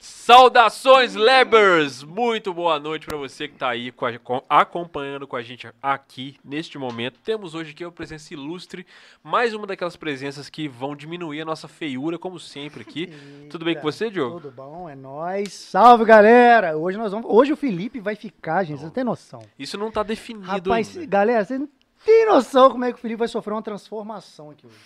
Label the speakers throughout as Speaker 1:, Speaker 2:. Speaker 1: Saudações, Lebers! Muito boa noite pra você que tá aí com a- com- acompanhando com a gente aqui neste momento. Temos hoje aqui uma presença ilustre, mais uma daquelas presenças que vão diminuir a nossa feiura, como sempre aqui. Tudo bem com
Speaker 2: Eita,
Speaker 1: você, Diogo?
Speaker 2: Tudo bom, é nóis. Salve, galera! Hoje nós vamos. Hoje o Felipe vai ficar, gente. Você não tem noção.
Speaker 1: Isso não tá definido
Speaker 2: Rapaz,
Speaker 1: ainda.
Speaker 2: galera, você não tem noção como é que o Felipe vai sofrer uma transformação aqui hoje.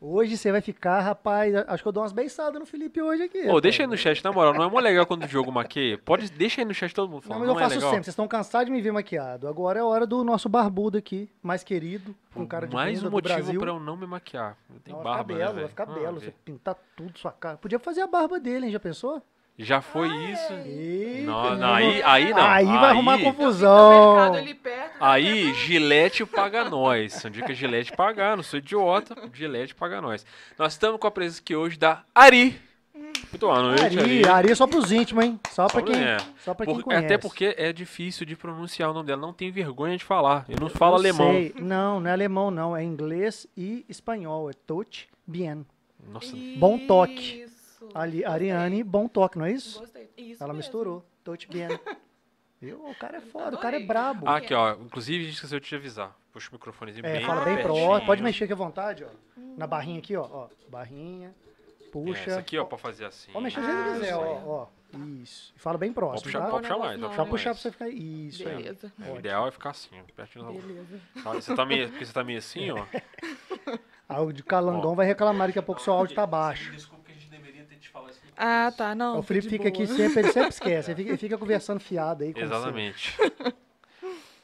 Speaker 2: Hoje você vai ficar, rapaz. Acho que eu dou umas beiçadas no Felipe hoje aqui.
Speaker 1: Ô,
Speaker 2: rapaz.
Speaker 1: deixa aí no chat, na moral, não é mó legal quando o jogo maqueia? Pode, deixa aí no chat todo mundo
Speaker 2: Não,
Speaker 1: falando,
Speaker 2: mas
Speaker 1: não,
Speaker 2: eu
Speaker 1: é
Speaker 2: faço
Speaker 1: legal?
Speaker 2: sempre. Vocês estão cansados de me ver maquiado. Agora é hora do nosso barbudo aqui, mais querido, com cara de
Speaker 1: mais
Speaker 2: bunda
Speaker 1: um
Speaker 2: do
Speaker 1: motivo
Speaker 2: Brasil.
Speaker 1: pra eu não me maquiar. Eu tenho
Speaker 2: Não, vai ficar
Speaker 1: barba, né,
Speaker 2: belo, vai
Speaker 1: velho?
Speaker 2: ficar
Speaker 1: Ah,
Speaker 2: belo. Você
Speaker 1: velho.
Speaker 2: pintar tudo sua cara. Podia fazer a barba dele, hein? Já pensou?
Speaker 1: Já foi isso?
Speaker 2: Eita,
Speaker 1: Não,
Speaker 2: meu
Speaker 1: não, aí,
Speaker 2: irmão.
Speaker 1: aí não.
Speaker 2: Aí vai arrumar
Speaker 1: confusão.
Speaker 3: No um mercado
Speaker 2: confusão.
Speaker 3: ali perto.
Speaker 1: Aí, Gillette paga nós. Um dia que a Gillette pagar, não sou idiota. Gillette paga nós. Nós estamos com a presença aqui hoje da Ari. Muito boa noite, Ari.
Speaker 2: Ari, Ari é só pros íntimos, hein? Só pra quem,
Speaker 1: É.
Speaker 2: só pra quem
Speaker 1: Por-
Speaker 2: conhece.
Speaker 1: até porque é difícil de pronunciar o nome dela. Não tem vergonha de falar. Eu não falo
Speaker 2: Não
Speaker 1: alemão.
Speaker 2: sei. Não, não é alemão, não. É inglês e espanhol. É touch, bien.
Speaker 1: Nossa,
Speaker 2: Bom toque.
Speaker 3: Isso.
Speaker 2: Ali, Ariane, bom toque, não é isso?
Speaker 3: Gostei. Isso
Speaker 2: Ela
Speaker 3: mesmo. Tá
Speaker 2: misturou. Touch, bien. Viu? O cara é foda, o cara é
Speaker 3: Adorei.
Speaker 2: brabo.
Speaker 1: Ah, aqui, ó. Inclusive, a gente esqueceu de te avisar. Puxa o microfonezinho
Speaker 2: É,
Speaker 1: bem
Speaker 2: fala bem
Speaker 1: pertinho.
Speaker 2: próximo. Pode mexer aqui à vontade, ó. Na barrinha aqui, ó. ó. Barrinha.
Speaker 1: É,
Speaker 2: Puxa.
Speaker 1: essa aqui, ó, pra fazer assim.
Speaker 2: Pode mexer se ele
Speaker 3: Ah,
Speaker 2: quiser,
Speaker 3: isso
Speaker 2: ó,
Speaker 3: aí.
Speaker 2: ó. Isso. E fala bem
Speaker 1: Pode
Speaker 2: próximo,
Speaker 1: puxar,
Speaker 2: tá?
Speaker 1: pode puxar mais.
Speaker 3: Não,
Speaker 1: pode
Speaker 2: Só
Speaker 1: puxar
Speaker 3: né?
Speaker 2: puxar pra
Speaker 1: mais.
Speaker 2: você ficar. Isso aí.
Speaker 3: Beleza.
Speaker 1: É, O
Speaker 2: Ótimo.
Speaker 1: ideal é ficar assim, ó, pertinho da boca.
Speaker 3: Beleza.
Speaker 1: Tá, Você tá meio, porque você tá meio assim, ó.
Speaker 2: Aí Ah, o de Calandon vai reclamar daqui a pouco seu áudio tá baixo. É,
Speaker 1: Desculpa que a gente deveria ter te falado isso no
Speaker 3: Ah, tá. Não.
Speaker 2: o Felipe
Speaker 3: tá de
Speaker 2: fica aqui
Speaker 3: boa.
Speaker 2: sempre, ele sempre esquece. Ele fica, ele fica conversando fiado aí com
Speaker 1: Exatamente.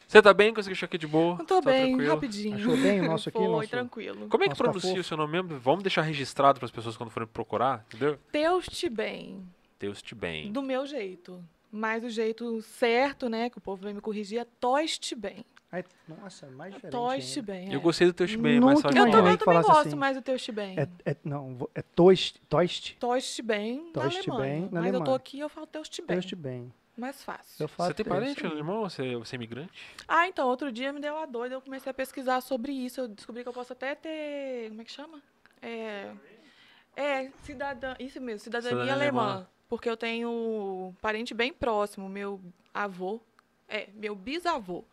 Speaker 1: Você tá bem? Conseguiu achar aqui de boa?
Speaker 3: Eu tô
Speaker 1: Tá
Speaker 3: bem,
Speaker 1: tranquilo?
Speaker 3: rapidinho.
Speaker 2: Achou bem o nosso aqui,
Speaker 3: Foi,
Speaker 2: nosso-
Speaker 3: tranquilo.
Speaker 1: Como é que
Speaker 2: Nossa, tá
Speaker 1: pronuncia
Speaker 2: fofo.
Speaker 1: o seu nome mesmo? Vamos deixar registrado para as pessoas quando forem procurar, entendeu?
Speaker 3: Deus te bem.
Speaker 1: Deus te bem.
Speaker 3: Do meu jeito. Mas o jeito certo, né, que o povo vem me corrigir, é tos te
Speaker 2: você.
Speaker 3: bem.
Speaker 2: Aí, nossa, é mais diferente.
Speaker 3: Tos te
Speaker 2: ainda.
Speaker 3: bem. é.
Speaker 1: Eu gostei do teu te bem, mas
Speaker 2: Nunca
Speaker 1: só que
Speaker 3: Eu
Speaker 2: imaginei.
Speaker 1: não
Speaker 3: também,
Speaker 1: é.
Speaker 3: eu também
Speaker 2: falasse
Speaker 3: gosto
Speaker 2: assim.
Speaker 3: mais do teu te bem.
Speaker 2: É, é, não, vo- é toist, toist?
Speaker 3: Toste bem na
Speaker 2: Toste
Speaker 3: Alemanha.
Speaker 2: bem na
Speaker 3: Mas eu tô
Speaker 2: Alemanha.
Speaker 3: aqui eu falo teus te bem.
Speaker 2: Toist bem.
Speaker 3: Mais
Speaker 2: Eu
Speaker 3: fácil.
Speaker 2: falo
Speaker 1: Você tem
Speaker 2: é isso
Speaker 1: parente
Speaker 2: aí.
Speaker 1: alemão? Você, você é imigrante?
Speaker 3: Ah, então, outro dia me deu uma doida, eu comecei a pesquisar sobre isso. Eu descobri que eu posso até ter. Como é que chama? É. É, cidadã. Isso mesmo, cidadania,
Speaker 1: Cidadania
Speaker 3: alemã.
Speaker 1: alemã.
Speaker 3: Porque eu tenho um parente bem próximo, meu avô. É, meu bisavô.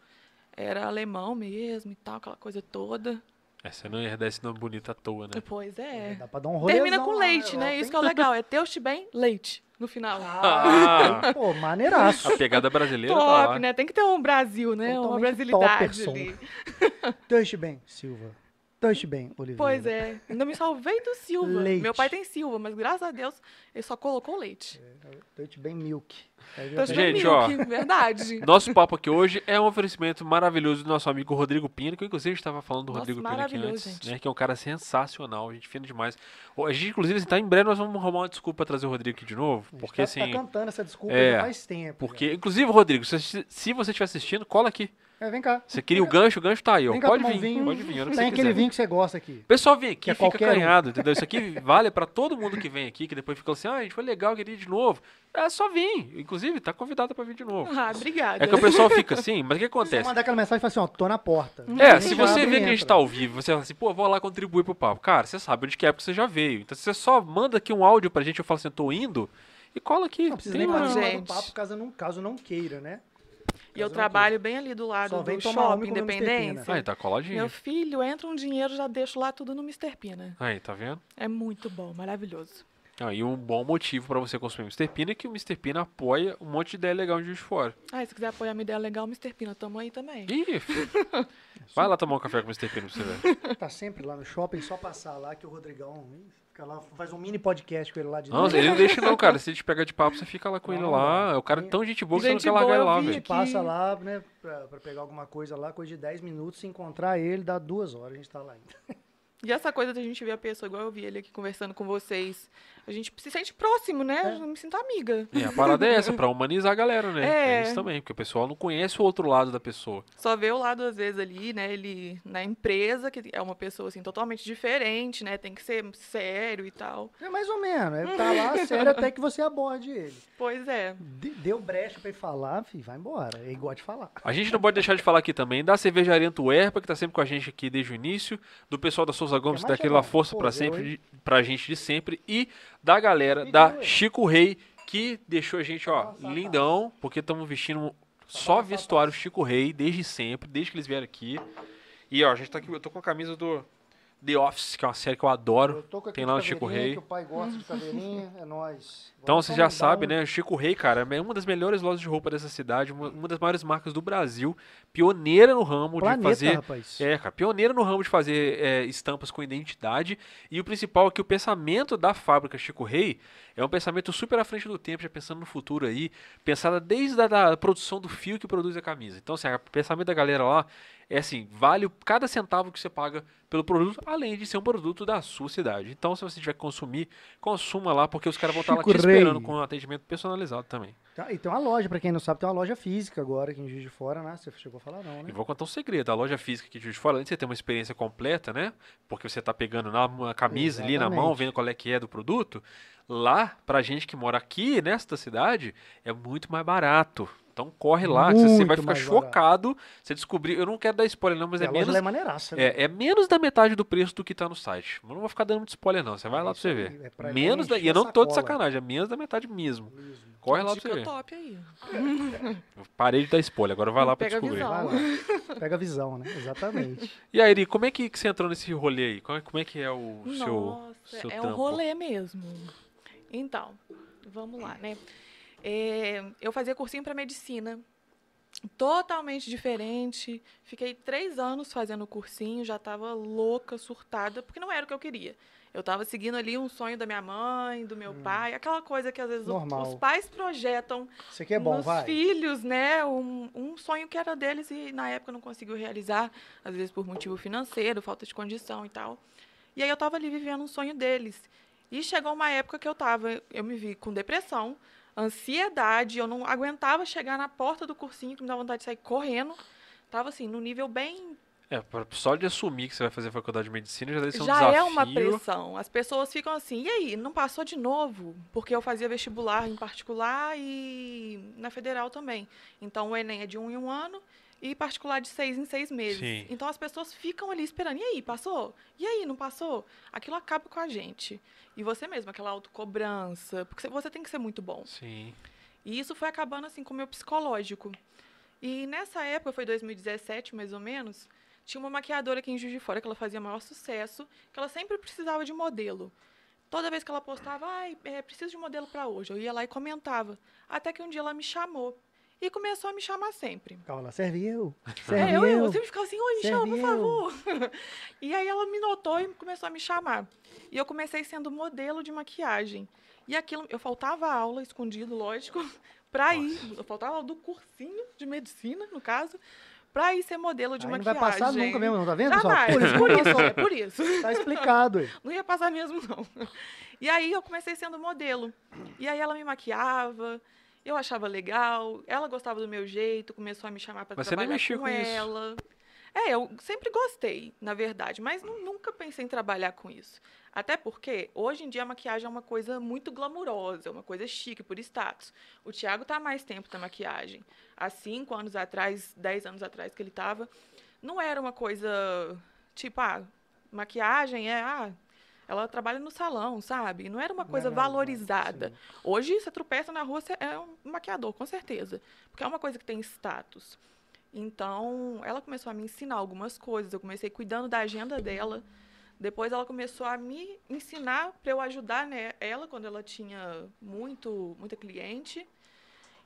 Speaker 3: Era alemão mesmo e tal, aquela coisa toda.
Speaker 1: É, você não ia dar esse nome bonito à toa, né?
Speaker 3: Pois é.
Speaker 2: Dá pra dar um rolê.
Speaker 3: Termina com leite, né? Isso que é o legal. É Deus te bem, leite no final.
Speaker 1: Ah,
Speaker 2: Pô, maneiraço.
Speaker 1: a pegada brasileira tá lá.
Speaker 3: Top, né? Tem que ter um Brasil, né? Uma
Speaker 2: Totalmente
Speaker 3: brasilidade
Speaker 2: topperson.
Speaker 3: ali.
Speaker 2: Toist bem, Silva. Toist bem, Oliveira.
Speaker 3: Pois é, ainda me salvei do Silva.
Speaker 2: Leite.
Speaker 3: Meu pai tem Silva, mas graças a Deus ele só colocou leite.
Speaker 2: Toist bem, milk. Aí já
Speaker 3: Então,
Speaker 2: pega-
Speaker 1: Gente,
Speaker 3: gente,
Speaker 1: ó.
Speaker 3: milk, verdade.
Speaker 1: Nosso papo aqui hoje é um oferecimento maravilhoso do nosso amigo Rodrigo Pino, que eu, inclusive estava falando do
Speaker 3: Nossa,
Speaker 1: Rodrigo Pino aqui
Speaker 3: maravilhoso,
Speaker 1: antes,
Speaker 3: gente.
Speaker 1: né? Que é um cara sensacional, gente fina demais. Ô, A gente, inclusive, está em breve, nós vamos arrumar uma desculpa pra trazer o Rodrigo aqui de novo,
Speaker 2: a gente
Speaker 1: porque
Speaker 2: tá,
Speaker 1: assim.
Speaker 2: Tá cantando essa desculpa
Speaker 1: é,
Speaker 2: já faz tempo.
Speaker 1: porque, inclusive, Rodrigo, se, se você estiver assistindo, cola aqui.
Speaker 2: já. É, vem cá.
Speaker 1: Você queria o gancho, o gancho tá aí, ó.
Speaker 2: Vem cá
Speaker 1: Pode
Speaker 2: tomar um
Speaker 1: vir,
Speaker 2: vinho.
Speaker 1: pode vir, a hora que
Speaker 2: Tem
Speaker 1: você
Speaker 2: aquele
Speaker 1: quiser.
Speaker 2: vinho que você gosta aqui.
Speaker 1: O pessoal vem aqui,
Speaker 2: Que é
Speaker 1: fica
Speaker 2: qualquer um.
Speaker 1: canhado, entendeu? Isso aqui vale pra todo mundo que vem aqui, que depois fica assim, ah, gente, foi legal, queria ir de novo. É só vir. Inclusive, tá convidado pra vir de
Speaker 2: Hum,
Speaker 1: novo.
Speaker 3: Ah, obrigada.
Speaker 1: É que o pessoal fica assim, mas o que
Speaker 2: Você
Speaker 1: acontece?
Speaker 2: mandar aquela mensagem e falar assim, ó, tô na porta.
Speaker 1: É,
Speaker 2: Ninguém
Speaker 1: se
Speaker 2: já
Speaker 1: você
Speaker 2: abre
Speaker 1: vê
Speaker 2: e
Speaker 1: que a gente
Speaker 2: entra.
Speaker 1: tá ao vivo, você fala assim, pô, vou lá contribuir pro papo. Cara, você sabe onde que é, porque você já veio. Então se você só manda aqui um áudio pra gente, eu falo assim, eu tô indo, e cola aqui.
Speaker 2: Não precisa
Speaker 1: Tem
Speaker 2: nem
Speaker 1: uma-
Speaker 3: mais,
Speaker 2: participar do
Speaker 3: gente.
Speaker 2: papo caso não, caso não queira, né?
Speaker 3: E eu trabalho bem ali do lado
Speaker 2: Só vem
Speaker 3: do
Speaker 2: tomar uma
Speaker 3: shopping
Speaker 2: e comer Mr. Pina.
Speaker 3: Independência.
Speaker 1: Aí, tá coladinho.
Speaker 3: Meu filho, entra um dinheiro, já deixo lá tudo no Mr. Pina.
Speaker 1: Aí, tá vendo?
Speaker 3: É muito bom, maravilhoso.
Speaker 1: Ah, e um bom motivo pra você consumir Mr. Pina é que o Mr. Pina apoia um monte de ideia legal de Juiz de fora.
Speaker 3: Ah, e se quiser apoiar minha ideia legal, Mr. Pina, tamo aí também.
Speaker 1: Ih, filho. vai lá tomar um café com o Mr. Pina pra você ver.
Speaker 2: Tá sempre lá no shopping, só passar lá que o Rodrigão ih, fica lá, faz um mini podcast com ele lá de
Speaker 1: Não,
Speaker 2: novo.
Speaker 1: ele não deixa não, cara. Se te pega de papo, você fica lá com ele
Speaker 2: Não,
Speaker 1: lá.
Speaker 2: não.
Speaker 1: É o cara é tão gente boa que
Speaker 3: Gente
Speaker 1: você não quer largar ele
Speaker 3: boa, eu
Speaker 1: lá,
Speaker 3: vi
Speaker 1: velho.
Speaker 3: aqui.
Speaker 2: Passa lá, né, pra, pra pegar alguma coisa lá, coisa de 10 minutos, se encontrar ele, dá duas horas, a gente tá lá ainda.
Speaker 3: E essa coisa da gente ver a pessoa, igual eu vi ele aqui conversando com vocês, a gente se sente próximo,
Speaker 2: É.
Speaker 3: né? Eu me sinto amiga.
Speaker 1: E a parada é essa, pra humanizar a galera, né? é
Speaker 3: É.
Speaker 1: isso também, porque o pessoal não conhece o outro lado da pessoa.
Speaker 3: Só vê o lado, às vezes, ali, né? Ele na empresa, que é uma pessoa, assim, totalmente diferente, né? Tem que ser sério e tal.
Speaker 2: É mais ou menos, ele tá lá sério até que você aborde ele.
Speaker 3: Pois é.
Speaker 2: De- deu brecha pra ele falar, filho, vai embora, ele gosta de falar.
Speaker 1: A gente não pode deixar de falar aqui também da Cervejaria Antuerpa, que tá sempre com a gente aqui desde o início, do pessoal da Souza Gomes, que
Speaker 2: mais
Speaker 1: dá aquela
Speaker 2: chegando.
Speaker 1: força
Speaker 2: Pô,
Speaker 1: pra,
Speaker 2: eu,
Speaker 1: sempre,
Speaker 2: hein?
Speaker 1: de- pra gente de sempre, e da galera
Speaker 2: Pediu,
Speaker 1: da
Speaker 2: hein?
Speaker 1: Chico Rei, que deixou a gente, ó,
Speaker 2: Nossa,
Speaker 1: lindão, porque estamos vestindo só vestuário Chico Rei desde sempre, desde que eles vieram aqui. E, ó, a gente tá aqui, eu tô com a camisa do The Office, que é uma série que eu adoro.
Speaker 2: Eu tô com aqui
Speaker 1: Tem
Speaker 2: de
Speaker 1: lá no Chico
Speaker 2: caveirinha,
Speaker 1: Rei.
Speaker 2: Que o pai gosta de caveirinha, é nóis.
Speaker 1: Então
Speaker 2: Agora
Speaker 1: vocês
Speaker 2: só
Speaker 1: já
Speaker 2: mandar
Speaker 1: sabem,
Speaker 2: um-
Speaker 1: né? Chico Rei, cara, é uma das melhores lojas de roupa dessa cidade, uma, uma das maiores marcas do Brasil, pioneira no ramo de
Speaker 2: Planeta,
Speaker 1: fazer
Speaker 2: rapaz.
Speaker 1: É, cara, pioneiro no ramo de fazer é, estampas com identidade. E o principal é que o pensamento da fábrica Chico Rei é um pensamento super à frente do tempo, já pensando no futuro aí, pensada desde a da produção do fio que produz a camisa. Então, assim, a- o pensamento da galera lá é assim, vale cada centavo que você paga pelo produto, além de ser um produto da sua cidade. Então, se você tiver que consumir, consuma lá, porque os caras vão estar lá te
Speaker 2: Chico Rei.
Speaker 1: esperando com um atendimento personalizado também.
Speaker 2: Tá, e tem uma loja, pra quem não sabe, tem uma loja física agora aqui em Juiz de Fora, né? Você chegou a falar não,
Speaker 1: E
Speaker 2: né?
Speaker 1: vou contar um segredo. A loja física aqui de Juiz de Fora, além de você ter uma experiência completa, né? Porque você tá pegando na na camisa ali na mão,
Speaker 2: Exatamente.
Speaker 1: vendo qual é que é do produto. Lá, pra gente que mora aqui, nesta cidade, é muito mais barato. Então corre lá, que você
Speaker 2: Muito
Speaker 1: vai ficar
Speaker 2: mais barato.
Speaker 1: chocado. Você descobrir. Eu não quero dar spoiler, não, mas
Speaker 2: E
Speaker 1: é
Speaker 2: a loja
Speaker 1: menos.
Speaker 2: lá é maneiraça, né?
Speaker 1: É, é menos da metade do preço do que tá no site. Eu não vou ficar dando muito spoiler, não. Você vai lá pra
Speaker 2: Isso
Speaker 1: você
Speaker 2: aí,
Speaker 1: ver.
Speaker 2: é pra-
Speaker 1: menos da...
Speaker 2: vai
Speaker 1: E
Speaker 2: encher
Speaker 1: eu
Speaker 2: a
Speaker 1: não tô de
Speaker 2: sacola.
Speaker 1: sacanagem, é menos da metade mesmo. Corre lá pra você
Speaker 2: é
Speaker 3: Dica
Speaker 1: ver.
Speaker 3: top aí.
Speaker 1: Eu Parei de dar spoiler, agora vai lá pra
Speaker 3: Pega a
Speaker 1: descobrir.
Speaker 3: visão.
Speaker 2: Vai lá. Pega a visão, né? Exatamente.
Speaker 1: E aí, Eri, como é que, que você entrou nesse rolê aí? Como é, como é que é o seu,
Speaker 3: Nossa,
Speaker 1: seu
Speaker 3: é um
Speaker 1: trampo?
Speaker 3: rolê mesmo. Então, vamos lá, né? É, eu fazia cursinho para medicina, totalmente diferente. Fiquei três anos fazendo cursinho, já estava louca, surtada, porque não era o que eu queria. Eu estava seguindo ali um sonho da minha mãe, do meu pai, aquela coisa que às vezes o-
Speaker 2: Normal.
Speaker 3: os pais projetam
Speaker 2: Isso aqui é bom,
Speaker 3: nos
Speaker 2: vai.
Speaker 3: filhos, né? Um, um sonho que era deles e na época não conseguiu realizar, às vezes por motivo financeiro, falta de condição e tal. E aí eu tava ali vivendo um sonho deles. E chegou uma época que eu tava, eu me vi com depressão, ansiedade, eu não aguentava chegar na porta do cursinho, que me dava vontade de sair correndo. Tava assim, num nível bem.
Speaker 1: É, pra- só de assumir que você vai fazer faculdade de medicina já deve ser um
Speaker 3: já
Speaker 1: desafio.
Speaker 3: é uma pressão. As pessoas ficam assim, e aí, não passou de novo? Porque eu fazia vestibular em particular e na federal também. Então o Enem é de um em um ano e particular de seis em seis meses.
Speaker 1: Sim.
Speaker 3: Então as pessoas ficam ali esperando. E aí, passou? E aí, não passou? Aquilo acaba com a gente. E você mesmo, aquela autocobrança. Porque você tem que ser muito bom.
Speaker 1: Sim.
Speaker 3: E isso foi acabando assim com o meu psicológico. E nessa época, foi 2017 mais ou menos, tinha uma maquiadora aqui em Juiz de Fora que ela fazia maior sucesso, que ela sempre precisava de modelo. Toda vez que ela postava, ai, é, preciso de modelo para hoje, eu ia lá e comentava. Até que um dia ela me chamou e começou a me chamar sempre.
Speaker 2: Calma lá, serviu.
Speaker 3: É,
Speaker 2: Serviu.
Speaker 3: eu, eu sempre ficava assim, oi, me chama, por
Speaker 2: Serviu.
Speaker 3: favor. e aí ela me notou e começou a me chamar. E eu comecei sendo modelo de maquiagem. E aquilo, eu faltava a aula, escondido, lógico, pra ir. Eu faltava aula do cursinho de medicina, no caso, pra ir ser modelo de
Speaker 2: Aí não vai
Speaker 3: maquiagem.
Speaker 2: passar nunca mesmo, não, tá vendo, pessoal?
Speaker 3: Jamais,
Speaker 2: Por isso
Speaker 3: por
Speaker 2: que
Speaker 3: isso, é por isso.
Speaker 2: Tá explicado. aí.
Speaker 3: Não ia passar mesmo, não. E aí eu comecei sendo modelo. E aí ela me maquiava, eu achava legal, ela gostava do meu jeito, começou a me chamar para
Speaker 1: Mas você nem
Speaker 3: trabalhar
Speaker 1: mexia
Speaker 3: com
Speaker 1: com isso.
Speaker 3: ela. É, eu sempre gostei, na verdade, mas nu- nunca pensei em trabalhar com isso. Até porque, hoje em dia, a maquiagem é uma coisa muito glamurosa, uma coisa chique, por status. O Thiago tá há mais tempo na maquiagem. Há cinco anos atrás, dez anos atrás que ele tava, não era uma coisa tipo, ah, maquiagem é, ah, ela trabalha no salão, sabe? Não era uma coisa
Speaker 2: Não, não, não,
Speaker 3: valorizada.
Speaker 2: sim.
Speaker 3: Hoje, você tropeça na rua, você é um maquiador, com certeza. Porque é uma coisa que tem status. Então, ela começou a me ensinar algumas coisas. Eu comecei cuidando da agenda dela. Depois, ela começou a me ensinar para eu ajudar né, ela quando ela tinha muito, muita cliente.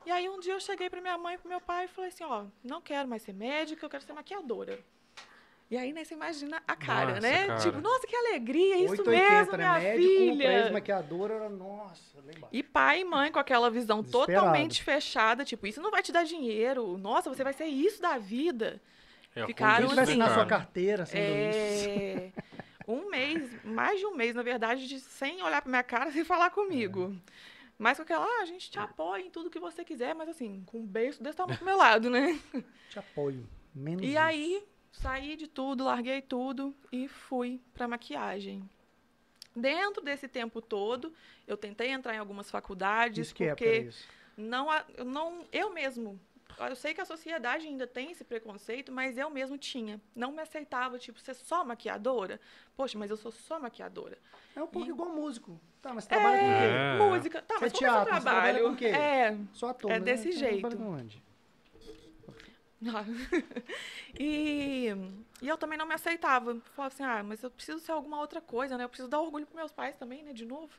Speaker 3: E aí, um dia eu cheguei para minha mãe e para meu pai e falei assim: Ó, não quero mais ser médica, eu quero ser maquiadora. E aí, né, você imagina a cara,
Speaker 1: Nossa,
Speaker 3: né?
Speaker 1: cara.
Speaker 3: Tipo, nossa, que alegria, isso
Speaker 2: 880,
Speaker 3: mesmo,
Speaker 2: né?
Speaker 3: minha
Speaker 2: Médico,
Speaker 3: filha.
Speaker 2: pra ex-maquiadora, era- nossa, lá embaixo.
Speaker 3: E pai e mãe com aquela visão
Speaker 2: Desesperado.
Speaker 3: totalmente fechada, tipo, isso não vai te dar dinheiro. Nossa, você vai ser isso da vida.
Speaker 1: É, ruim
Speaker 3: Ficaram
Speaker 2: Quem
Speaker 1: isso,
Speaker 2: que
Speaker 3: assim,
Speaker 2: vai
Speaker 1: né,
Speaker 2: assinar
Speaker 1: cara?
Speaker 2: sua carteira assim, sendo isso?
Speaker 3: É... Um mês, mais de um mês, na verdade, de- sem olhar pra minha cara, sem falar comigo.
Speaker 2: É.
Speaker 3: Mas com aquela, ah, a gente te apoia em tudo que você quiser, mas assim, com um beijo desse tamanho pro meu lado, né?
Speaker 2: Te apoio. Menos
Speaker 3: E
Speaker 2: isso.
Speaker 3: aí, saí de tudo, larguei tudo e fui para maquiagem. Dentro desse tempo todo, eu tentei entrar em algumas faculdades,
Speaker 2: Diz que é
Speaker 3: porque
Speaker 2: pra isso.
Speaker 3: não, a- eu não eu mesmo Eu sei que a sociedade ainda tem esse preconceito, mas eu mesmo tinha. Não me aceitava, tipo, ser só maquiadora. Poxa, mas eu sou só maquiadora.
Speaker 2: É um pouco
Speaker 3: E-
Speaker 2: igual músico. Tá, mas você
Speaker 3: É.
Speaker 2: trabalha com
Speaker 1: É.
Speaker 3: Música. Tá,
Speaker 2: Você
Speaker 3: mas
Speaker 2: é
Speaker 3: como que eu
Speaker 2: teatro, você trabalha
Speaker 3: trabalho?
Speaker 2: com o quê?
Speaker 3: É.
Speaker 2: o quê? Sou ator.
Speaker 3: É
Speaker 2: né?
Speaker 3: desse
Speaker 2: Você trabalha
Speaker 3: jeito.
Speaker 2: com onde?
Speaker 3: Ah. e, e eu também não me aceitava. Falava assim, ah, mas eu preciso ser alguma outra coisa, né? Eu preciso dar orgulho para meus pais também, né? De novo.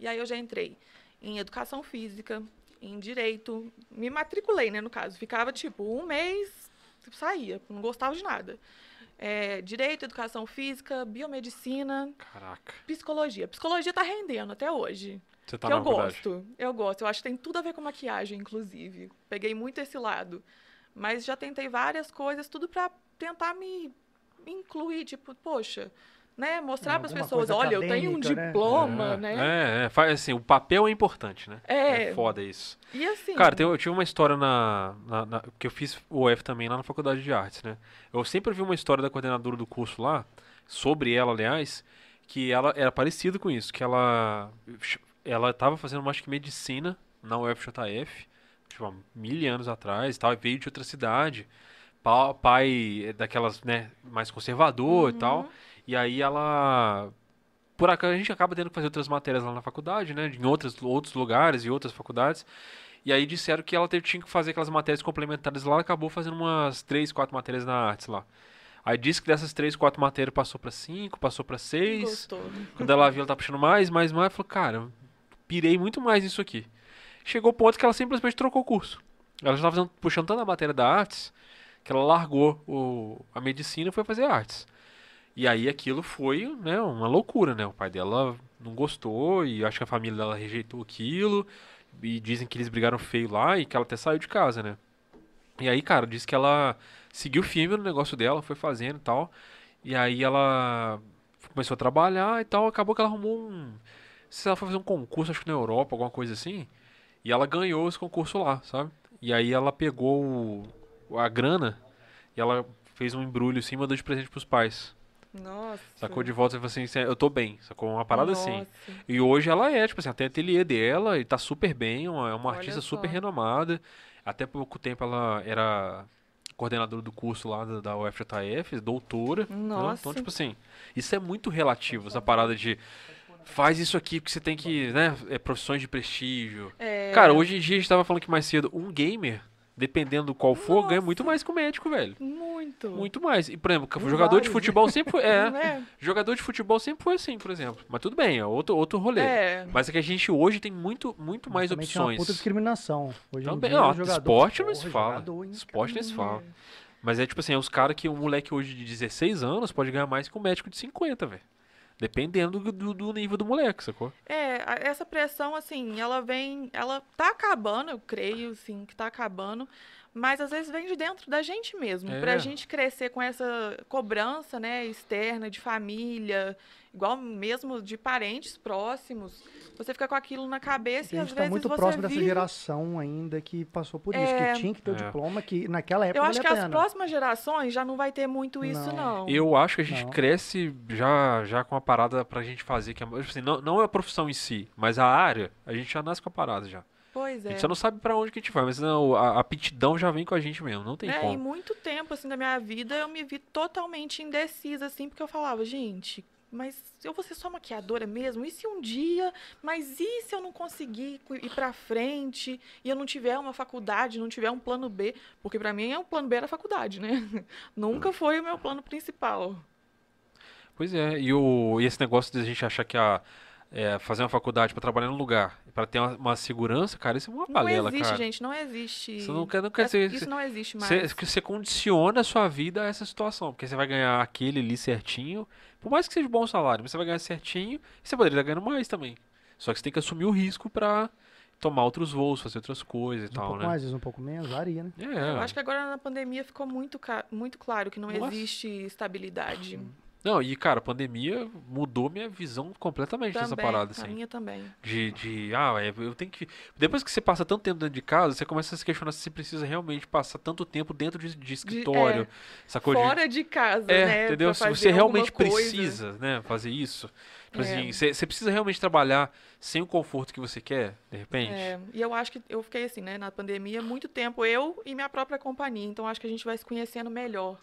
Speaker 3: E aí eu já entrei em educação física, em direito. Me matriculei, né? No caso, ficava tipo um mês, saía, não gostava de nada. É, direito, educação física, biomedicina,
Speaker 1: Caraca.
Speaker 3: psicologia. Psicologia tá rendendo até hoje.
Speaker 1: Você
Speaker 3: que
Speaker 1: Tá
Speaker 3: eu
Speaker 1: na faculdade?
Speaker 3: gosto. Eu gosto. Eu acho que tem tudo a ver com maquiagem, inclusive. Peguei muito esse lado. Mas já tentei várias coisas, tudo pra tentar me me incluir, tipo, poxa, né, mostrar
Speaker 2: É,
Speaker 3: para as
Speaker 2: alguma
Speaker 3: pessoas,
Speaker 2: coisa
Speaker 3: olha, eu tenho um
Speaker 2: acadêmica, né?
Speaker 3: diploma, né?
Speaker 1: É, é, faz assim, o papel é importante, né?
Speaker 3: É.
Speaker 1: foda isso.
Speaker 3: E assim,
Speaker 1: Cara, tem- eu tive uma história na, na, na- que eu fiz o F também lá na faculdade de artes, né? Eu sempre vi uma história da coordenadora do curso lá, sobre ela, aliás, que ela era parecida com isso, que ela ela estava fazendo acho que medicina na UFJF, tipo, há mil anos atrás, e tal, e veio de outra cidade. Pa- Pai é daquelas, né, mais conservador e tal. E aí ela por acaso a gente acaba tendo que fazer outras matérias lá na faculdade, né, em outras, outros lugares e outras faculdades. E aí disseram que ela teve, tinha que fazer aquelas matérias complementares lá, ela acabou fazendo umas três, quatro matérias na artes lá. Aí disse que dessas três, quatro matérias passou pra cinco, passou pra seis.
Speaker 3: gostou.
Speaker 1: Quando ela viu, ela tá puxando mais, mais, mais. Falou, cara, eu pirei muito mais nisso aqui. Chegou o ponto que ela simplesmente trocou o curso. Ela já tava fazendo- puxando tanta matéria da artes que ela largou o- a medicina e foi fazer artes. E aí aquilo foi né, uma loucura, né? O pai dela não gostou e acho que a família dela rejeitou aquilo. E dizem que eles brigaram feio lá e que ela até saiu de casa, né? E aí, cara, diz que ela seguiu firme no negócio dela, foi fazendo e tal. E aí ela começou a trabalhar e tal. Acabou que ela arrumou um. Se ela foi fazer um concurso, acho que na Europa, alguma coisa assim. E ela ganhou esse concurso lá, sabe? E aí ela pegou o- a grana e ela fez um embrulho assim e mandou de presente pros pais.
Speaker 3: Nossa.
Speaker 1: Sacou de volta e falou assim: "Cê- eu tô bem, sacou? Uma parada assim.
Speaker 3: Nossa.
Speaker 1: E hoje ela é, tipo assim, até ateliê dela e tá super bem, uma- é uma
Speaker 3: Olha
Speaker 1: artista
Speaker 3: só.
Speaker 1: super renomada. Até pouco tempo ela era coordenadora do curso lá da, da UFJF, doutora. entendeu? Então,
Speaker 3: Nossa.
Speaker 1: tipo assim, isso é muito relativo, essa parada de faz isso aqui porque você tem que, né, é profissões de prestígio.
Speaker 3: É,
Speaker 1: Cara, hoje em dia a gente tava falando que mais cedo, um gamer, dependendo do qual for, ganha muito mais que o médico, velho.
Speaker 3: muito.
Speaker 1: Muito mais. E, por exemplo,
Speaker 2: Em
Speaker 1: jogador de
Speaker 2: vários, né?
Speaker 1: futebol sempre foi. É,
Speaker 3: Né?
Speaker 1: jogador de futebol sempre foi assim, por exemplo. Mas tudo bem, é outro, outro rolê.
Speaker 3: É.
Speaker 1: Mas é que a gente hoje tem muito, muito mais
Speaker 2: Também tinha uma
Speaker 1: opções.
Speaker 2: puta discriminação. Hoje
Speaker 1: Também,
Speaker 2: em dia,
Speaker 1: ó,
Speaker 2: o jogador,
Speaker 1: esporte não se
Speaker 2: porra,
Speaker 1: fala.
Speaker 2: jogador, hein?
Speaker 1: Esporte nem se fala. Mas é tipo assim, é os caras que um moleque hoje de 16 anos pode ganhar mais que um médico de 50, velho. Dependendo do, do- do nível do moleque, sacou?
Speaker 3: É, a- essa pressão, assim, ela vem, ela tá acabando, eu creio, assim, que tá acabando, mas às vezes vem de dentro da gente mesmo,
Speaker 1: É.
Speaker 3: pra gente crescer com essa cobrança, né, externa, de família, igual mesmo de parentes próximos, você fica com aquilo na cabeça
Speaker 2: a
Speaker 3: e às
Speaker 2: gente tá
Speaker 3: vezes
Speaker 2: muito
Speaker 3: você
Speaker 2: próximo dessa
Speaker 3: vive-
Speaker 2: geração ainda que passou por isso,
Speaker 3: É.
Speaker 2: que tinha que ter o
Speaker 1: É.
Speaker 2: diploma, que naquela época
Speaker 3: Eu acho que
Speaker 2: valia é a
Speaker 3: as
Speaker 2: pena.
Speaker 3: próximas gerações já não vai ter muito isso,
Speaker 2: Não.
Speaker 3: não.
Speaker 1: Eu acho que a gente
Speaker 2: Não.
Speaker 1: cresce já, já com a parada pra gente fazer. Que é, tipo assim, não, não é a profissão em si, mas a área, a gente já nasce com a parada já.
Speaker 3: Pois
Speaker 1: A
Speaker 3: é.
Speaker 1: gente só não sabe pra onde que a gente vai, mas não, a, a aptidão já vem com a gente mesmo, não tem
Speaker 2: É,
Speaker 3: né? Em
Speaker 1: como.
Speaker 3: muito tempo, assim, da minha vida, eu me vi totalmente indecisa, assim, porque eu falava, gente, mas eu vou ser só maquiadora mesmo? E se um dia? Mas e se eu não conseguir cu- ir pra frente e eu não tiver uma faculdade, não tiver um plano B? Porque pra mim, é o plano B era a faculdade, né?
Speaker 1: Hum.
Speaker 3: Nunca foi o meu plano principal.
Speaker 1: Pois é, e, o, e esse negócio de a gente achar que a, é, fazer uma faculdade pra trabalhar num lugar, pra ter uma, uma segurança, cara, isso é uma
Speaker 3: Não
Speaker 1: balela,
Speaker 3: existe,
Speaker 1: cara.
Speaker 3: gente, não existe.
Speaker 1: Isso não quer, não quer
Speaker 3: Essa-
Speaker 1: dizer.
Speaker 3: Isso não existe mais.
Speaker 1: Você, que você condiciona a sua vida a essa situação, porque você vai ganhar aquele ali certinho, por mais que seja um bom salário, mas você vai ganhar certinho e você poderia estar ganhando mais também. Só que você tem que assumir o risco pra tomar outros voos, fazer outras coisas e
Speaker 2: Um
Speaker 1: tal,
Speaker 2: pouco
Speaker 1: né?
Speaker 2: mais, às vezes um pouco menos, varia, né?
Speaker 1: É,
Speaker 3: Eu acho que agora na pandemia ficou muito, ca- muito claro que não
Speaker 1: Nossa.
Speaker 3: existe estabilidade.
Speaker 1: Não, e cara, a pandemia mudou minha visão completamente dessa
Speaker 3: Também,
Speaker 1: parada,
Speaker 3: a
Speaker 1: assim.
Speaker 3: minha também.
Speaker 1: De, de, ah, é, eu tenho que. Depois que você passa tanto tempo dentro de casa, você começa a se questionar se você precisa realmente passar tanto tempo dentro de, de escritório, sacou? De-
Speaker 3: é, Fora de casa,
Speaker 1: é,
Speaker 3: né?
Speaker 1: entendeu?
Speaker 3: pra
Speaker 1: Se você
Speaker 3: fazer
Speaker 1: realmente
Speaker 3: alguma coisa.
Speaker 1: precisa, né, fazer isso. Tipo
Speaker 3: É.
Speaker 1: assim, você você precisa realmente trabalhar sem o conforto que você quer, de repente.
Speaker 3: É, e eu acho que eu fiquei assim, né, na pandemia, muito tempo eu e minha própria companhia. Então acho que a gente vai se conhecendo melhor,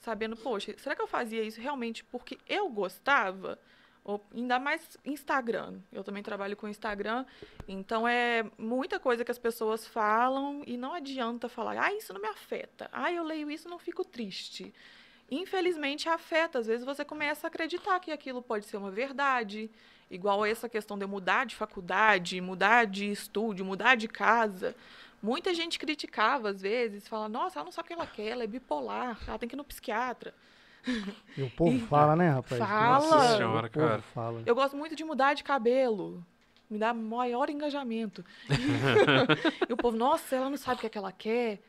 Speaker 3: sabendo, poxa, será que eu fazia isso realmente porque eu gostava? Ou, ainda mais Instagram. Eu também trabalho com Instagram, então é muita coisa que as pessoas falam e não adianta falar, ah, isso não me afeta. Ah, eu leio isso e não fico triste. Infelizmente afeta. Às vezes você começa a acreditar que aquilo pode ser uma verdade, Igual essa questão de eu mudar de faculdade, mudar de estúdio, mudar de casa. Muita gente criticava, às vezes, fala, nossa, ela não sabe o que ela quer, ela é bipolar, ela tem que ir no psiquiatra.
Speaker 2: E o povo fala, né, rapaz?
Speaker 3: Fala!
Speaker 1: Nossa senhora,
Speaker 2: o povo
Speaker 1: cara.
Speaker 2: fala.
Speaker 3: Eu gosto muito de mudar de cabelo. Me dá maior engajamento. e o povo, nossa, ela não sabe o que, é que ela quer.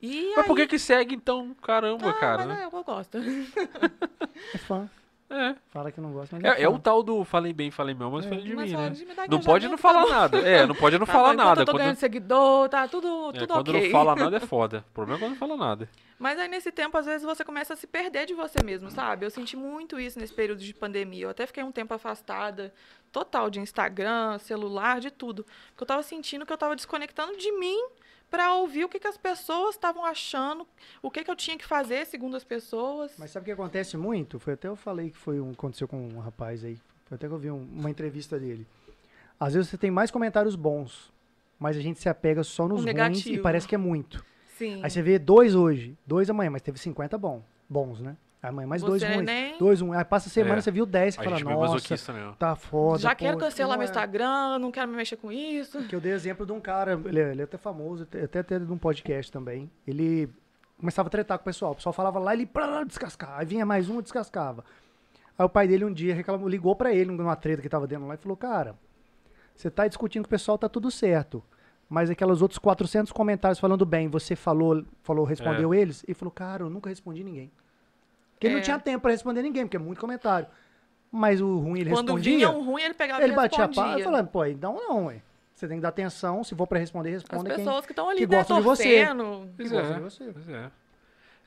Speaker 3: E
Speaker 1: Mas por que que segue então? Caramba,
Speaker 3: ah,
Speaker 1: cara.
Speaker 3: mas
Speaker 1: né?
Speaker 3: é, eu gosto.
Speaker 2: É fã.
Speaker 1: É.
Speaker 2: Fala que não gosta, mas
Speaker 1: É,
Speaker 2: é,
Speaker 1: é
Speaker 2: fã.
Speaker 1: o tal do falem bem, falem mal, mas falem de
Speaker 3: É, Mas
Speaker 1: mim,
Speaker 3: olha,
Speaker 1: né?
Speaker 3: de me dar
Speaker 1: Não pode não
Speaker 3: engajamento, tá
Speaker 1: falar
Speaker 3: bom.
Speaker 1: nada. É, não pode não
Speaker 3: Tá
Speaker 1: falar
Speaker 3: bom, enquanto
Speaker 1: nada.
Speaker 3: Eu tô
Speaker 1: Quando,
Speaker 3: ganhando seguidor, tá tudo,
Speaker 1: é,
Speaker 3: tudo
Speaker 1: quando
Speaker 3: ok.
Speaker 1: não fala nada é foda. O problema é quando não fala nada.
Speaker 3: Mas aí, nesse tempo, às vezes você começa a se perder de você mesmo, sabe? Eu senti muito isso nesse período de pandemia. Eu até fiquei um tempo afastada, total, de Instagram, celular, de tudo. Porque eu tava sentindo que eu tava desconectando de mim pra ouvir o que, que as pessoas estavam achando, o que, que eu tinha que fazer segundo as pessoas.
Speaker 2: Mas sabe o que acontece muito? Foi até eu falei que foi um, aconteceu com um rapaz aí. Foi até que eu vi um- uma entrevista dele. Às vezes você tem mais comentários bons, mas a gente se apega só nos
Speaker 3: O
Speaker 2: ruins e
Speaker 3: Um negativo.
Speaker 2: parece que é muito.
Speaker 3: Sim.
Speaker 2: Aí você vê dois hoje, dois amanhã, mas teve 50 bom, bons, né? Amanhã mais dois
Speaker 3: Você
Speaker 2: ruins.
Speaker 3: nem-
Speaker 2: Dois ruins. Aí passa a semana,
Speaker 1: É.
Speaker 2: você viu 10 e
Speaker 1: A
Speaker 2: fala,
Speaker 1: gente é meio
Speaker 2: nossa,
Speaker 1: masoquista mesmo.
Speaker 2: tá foda.
Speaker 3: Já
Speaker 2: pô,
Speaker 3: quero cancelar
Speaker 2: não
Speaker 3: meu
Speaker 2: é."
Speaker 3: Instagram, não quero me mexer com isso.
Speaker 2: Que eu dei exemplo de um cara, ele, é- ele é até famoso, até- até teve num podcast também. Ele começava a tretar com o pessoal. O pessoal falava lá, ele pra, descascar. Aí vinha mais um, descascava. Aí o pai dele um dia reclamou, ligou pra ele numa treta que tava dentro lá e falou: Cara, você tá discutindo com o pessoal, tá tudo certo. Mas aqueles outros 400 comentários falando bem, você falou, falou respondeu eles? E falou: Cara, eu nunca respondi ninguém. Porque ele não
Speaker 3: É.
Speaker 2: tinha tempo pra responder ninguém, porque é muito comentário. Mas o ruim ele
Speaker 3: Quando
Speaker 2: respondia.
Speaker 3: vinha um ruim, ele pegava
Speaker 2: Ele
Speaker 3: e
Speaker 2: batia a
Speaker 3: respondia.
Speaker 2: pá e falava, pô, então não, ué. Você tem que dar atenção, se for pra responder,
Speaker 3: As
Speaker 2: responda quem
Speaker 3: pessoas que estão ali,
Speaker 2: que
Speaker 3: né,
Speaker 2: gostam de você.
Speaker 3: torcendo.
Speaker 2: que
Speaker 1: Pois
Speaker 2: gosta
Speaker 1: é.
Speaker 2: de você.
Speaker 1: Pois é.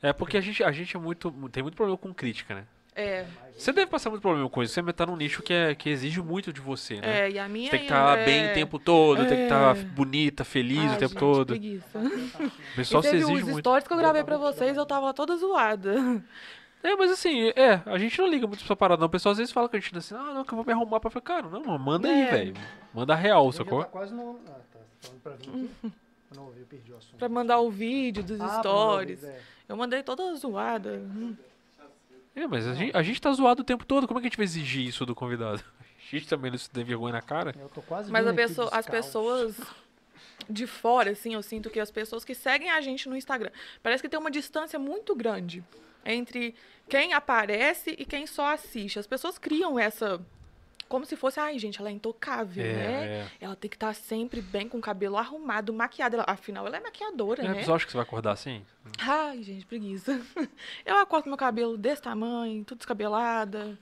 Speaker 1: É porque a gente, a gente é muito. Tem muito problema com crítica, né?
Speaker 3: É,
Speaker 1: Você deve passar muito problema com isso. Você tá num nicho que, é, que exige muito de você, né?
Speaker 3: é, e a minha
Speaker 1: Você tem que
Speaker 3: é-
Speaker 1: estar bem o tempo todo, tem que estar
Speaker 3: É.
Speaker 1: bonita, feliz
Speaker 3: Ai,
Speaker 1: o tempo
Speaker 3: gente,
Speaker 1: todo.
Speaker 3: preguiça.
Speaker 1: O pessoal
Speaker 3: e
Speaker 1: se
Speaker 3: teve
Speaker 1: exige
Speaker 3: os
Speaker 1: muito.
Speaker 3: stories que eu gravei pra vocês, eu tava toda zoada.
Speaker 1: É, mas assim, é, a gente não liga muito pra essa parada, não. O pessoal às vezes fala com a gente assim, ah, não, que eu vou me arrumar pra falar, cara, não, mano, manda aí,
Speaker 3: É.
Speaker 1: velho. Manda a real,
Speaker 2: Ele já
Speaker 1: sacou?
Speaker 2: Tá quase no... Ah, tá. Falando pra mim aqui. Eu não ouvi, eu perdi o assunto.
Speaker 3: Pra mandar o vídeo dos
Speaker 2: Ah, pra mandar
Speaker 3: stories.
Speaker 2: ouvir, é.
Speaker 3: Eu mandei toda zoada.
Speaker 1: É, mas a gente, a gente tá zoado o tempo todo. Como é que a gente vai exigir isso do convidado? A gente também não se tem vergonha na cara?
Speaker 2: Eu tô quase
Speaker 3: Mas a
Speaker 2: vindo aqui
Speaker 3: pessoa- as
Speaker 2: descalço.
Speaker 3: pessoas de fora, assim, eu sinto que as pessoas que seguem a gente no Instagram, parece que tem uma distância muito grande entre quem aparece e quem só assiste. As pessoas criam essa. Como se fosse, ai, gente, ela é intocável, né?
Speaker 1: É, é.
Speaker 3: Ela tem que estar sempre bem, com o cabelo arrumado, maquiada. Ela- Afinal, ela é maquiadora,
Speaker 1: É,
Speaker 3: né?
Speaker 1: pessoal, acha que você vai acordar assim?
Speaker 3: Ai, gente, preguiça. Eu acordo meu cabelo desse tamanho, tudo descabelada.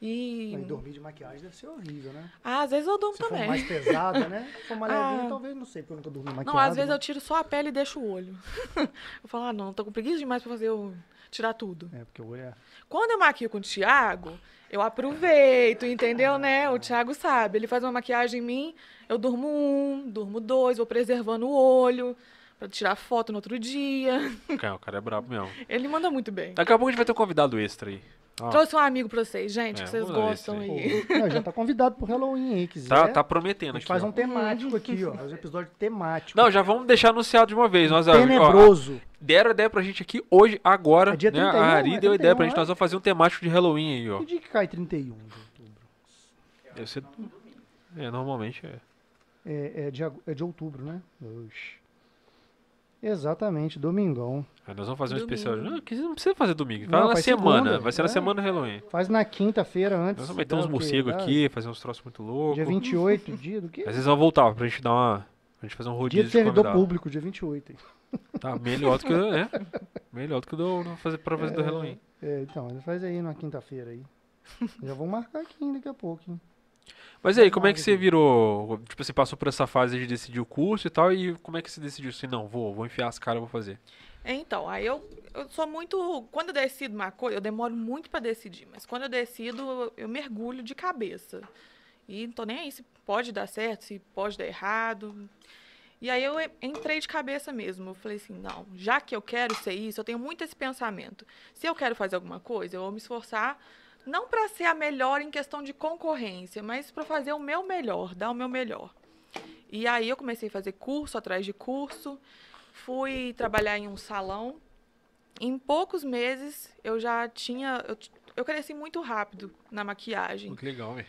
Speaker 3: E.
Speaker 2: Não, e dormir de maquiagem deve ser horrível, né?
Speaker 3: Ah, às vezes eu durmo
Speaker 2: Se for
Speaker 3: também.
Speaker 2: mais pesada, né? Se for mais
Speaker 3: Ah.
Speaker 2: levinha, talvez, não sei, porque eu nunca dormi maquiagem. né?
Speaker 3: Não, às vezes eu tiro só a pele e deixo o olho. eu falo, ah, não, tô com preguiça demais pra fazer o. tirar tudo.
Speaker 2: É, porque o olho é...
Speaker 3: Quando eu maquio com o Thiago, eu aproveito, entendeu, né? O Thiago sabe. Ele faz uma maquiagem em mim, eu durmo um, durmo dois, vou preservando o olho. Pra tirar foto no outro dia.
Speaker 1: Cara, o cara é brabo mesmo.
Speaker 3: Ele manda muito bem.
Speaker 1: Daqui a pouco a gente vai ter um convidado extra aí. Ó,
Speaker 3: Trouxe um amigo pra vocês, gente,
Speaker 1: É,
Speaker 3: que vocês
Speaker 1: vamos lá ver
Speaker 3: gostam
Speaker 1: esse
Speaker 3: aí.
Speaker 2: Pô, não, já tá convidado pro Halloween aí, quiser.
Speaker 1: tá, tá
Speaker 2: é. A
Speaker 1: prometendo
Speaker 2: gente
Speaker 1: aqui.
Speaker 2: faz
Speaker 1: ó.
Speaker 2: um temático aqui, ó. Faz um episódio temático.
Speaker 1: Não, já vamos deixar anunciado de uma vez. Nós, ó, ó,
Speaker 2: Tenebroso.
Speaker 1: deram a ideia pra gente aqui hoje, agora.
Speaker 2: É dia
Speaker 1: né?
Speaker 2: 31,
Speaker 1: A Ari
Speaker 2: é
Speaker 1: deu a ideia
Speaker 2: 31,
Speaker 1: pra gente. Nós vamos fazer um temático de Halloween aí, ó.
Speaker 2: Que dia que cai 31 de outubro?
Speaker 1: Deve ser- É, normalmente é.
Speaker 2: É, é de, agu- é de outubro, né? Oxi. Exatamente, domingão.
Speaker 1: Aí nós vamos fazer um
Speaker 3: Domingo.
Speaker 1: especial. Não, que não precisa fazer domingo.
Speaker 2: Não,
Speaker 1: Vai na
Speaker 2: faz
Speaker 1: semana.
Speaker 2: segunda,
Speaker 1: vai ser na
Speaker 2: é.
Speaker 1: semana do Halloween.
Speaker 2: Faz na quinta-feira antes.
Speaker 1: Nós vamos meter uns
Speaker 2: dá o quê?
Speaker 1: morcegos
Speaker 2: Dá
Speaker 1: aqui, fazer uns troços muito loucos.
Speaker 2: Dia 28, dia do quê?
Speaker 1: Às vezes vão voltar pra gente dar uma. Pra gente fazer um
Speaker 2: Dia
Speaker 1: rodízio
Speaker 2: do
Speaker 1: de
Speaker 2: servidor
Speaker 1: convidado.
Speaker 2: público, dia 28. hein?
Speaker 1: Tá melhor do que o. né? Melhor do que o do, do fazer, pra fazer do Halloween.
Speaker 2: É, então, ele faz aí na quinta-feira aí. Já vou marcar aqui hein, daqui a pouco, hein?
Speaker 1: Mas e aí, como é que você virou? Tipo, você passou por essa fase de decidir o curso e tal, e como é que você decidiu assim, não, vou, vou enfiar as caras, vou fazer?
Speaker 3: Então, aí eu, eu sou muito. Quando eu decido uma coisa, eu demoro muito para decidir, mas quando eu decido, eu, eu mergulho de cabeça. E não tô nem aí se pode dar certo, se pode dar errado. E aí eu e- entrei de cabeça mesmo. Eu falei assim, não, já que eu quero ser isso, eu tenho muito esse pensamento. Se eu quero fazer alguma coisa, eu vou me esforçar não para ser a melhor em questão de concorrência, mas para fazer o meu melhor, dar o meu melhor. E aí eu comecei a fazer curso atrás de curso, fui trabalhar em um salão. Em poucos meses eu já tinha, eu, t- eu cresci muito rápido na maquiagem.
Speaker 1: que legal, velho.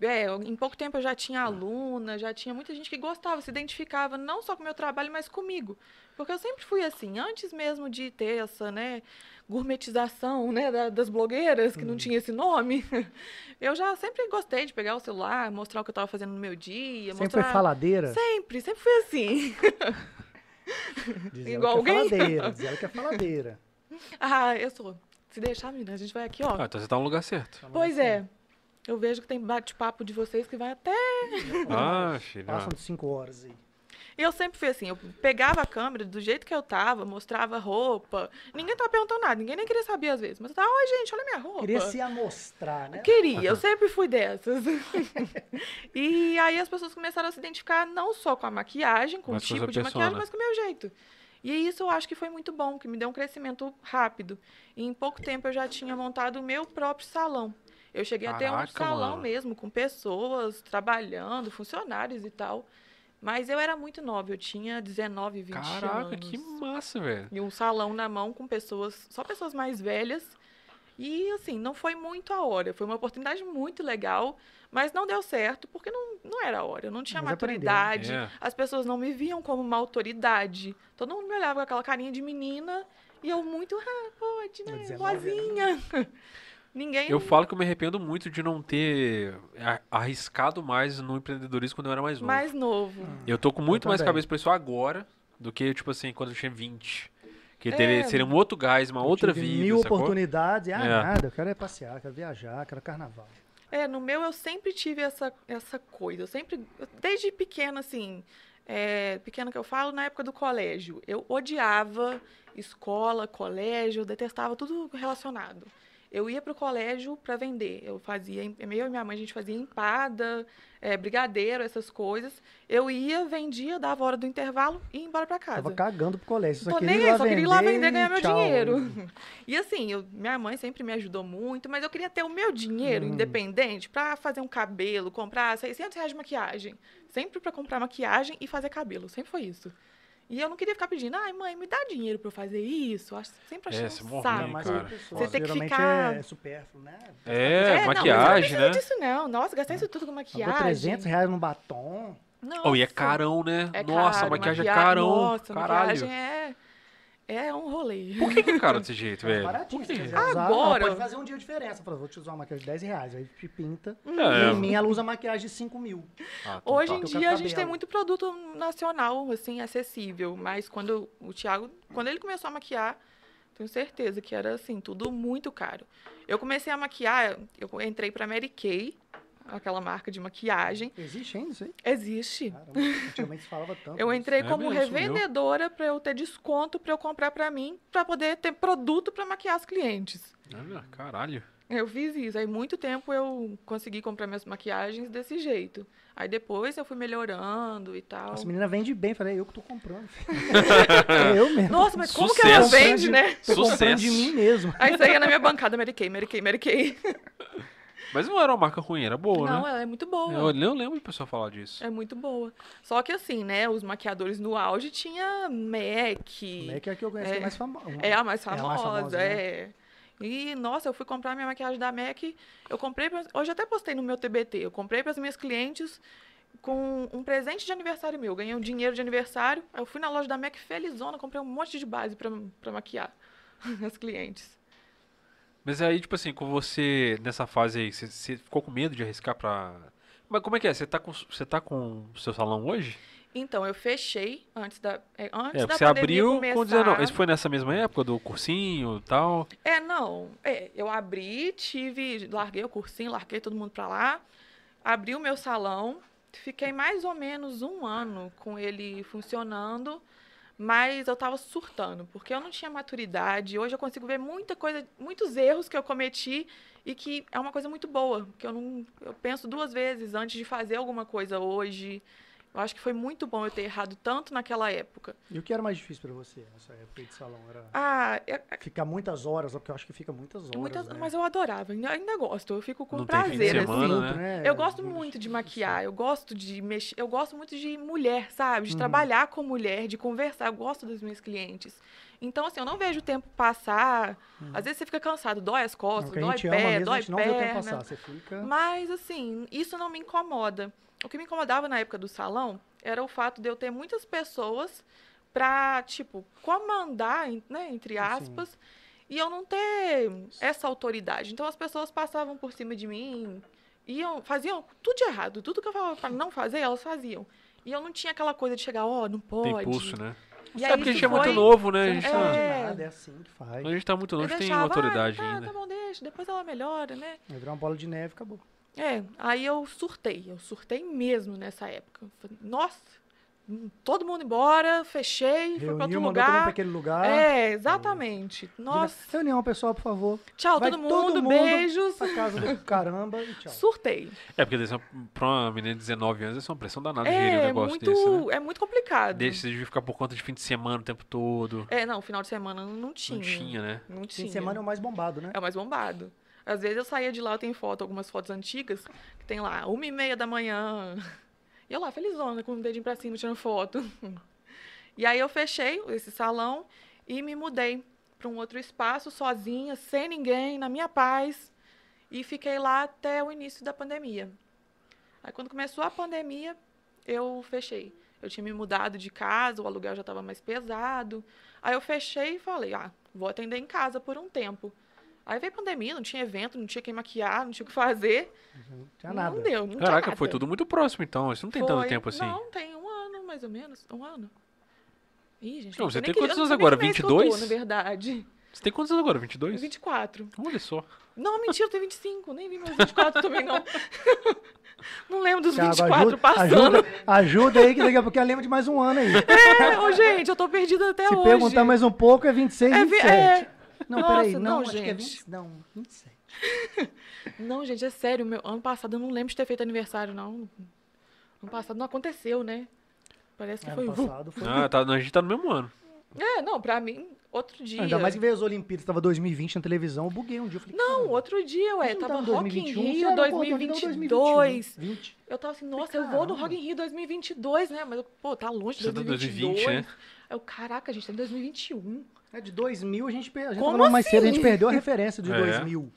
Speaker 3: É, eu- em pouco tempo eu já tinha aluna, já tinha muita gente que gostava, se identificava não só com o meu trabalho, mas comigo. Porque eu sempre fui assim, antes mesmo de ter essa, né, gourmetização, né, da- das blogueiras, que não tinha esse nome, eu já sempre gostei de pegar o celular, mostrar o que eu estava fazendo no meu dia,
Speaker 2: Sempre foi
Speaker 3: mostrar...
Speaker 2: faladeira?
Speaker 3: Sempre, sempre fui assim.
Speaker 2: Diz
Speaker 3: Igual
Speaker 2: ela que é
Speaker 3: alguém?
Speaker 2: faladeira, diz ela que é faladeira.
Speaker 3: Ah, eu sou. Se deixar, menina, a gente vai aqui, ó.
Speaker 1: Ah, então você tá no lugar certo.
Speaker 3: pois é. Eu vejo que tem bate-papo de vocês que vai até
Speaker 1: Ah, filho. ah.
Speaker 2: Passam de 5 horas aí.
Speaker 3: E eu sempre fui assim, eu pegava a câmera do jeito que eu tava, mostrava roupa. Ninguém tava perguntando nada, ninguém nem queria saber às vezes. Mas eu tava, oi gente, olha minha roupa.
Speaker 2: Queria se amostrar, né?
Speaker 3: Queria, eu sempre fui dessas. e aí as pessoas começaram a se identificar não só com a maquiagem, com
Speaker 1: Mas
Speaker 3: o
Speaker 1: com a sua
Speaker 3: tipo de maquiagem,
Speaker 1: persona.
Speaker 3: mas com o meu jeito. E isso eu acho que foi muito bom, que me deu um crescimento rápido. E em pouco tempo eu já tinha montado o meu próprio salão. Eu cheguei até um
Speaker 1: Caraca,
Speaker 3: salão
Speaker 1: mano.
Speaker 3: mesmo, com pessoas trabalhando, funcionários e tal. Mas eu era muito nova, eu tinha 19, 20 anos.
Speaker 1: Caraca, que massa, velho.
Speaker 3: E um salão na mão com pessoas, só pessoas mais velhas. E assim, não foi muito a hora. Foi uma oportunidade muito legal, mas não deu certo porque não, não era a hora. Eu não tinha
Speaker 2: Mas aprendeu, né?
Speaker 3: maturidade.
Speaker 1: É.
Speaker 3: As pessoas não me viam como uma autoridade. Todo mundo me olhava com aquela carinha de menina e eu muito, ah, pode,
Speaker 2: Eu
Speaker 3: né?
Speaker 2: 19 anos.
Speaker 3: Boazinha. Ninguém.
Speaker 1: Eu falo que eu me arrependo muito de não ter a- arriscado mais no empreendedorismo quando eu era mais
Speaker 2: um.
Speaker 1: novo.
Speaker 3: mais novo.
Speaker 1: Eu tô com muito
Speaker 2: Eu
Speaker 1: mais
Speaker 2: também.
Speaker 1: cabeça pra isso agora do que, tipo assim, quando eu tinha 20. Que
Speaker 3: É.
Speaker 1: teria, seria um outro gás, uma outra
Speaker 2: Tive
Speaker 1: vida,
Speaker 2: Mil
Speaker 1: sacou?
Speaker 2: oportunidades. Ah,
Speaker 1: É.
Speaker 2: nada. Eu quero é passear, quero viajar, quero carnaval.
Speaker 3: É, no meu eu sempre tive essa, essa coisa. Eu sempre, eu- desde pequena, assim, é, pequena que eu falo, na época do colégio. Eu odiava escola, colégio, eu detestava tudo relacionado. Eu ia pro colégio para vender. Eu fazia, em- eu e minha mãe, a gente fazia empada, é, brigadeiro, essas coisas. Eu ia, vendia, dava hora do intervalo e ia embora para casa.
Speaker 2: Tava cagando pro colégio. Só
Speaker 3: Tô
Speaker 2: queria
Speaker 3: nem
Speaker 2: ir
Speaker 3: aí,
Speaker 2: lá
Speaker 3: só queria ir lá vender e ganhar
Speaker 2: e
Speaker 3: meu
Speaker 2: tchau.
Speaker 3: dinheiro. E assim, eu- minha mãe sempre me ajudou muito, mas eu queria ter o meu
Speaker 1: Hum.
Speaker 3: dinheiro independente pra fazer um cabelo, comprar 600 reais de maquiagem. Sempre pra comprar maquiagem e fazer cabelo, sempre foi isso. E eu não queria ficar pedindo, ai mãe, me dá dinheiro pra eu fazer isso. Eu acho- sempre achei
Speaker 1: É,
Speaker 3: um
Speaker 1: você morre, Sim,
Speaker 2: Ainda
Speaker 3: saco.
Speaker 2: mais
Speaker 1: cara.
Speaker 2: outra pessoa.
Speaker 3: Você tem que
Speaker 2: Geralmente
Speaker 3: ficar-
Speaker 2: é supérfluo, né?
Speaker 1: É,
Speaker 3: não, mas
Speaker 1: maquiagem,
Speaker 3: eu não
Speaker 1: né?
Speaker 3: precisa disso não. Nossa, gastar isso tudo com
Speaker 2: Pagou
Speaker 3: maquiagem.
Speaker 2: 300 reais num batom. tá
Speaker 3: Nossa.
Speaker 1: Oh, e é carão, né?
Speaker 3: É
Speaker 1: Nossa,
Speaker 3: caro,
Speaker 1: a maquiagem é
Speaker 3: maquia-
Speaker 1: carão.
Speaker 3: Nossa,
Speaker 1: Caralho.
Speaker 3: maquiagem é... É um rolê.
Speaker 1: Por que que é caro desse jeito, velho?
Speaker 2: Baratinho,
Speaker 1: Por quê?
Speaker 2: se quiser usar. Não,
Speaker 3: Agora-
Speaker 2: pode fazer um dia de diferença. Fala, vou te usar uma maquiagem de 10 reais. Aí te pinta.
Speaker 1: É.
Speaker 2: E em mim ela usa maquiagem de 5 mil.
Speaker 1: Ah, então
Speaker 3: Hoje
Speaker 1: tá.
Speaker 3: em
Speaker 2: Eu quero
Speaker 3: dia a gente tem
Speaker 2: cabelo.
Speaker 3: muito produto nacional, assim, acessível. Mas quando o Thiago, quando ele começou a maquiar, tenho certeza que era assim, tudo muito caro. Eu comecei a maquiar, eu entrei pra Mary Kay, aquela marca de maquiagem.
Speaker 2: Existe ainda isso aí?
Speaker 3: Existe.
Speaker 2: Caramba, antigamente se falava tanto.
Speaker 3: Eu
Speaker 2: disso.
Speaker 3: entrei
Speaker 1: É
Speaker 3: como
Speaker 1: mesmo, sumiu.
Speaker 3: revendedora pra eu ter desconto pra eu comprar pra mim, pra poder ter produto pra maquiar os clientes.
Speaker 1: Olha, caralho.
Speaker 3: Eu fiz isso. Aí, muito tempo eu consegui comprar minhas maquiagens desse jeito. Aí, depois eu fui melhorando e tal.
Speaker 2: Essa menina vende bem. Falei, eu que tô comprando. é eu mesmo.
Speaker 3: Nossa, mas como que ela
Speaker 1: Sucesso.
Speaker 3: vende, né? Ah,
Speaker 2: Tô comprando
Speaker 1: Sucesso.
Speaker 2: de mim mesmo.
Speaker 3: Aí saía na minha bancada, Mary Kay, Mary Kay, Mary Kay.
Speaker 1: Mas não era uma marca ruim, era boa,
Speaker 3: Não,
Speaker 1: né?
Speaker 3: ela é muito
Speaker 1: Eu,
Speaker 3: boa.
Speaker 1: eu lembro de pessoa falar disso.
Speaker 3: É muito boa. Só que assim, né, os maquiadores no auge tinha
Speaker 2: Como
Speaker 3: MAC.
Speaker 2: é que é a que eu conheço que é
Speaker 3: É.
Speaker 2: mais famosa?
Speaker 3: É a mais
Speaker 2: É a mais
Speaker 3: famosa,
Speaker 2: famosa,
Speaker 3: é. E, nossa, eu fui comprar minha maquiagem da MAC. Eu comprei, pras- hoje até postei no meu TBT. Eu comprei para as minhas clientes com um presente de aniversário meu. Eu Ganhei um dinheiro de aniversário. Aí eu fui na loja da MAC felizona, comprei um monte de base para maquiar as clientes.
Speaker 1: Mas aí, tipo assim, com você nessa fase aí, você, você ficou com medo de arriscar pra. Mas como é que é? Você tá com, você tá com o seu salão hoje?
Speaker 3: Então, eu fechei antes da, é, antes
Speaker 1: É,
Speaker 3: da
Speaker 1: porque você
Speaker 3: pandemia
Speaker 1: abriu
Speaker 3: começar.
Speaker 1: com 19. Isso foi nessa mesma época do cursinho e tal?
Speaker 3: É, não. É, eu abri, tive, larguei o cursinho, larguei todo mundo pra lá, abri o meu salão, fiquei mais ou menos um ano com ele funcionando, mas eu tava surtando, porque eu não tinha maturidade. Hoje eu consigo ver muita coisa, muitos erros que eu cometi e que é uma coisa muito boa, porque eu não, eu penso duas vezes antes de fazer alguma coisa hoje. Eu acho que foi muito bom eu ter errado tanto naquela época.
Speaker 2: E o que era mais difícil pra você nessa época de salão? Era
Speaker 3: Ah, é-
Speaker 2: ficar muitas horas, porque eu acho que fica muitas horas.
Speaker 3: Muitas-
Speaker 2: né?
Speaker 3: Mas eu adorava, ainda, ainda gosto, eu fico com
Speaker 1: Não tem fim de
Speaker 3: prazer. assim.
Speaker 1: semana, né?
Speaker 2: É,
Speaker 3: Eu gosto muito de maquiar, eu gosto de mexer, eu gosto muito de mulher, sabe? De
Speaker 2: Uhum.
Speaker 3: trabalhar com mulher, de conversar, eu gosto dos meus clientes. Então, assim, eu não vejo o tempo passar.
Speaker 2: Uhum.
Speaker 3: Às vezes você fica cansado, dói as costas,
Speaker 2: Porque a
Speaker 3: dói
Speaker 2: gente ama
Speaker 3: pé,
Speaker 2: mesmo, a
Speaker 3: dói
Speaker 2: gente não vê o tempo
Speaker 3: perna.
Speaker 2: passar. Você fica.
Speaker 3: Mas, assim, isso não me incomoda. O que me incomodava na época do salão era o fato de eu ter muitas pessoas pra, tipo, comandar, en- né, entre aspas, e eu não ter essa autoridade. Então, as pessoas passavam por cima de mim, iam, faziam tudo de errado. Tudo que eu falava pra não fazer, elas faziam. E eu não tinha aquela coisa de chegar, ó, não pode.
Speaker 1: Tem pulso, né?
Speaker 3: E
Speaker 1: é
Speaker 3: aí
Speaker 1: porque a gente
Speaker 3: isso
Speaker 1: é muito
Speaker 3: foi-
Speaker 1: novo, né?
Speaker 2: Você
Speaker 1: A
Speaker 2: não
Speaker 1: gente,
Speaker 2: sabe
Speaker 1: tá,
Speaker 2: de
Speaker 3: É.
Speaker 2: nada, é assim que faz.
Speaker 1: quando a gente tá muito
Speaker 3: Eu
Speaker 1: novo, a gente tem
Speaker 3: deixava, "Ah,
Speaker 1: autoridade
Speaker 3: tá,
Speaker 1: ainda.
Speaker 3: Tá bom, deixa, depois ela melhora, né?
Speaker 2: Aí virou uma bola de neve, acabou.
Speaker 3: É, aí eu surtei, eu surtei mesmo nessa época. Falei, Nossa, hum, todo mundo embora, fechei, fui pra outro
Speaker 2: Reuniu, mandou todo mundo pra
Speaker 3: lugar.
Speaker 2: aquele lugar.
Speaker 3: É, exatamente. Nossa,
Speaker 2: Reunião, pessoal, por favor.
Speaker 3: tchau
Speaker 2: Vai
Speaker 3: todo mundo,
Speaker 2: todo mundo
Speaker 3: beijos.
Speaker 2: Pra casa do caramba e tchau.
Speaker 3: Surtei.
Speaker 1: É, porque deve ser uma- pra uma menina de 19 anos, isso é uma pressão danada de gerir um
Speaker 3: É,
Speaker 1: negócio
Speaker 3: muito,
Speaker 1: desse, né?
Speaker 3: é muito complicado.
Speaker 1: Deixa você de ficar por conta de fim de semana o tempo todo.
Speaker 3: É, não, final de semana não tinha.
Speaker 1: Não tinha, né?
Speaker 3: Não
Speaker 2: Fim
Speaker 3: tinha.
Speaker 2: de semana é o mais bombado, né?
Speaker 3: É o mais bombado. Às vezes eu saía de lá, eu tenho foto, algumas fotos antigas, que tem lá, uma e meia da manhã. E eu lá, felizona, com o dedinho pra cima, tirando foto. E aí eu fechei esse salão e me mudei para um outro espaço, sozinha, sem ninguém, na minha paz. E fiquei lá até o início da pandemia. Aí quando começou a pandemia, eu fechei. Eu tinha me mudado de casa, o aluguel já estava mais pesado. Aí eu fechei e falei, ah, vou atender em casa por um tempo. Aí veio pandemia, não tinha evento, não tinha quem maquiar, não tinha o que fazer.
Speaker 2: Não tinha nada.
Speaker 3: Não deu, não tinha
Speaker 1: Caraca,
Speaker 3: nada.
Speaker 1: foi tudo muito próximo, então. Isso não tem tanto
Speaker 3: Foi-
Speaker 1: tempo assim.
Speaker 3: Não, tem um ano, mais ou menos. Um ano. Ih, gente,
Speaker 1: Não,
Speaker 3: eu
Speaker 1: você
Speaker 3: nem
Speaker 1: tem
Speaker 3: queria-
Speaker 1: quantos
Speaker 3: eu não
Speaker 1: anos
Speaker 3: sei nem
Speaker 1: agora?
Speaker 3: que mês que eu
Speaker 1: 22?
Speaker 3: Tô, na verdade.
Speaker 1: Você tem quantos anos agora? 22?
Speaker 3: 24.
Speaker 1: Olha só.
Speaker 3: Não, mentira, eu tenho 25. Nem vi meus 24 também, não. Não lembro dos
Speaker 2: Thiago,
Speaker 3: 24
Speaker 2: ajuda,
Speaker 3: passando.
Speaker 2: Ajuda, ajuda aí, que daqui a pouco eu lembro de mais um ano aí.
Speaker 3: É, ô, gente, eu tô perdida até
Speaker 2: Se
Speaker 3: hoje.
Speaker 2: perguntar mais um pouco, é 26,
Speaker 3: É, vi-
Speaker 2: 27.
Speaker 3: é.
Speaker 2: Não,
Speaker 3: Nossa,
Speaker 2: peraí, não,
Speaker 3: não,
Speaker 2: acho que é
Speaker 3: gente.
Speaker 2: 20, não, 27.
Speaker 3: Não, gente, é sério. Meu, ano passado eu não lembro de ter feito aniversário, não. Ano passado não aconteceu, né? Parece que foi.
Speaker 2: Ano passado foi...
Speaker 1: Ah, tá, a gente tá no mesmo ano.
Speaker 3: É, não, pra mim, outro dia.
Speaker 2: Ainda mais que veio as Olimpíadas, tava 2020 na televisão, eu buguei um dia. Eu falei,
Speaker 3: Não,
Speaker 2: caramba,
Speaker 3: outro dia, ué.
Speaker 2: não tá
Speaker 3: Tava
Speaker 2: no
Speaker 3: Rock in
Speaker 2: 2021, será?
Speaker 3: Rio
Speaker 2: Pô, tá vindo
Speaker 3: 2022.
Speaker 2: 20.
Speaker 3: Eu tava assim,
Speaker 2: Falei,
Speaker 3: nossa, eu vou no
Speaker 2: "Caramba."
Speaker 3: Rock in Rio 2022, né? Mas, eu, pô, tá longe de
Speaker 1: Você tá em
Speaker 3: 2022.
Speaker 1: 2020, né?
Speaker 3: Eu, caraca, gente, tá em 2021.
Speaker 2: É de 2000, a gente, per- a gente
Speaker 3: Como
Speaker 2: tava mais cedo, a gente
Speaker 3: assim?
Speaker 2: perdeu a referência de
Speaker 1: É.
Speaker 2: 2000.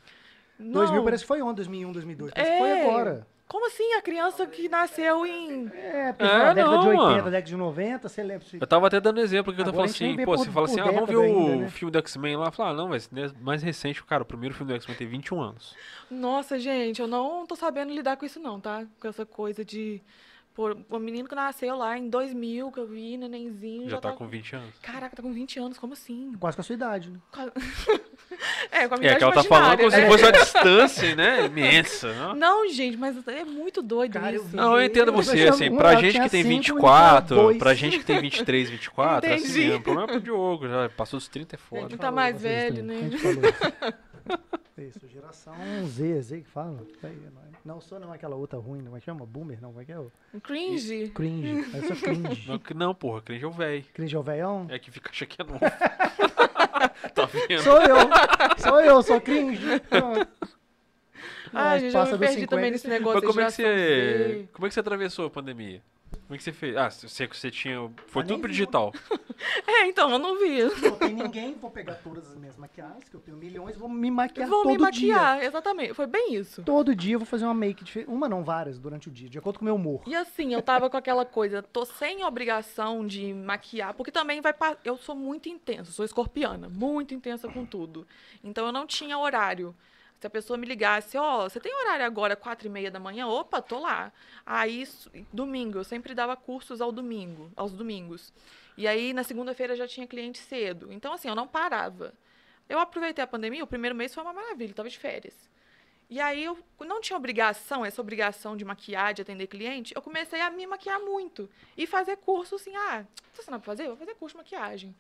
Speaker 3: Não,
Speaker 2: 2000 parece que foi ontem, 2001, 2002, parece que foi
Speaker 3: É.
Speaker 2: agora.
Speaker 3: Como assim a criança que nasceu em...
Speaker 2: É, porque
Speaker 1: É,
Speaker 2: na década de
Speaker 1: não,
Speaker 2: 80,
Speaker 1: mano.
Speaker 2: década de 90, você lembra...
Speaker 1: Eu tava até dando exemplo que eu tava
Speaker 2: Agora a
Speaker 1: falando
Speaker 2: gente nem
Speaker 1: assim,
Speaker 2: vê
Speaker 1: pô,
Speaker 2: por-
Speaker 1: você fala assim,
Speaker 2: por
Speaker 1: ah, vamos ver
Speaker 2: década
Speaker 1: o
Speaker 2: ainda, né?
Speaker 1: filme do X-Men lá. Fala, ah, não, mas né, mais recente, cara, o primeiro filme do X-Men tem 21 anos.
Speaker 3: Nossa, gente, eu não tô sabendo lidar com isso não, tá? Com essa coisa de... Pô, o menino que nasceu lá em 2000, que eu vi, nenenzinho,
Speaker 1: Já,
Speaker 3: já,
Speaker 1: tá com 20 anos.
Speaker 3: Caraca, tá com 20 anos, como assim?
Speaker 2: Quase com a sua idade, né?
Speaker 3: É, com a minha né?
Speaker 1: É, que ela tá falando como se fosse uma distância, né? Imensa, não?
Speaker 3: Não, gente, mas é muito doido
Speaker 2: Cara, eu
Speaker 3: isso.
Speaker 2: vi.
Speaker 1: Não, eu entendo
Speaker 2: Eu
Speaker 1: você,
Speaker 2: achava-
Speaker 1: assim,
Speaker 2: um
Speaker 1: pra
Speaker 2: lado
Speaker 1: gente
Speaker 2: tinha
Speaker 1: que tem
Speaker 3: então
Speaker 2: cinco, um tinha
Speaker 1: 24,
Speaker 2: dois.
Speaker 1: pra gente que tem 23, 24, é assim
Speaker 3: Entendi.
Speaker 1: mesmo. O problema é pro Diogo, já passou dos 30 é
Speaker 2: A gente
Speaker 1: foda.
Speaker 3: tá
Speaker 2: falou,
Speaker 3: mais
Speaker 2: vocês
Speaker 3: velho,
Speaker 2: têm-
Speaker 3: né?
Speaker 2: a gente falou isso. Isso, geração Z, Z que fala. Aí, não é- Não, sou não aquela outra ruim, não é que chama? Boomer, não, como é que é? o-
Speaker 3: Cringe.
Speaker 2: Cringe, eu sou cringe.
Speaker 1: Não, que- não, porra, cringe é o véi.
Speaker 2: Cringe é o velhão?
Speaker 1: É que fica achando que é novo. tá vendo?
Speaker 2: Sou eu, sou eu, sou cringe. Pronto.
Speaker 3: Ai,
Speaker 2: Mas
Speaker 3: gente, eu
Speaker 2: passa
Speaker 3: me
Speaker 2: dos
Speaker 3: perdi
Speaker 2: 50,
Speaker 3: também nesse negócio
Speaker 1: Mas como
Speaker 3: de
Speaker 1: é que
Speaker 3: geração Z.
Speaker 1: você. Como é que você atravessou a pandemia? Como é que você fez? Ah, você, você tinha. Foi
Speaker 2: Ah, nem
Speaker 1: tudo pro
Speaker 2: vi.
Speaker 1: digital.
Speaker 3: É, então, eu não vi.
Speaker 2: Não tem ninguém, vou pegar todas as minhas maquiagens, que eu tenho milhões, vou me maquiar
Speaker 3: Vou
Speaker 2: é todo
Speaker 3: me
Speaker 2: dia.
Speaker 3: maquiar, exatamente. Foi bem isso.
Speaker 2: Todo dia eu vou fazer uma make diferente. Uma não, várias, durante o dia, de acordo com o meu humor.
Speaker 3: E assim, eu tava com aquela coisa, tô sem obrigação de maquiar, porque também vai pa- Eu sou muito intensa, sou escorpiana, muito intensa com tudo. Então eu não tinha horário. Se a pessoa me ligasse, ó, você tem horário agora, quatro e meia da manhã? Opa, tô lá. Aí, s- domingo, eu sempre dava cursos ao domingo, aos domingos. E aí, na segunda-feira, já tinha cliente cedo. Então, assim, eu não parava. Eu aproveitei a pandemia, o primeiro mês foi uma maravilha, eu tava de férias. E aí, eu não tinha obrigação, essa obrigação de maquiar, de atender cliente. Eu comecei a me maquiar muito. E fazer curso, assim, ah, tá assinando pra fazer? Eu Vou fazer curso de maquiagem.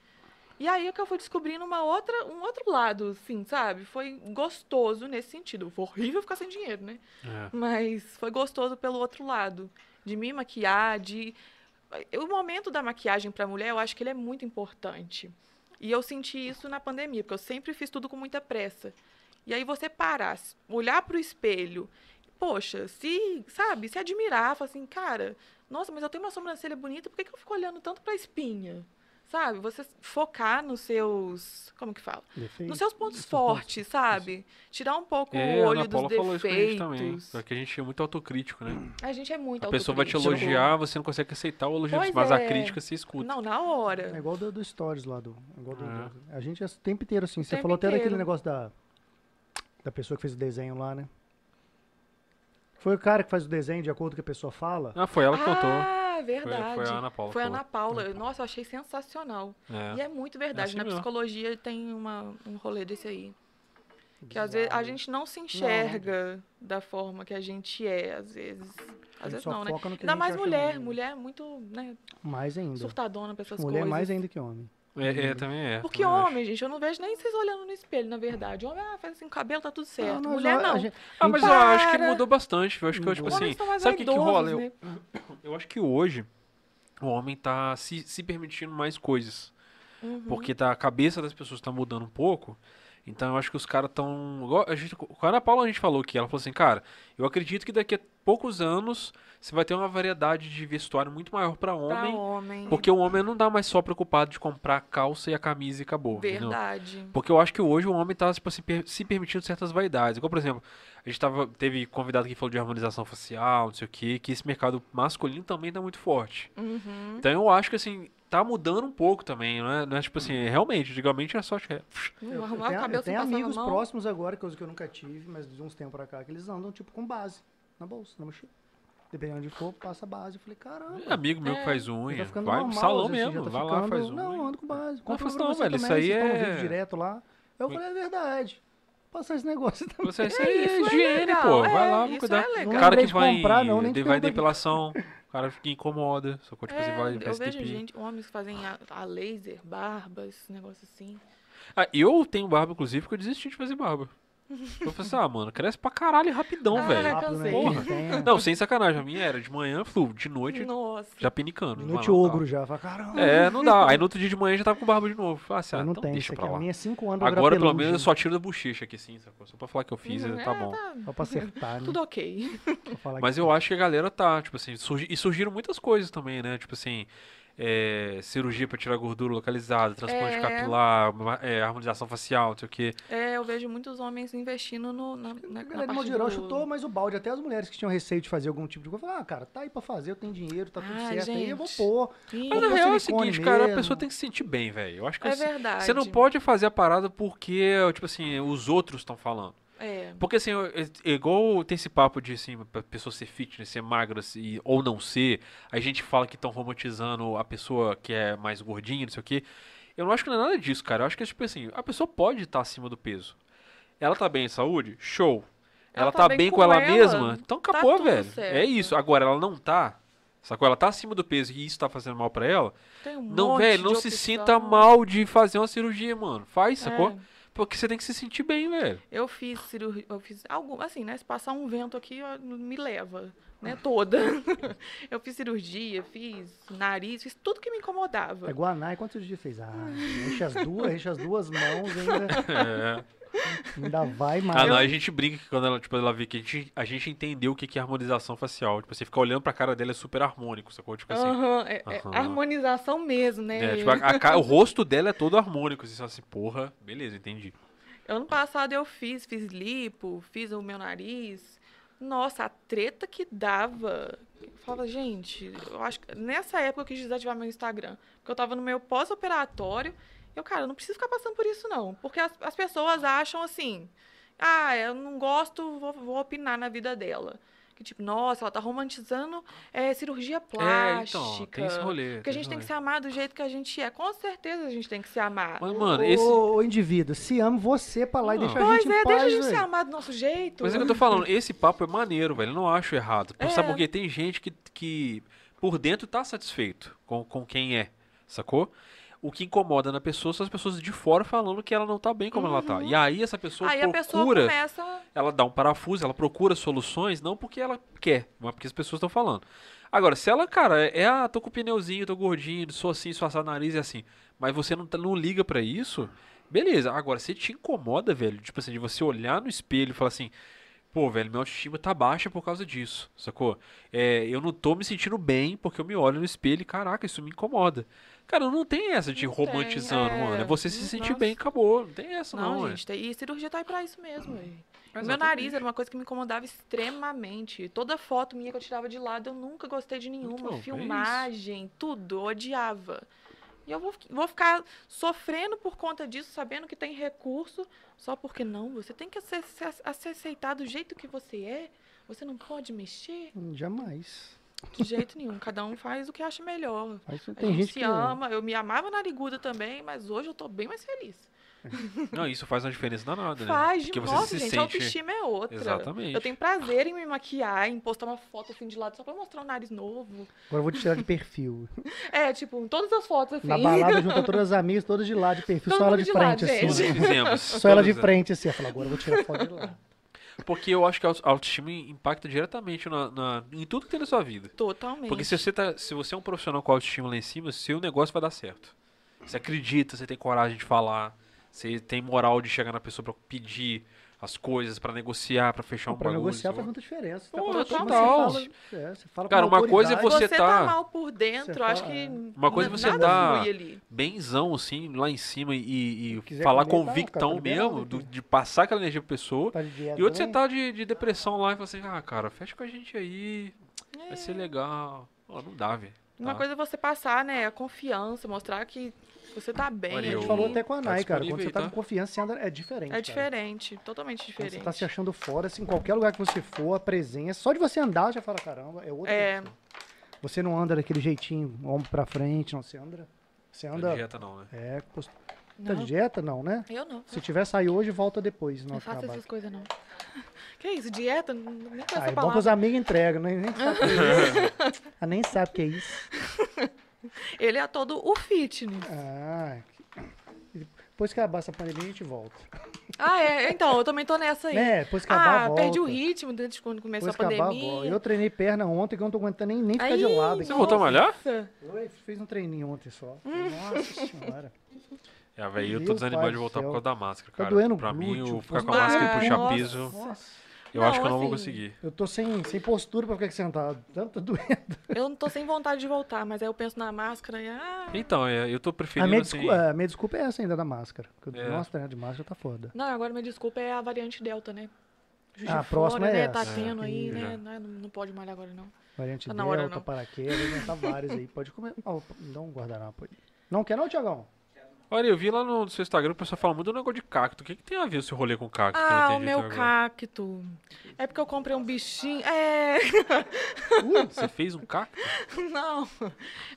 Speaker 3: E aí é que eu fui descobrindo uma outra, um outro lado, assim, sabe? Foi gostoso nesse sentido. Foi horrível ficar sem dinheiro, né?
Speaker 1: É.
Speaker 3: Mas foi gostoso pelo outro lado, de me maquiar, de o momento da maquiagem para mulher, eu acho que ele é muito importante. E eu senti isso na pandemia, porque eu sempre fiz tudo com muita pressa. E aí você parar, s- olhar para o espelho, poxa, se, sabe, se admirar, falar assim, cara, nossa, mas eu tenho uma sobrancelha bonita, por que, que eu fico olhando tanto para espinha? Sabe? Você focar nos seus, como que fala? Nos seus pontos fortes, sabe? Tirar um pouco
Speaker 1: É,
Speaker 3: o
Speaker 1: a
Speaker 3: olho
Speaker 1: Ana Paula
Speaker 3: dos
Speaker 1: falou isso com a gente também.
Speaker 3: defeitos.
Speaker 1: Só que a gente é muito autocrítico, né?
Speaker 3: A gente é muito
Speaker 1: A pessoa vai te
Speaker 3: autocrítico.
Speaker 1: elogiar, você não consegue aceitar o elogio,
Speaker 3: Pois
Speaker 1: mas a
Speaker 3: é.
Speaker 1: crítica se escuta.
Speaker 3: Não, na
Speaker 2: É
Speaker 3: hora.
Speaker 2: igual do, do Stories lá do. Igual do,
Speaker 1: É.
Speaker 2: do- a gente é o tempo inteiro assim. Você
Speaker 3: tempo
Speaker 2: falou até daquele
Speaker 3: inteiro.
Speaker 2: negócio da. Da pessoa que fez o desenho lá, né? Foi o cara que faz o desenho de acordo com o que a pessoa fala.
Speaker 1: Ah, foi ela que contou.
Speaker 3: Ah,
Speaker 1: Foi-
Speaker 3: verdade.
Speaker 1: Foi, a Ana Paula.
Speaker 3: Foi a
Speaker 1: que
Speaker 3: Ana
Speaker 1: falou.
Speaker 3: Paula. Nossa, eu achei sensacional. E
Speaker 1: É.
Speaker 3: é muito verdade.
Speaker 1: assim
Speaker 3: Na
Speaker 1: mesmo.
Speaker 3: psicologia tem uma, um rolê desse aí. Que às
Speaker 2: Bizarro.
Speaker 3: vezes a gente não se enxerga da forma que a gente é, às vezes.
Speaker 2: A
Speaker 3: Às
Speaker 2: gente
Speaker 3: vezes
Speaker 2: só
Speaker 3: não, né?
Speaker 2: foca no que a
Speaker 3: Ainda
Speaker 2: gente
Speaker 3: mais
Speaker 2: acha
Speaker 3: mulher.
Speaker 2: ruim, né?
Speaker 3: Mulher é muito, né,
Speaker 2: Mais ainda.
Speaker 3: surtadona pra essas
Speaker 2: Mulher
Speaker 3: coisas.
Speaker 2: mais ainda que homem.
Speaker 1: É, é, também é.
Speaker 3: Porque
Speaker 1: também acho.
Speaker 3: homem, gente, eu não vejo nem vocês olhando no espelho, na verdade. Homem, ah, faz assim, com o cabelo tá tudo certo.
Speaker 2: nós-
Speaker 3: mulher
Speaker 2: a
Speaker 3: não.
Speaker 2: gente-
Speaker 1: Ah, mas eu
Speaker 3: Para!
Speaker 1: acho que mudou bastante. Eu acho que, eu, tipo
Speaker 2: Mudou.
Speaker 1: assim,
Speaker 3: Homens são mais
Speaker 1: sabe o que, que
Speaker 3: vaidosos,
Speaker 1: rola? Eu,
Speaker 3: né?
Speaker 1: eu acho que hoje o homem tá se, se permitindo mais coisas.
Speaker 3: Uhum.
Speaker 1: Porque tá, a cabeça das pessoas tá mudando um pouco. Então eu acho que os caras tão. igual A gente, com a Ana Paula a gente falou que ela falou assim, cara, eu acredito que daqui a poucos anos você vai ter uma variedade de vestuário muito maior pra
Speaker 3: Pra
Speaker 1: homem.
Speaker 3: homem.
Speaker 1: Porque o homem não dá mais só preocupado de comprar a calça e a camisa e acabou. entendeu?
Speaker 3: Verdade.
Speaker 1: Porque eu acho que hoje o homem tá tipo, se, per- se permitindo certas vaidades. Igual, por exemplo, a gente tava, teve convidado que falou de harmonização facial, não sei o que, que esse mercado masculino também tá muito forte.
Speaker 3: Uhum.
Speaker 1: Então eu acho que assim, tá mudando um pouco também, não é, não é, tipo assim, realmente, antigamente era só. é, pff,
Speaker 2: Eu, eu
Speaker 3: Arrumar o
Speaker 2: tenho,
Speaker 3: cabelo
Speaker 2: eu tenho
Speaker 3: sem passar
Speaker 2: amigos
Speaker 3: na mão.
Speaker 2: próximos agora, coisa que eu nunca tive, mas de uns tempos pra cá, que eles andam tipo com base na bolsa, na mochila. Dependendo de onde for, passa base. Eu falei, caramba.
Speaker 1: Amigo meu que
Speaker 3: É,
Speaker 1: faz
Speaker 2: Ele
Speaker 1: unha,
Speaker 2: Uhum. tá ficando
Speaker 1: vai no
Speaker 2: normal,
Speaker 1: salão
Speaker 2: assim, já
Speaker 1: mesmo,
Speaker 2: tá
Speaker 1: vai lá,
Speaker 2: ficando-
Speaker 1: faz unha.
Speaker 2: Não, ando com base.
Speaker 1: Não, faz
Speaker 2: pra
Speaker 1: não,
Speaker 2: você
Speaker 1: velho,
Speaker 2: também,
Speaker 1: isso aí
Speaker 2: vocês estão no
Speaker 1: é-
Speaker 2: vídeo direto lá. Eu falei, é verdade. Passar esse negócio também.
Speaker 1: Você, isso
Speaker 3: É,
Speaker 1: aí é
Speaker 3: isso é
Speaker 1: higiene,
Speaker 3: legal,
Speaker 1: pô,
Speaker 3: é,
Speaker 1: vai lá, vai
Speaker 3: isso
Speaker 1: cuidar.
Speaker 3: é legal.
Speaker 1: O cara que
Speaker 2: Lembrei de
Speaker 1: vai,
Speaker 2: comprar, não, nem
Speaker 1: de-
Speaker 2: te
Speaker 1: vai
Speaker 2: perguntei.
Speaker 1: depilação, o cara que incomoda, só tipo assim,
Speaker 3: É,
Speaker 1: vai
Speaker 3: eu
Speaker 1: vai se
Speaker 3: vejo
Speaker 1: depir.
Speaker 3: gente, homens que fazem a, a laser, barba, esse negócio assim.
Speaker 1: Ah, eu tenho barba, inclusive, porque eu desisti de fazer barba. Eu falei assim, ah, mano, cresce pra caralho rapidão,
Speaker 3: Ah, é.
Speaker 1: velho.
Speaker 2: Rápido, né?
Speaker 1: Porra.
Speaker 2: Tem, né?
Speaker 1: Não, sem sacanagem. A minha era de manhã, flu, de noite,
Speaker 3: Nossa.
Speaker 1: já pinicando.
Speaker 2: De
Speaker 1: Não,
Speaker 2: noite
Speaker 1: não,
Speaker 2: ogro já. Fala, caramba.
Speaker 1: não. tá. É, não dá. Aí no outro dia de manhã já tava com barba de novo. Falei assim, ah,
Speaker 2: eu não
Speaker 1: então
Speaker 2: tenho.
Speaker 1: deixa
Speaker 2: isso aqui.
Speaker 1: pra
Speaker 2: A
Speaker 1: lá.
Speaker 2: minha é 5 anos eu era
Speaker 1: Agora, pelo
Speaker 2: pelúcia,
Speaker 1: menos, eu só tiro da bochecha aqui, sim, sacou? Só pra falar que eu fiz,
Speaker 3: Uhum,
Speaker 1: tá
Speaker 3: é,
Speaker 1: bom.
Speaker 2: Só pra acertar, né?
Speaker 3: Tudo ok.
Speaker 2: Pra falar
Speaker 1: Mas
Speaker 2: que-
Speaker 1: eu acho que a galera tá, tipo assim, surgi- e surgiram muitas coisas também, né? Tipo assim, é, cirurgia pra tirar gordura localizada, transplante
Speaker 3: É.
Speaker 1: capilar, ma- é, harmonização facial, não sei o quê.
Speaker 3: É, eu vejo muitos homens investindo no, na, na,
Speaker 2: A
Speaker 3: na
Speaker 2: galera, de
Speaker 3: parte
Speaker 2: modo geral,
Speaker 3: do-
Speaker 2: chutou, mas o balde, até as mulheres que tinham receio de fazer algum tipo de coisa, falaram, ah, cara, tá aí pra fazer, eu tenho dinheiro, tá tudo
Speaker 3: Ah,
Speaker 2: certo aí, eu vou
Speaker 3: gente.
Speaker 2: pôr.
Speaker 3: Sim,
Speaker 1: Mas
Speaker 2: Ou
Speaker 1: na
Speaker 2: pra
Speaker 1: real é o
Speaker 2: silicone
Speaker 1: seguinte, cara, a
Speaker 2: mesmo.
Speaker 1: pessoa tem que se sentir bem, velho. Eu acho que
Speaker 3: é
Speaker 1: assim,
Speaker 3: verdade.
Speaker 1: você não pode fazer a parada porque, tipo assim, os outros estão falando.
Speaker 3: É.
Speaker 1: Porque assim, eu- é- é igual tem esse papo de assim, a pessoa ser fitness, ser magra se- ou não ser, a gente fala que estão romantizando a pessoa que é mais gordinha, não sei o quê. Eu não acho que não é nada disso, cara. Eu acho que é tipo assim, a pessoa pode estar acima do peso. Ela tá bem em saúde? Show. Ela, tá, bem, com ela, mesma? Então
Speaker 3: tá
Speaker 1: acabou,
Speaker 3: tudo
Speaker 1: velho. É
Speaker 3: certo.
Speaker 1: isso. Agora, ela não tá. Sacou? Ela tá acima do peso e isso tá fazendo mal pra ela.
Speaker 3: Tem um
Speaker 1: Não,
Speaker 3: monte
Speaker 1: velho, não
Speaker 3: de
Speaker 1: se
Speaker 3: opção.
Speaker 1: sinta mal de fazer uma cirurgia, mano. Faz, sacou?
Speaker 3: É,
Speaker 1: Porque você tem que se sentir bem, velho.
Speaker 3: eu fiz cirurgia, eu fiz algum, assim, né? Se passar um vento aqui, ó, me leva, né? Toda. eu fiz cirurgia, fiz nariz, fiz tudo que me incomodava.
Speaker 2: É Guanai, quantos dias fez? Ah, enche as duas, enche as duas mãos, ainda,
Speaker 1: É.
Speaker 2: ainda vai mais.
Speaker 1: Ah, não, a gente brinca que quando ela, tipo, ela vê que a gente, a gente entendeu o que que é harmonização facial. Tipo, você fica olhando pra cara dela, é super harmônico, sacou? Tipo assim.
Speaker 3: Aham, é- é
Speaker 1: Aham.
Speaker 3: harmonização mesmo, né?
Speaker 1: É, tipo, a- a ca- o rosto dela é todo harmônico. Assim, você fala assim, porra, beleza, entendi.
Speaker 3: Ano passado eu fiz, fiz lipo, fiz o meu nariz. Nossa, a treta que dava. Eu falava, gente, eu acho que nessa época eu quis desativar meu Instagram. Porque eu tava no meu pós-operatório. Eu, cara, eu não preciso ficar passando por isso, não. Porque as, as pessoas acham assim Ah, eu não gosto, vou, vou opinar na vida dela. Que tipo, nossa, ela tá romantizando é, cirurgia
Speaker 1: É,
Speaker 3: plástica.
Speaker 1: então, tem esse rolê.
Speaker 3: Porque a gente
Speaker 1: esse
Speaker 3: tem que
Speaker 1: rolê.
Speaker 3: se amar do jeito que a gente é. Com certeza a gente tem que se amar.
Speaker 1: Mas, mano,
Speaker 2: ô,
Speaker 1: esse. Ah.
Speaker 2: ô, indivíduo, se ama você pra lá e
Speaker 1: Não.
Speaker 2: deixa a
Speaker 3: Pois
Speaker 2: gente em
Speaker 3: é,
Speaker 2: paz,
Speaker 3: deixa a gente se
Speaker 2: velho.
Speaker 3: amar do nosso jeito.
Speaker 1: Mas é o que eu tô falando, esse papo é maneiro, velho. Eu não acho errado. Por- Sabe
Speaker 3: É.
Speaker 1: por quê? Tem gente que, que por dentro tá satisfeito com, com quem é, sacou? O que incomoda na pessoa são as pessoas de fora falando que ela não tá bem como ela tá. E aí essa pessoa
Speaker 3: Uhum. Aí a pessoa
Speaker 1: procura,
Speaker 3: começa.
Speaker 1: ela dá um parafuso, ela procura soluções, não porque ela quer, mas porque as pessoas estão falando. Agora, se ela, cara, é, é, ah, tô com pneuzinho, tô gordinho, sou assim, sou assado, nariz é assim, mas você não, tá- não liga pra isso, beleza. Agora, se te incomoda, velho, tipo assim, de você olhar no espelho e falar assim, pô, velho, minha autoestima tá baixa por causa disso, sacou? É, eu não tô me sentindo bem porque eu me olho no espelho e, caraca, isso me incomoda. Cara, não tem essa de
Speaker 3: Não tem,
Speaker 1: romantizando,
Speaker 3: é.
Speaker 1: mano. É você se sentir
Speaker 3: Nossa.
Speaker 1: bem, acabou. Não tem essa,
Speaker 3: Não,
Speaker 1: não, é.
Speaker 3: gente, tem- e cirurgia tá aí pra isso mesmo. velho. Meu
Speaker 1: Exatamente.
Speaker 3: nariz era uma coisa que me incomodava extremamente. Toda foto minha que eu tirava de lado, eu nunca gostei de nenhuma.
Speaker 1: Então, é isso.
Speaker 3: Filmagem, tudo, eu odiava. E eu vou, fi- vou ficar sofrendo por conta disso, sabendo que tem recurso, só porque não. Você tem que se, se, a- se aceitar do jeito que você é. Você não pode mexer
Speaker 2: Hum, Jamais.
Speaker 3: de jeito nenhum. Cada um faz o que acha melhor.
Speaker 2: Mas
Speaker 3: A
Speaker 2: tem
Speaker 3: gente,
Speaker 2: gente
Speaker 3: se
Speaker 2: que
Speaker 3: ama. Eu me amava nariguda também, mas hoje eu tô bem mais feliz.
Speaker 1: Não, isso faz uma diferença danada, né?
Speaker 3: Faz,
Speaker 1: Porque você
Speaker 3: nossa,
Speaker 1: se
Speaker 3: gente, a
Speaker 1: sente.
Speaker 3: autoestima é outra.
Speaker 1: Exatamente.
Speaker 3: Eu tenho prazer em me maquiar, em postar uma foto assim de lado só pra mostrar um nariz novo.
Speaker 2: Agora eu vou te tirar de perfil.
Speaker 3: É, tipo, em todas as fotos assim.
Speaker 2: Na balada junta todas as amigas, todas de lado de perfil,
Speaker 3: Todo
Speaker 2: só ela
Speaker 3: mundo
Speaker 2: de
Speaker 3: de lado,
Speaker 2: frente, assim.
Speaker 1: Todos
Speaker 3: gente.
Speaker 1: fizemos.
Speaker 2: Só ela de
Speaker 1: todos, né?
Speaker 2: frente, assim. Ela fala, agora eu vou tirar foto de lá.
Speaker 1: Porque eu acho que a auto- autoestima impacta diretamente na, na- em tudo que tem na sua vida.
Speaker 3: Totalmente.
Speaker 1: Porque se você, tá, se você é um profissional com autoestima lá em cima, seu negócio vai dar certo. Você acredita, você tem coragem de falar, você tem moral de chegar na pessoa pra pedir as coisas, pra negociar, pra fechar um
Speaker 2: pra
Speaker 1: bagulho.
Speaker 2: negociar
Speaker 1: sabe?
Speaker 2: faz muita diferença. Você tá
Speaker 1: Pô,
Speaker 2: com autoestima,
Speaker 1: total.
Speaker 2: Você fala, é, você fala
Speaker 1: Cara,
Speaker 2: com
Speaker 1: uma coisa é
Speaker 2: autoridade.
Speaker 1: você
Speaker 3: você
Speaker 1: tá-
Speaker 3: tá mal por
Speaker 2: Você
Speaker 3: dentro,
Speaker 2: tá-
Speaker 3: acho que.
Speaker 1: Uma coisa é
Speaker 3: na-
Speaker 1: você
Speaker 3: nada
Speaker 1: tá-
Speaker 3: flui ali.
Speaker 1: Benzão, assim, lá em cima e- e,
Speaker 2: Se quiser
Speaker 1: falar
Speaker 2: comer, tá,
Speaker 1: convictão
Speaker 2: cara, tá liberado,
Speaker 1: mesmo, do-
Speaker 2: filho.
Speaker 1: de passar aquela energia pra pessoa.
Speaker 2: Tá de dieta
Speaker 1: E outro você
Speaker 2: também?
Speaker 1: tá de, de depressão lá e fala assim, ah, cara, fecha com a gente aí, vai
Speaker 2: É.
Speaker 1: ser legal. Ó, não dá, velho.
Speaker 3: Uma
Speaker 1: tá?
Speaker 3: coisa é você passar, né, a confiança, mostrar que você tá bem.
Speaker 1: Olha,
Speaker 2: A gente
Speaker 1: eu-
Speaker 2: falou até com a
Speaker 1: tá
Speaker 2: Nai, cara. Quando
Speaker 1: disponível
Speaker 2: você
Speaker 1: aí,
Speaker 2: tá
Speaker 1: tá?
Speaker 2: com confiança, você anda- é diferente.
Speaker 3: É
Speaker 2: cara.
Speaker 3: diferente, totalmente
Speaker 2: Quando
Speaker 3: diferente.
Speaker 2: Você tá se achando fora, assim, em qualquer lugar que você for, a presença, só de você andar já fala, caramba, é outra
Speaker 3: É.
Speaker 2: pessoa. Você não anda daquele jeitinho, ombro pra frente, não, você anda... Você
Speaker 1: Não é
Speaker 2: anda...
Speaker 1: dieta não, né?
Speaker 2: É, post- tá de
Speaker 3: Não,
Speaker 2: dieta? Não, né?
Speaker 3: eu não.
Speaker 2: Se tiver, sai hoje e volta depois. Não,
Speaker 3: Não faço
Speaker 2: trabalho.
Speaker 3: essas coisas, não. Que isso, dieta? Não- Nem com
Speaker 2: Ah,
Speaker 3: essa
Speaker 2: é bom que
Speaker 3: palavra.
Speaker 2: os amigos entregam, né? Nem sabe o que é isso. Ah, nem sabe o que é isso.
Speaker 3: Ele é todo o fitness.
Speaker 2: Ah, que- depois que acabar essa pandemia, a gente volta.
Speaker 3: Ah, é. Então, eu também tô nessa aí.
Speaker 2: Né? Depois que acabar,
Speaker 3: Ah,
Speaker 2: volta.
Speaker 3: perdi o ritmo desde quando começou
Speaker 2: Depois
Speaker 3: a
Speaker 2: que acabar,
Speaker 3: pandemia.
Speaker 2: volta. Eu treinei perna ontem, que eu não tô aguentando nem, nem ficar
Speaker 3: Ai,
Speaker 2: de lado.
Speaker 1: Você
Speaker 2: Aqui.
Speaker 1: voltou a malhar?
Speaker 3: Nossa.
Speaker 2: Eu fiz um treininho ontem só.
Speaker 3: Hum.
Speaker 2: Nossa senhora. Tá
Speaker 1: É, velho, eu
Speaker 2: Meu
Speaker 1: tô
Speaker 2: pai
Speaker 1: desanimado de
Speaker 2: do
Speaker 1: voltar por
Speaker 2: céu.
Speaker 1: causa da máscara,
Speaker 2: Tá
Speaker 1: cara.
Speaker 2: doendo o
Speaker 1: pra mim,
Speaker 2: glúteo,
Speaker 1: eu ficar com a
Speaker 3: nossa.
Speaker 1: máscara e puxar
Speaker 3: Nossa.
Speaker 1: piso,
Speaker 2: Nossa.
Speaker 1: eu
Speaker 3: Não,
Speaker 1: acho que eu não vou
Speaker 3: assim,
Speaker 1: conseguir.
Speaker 2: Eu tô sem, sem postura pra ficar aqui sentado. Tanto doendo.
Speaker 3: Eu não tô sem vontade de voltar, mas aí eu penso na máscara e. Ah,
Speaker 1: Então, é, eu tô
Speaker 2: A
Speaker 1: preferindo
Speaker 2: minha,
Speaker 1: assim.
Speaker 2: desculpa, a minha desculpa é essa ainda da máscara. Porque eu-
Speaker 1: É.
Speaker 2: Nossa, treinar de máscara tá foda.
Speaker 3: não, agora minha desculpa é a variante Delta, né? Juiz de
Speaker 2: Ah, a próxima
Speaker 3: fora,
Speaker 2: é
Speaker 3: né? Tá
Speaker 2: essa.
Speaker 3: tendo
Speaker 2: É,
Speaker 3: aí,
Speaker 1: já.
Speaker 3: né? Não, não pode malhar agora, não.
Speaker 2: Variante
Speaker 3: Tá na hora,
Speaker 2: Delta,
Speaker 3: não.
Speaker 2: paraquedas, né? tá vários aí. Pode comer. Ó, dá um guardanapo aí. Não quer não, Tiagão?
Speaker 1: Olha, eu vi lá no seu Instagram o pessoal falando muito do negócio de cacto. O que, que tem a ver esse rolê com cacto? que eu não
Speaker 3: Ah, o
Speaker 1: entendi até
Speaker 3: meu
Speaker 1: agora?
Speaker 3: cacto. É porque eu comprei um bichinho. É.
Speaker 1: Você fez um cacto?
Speaker 3: Não,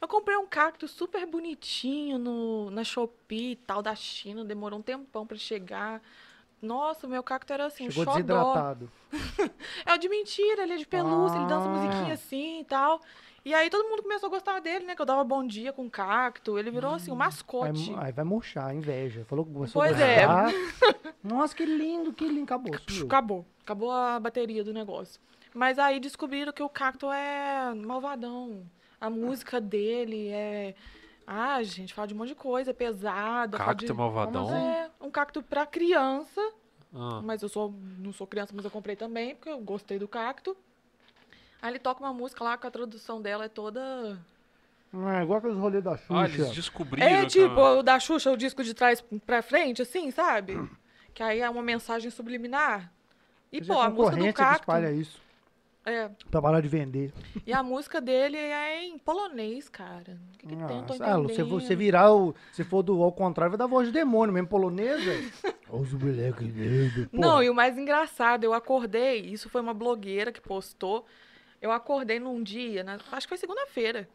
Speaker 3: eu comprei um cacto super bonitinho no, na Shopee e tal, da China. Demorou um tempão pra chegar. Nossa, o meu cacto era assim, um
Speaker 2: Chegou
Speaker 3: xodó.
Speaker 2: desidratado.
Speaker 3: É o de mentira, ele é de pelúcia, ele dança
Speaker 2: Ah.
Speaker 3: musiquinha assim e tal. E aí todo mundo começou a gostar dele, né? Que eu dava bom dia com cacto. Ele virou
Speaker 2: Hum, é
Speaker 3: assim, um
Speaker 2: Aí,
Speaker 3: mascote.
Speaker 2: aí vai murchar, a inveja. Falou que começou
Speaker 3: Pois
Speaker 2: a
Speaker 3: é.
Speaker 2: gostar. Nossa, que lindo, que lindo. Acabou,
Speaker 3: Psh,
Speaker 2: sumiu.
Speaker 3: Acabou. Acabou a bateria do negócio. Mas aí descobriram que o cacto é malvadão.
Speaker 2: Ah.
Speaker 3: A música dele é. Ah, gente, fala de um monte de coisa, é pesada. fala
Speaker 1: Cacto
Speaker 3: de...
Speaker 1: é malvadão?
Speaker 3: É, um cacto pra criança,
Speaker 1: Ah,
Speaker 3: mas eu sou, não sou criança, mas eu comprei também, porque eu gostei do cacto. Aí ele toca uma música lá, que a tradução dela é toda...
Speaker 2: Ah, igual aqueles rolês da Xuxa.
Speaker 1: Ah, eles descobriram.
Speaker 3: É tipo,
Speaker 1: cara.
Speaker 3: o da Xuxa, o disco de trás pra frente, assim, sabe? Que aí é uma mensagem subliminar. E,
Speaker 2: Isso é
Speaker 3: pô, a música
Speaker 2: concorrente
Speaker 3: do
Speaker 2: que
Speaker 3: cacto...
Speaker 2: espalha isso.
Speaker 3: É,
Speaker 2: Pra parar de vender.
Speaker 3: e a música dele é em polonês, cara. O que, que tem? Eu Tô
Speaker 2: Nossa, ah, você,
Speaker 3: entendendo.
Speaker 2: você virar o. Se for do ao contrário, vai dar voz de demônio mesmo, polonesa. Olha os moleques doidos.
Speaker 3: Não, e o mais engraçado, eu acordei, isso foi uma blogueira que postou. Eu acordei num dia, na- acho que foi segunda-feira.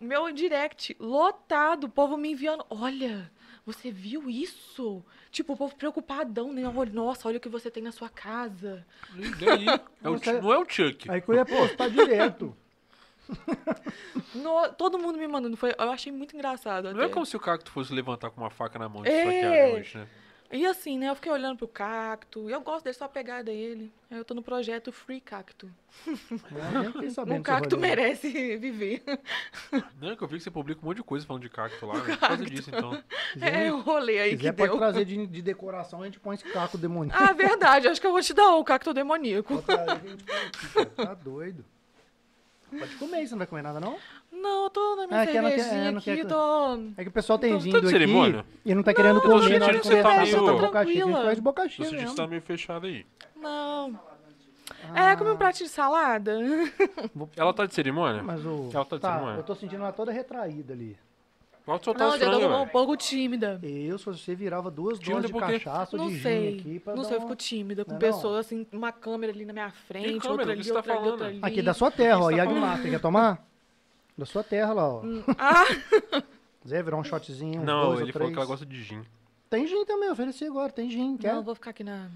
Speaker 3: Meu direct lotado, o povo me enviando. Olha, você viu isso? Tipo, o povo preocupadão, né? Olha, Nossa, olha o que você tem na sua casa.
Speaker 1: E daí? É o Chuck- não é o Chuck.
Speaker 2: Aí que eu ia postar direto.
Speaker 3: No- todo mundo me mandando. Foi, eu achei muito engraçado.
Speaker 1: Não é
Speaker 3: até.
Speaker 1: como se o cacto fosse levantar com uma faca na mão e
Speaker 3: É.
Speaker 1: esfaquear a noite, né?
Speaker 3: E assim, né? Eu fiquei olhando pro cacto. E eu gosto dele, só a pegada dele. Aí eu tô no projeto Free Cacto.
Speaker 2: Não, nem fiquei sabendo
Speaker 3: Um
Speaker 2: que Tá você
Speaker 3: cacto
Speaker 2: rolou.
Speaker 3: merece viver.
Speaker 1: Não é que eu vi que você publica um monte de coisa falando de cacto lá, né? Por causa
Speaker 3: cacto.
Speaker 1: disso, então.
Speaker 2: Quiser-
Speaker 3: É, eu rolei aí que
Speaker 2: quiser, pode
Speaker 3: deu.
Speaker 2: trazer de, de decoração, a gente põe esse caco demoníaco.
Speaker 3: Ah, verdade. Acho que eu vou te dar o cacto demoníaco.
Speaker 2: Pode trazer que a gente põe aqui, cara. Tá doido. Pode comer, você não vai comer nada, não?
Speaker 3: Não, eu tô na minha
Speaker 2: Ah, que ela quer-
Speaker 3: cervejinha
Speaker 2: é, não
Speaker 3: aqui,
Speaker 2: quer-
Speaker 3: tô...
Speaker 2: É que o pessoal tem
Speaker 3: Tá- tá
Speaker 2: vindo
Speaker 1: de
Speaker 2: aqui
Speaker 1: cerimônia?
Speaker 2: e não tá querendo
Speaker 1: tô
Speaker 2: comer na
Speaker 1: sentindo
Speaker 2: hora de
Speaker 1: que você tá
Speaker 2: conversar,
Speaker 1: meio-
Speaker 2: tá boca cheia, a gente
Speaker 3: tranquila.
Speaker 2: faz de boca
Speaker 1: Tô
Speaker 2: cheia
Speaker 1: sentindo que
Speaker 2: mesmo.
Speaker 1: você tá meio fechado aí.
Speaker 3: Não. É, come um pratinho de salada.
Speaker 1: Ela tá de cerimônia?
Speaker 2: Mas o...
Speaker 1: Ela tá de
Speaker 2: Tá,
Speaker 1: cerimônia?
Speaker 2: eu tô sentindo ela toda retraída ali.
Speaker 1: Pode soltar
Speaker 3: Não,
Speaker 1: os
Speaker 3: já tô
Speaker 1: frangos,
Speaker 3: um
Speaker 1: tá velho.
Speaker 3: pouco tímida.
Speaker 2: Eu, se você virava duas
Speaker 1: Tímida
Speaker 2: doses de
Speaker 1: por quê?
Speaker 2: cachaça ou
Speaker 3: Não
Speaker 2: de gin
Speaker 3: sei.
Speaker 2: aqui pra
Speaker 3: não
Speaker 2: dar
Speaker 3: sei, eu
Speaker 2: uma-
Speaker 3: fico tímida com
Speaker 2: Não é não?
Speaker 3: pessoas assim, uma câmera ali na minha frente,
Speaker 1: câmera?
Speaker 3: outra
Speaker 1: O que
Speaker 3: ali,
Speaker 1: você tá
Speaker 3: outra ali, outra
Speaker 1: falando?
Speaker 3: ali.
Speaker 2: Aqui da sua terra, ó.
Speaker 1: Isso tá
Speaker 2: Yagmaster, quer tomar? Da sua terra lá, ó.
Speaker 3: Ah,
Speaker 2: Zé, virar um shotzinho, uns
Speaker 1: Não,
Speaker 2: dois
Speaker 1: ele
Speaker 2: ou
Speaker 1: falou
Speaker 2: três.
Speaker 1: que ela gosta de gin.
Speaker 2: Tem gin também, eu ofereci agora. Tem gin, quer?
Speaker 3: não, eu vou ficar aqui na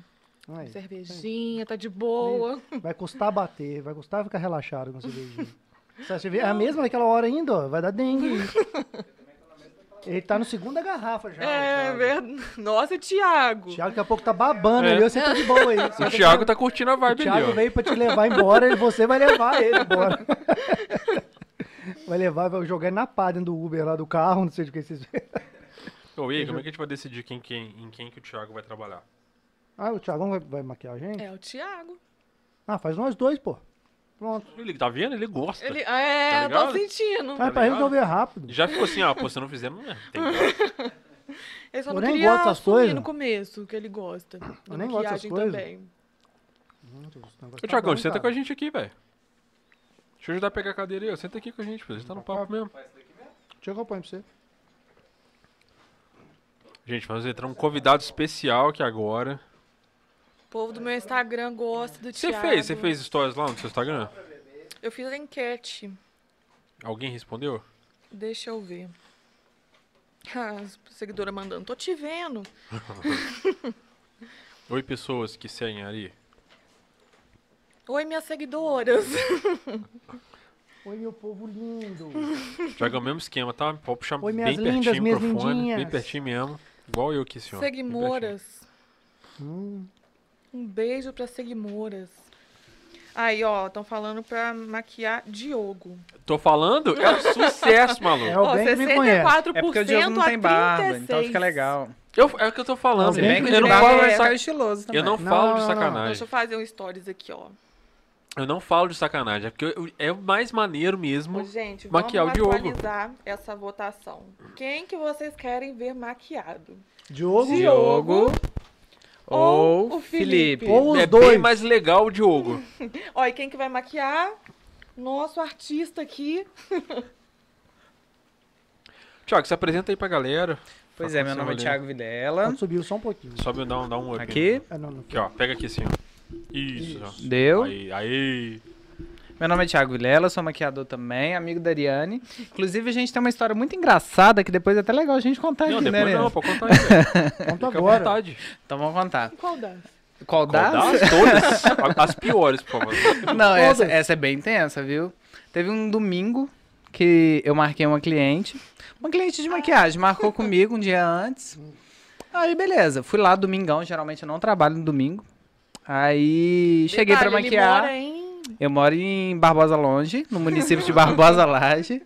Speaker 2: Aí.
Speaker 3: cervejinha, tá de boa.
Speaker 2: Vai custar bater, vai custar ficar relaxado com cervejinha. Essa cerveja- É a mesma daquela hora ainda, ó. Vai dar dengue. Ele tá no segunda garrafa já.
Speaker 3: É,
Speaker 2: o Thiago.
Speaker 3: verdade. Nossa, Thiago.
Speaker 2: Thiago daqui a pouco tá babando
Speaker 1: É.
Speaker 2: ali, você tá de boa aí.
Speaker 1: O Thiago tá curtindo a
Speaker 2: O
Speaker 1: vibe
Speaker 2: Thiago
Speaker 1: ali, ó.
Speaker 2: veio pra te levar embora e você vai levar ele embora. Vai levar, vai jogar ele na pá dentro do Uber lá do carro, não sei de que vocês
Speaker 1: Ô, e aí, como é que a gente vai decidir quem, quem, em quem que o Thiago vai trabalhar?
Speaker 2: Ah, o Thiagão vai, vai maquiar a gente?
Speaker 3: É o Thiago.
Speaker 2: Ah, faz nós dois, pô. Pronto.
Speaker 1: Ele tá vendo? Ele gosta.
Speaker 3: Ele, é, eu
Speaker 1: ligado?
Speaker 3: tô sentindo.
Speaker 2: Mas pra
Speaker 1: Tá ligado?
Speaker 2: resolver rápido.
Speaker 1: Já ficou assim, ah, pô, se não fizer, não é. Tem que dar.
Speaker 3: Ele só
Speaker 2: Eu
Speaker 3: não
Speaker 2: nem
Speaker 3: queria
Speaker 2: gosto dessas
Speaker 3: assumir
Speaker 2: coisas.
Speaker 3: no começo, que ele gosta.
Speaker 2: Eu
Speaker 3: Da
Speaker 2: nem gosto dessas
Speaker 3: maquiagem
Speaker 2: coisas.
Speaker 3: também.
Speaker 2: Hum, Tá
Speaker 1: Ô, Thiagão, senta com a gente aqui, velho. Deixa eu ajudar a pegar a cadeira aí, ó. Senta aqui com a gente, pô. Você tá no papo mesmo.
Speaker 2: Deixa eu acompanhar pra você.
Speaker 1: Gente, vamos entrar um convidado especial aqui agora.
Speaker 3: O povo do meu
Speaker 2: É.
Speaker 3: Instagram gosta do
Speaker 1: Você
Speaker 3: Thiago.
Speaker 1: fez? Você fez stories lá no seu Instagram?
Speaker 3: Eu fiz a enquete.
Speaker 1: Alguém respondeu?
Speaker 3: Deixa eu ver. Ah, A seguidora mandando. Tô te vendo.
Speaker 1: Oi, pessoas que seguem ali.
Speaker 3: Oi, minhas seguidoras.
Speaker 2: Oi, meu povo lindo.
Speaker 1: Thiago, é o mesmo esquema, tá? Pode puxar
Speaker 2: Oi,
Speaker 1: bem
Speaker 2: minhas lindas,
Speaker 1: pertinho o
Speaker 2: minhas
Speaker 1: microfone. Bem
Speaker 2: lindinhas.
Speaker 1: pertinho mesmo. Igual eu aqui, senhor. Bem pertinho.
Speaker 3: Seguimoras.
Speaker 2: Hum,
Speaker 3: Um beijo pra Seguimoras. Aí, ó, estão falando pra maquiar Diogo.
Speaker 1: Tô falando? É um sucesso,
Speaker 2: é
Speaker 1: maluco.
Speaker 3: Ó,
Speaker 2: alguém que me conhece.
Speaker 3: 64%
Speaker 4: É porque o Diogo não
Speaker 3: a
Speaker 4: tem barba, então
Speaker 3: 36.
Speaker 4: fica legal.
Speaker 1: Eu, é o que eu tô falando.
Speaker 2: Você
Speaker 4: Se
Speaker 2: Alguém
Speaker 4: bem
Speaker 2: que
Speaker 4: que
Speaker 1: eu, eu
Speaker 4: o de
Speaker 1: não
Speaker 4: barba
Speaker 1: falo
Speaker 4: é
Speaker 1: de
Speaker 4: fica
Speaker 1: sacanagem.
Speaker 4: estiloso também.
Speaker 1: Eu não
Speaker 2: Não,
Speaker 1: falo de
Speaker 2: não, não.
Speaker 1: sacanagem.
Speaker 3: Deixa eu fazer um stories aqui, ó.
Speaker 1: Eu não falo de sacanagem. É porque eu- eu- é o mais maneiro mesmo.
Speaker 3: Ô, gente,
Speaker 1: maquiar
Speaker 3: vamos
Speaker 1: o Diogo.
Speaker 3: atualizar essa votação. Quem que vocês querem ver maquiado?
Speaker 2: Diogo.
Speaker 4: Diogo
Speaker 3: ou
Speaker 4: ou
Speaker 3: o Felipe.
Speaker 4: Felipe.
Speaker 2: Ou os
Speaker 1: é
Speaker 2: dois.
Speaker 1: bem mais legal o Diogo.
Speaker 3: Ó, e quem que vai maquiar? Nosso artista aqui.
Speaker 1: Thiago, se apresenta aí pra galera.
Speaker 4: Pois
Speaker 1: Fala
Speaker 4: é,
Speaker 1: com
Speaker 4: meu
Speaker 1: seu
Speaker 4: nome é
Speaker 1: rolê.
Speaker 4: Thiago Videla.
Speaker 2: Pode subir só um pouquinho.
Speaker 1: Sobe e dá um, dá um up.
Speaker 4: Aqui,
Speaker 2: Ah, não, não.
Speaker 1: Aqui, ó. Pega aqui assim, ó. Isso. ó.
Speaker 4: deu.
Speaker 1: Aí, aí.
Speaker 4: Meu nome é Thiago Vilela, sou maquiador também, amigo da Ariane. Inclusive, a gente tem uma história muito engraçada que depois é até legal a gente contar
Speaker 1: Não,
Speaker 4: aqui,
Speaker 1: depois
Speaker 4: né,
Speaker 1: não,
Speaker 4: Ariane?
Speaker 1: pode contar aí, velho.
Speaker 2: Conta
Speaker 1: Fica à
Speaker 2: agora.
Speaker 1: vontade.
Speaker 4: Então vamos contar.
Speaker 3: Qual das?
Speaker 4: Qual
Speaker 1: Dá
Speaker 4: das?
Speaker 1: as todas. a- As piores, por favor.
Speaker 4: Não, essa,
Speaker 2: Todas.
Speaker 4: essa é bem intensa, viu? Teve um domingo que eu marquei uma cliente. Uma cliente de maquiagem marcou comigo um dia antes. Aí, beleza. Fui lá domingão, geralmente eu não trabalho no domingo. Aí cheguei pra
Speaker 3: Detalhe, ele
Speaker 4: maquiar.
Speaker 3: mora em-
Speaker 4: Eu moro em Barbosa Longe, no município de Barbosa Laje.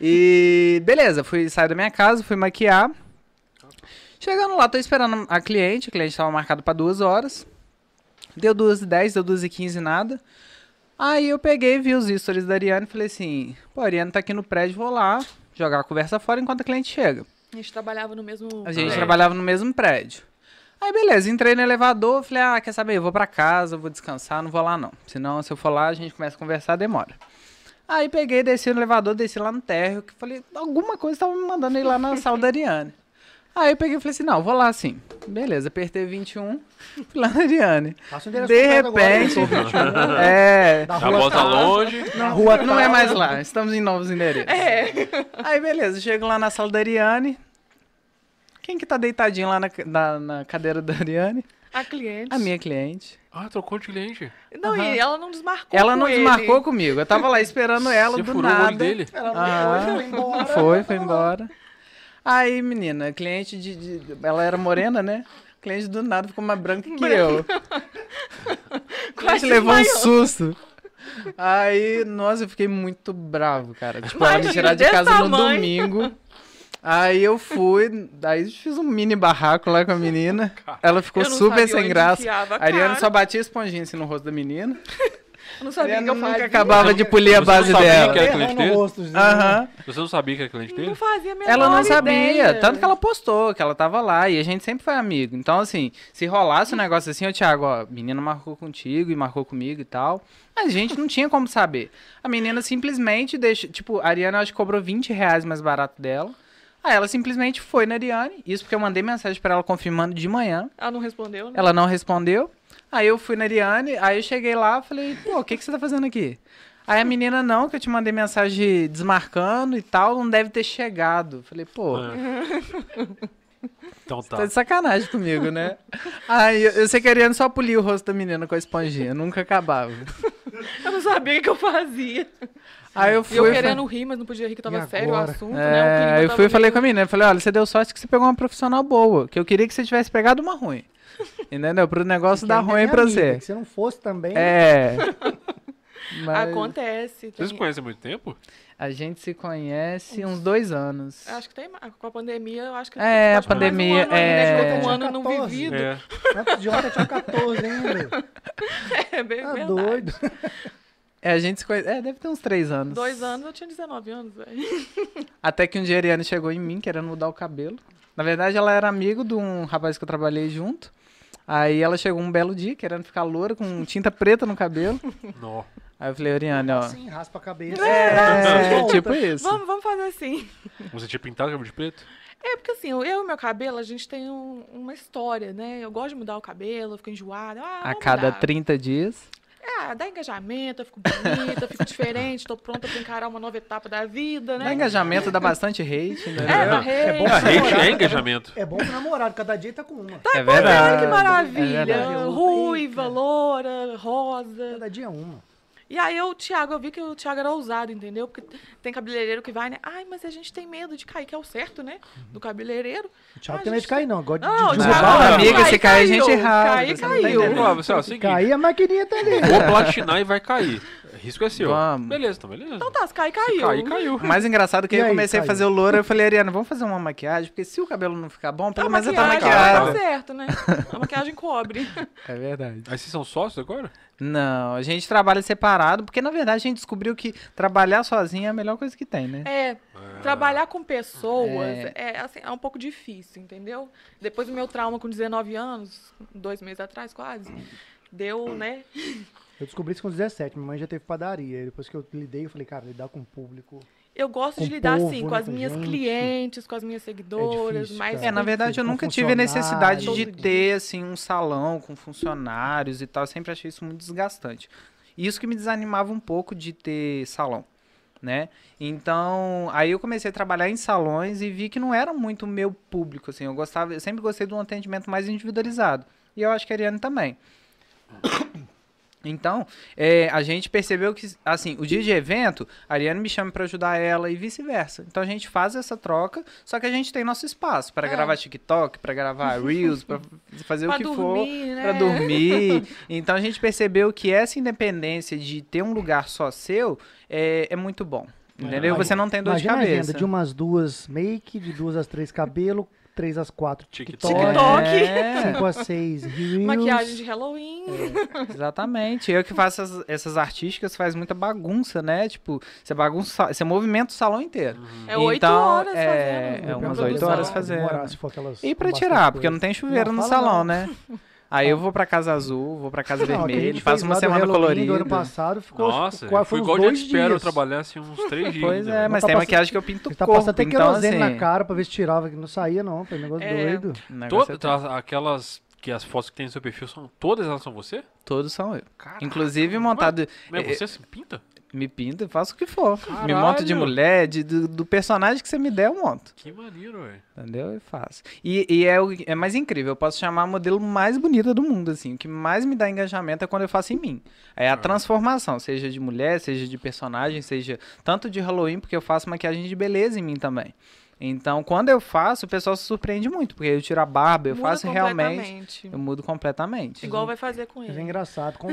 Speaker 4: E beleza, fui sair da minha casa, fui maquiar. Chegando lá, tô esperando a cliente. A cliente tava marcada pra duas horas. Deu duas e dez, deu duas e quinze, nada. Aí eu peguei, vi os stories da Ariane e falei assim: pô, a Ariane tá aqui no prédio, vou lá jogar a conversa fora enquanto a cliente chega.
Speaker 3: A gente trabalhava no mesmo.
Speaker 4: A gente
Speaker 1: Ah.
Speaker 4: trabalhava no mesmo prédio. Aí, beleza, entrei no elevador, falei, ah, quer saber, eu vou pra casa, eu vou descansar, não vou lá não. Senão, se eu for lá, a gente começa a conversar, demora. Aí peguei, desci no elevador, desci lá no térreo, que falei, alguma coisa tava me mandando ir lá na sala da Ariane. Aí eu peguei e falei assim, não, vou lá assim. Beleza, apertei 21, fui lá na Ariane.
Speaker 2: Passa o
Speaker 4: De
Speaker 2: completo
Speaker 4: repente,
Speaker 2: agora, eu sou 21,
Speaker 4: É.
Speaker 2: da
Speaker 1: Na
Speaker 2: rua
Speaker 1: volta
Speaker 2: tal,
Speaker 1: tá longe.
Speaker 2: Na rua
Speaker 4: Não
Speaker 2: tal.
Speaker 4: é mais lá, estamos em novos endereços.
Speaker 3: É.
Speaker 4: Aí beleza, chego lá na sala da Ariane. Quem que tá deitadinho lá na, ca- na- na cadeira da Ariane?
Speaker 3: A cliente.
Speaker 4: A minha cliente.
Speaker 1: Ah, trocou de cliente.
Speaker 3: Não,
Speaker 4: Aham.
Speaker 3: e ela não desmarcou.
Speaker 4: Ela
Speaker 3: com
Speaker 4: não
Speaker 3: ele.
Speaker 4: desmarcou comigo. Eu tava lá esperando é ela
Speaker 1: Você
Speaker 4: do
Speaker 1: furou
Speaker 4: nada.
Speaker 1: o olho dele.
Speaker 2: Ela não
Speaker 4: Ah,
Speaker 2: foi, foi embora.
Speaker 4: Foi, foi embora. Aí, menina, a cliente de, de- Ela era morena, né? A cliente do nada ficou mais branca que eu. A cliente
Speaker 3: Quase
Speaker 4: levou um
Speaker 3: desmaiou.
Speaker 4: susto. Aí, nossa, eu fiquei muito bravo, cara. Tipo, ela me
Speaker 3: Imagina,
Speaker 4: tirar de
Speaker 3: desse
Speaker 4: casa no
Speaker 3: tamanho.
Speaker 4: domingo. Aí eu fui, aí fiz um mini barraco lá com a menina. Ela ficou
Speaker 3: Eu não
Speaker 4: super
Speaker 3: sabia
Speaker 4: sem
Speaker 3: onde
Speaker 4: graça.
Speaker 3: enfiava a
Speaker 4: A Ariane
Speaker 3: cara.
Speaker 4: só batia esponjinha assim no rosto da menina.
Speaker 3: Eu não
Speaker 4: A
Speaker 3: sabia
Speaker 4: Ariane
Speaker 3: que eu
Speaker 4: nunca
Speaker 3: fazia.
Speaker 4: acabava de polir
Speaker 1: Você
Speaker 4: a
Speaker 1: não
Speaker 4: base
Speaker 1: sabia
Speaker 4: dela.
Speaker 1: que era cliente
Speaker 2: Ela no
Speaker 1: dele?
Speaker 2: rosto,
Speaker 4: Aham.
Speaker 1: Você não sabia que era cliente dele?
Speaker 3: Não fazia a menor
Speaker 4: Ela não sabia,
Speaker 3: ideia.
Speaker 4: tanto que ela postou, que ela tava lá, e a gente sempre foi amigo. Então, assim, se rolasse um negócio assim, ô Thiago, ó, menina marcou contigo e marcou comigo e tal. A gente não tinha como saber. A menina simplesmente deixou. Tipo, a Ariane eu acho que cobrou 20 reais mais barato dela. Aí ela simplesmente foi na Ariane. Isso porque eu mandei mensagem pra ela confirmando de manhã.
Speaker 3: Ela não respondeu, né?
Speaker 4: Ela não respondeu. Aí eu fui na Ariane, aí eu cheguei lá falei, pô, o que, que você tá fazendo aqui? Aí a menina, não, que eu te mandei mensagem desmarcando e tal, não deve ter chegado. Falei, pô,
Speaker 1: É. Então Ah, tá.
Speaker 4: tá de sacanagem comigo, né? aí eu, eu sei que a Ariane só polia o rosto da menina com a esponjinha, nunca acabava.
Speaker 3: Eu não sabia o que eu fazia.
Speaker 4: Aí eu
Speaker 3: E
Speaker 4: fui.
Speaker 3: eu
Speaker 4: falei-
Speaker 3: querendo rir, mas não podia rir, que tava
Speaker 2: E
Speaker 3: sério o
Speaker 2: agora?
Speaker 3: assunto, né? O
Speaker 4: É,
Speaker 3: clima
Speaker 4: aí eu
Speaker 3: tava
Speaker 4: fui e falei
Speaker 3: meio-
Speaker 4: com a menina, eu falei, olha, você deu sorte que você pegou uma profissional boa, que eu queria que você tivesse pegado uma ruim. Entendeu? Pro negócio
Speaker 3: é
Speaker 4: dar ruim aí pra você.
Speaker 3: assim?
Speaker 2: Se não fosse também.
Speaker 4: É.
Speaker 3: Ah,
Speaker 4: Mas-
Speaker 3: Acontece.
Speaker 1: Vocês
Speaker 3: tem-
Speaker 1: conhecem há muito tempo?
Speaker 4: A gente se conhece uns dois anos.
Speaker 3: Acho que tem mais. Com a pandemia, eu acho que.
Speaker 4: É,
Speaker 3: pode
Speaker 4: a
Speaker 3: pôr mais
Speaker 4: pandemia,
Speaker 3: Um ano, ainda,
Speaker 4: é.
Speaker 3: que eu tô um ano não
Speaker 2: 14.
Speaker 3: vivido.
Speaker 1: É.
Speaker 2: Antes de ontem tinha 14 ainda.
Speaker 3: É, bem
Speaker 2: Tá
Speaker 3: verdade.
Speaker 2: doido.
Speaker 4: É, a gente se conhece. É, deve ter uns três anos.
Speaker 3: Dois anos, eu tinha 19 anos, velho.
Speaker 4: Até que um dia a Ariane chegou em mim querendo mudar o cabelo. Na verdade, ela era amigo de um rapaz que eu trabalhei junto. Aí ela chegou um belo dia querendo ficar loura com tinta preta no cabelo.
Speaker 1: Não.
Speaker 4: Aí eu falei, Ariane, ó.
Speaker 2: Assim, raspa a cabeça.
Speaker 4: Ah.
Speaker 2: tá?
Speaker 4: É,
Speaker 2: volta.
Speaker 4: tipo isso.
Speaker 3: Vamos, vamos fazer assim.
Speaker 1: Você tinha pintado o cabelo de preto?
Speaker 3: É, porque assim, eu e meu cabelo, a gente tem um- uma história, né? Eu gosto de mudar o cabelo, eu fico enjoada. Ah,
Speaker 4: A
Speaker 3: vou
Speaker 4: cada
Speaker 3: mudar.
Speaker 4: 30 dias.
Speaker 3: Ah, dá engajamento, eu fico bonita, eu fico diferente, tô pronta pra encarar uma nova etapa da vida, né?
Speaker 4: Dá engajamento, dá bastante hate,
Speaker 3: É,
Speaker 4: né?
Speaker 3: na
Speaker 2: É bom
Speaker 1: Ah,
Speaker 2: pra
Speaker 3: rede.
Speaker 1: hate
Speaker 2: namorar.
Speaker 1: é engajamento.
Speaker 2: É bom pro namorado, cada dia tá com uma.
Speaker 4: É,
Speaker 3: Olha
Speaker 4: verdade.
Speaker 3: que
Speaker 4: É
Speaker 3: maravilha.
Speaker 4: verdade.
Speaker 3: Ruiva, loura, rosa.
Speaker 2: Cada dia uma.
Speaker 3: E aí eu, o Thiago, eu vi que o Thiago era ousado, entendeu? Porque tem cabeleireiro que vai, né? Ai, mas a gente tem medo de cair, que é o certo, né? Do cabeleireiro.
Speaker 2: O Thiago
Speaker 3: Ah,
Speaker 2: tem medo de
Speaker 3: gente-
Speaker 2: cair, não. Gosta de,
Speaker 3: Não,
Speaker 2: de
Speaker 3: o
Speaker 4: Thiago-
Speaker 2: derrubar.
Speaker 4: Não, amiga, se cair, a gente
Speaker 3: caiu,
Speaker 4: erra,
Speaker 3: Cair,
Speaker 4: você não tá
Speaker 3: caiu.
Speaker 1: Eu falava assim, ó, seguinte,
Speaker 2: Cair a maquininha tá ali.
Speaker 1: vou platinar e vai cair. Risco é seu.
Speaker 4: Vamos.
Speaker 1: Beleza, então beleza. Então
Speaker 3: Tá, se cair, caiu.
Speaker 1: Cair, caiu.
Speaker 4: O mais engraçado é que
Speaker 2: E
Speaker 4: eu
Speaker 2: aí,
Speaker 4: comecei a
Speaker 2: Caio?
Speaker 4: fazer o louro, eu falei, Ariana, vamos fazer uma maquiagem, porque se o cabelo não ficar bom,
Speaker 3: Tá,
Speaker 4: pelo
Speaker 3: A
Speaker 4: menos eu tô
Speaker 3: É maquiagem
Speaker 4: maquiada.
Speaker 3: tá certo, né? A maquiagem cobre.
Speaker 4: É verdade.
Speaker 1: Aí vocês são sócios agora?
Speaker 4: Não, a gente trabalha separado, porque na verdade a gente descobriu que trabalhar sozinho é a melhor coisa que tem, né?
Speaker 3: É, trabalhar com pessoas
Speaker 4: É.
Speaker 3: é. assim, é um pouco difícil, entendeu? Depois do meu trauma com 19 anos, dois meses atrás quase, deu, né?
Speaker 2: Eu descobri isso com 17. Minha mãe já teve padaria. Depois que eu lidei, eu falei, cara, lidar com o público.
Speaker 3: Eu gosto
Speaker 2: Com
Speaker 3: de lidar,
Speaker 2: povo,
Speaker 3: assim, com
Speaker 2: né,
Speaker 3: as
Speaker 2: com
Speaker 3: minhas
Speaker 2: gente.
Speaker 3: clientes, com as minhas seguidoras,
Speaker 2: difícil,
Speaker 3: mas...
Speaker 2: cara.
Speaker 4: É, na verdade eu
Speaker 2: Com
Speaker 4: nunca tive a necessidade de
Speaker 3: funcionários.
Speaker 4: ter, assim, um salão com funcionários e tal, eu sempre achei isso muito desgastante. Isso que me desanimava um pouco de ter salão, né? Então, aí eu comecei a trabalhar em salões e vi que não era muito o meu público, assim, eu gostava, eu sempre gostei de um atendimento mais individualizado. E eu acho que a Ariane também. Então, é, a gente percebeu que, assim, o dia de evento, a Ariane me chama pra ajudar ela e vice-versa. Então a gente faz essa troca, só que a gente tem nosso espaço pra
Speaker 3: É.
Speaker 4: gravar TikTok, pra gravar Reels, pra fazer o
Speaker 3: Pra
Speaker 4: que for
Speaker 3: dormir, né?
Speaker 4: pra dormir. Então a gente percebeu que essa independência de ter um lugar só seu é, é muito bom. Entendeu?
Speaker 2: Imagina-
Speaker 4: Você não tem É dor de
Speaker 2: Imagina a
Speaker 4: cabeça.
Speaker 2: agenda de um umas duas make, de duas às três cabelo, três às quatro
Speaker 1: TikTok.
Speaker 2: TikTok,
Speaker 3: TikTok.
Speaker 4: É,
Speaker 2: cinco às seis reels.
Speaker 3: Maquiagem de Halloween.
Speaker 4: exatamente. Eu que faço essas, essas artísticas faz muita bagunça, né? Tipo, você bagunça, você movimenta o salão inteiro.
Speaker 3: É oito
Speaker 4: Então,
Speaker 3: horas
Speaker 4: é-
Speaker 3: fazendo.
Speaker 4: é umas
Speaker 3: produção.
Speaker 4: oito horas fazendo.
Speaker 2: Demorar, se for aquelas
Speaker 4: E
Speaker 2: com
Speaker 4: pra
Speaker 2: bastante
Speaker 4: tirar, porque
Speaker 2: coisa.
Speaker 4: não tem chuveiro
Speaker 2: Não,
Speaker 4: no
Speaker 2: fala
Speaker 4: salão,
Speaker 2: não.
Speaker 4: né? Aí eu vou pra Casa Azul, vou pra Casa
Speaker 2: Não, a que a
Speaker 4: Vermelha,
Speaker 2: gente fez
Speaker 4: faço uma
Speaker 2: lá do
Speaker 4: semana
Speaker 2: Halloween do
Speaker 4: colorida.
Speaker 2: ano passado ficou
Speaker 1: Nossa,
Speaker 2: ficou-
Speaker 1: eu
Speaker 2: foi
Speaker 1: fui
Speaker 2: uns
Speaker 1: igual de
Speaker 2: dois
Speaker 1: espero
Speaker 2: dias.
Speaker 1: trabalhar assim uns três dias.
Speaker 4: Pois
Speaker 1: ainda,
Speaker 4: é,
Speaker 1: velho.
Speaker 4: mas
Speaker 2: Mas tá
Speaker 4: tem
Speaker 2: passando-
Speaker 4: maquiagem que eu pinto
Speaker 2: Ele tá
Speaker 4: corpo,
Speaker 2: passando até
Speaker 4: então assim...
Speaker 2: querosene na cara pra ver se tirava, que não saía não, foi um negócio
Speaker 3: É.
Speaker 2: doido.
Speaker 4: o negócio
Speaker 1: Todas
Speaker 4: é todo.
Speaker 1: aquelas que as fotos que tem no seu perfil são todas elas são você?
Speaker 4: Todos são eu.
Speaker 1: Caraca,
Speaker 4: Inclusive montado...
Speaker 1: Mas
Speaker 2: É,
Speaker 4: eh,
Speaker 1: você se pinta?
Speaker 4: Me pinta, faço o que for. Me
Speaker 1: Caralho!
Speaker 4: monto de mulher, de, do, do personagem que você me der, eu monto.
Speaker 1: Que maneiro, velho.
Speaker 4: Entendeu? Eu faço. E, e é, o- é mais incrível, eu posso chamar a modelo mais bonita do mundo, assim. O que mais me dá engajamento é quando eu faço em mim. É a transformação, seja de mulher, seja de personagem, seja tanto de Halloween, porque eu faço maquiagem de beleza em mim também. Então, quando eu faço, o pessoal se surpreende muito, porque eu tiro a barba, eu
Speaker 3: Muda
Speaker 4: faço realmente.
Speaker 3: completamente.
Speaker 4: Eu mudo completamente.
Speaker 3: Igual vai fazer com
Speaker 2: Mas é
Speaker 3: ele.
Speaker 2: engraçado, com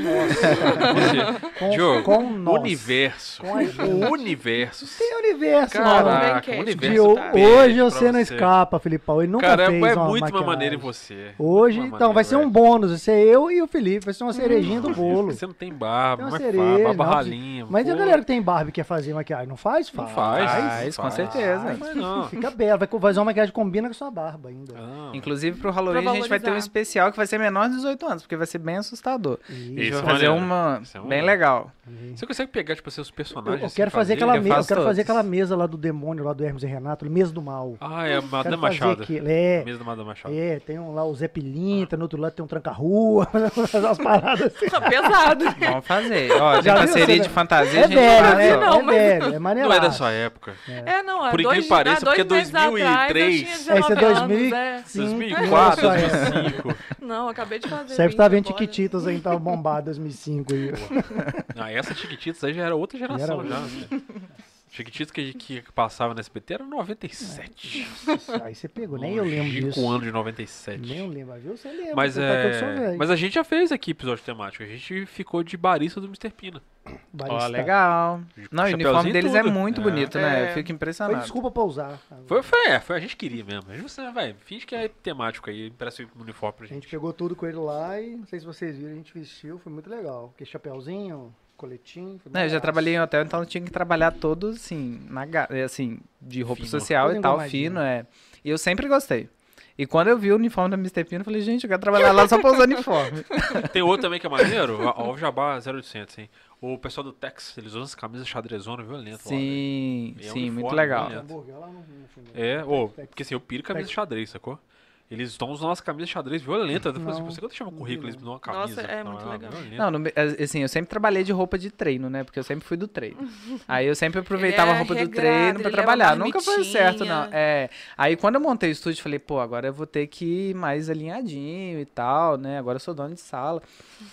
Speaker 2: nós. com,
Speaker 1: Diogo,
Speaker 2: com nós.
Speaker 1: Universo.
Speaker 2: Com a gente.
Speaker 1: O universo.
Speaker 2: Tem universo,
Speaker 3: Cara,
Speaker 2: mano.
Speaker 1: Caraca,
Speaker 3: Bem
Speaker 1: o
Speaker 3: quente.
Speaker 2: De,
Speaker 1: universo. tá
Speaker 2: hoje
Speaker 1: bem
Speaker 2: você
Speaker 1: pra
Speaker 2: não
Speaker 1: você.
Speaker 2: escapa, Filipão. Ele nunca
Speaker 1: Cara,
Speaker 2: fez
Speaker 1: é
Speaker 2: uma
Speaker 1: muito uma
Speaker 2: maquiagem.
Speaker 1: maneira em você.
Speaker 2: Hoje,
Speaker 1: Uma
Speaker 2: então, vai ser um
Speaker 1: maneira, é
Speaker 2: bônus. Vai ser eu e o Felipe. Vai ser uma cerejinha do
Speaker 1: velho.
Speaker 2: bolo.
Speaker 1: Você não tem barba,
Speaker 2: Tem uma
Speaker 1: mas faz,
Speaker 2: cereja,
Speaker 1: barba
Speaker 2: não,
Speaker 1: ralinha.
Speaker 2: Mas e a
Speaker 1: pô,
Speaker 2: galera que tem barba e quer fazer maquiagem? Não faz?
Speaker 1: um Não
Speaker 2: Faz.
Speaker 1: faz.
Speaker 4: Faz, com certeza.
Speaker 1: Não faz, Ah, Ah, não.
Speaker 2: Fica bela. Vai fazer uma maquiagem que combina com a sua barba ainda.
Speaker 1: Não.
Speaker 4: Inclusive, pro Halloween,
Speaker 3: Pra
Speaker 4: a gente vai ter um
Speaker 3: valorizar.
Speaker 4: especial que vai ser menor de 18 anos, porque vai ser bem assustador. A gente
Speaker 1: Isso
Speaker 4: vai
Speaker 1: é
Speaker 4: fazer
Speaker 1: maneiro.
Speaker 4: uma
Speaker 1: Isso é
Speaker 4: bem
Speaker 1: maneiro.
Speaker 4: legal.
Speaker 1: Você consegue pegar, tipo, seus
Speaker 2: Eu,
Speaker 1: personagens?
Speaker 2: eu
Speaker 1: assim,
Speaker 2: quero fazer, aquela
Speaker 4: eu
Speaker 2: mesa. Eu
Speaker 4: faço
Speaker 2: quero fazer
Speaker 4: todas.
Speaker 2: aquela mesa lá do demônio, lá do Hermes e Renato, mesa do mal.
Speaker 1: Ah, é a Madame
Speaker 2: Quero fazer
Speaker 1: Machado.
Speaker 2: aquilo, É,
Speaker 1: Mesa da Madame Machado.
Speaker 2: é, tem um lá o Zé Pilinta, no outro lado tem um Tranca-Rua, fazer umas paradas assim.
Speaker 3: Pesado.
Speaker 4: Vamos fazer. Ó, a
Speaker 2: Já
Speaker 4: gente vai
Speaker 2: viu,
Speaker 4: seria
Speaker 2: você
Speaker 4: de
Speaker 2: vê?
Speaker 4: fantasia, a
Speaker 2: É
Speaker 4: gente vai
Speaker 2: velho,
Speaker 4: fazer.
Speaker 2: né?
Speaker 3: não,
Speaker 2: é
Speaker 3: mas-
Speaker 2: velho, é maneiro.
Speaker 1: Não é da sua época.
Speaker 3: É, não. há
Speaker 1: Por
Speaker 3: dois,
Speaker 1: incrível que pareça,
Speaker 3: há dois
Speaker 1: porque é
Speaker 3: meses atrás, eu
Speaker 1: 2003.
Speaker 3: tinha
Speaker 2: Vai ser
Speaker 3: 19 anos, é.
Speaker 1: 2004,
Speaker 2: não é da sua época.
Speaker 1: 2005.
Speaker 3: Não, eu acabei de fazer.
Speaker 2: Serve tá
Speaker 3: 20
Speaker 2: vendo
Speaker 3: agora.
Speaker 2: Tiquititas aí, então, tava bombado 2005. aí.
Speaker 1: Ah, essa Chiquititas aí já era outra geração
Speaker 2: outra.
Speaker 1: já. né? Chiquititas que, que passava na SBT era 97.
Speaker 2: Aí você pegou, É, nem eu lembro disso.
Speaker 1: o ano de 97.
Speaker 2: Nem eu lembro, viu? Você lembra.
Speaker 1: Mas
Speaker 2: você tá que eu sou
Speaker 1: é.
Speaker 2: velho.
Speaker 1: Mas a gente já fez aqui episódio temático. A gente ficou de barista do Mr. Pina.
Speaker 4: Ó,
Speaker 2: Barista.
Speaker 4: Tá legal. Não, o
Speaker 1: Chapeuzinho
Speaker 4: uniforme
Speaker 1: e
Speaker 4: deles é
Speaker 1: tudo.
Speaker 4: muito
Speaker 1: É.
Speaker 4: bonito, né? Eu
Speaker 3: É.
Speaker 4: fico
Speaker 2: Foi
Speaker 4: impressionado.
Speaker 2: desculpa pra usar. tá?
Speaker 1: Foi, foi, é, foi a gente queria mesmo. A gente você, vai, finge que é temático aí, parece um uniforme pra
Speaker 2: A gente
Speaker 1: gente.
Speaker 2: pegou tudo com ele lá e não sei se vocês viram, a gente vestiu, foi muito legal. Porque chapéuzinho, coletinho. foi
Speaker 4: Não, Né, eu já
Speaker 2: barato.
Speaker 4: trabalhei em hotel, então eu tinha que trabalhar todo assim, na, ga- é, assim de roupa
Speaker 1: Fino.
Speaker 4: social
Speaker 2: Todo
Speaker 4: e tal,
Speaker 2: engomadinho.
Speaker 4: fino, é. E eu sempre gostei. E quando eu vi o uniforme da Mr. Pino, eu falei, gente, eu quero trabalhar lá só pra usar uniforme.
Speaker 1: Tem outro também que é maneiro, ó, o Jabá 0800, hein? O pessoal do Tex, eles usam as camisas xadrezona violenta lá, velho. E
Speaker 4: sim,
Speaker 1: é
Speaker 4: sim, muito
Speaker 1: uniforme,
Speaker 4: legal.
Speaker 1: né?
Speaker 2: um Hambúrguer lá no- no fundo.
Speaker 1: É, ô, porque assim, eu piro camisa xadrez, sacou? Eles estão usando as camisas xadrez violentas. Eu falei assim,
Speaker 2: Não,
Speaker 1: por que eu deixava um
Speaker 2: não
Speaker 1: currículo
Speaker 2: vi,
Speaker 1: eles me dão uma
Speaker 3: Nossa,
Speaker 1: camisa? então,
Speaker 3: é
Speaker 1: Não,
Speaker 3: muito
Speaker 1: não,
Speaker 3: legal.
Speaker 1: violento.
Speaker 4: Não, no me- assim, eu sempre trabalhei de roupa de treino, né? Porque eu sempre fui do treino. Aí eu sempre aproveitava a roupa do
Speaker 3: é regrado,
Speaker 4: treino pra
Speaker 3: ele leva
Speaker 4: trabalhar. Nunca foi
Speaker 3: marmitinha.
Speaker 4: certo, não. É. Aí quando eu montei o estúdio, falei, pô, agora eu vou ter que ir mais alinhadinho e tal, né? Agora eu sou dono de sala.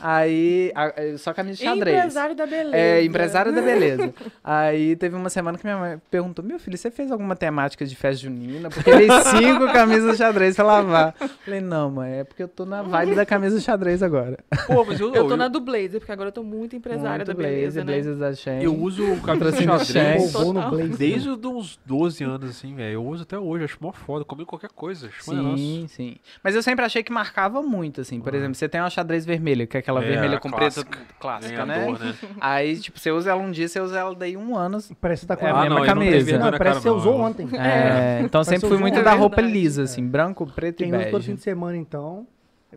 Speaker 4: Aí, a- eu só camisa de xadrez.
Speaker 3: Empresário da beleza.
Speaker 4: É, empresário da beleza. Aí teve uma semana que minha mãe perguntou: Meu filho, você fez alguma temática de festa junina? Porque eu dei cinco camisas xadrez pra lavar. Falei: Não, mãe, é porque eu tô na vibe da camisa xadrez agora.
Speaker 1: Pô, mas eu,
Speaker 3: Eu tô
Speaker 1: eu-
Speaker 3: na do Blazer, porque agora eu tô muito empresária
Speaker 4: Muito
Speaker 3: da beleza,
Speaker 4: blazer,
Speaker 3: né?
Speaker 4: blazers da Shein.
Speaker 1: eu uso camisa
Speaker 4: Patrocínio
Speaker 1: xadrez
Speaker 2: Bombou no
Speaker 3: Total.
Speaker 2: Blaze.
Speaker 1: desde os- uns 12 anos, assim, velho. Eu uso até hoje, acho mó foda. Comi qualquer coisa, acho maneiraço.
Speaker 4: Sim, sim. Mas eu sempre achei que marcava muito, assim. Por exemplo, você tem uma xadrez vermelha, que é aquela
Speaker 1: Ah. É,
Speaker 4: vermelha
Speaker 1: a
Speaker 4: com preto
Speaker 1: clássica.
Speaker 4: clássica,
Speaker 1: Ganhador,
Speaker 4: né? Aí, tipo, você usa ela um dia, você usa ela daí um ano.
Speaker 2: Parece que tá com
Speaker 4: É a
Speaker 2: a
Speaker 4: mesma
Speaker 1: eu Ah, não tenho
Speaker 4: camisa.
Speaker 1: vergonha
Speaker 2: Não,
Speaker 1: na
Speaker 2: parece
Speaker 1: cara,
Speaker 2: que você usou
Speaker 1: não.
Speaker 2: ontem.
Speaker 4: É, então
Speaker 2: Parece
Speaker 4: sempre fui
Speaker 2: um
Speaker 4: muito
Speaker 2: jogo.
Speaker 4: da
Speaker 3: É
Speaker 4: roupa
Speaker 3: verdade.
Speaker 4: lisa, assim, branco, preto
Speaker 2: Quem
Speaker 4: e
Speaker 2: usa todo fim
Speaker 4: bege.
Speaker 3: assim.
Speaker 2: de semana, então.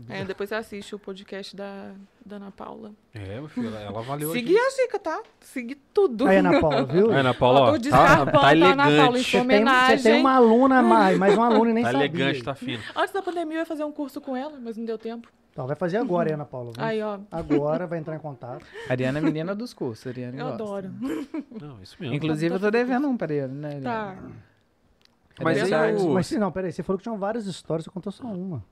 Speaker 3: É, depois você assiste o podcast da, da Ana Paula.
Speaker 1: É, meu filho, ela, ela valeu
Speaker 3: Segui a dica, tá? Segui tudo.
Speaker 2: Aí, Ana Paula, viu?
Speaker 1: a Ana
Speaker 3: Ó,
Speaker 1: Paula,
Speaker 3: tô
Speaker 1: ó, tá,
Speaker 3: descarbando,
Speaker 1: tá
Speaker 3: tá Ana Paula, em
Speaker 1: elegante.
Speaker 3: sua
Speaker 2: Você tem, você tem
Speaker 3: homenagem.
Speaker 2: uma aluna a mais, mas uma aluna eu nem
Speaker 1: Tá
Speaker 2: sabia.
Speaker 1: elegante, tá fino.
Speaker 3: Antes da pandemia eu ia fazer um curso com ela, mas não deu tempo.
Speaker 2: Então, vai fazer agora, hein, Ana Paula. viu?
Speaker 3: Aí, ó,
Speaker 2: Agora vai entrar em contato.
Speaker 4: Ariana é menina dos cursos, Ariana
Speaker 3: eu
Speaker 4: gosta.
Speaker 3: adoro.
Speaker 2: né?
Speaker 1: Não, é isso mesmo.
Speaker 4: Inclusive, eu tô devendo um pra Ariana, né, Ariana?
Speaker 3: Tá.
Speaker 1: É Mas
Speaker 4: Mas
Speaker 1: aí o-
Speaker 2: Mas se não, peraí, você falou que tinham várias histórias, você contou só uma.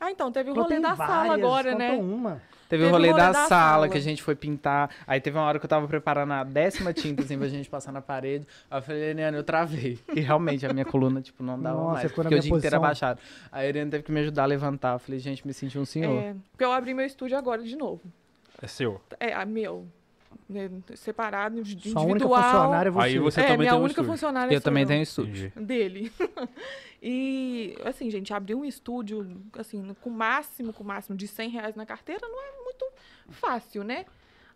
Speaker 3: Ah, então, teve o
Speaker 2: Falou,
Speaker 3: rolê
Speaker 2: tem
Speaker 3: da sala
Speaker 2: várias, um.
Speaker 3: agora,
Speaker 2: contou
Speaker 3: né?
Speaker 2: uma.
Speaker 4: Teve o rolê da, sala, que a gente foi pintar. Aí teve uma hora que eu tava preparando a décima tinta, assim, pra gente passar na parede. Aí eu falei, Ariane, eu travei. E realmente a minha coluna, tipo, não dava
Speaker 2: Nossa,
Speaker 4: mais.
Speaker 2: ficou na
Speaker 4: Porque o
Speaker 2: minha
Speaker 4: dia inteiro
Speaker 2: posição.
Speaker 4: abaixado. Aí a Ariane teve que me ajudar a levantar. Eu falei, gente, me senti um senhor.
Speaker 3: É, porque eu abri meu estúdio agora de novo.
Speaker 1: É seu.
Speaker 3: É, a meu. né, Separado, individual.
Speaker 2: Sua única funcionária é você.
Speaker 1: Aí você
Speaker 3: é,
Speaker 1: também
Speaker 3: minha
Speaker 1: tem um
Speaker 3: única
Speaker 1: estúdio.
Speaker 3: funcionária
Speaker 4: Eu
Speaker 3: sou
Speaker 4: também
Speaker 3: eu.
Speaker 4: tenho
Speaker 2: é
Speaker 4: estúdio.
Speaker 1: Entendi.
Speaker 3: dele. e, assim, gente, abrir um estúdio, assim, no- com o máximo, com o máximo de 100 reais na carteira não é muito fácil, né?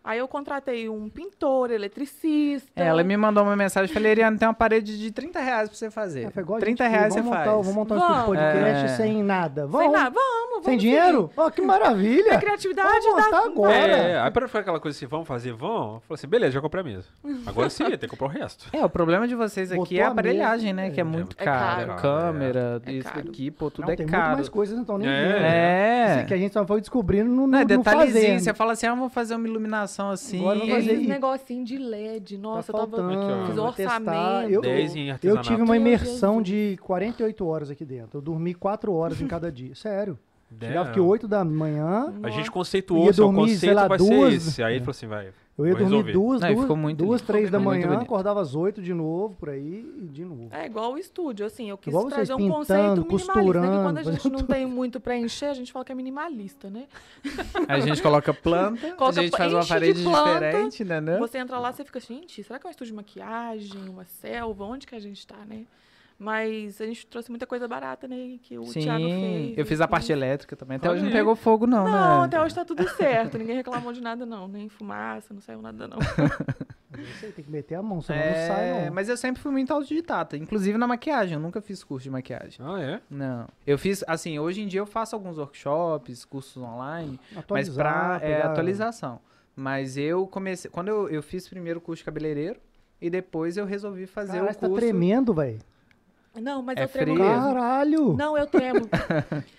Speaker 3: Aí eu contratei um pintor, eletricista.
Speaker 4: É,
Speaker 2: É,
Speaker 4: Ela me mandou uma mensagem, falei, Ariane, tem uma parede de 30 reais pra você fazer.
Speaker 2: É, foi igual a gente
Speaker 4: 30
Speaker 2: que
Speaker 4: reais você
Speaker 2: vamos
Speaker 4: faz.
Speaker 2: montar, Vamos montar um estúdio de
Speaker 3: Vamos.
Speaker 2: podcast
Speaker 4: É.
Speaker 2: sem nada. Vamos.
Speaker 3: Falei, "Não, vamos, vamos
Speaker 2: Sem
Speaker 3: seguir.
Speaker 2: dinheiro? Ó, que maravilha.
Speaker 3: Minha criatividade
Speaker 2: Vamos
Speaker 3: dá-
Speaker 2: montar agora.
Speaker 1: É, aí pra não ficar aquela coisa assim, vamos fazer, vamos. Falei assim, beleza, já comprei a mesa. Agora sim, tem que comprar o resto.
Speaker 4: É, o problema de vocês aqui
Speaker 2: Botou
Speaker 4: é a
Speaker 2: a mesa,
Speaker 4: aparelhagem, né? Que é
Speaker 2: é.
Speaker 4: muito
Speaker 3: É
Speaker 4: caro.
Speaker 1: caro.
Speaker 4: Câmera,
Speaker 3: É
Speaker 4: isso
Speaker 3: caro.
Speaker 4: aqui, pô, tudo
Speaker 2: não,
Speaker 4: é
Speaker 2: tem
Speaker 4: caro.
Speaker 2: muito mais né? coisas, não estão nem
Speaker 1: É.
Speaker 2: vendo.
Speaker 4: É.
Speaker 2: Isso que a gente só foi descobrindo no,
Speaker 4: Não,
Speaker 2: no,
Speaker 4: é
Speaker 2: no
Speaker 4: detalhezinho.
Speaker 2: fazendo. Tá
Speaker 4: Você fala assim, ah, vou fazer uma iluminação assim.
Speaker 2: Agora eu vou fazer
Speaker 3: Aqueles
Speaker 2: e-
Speaker 3: negocinho de LED. Nossa,
Speaker 2: tá
Speaker 3: eu tava.
Speaker 2: faltando,
Speaker 1: Aqui, ó.
Speaker 3: Fiz
Speaker 2: vou testar.
Speaker 3: orçamento.
Speaker 2: Eu,
Speaker 1: 10 em
Speaker 2: eu
Speaker 1: artesanato.
Speaker 2: tive uma
Speaker 3: Meu
Speaker 2: imersão
Speaker 3: Jesus.
Speaker 2: de 48 horas aqui dentro. Eu dormi 4 horas em cada dia. Sério.
Speaker 1: É.
Speaker 2: Chegava aqui 8 da manhã,
Speaker 1: A gente
Speaker 3: Nossa.
Speaker 1: conceituou,
Speaker 2: Ia
Speaker 1: seu
Speaker 2: dormir,
Speaker 1: conceito
Speaker 2: sei lá,
Speaker 1: vai
Speaker 2: duas-
Speaker 1: ser esse. Aí ele falou assim, vai.
Speaker 2: eu ia
Speaker 1: Vou
Speaker 2: dormir
Speaker 1: resolver.
Speaker 2: duas,
Speaker 4: Não, e
Speaker 2: duas,
Speaker 4: ficou muito
Speaker 2: duas
Speaker 4: lindo.
Speaker 2: três da
Speaker 4: Ficou muito
Speaker 2: manhã,
Speaker 4: bonito.
Speaker 2: acordava às 8 de novo por aí e de novo.
Speaker 3: É igual o estúdio, assim, eu quis
Speaker 2: Igual vocês,
Speaker 3: trazer um
Speaker 2: pintando,
Speaker 3: conceito minimalista, né? Que quando a
Speaker 2: costurando,
Speaker 3: gente
Speaker 2: fazendo
Speaker 3: não tem muito pra encher, a gente fala que é minimalista, né?
Speaker 4: A gente coloca planta,
Speaker 3: Coloca-
Speaker 4: a gente faz uma
Speaker 3: enche de
Speaker 4: parede
Speaker 3: planta.
Speaker 4: diferente, né? né?
Speaker 3: Você entra lá, você fica, gente, será que é um estúdio de maquiagem, uma selva, onde que a gente tá, né? Mas a gente trouxe muita coisa barata, né, que o Thiago
Speaker 4: Sim,
Speaker 3: fez.
Speaker 4: eu fiz a parte
Speaker 3: Então-
Speaker 4: elétrica também. Até
Speaker 1: Olha
Speaker 4: hoje não
Speaker 1: aí.
Speaker 4: pegou fogo, não,
Speaker 3: Não,
Speaker 4: né?
Speaker 3: até hoje tá tudo certo, ninguém reclamou de nada não, nem fumaça, não saiu nada não.
Speaker 2: Eu não sei, tem que meter a mão, senão
Speaker 4: É,
Speaker 2: não sai não.
Speaker 4: mas eu sempre fui muito autodidata, inclusive na maquiagem. Eu nunca fiz curso de maquiagem.
Speaker 1: Ah, é?
Speaker 4: Não. Eu fiz, assim, hoje em dia eu faço alguns workshops, cursos online, mas pra
Speaker 2: Atualizar,
Speaker 4: é,
Speaker 2: pegar-
Speaker 4: atualização. Mas eu comecei. Quando eu, eu fiz primeiro o curso de cabeleireiro e depois eu resolvi fazer
Speaker 2: Caralho,
Speaker 4: o
Speaker 2: você tá
Speaker 4: curso.
Speaker 2: tremendo, velho.
Speaker 3: Não, mas
Speaker 4: É
Speaker 3: eu tremo
Speaker 4: frio.
Speaker 3: mesmo.
Speaker 2: Caralho.
Speaker 3: Não, eu tremo.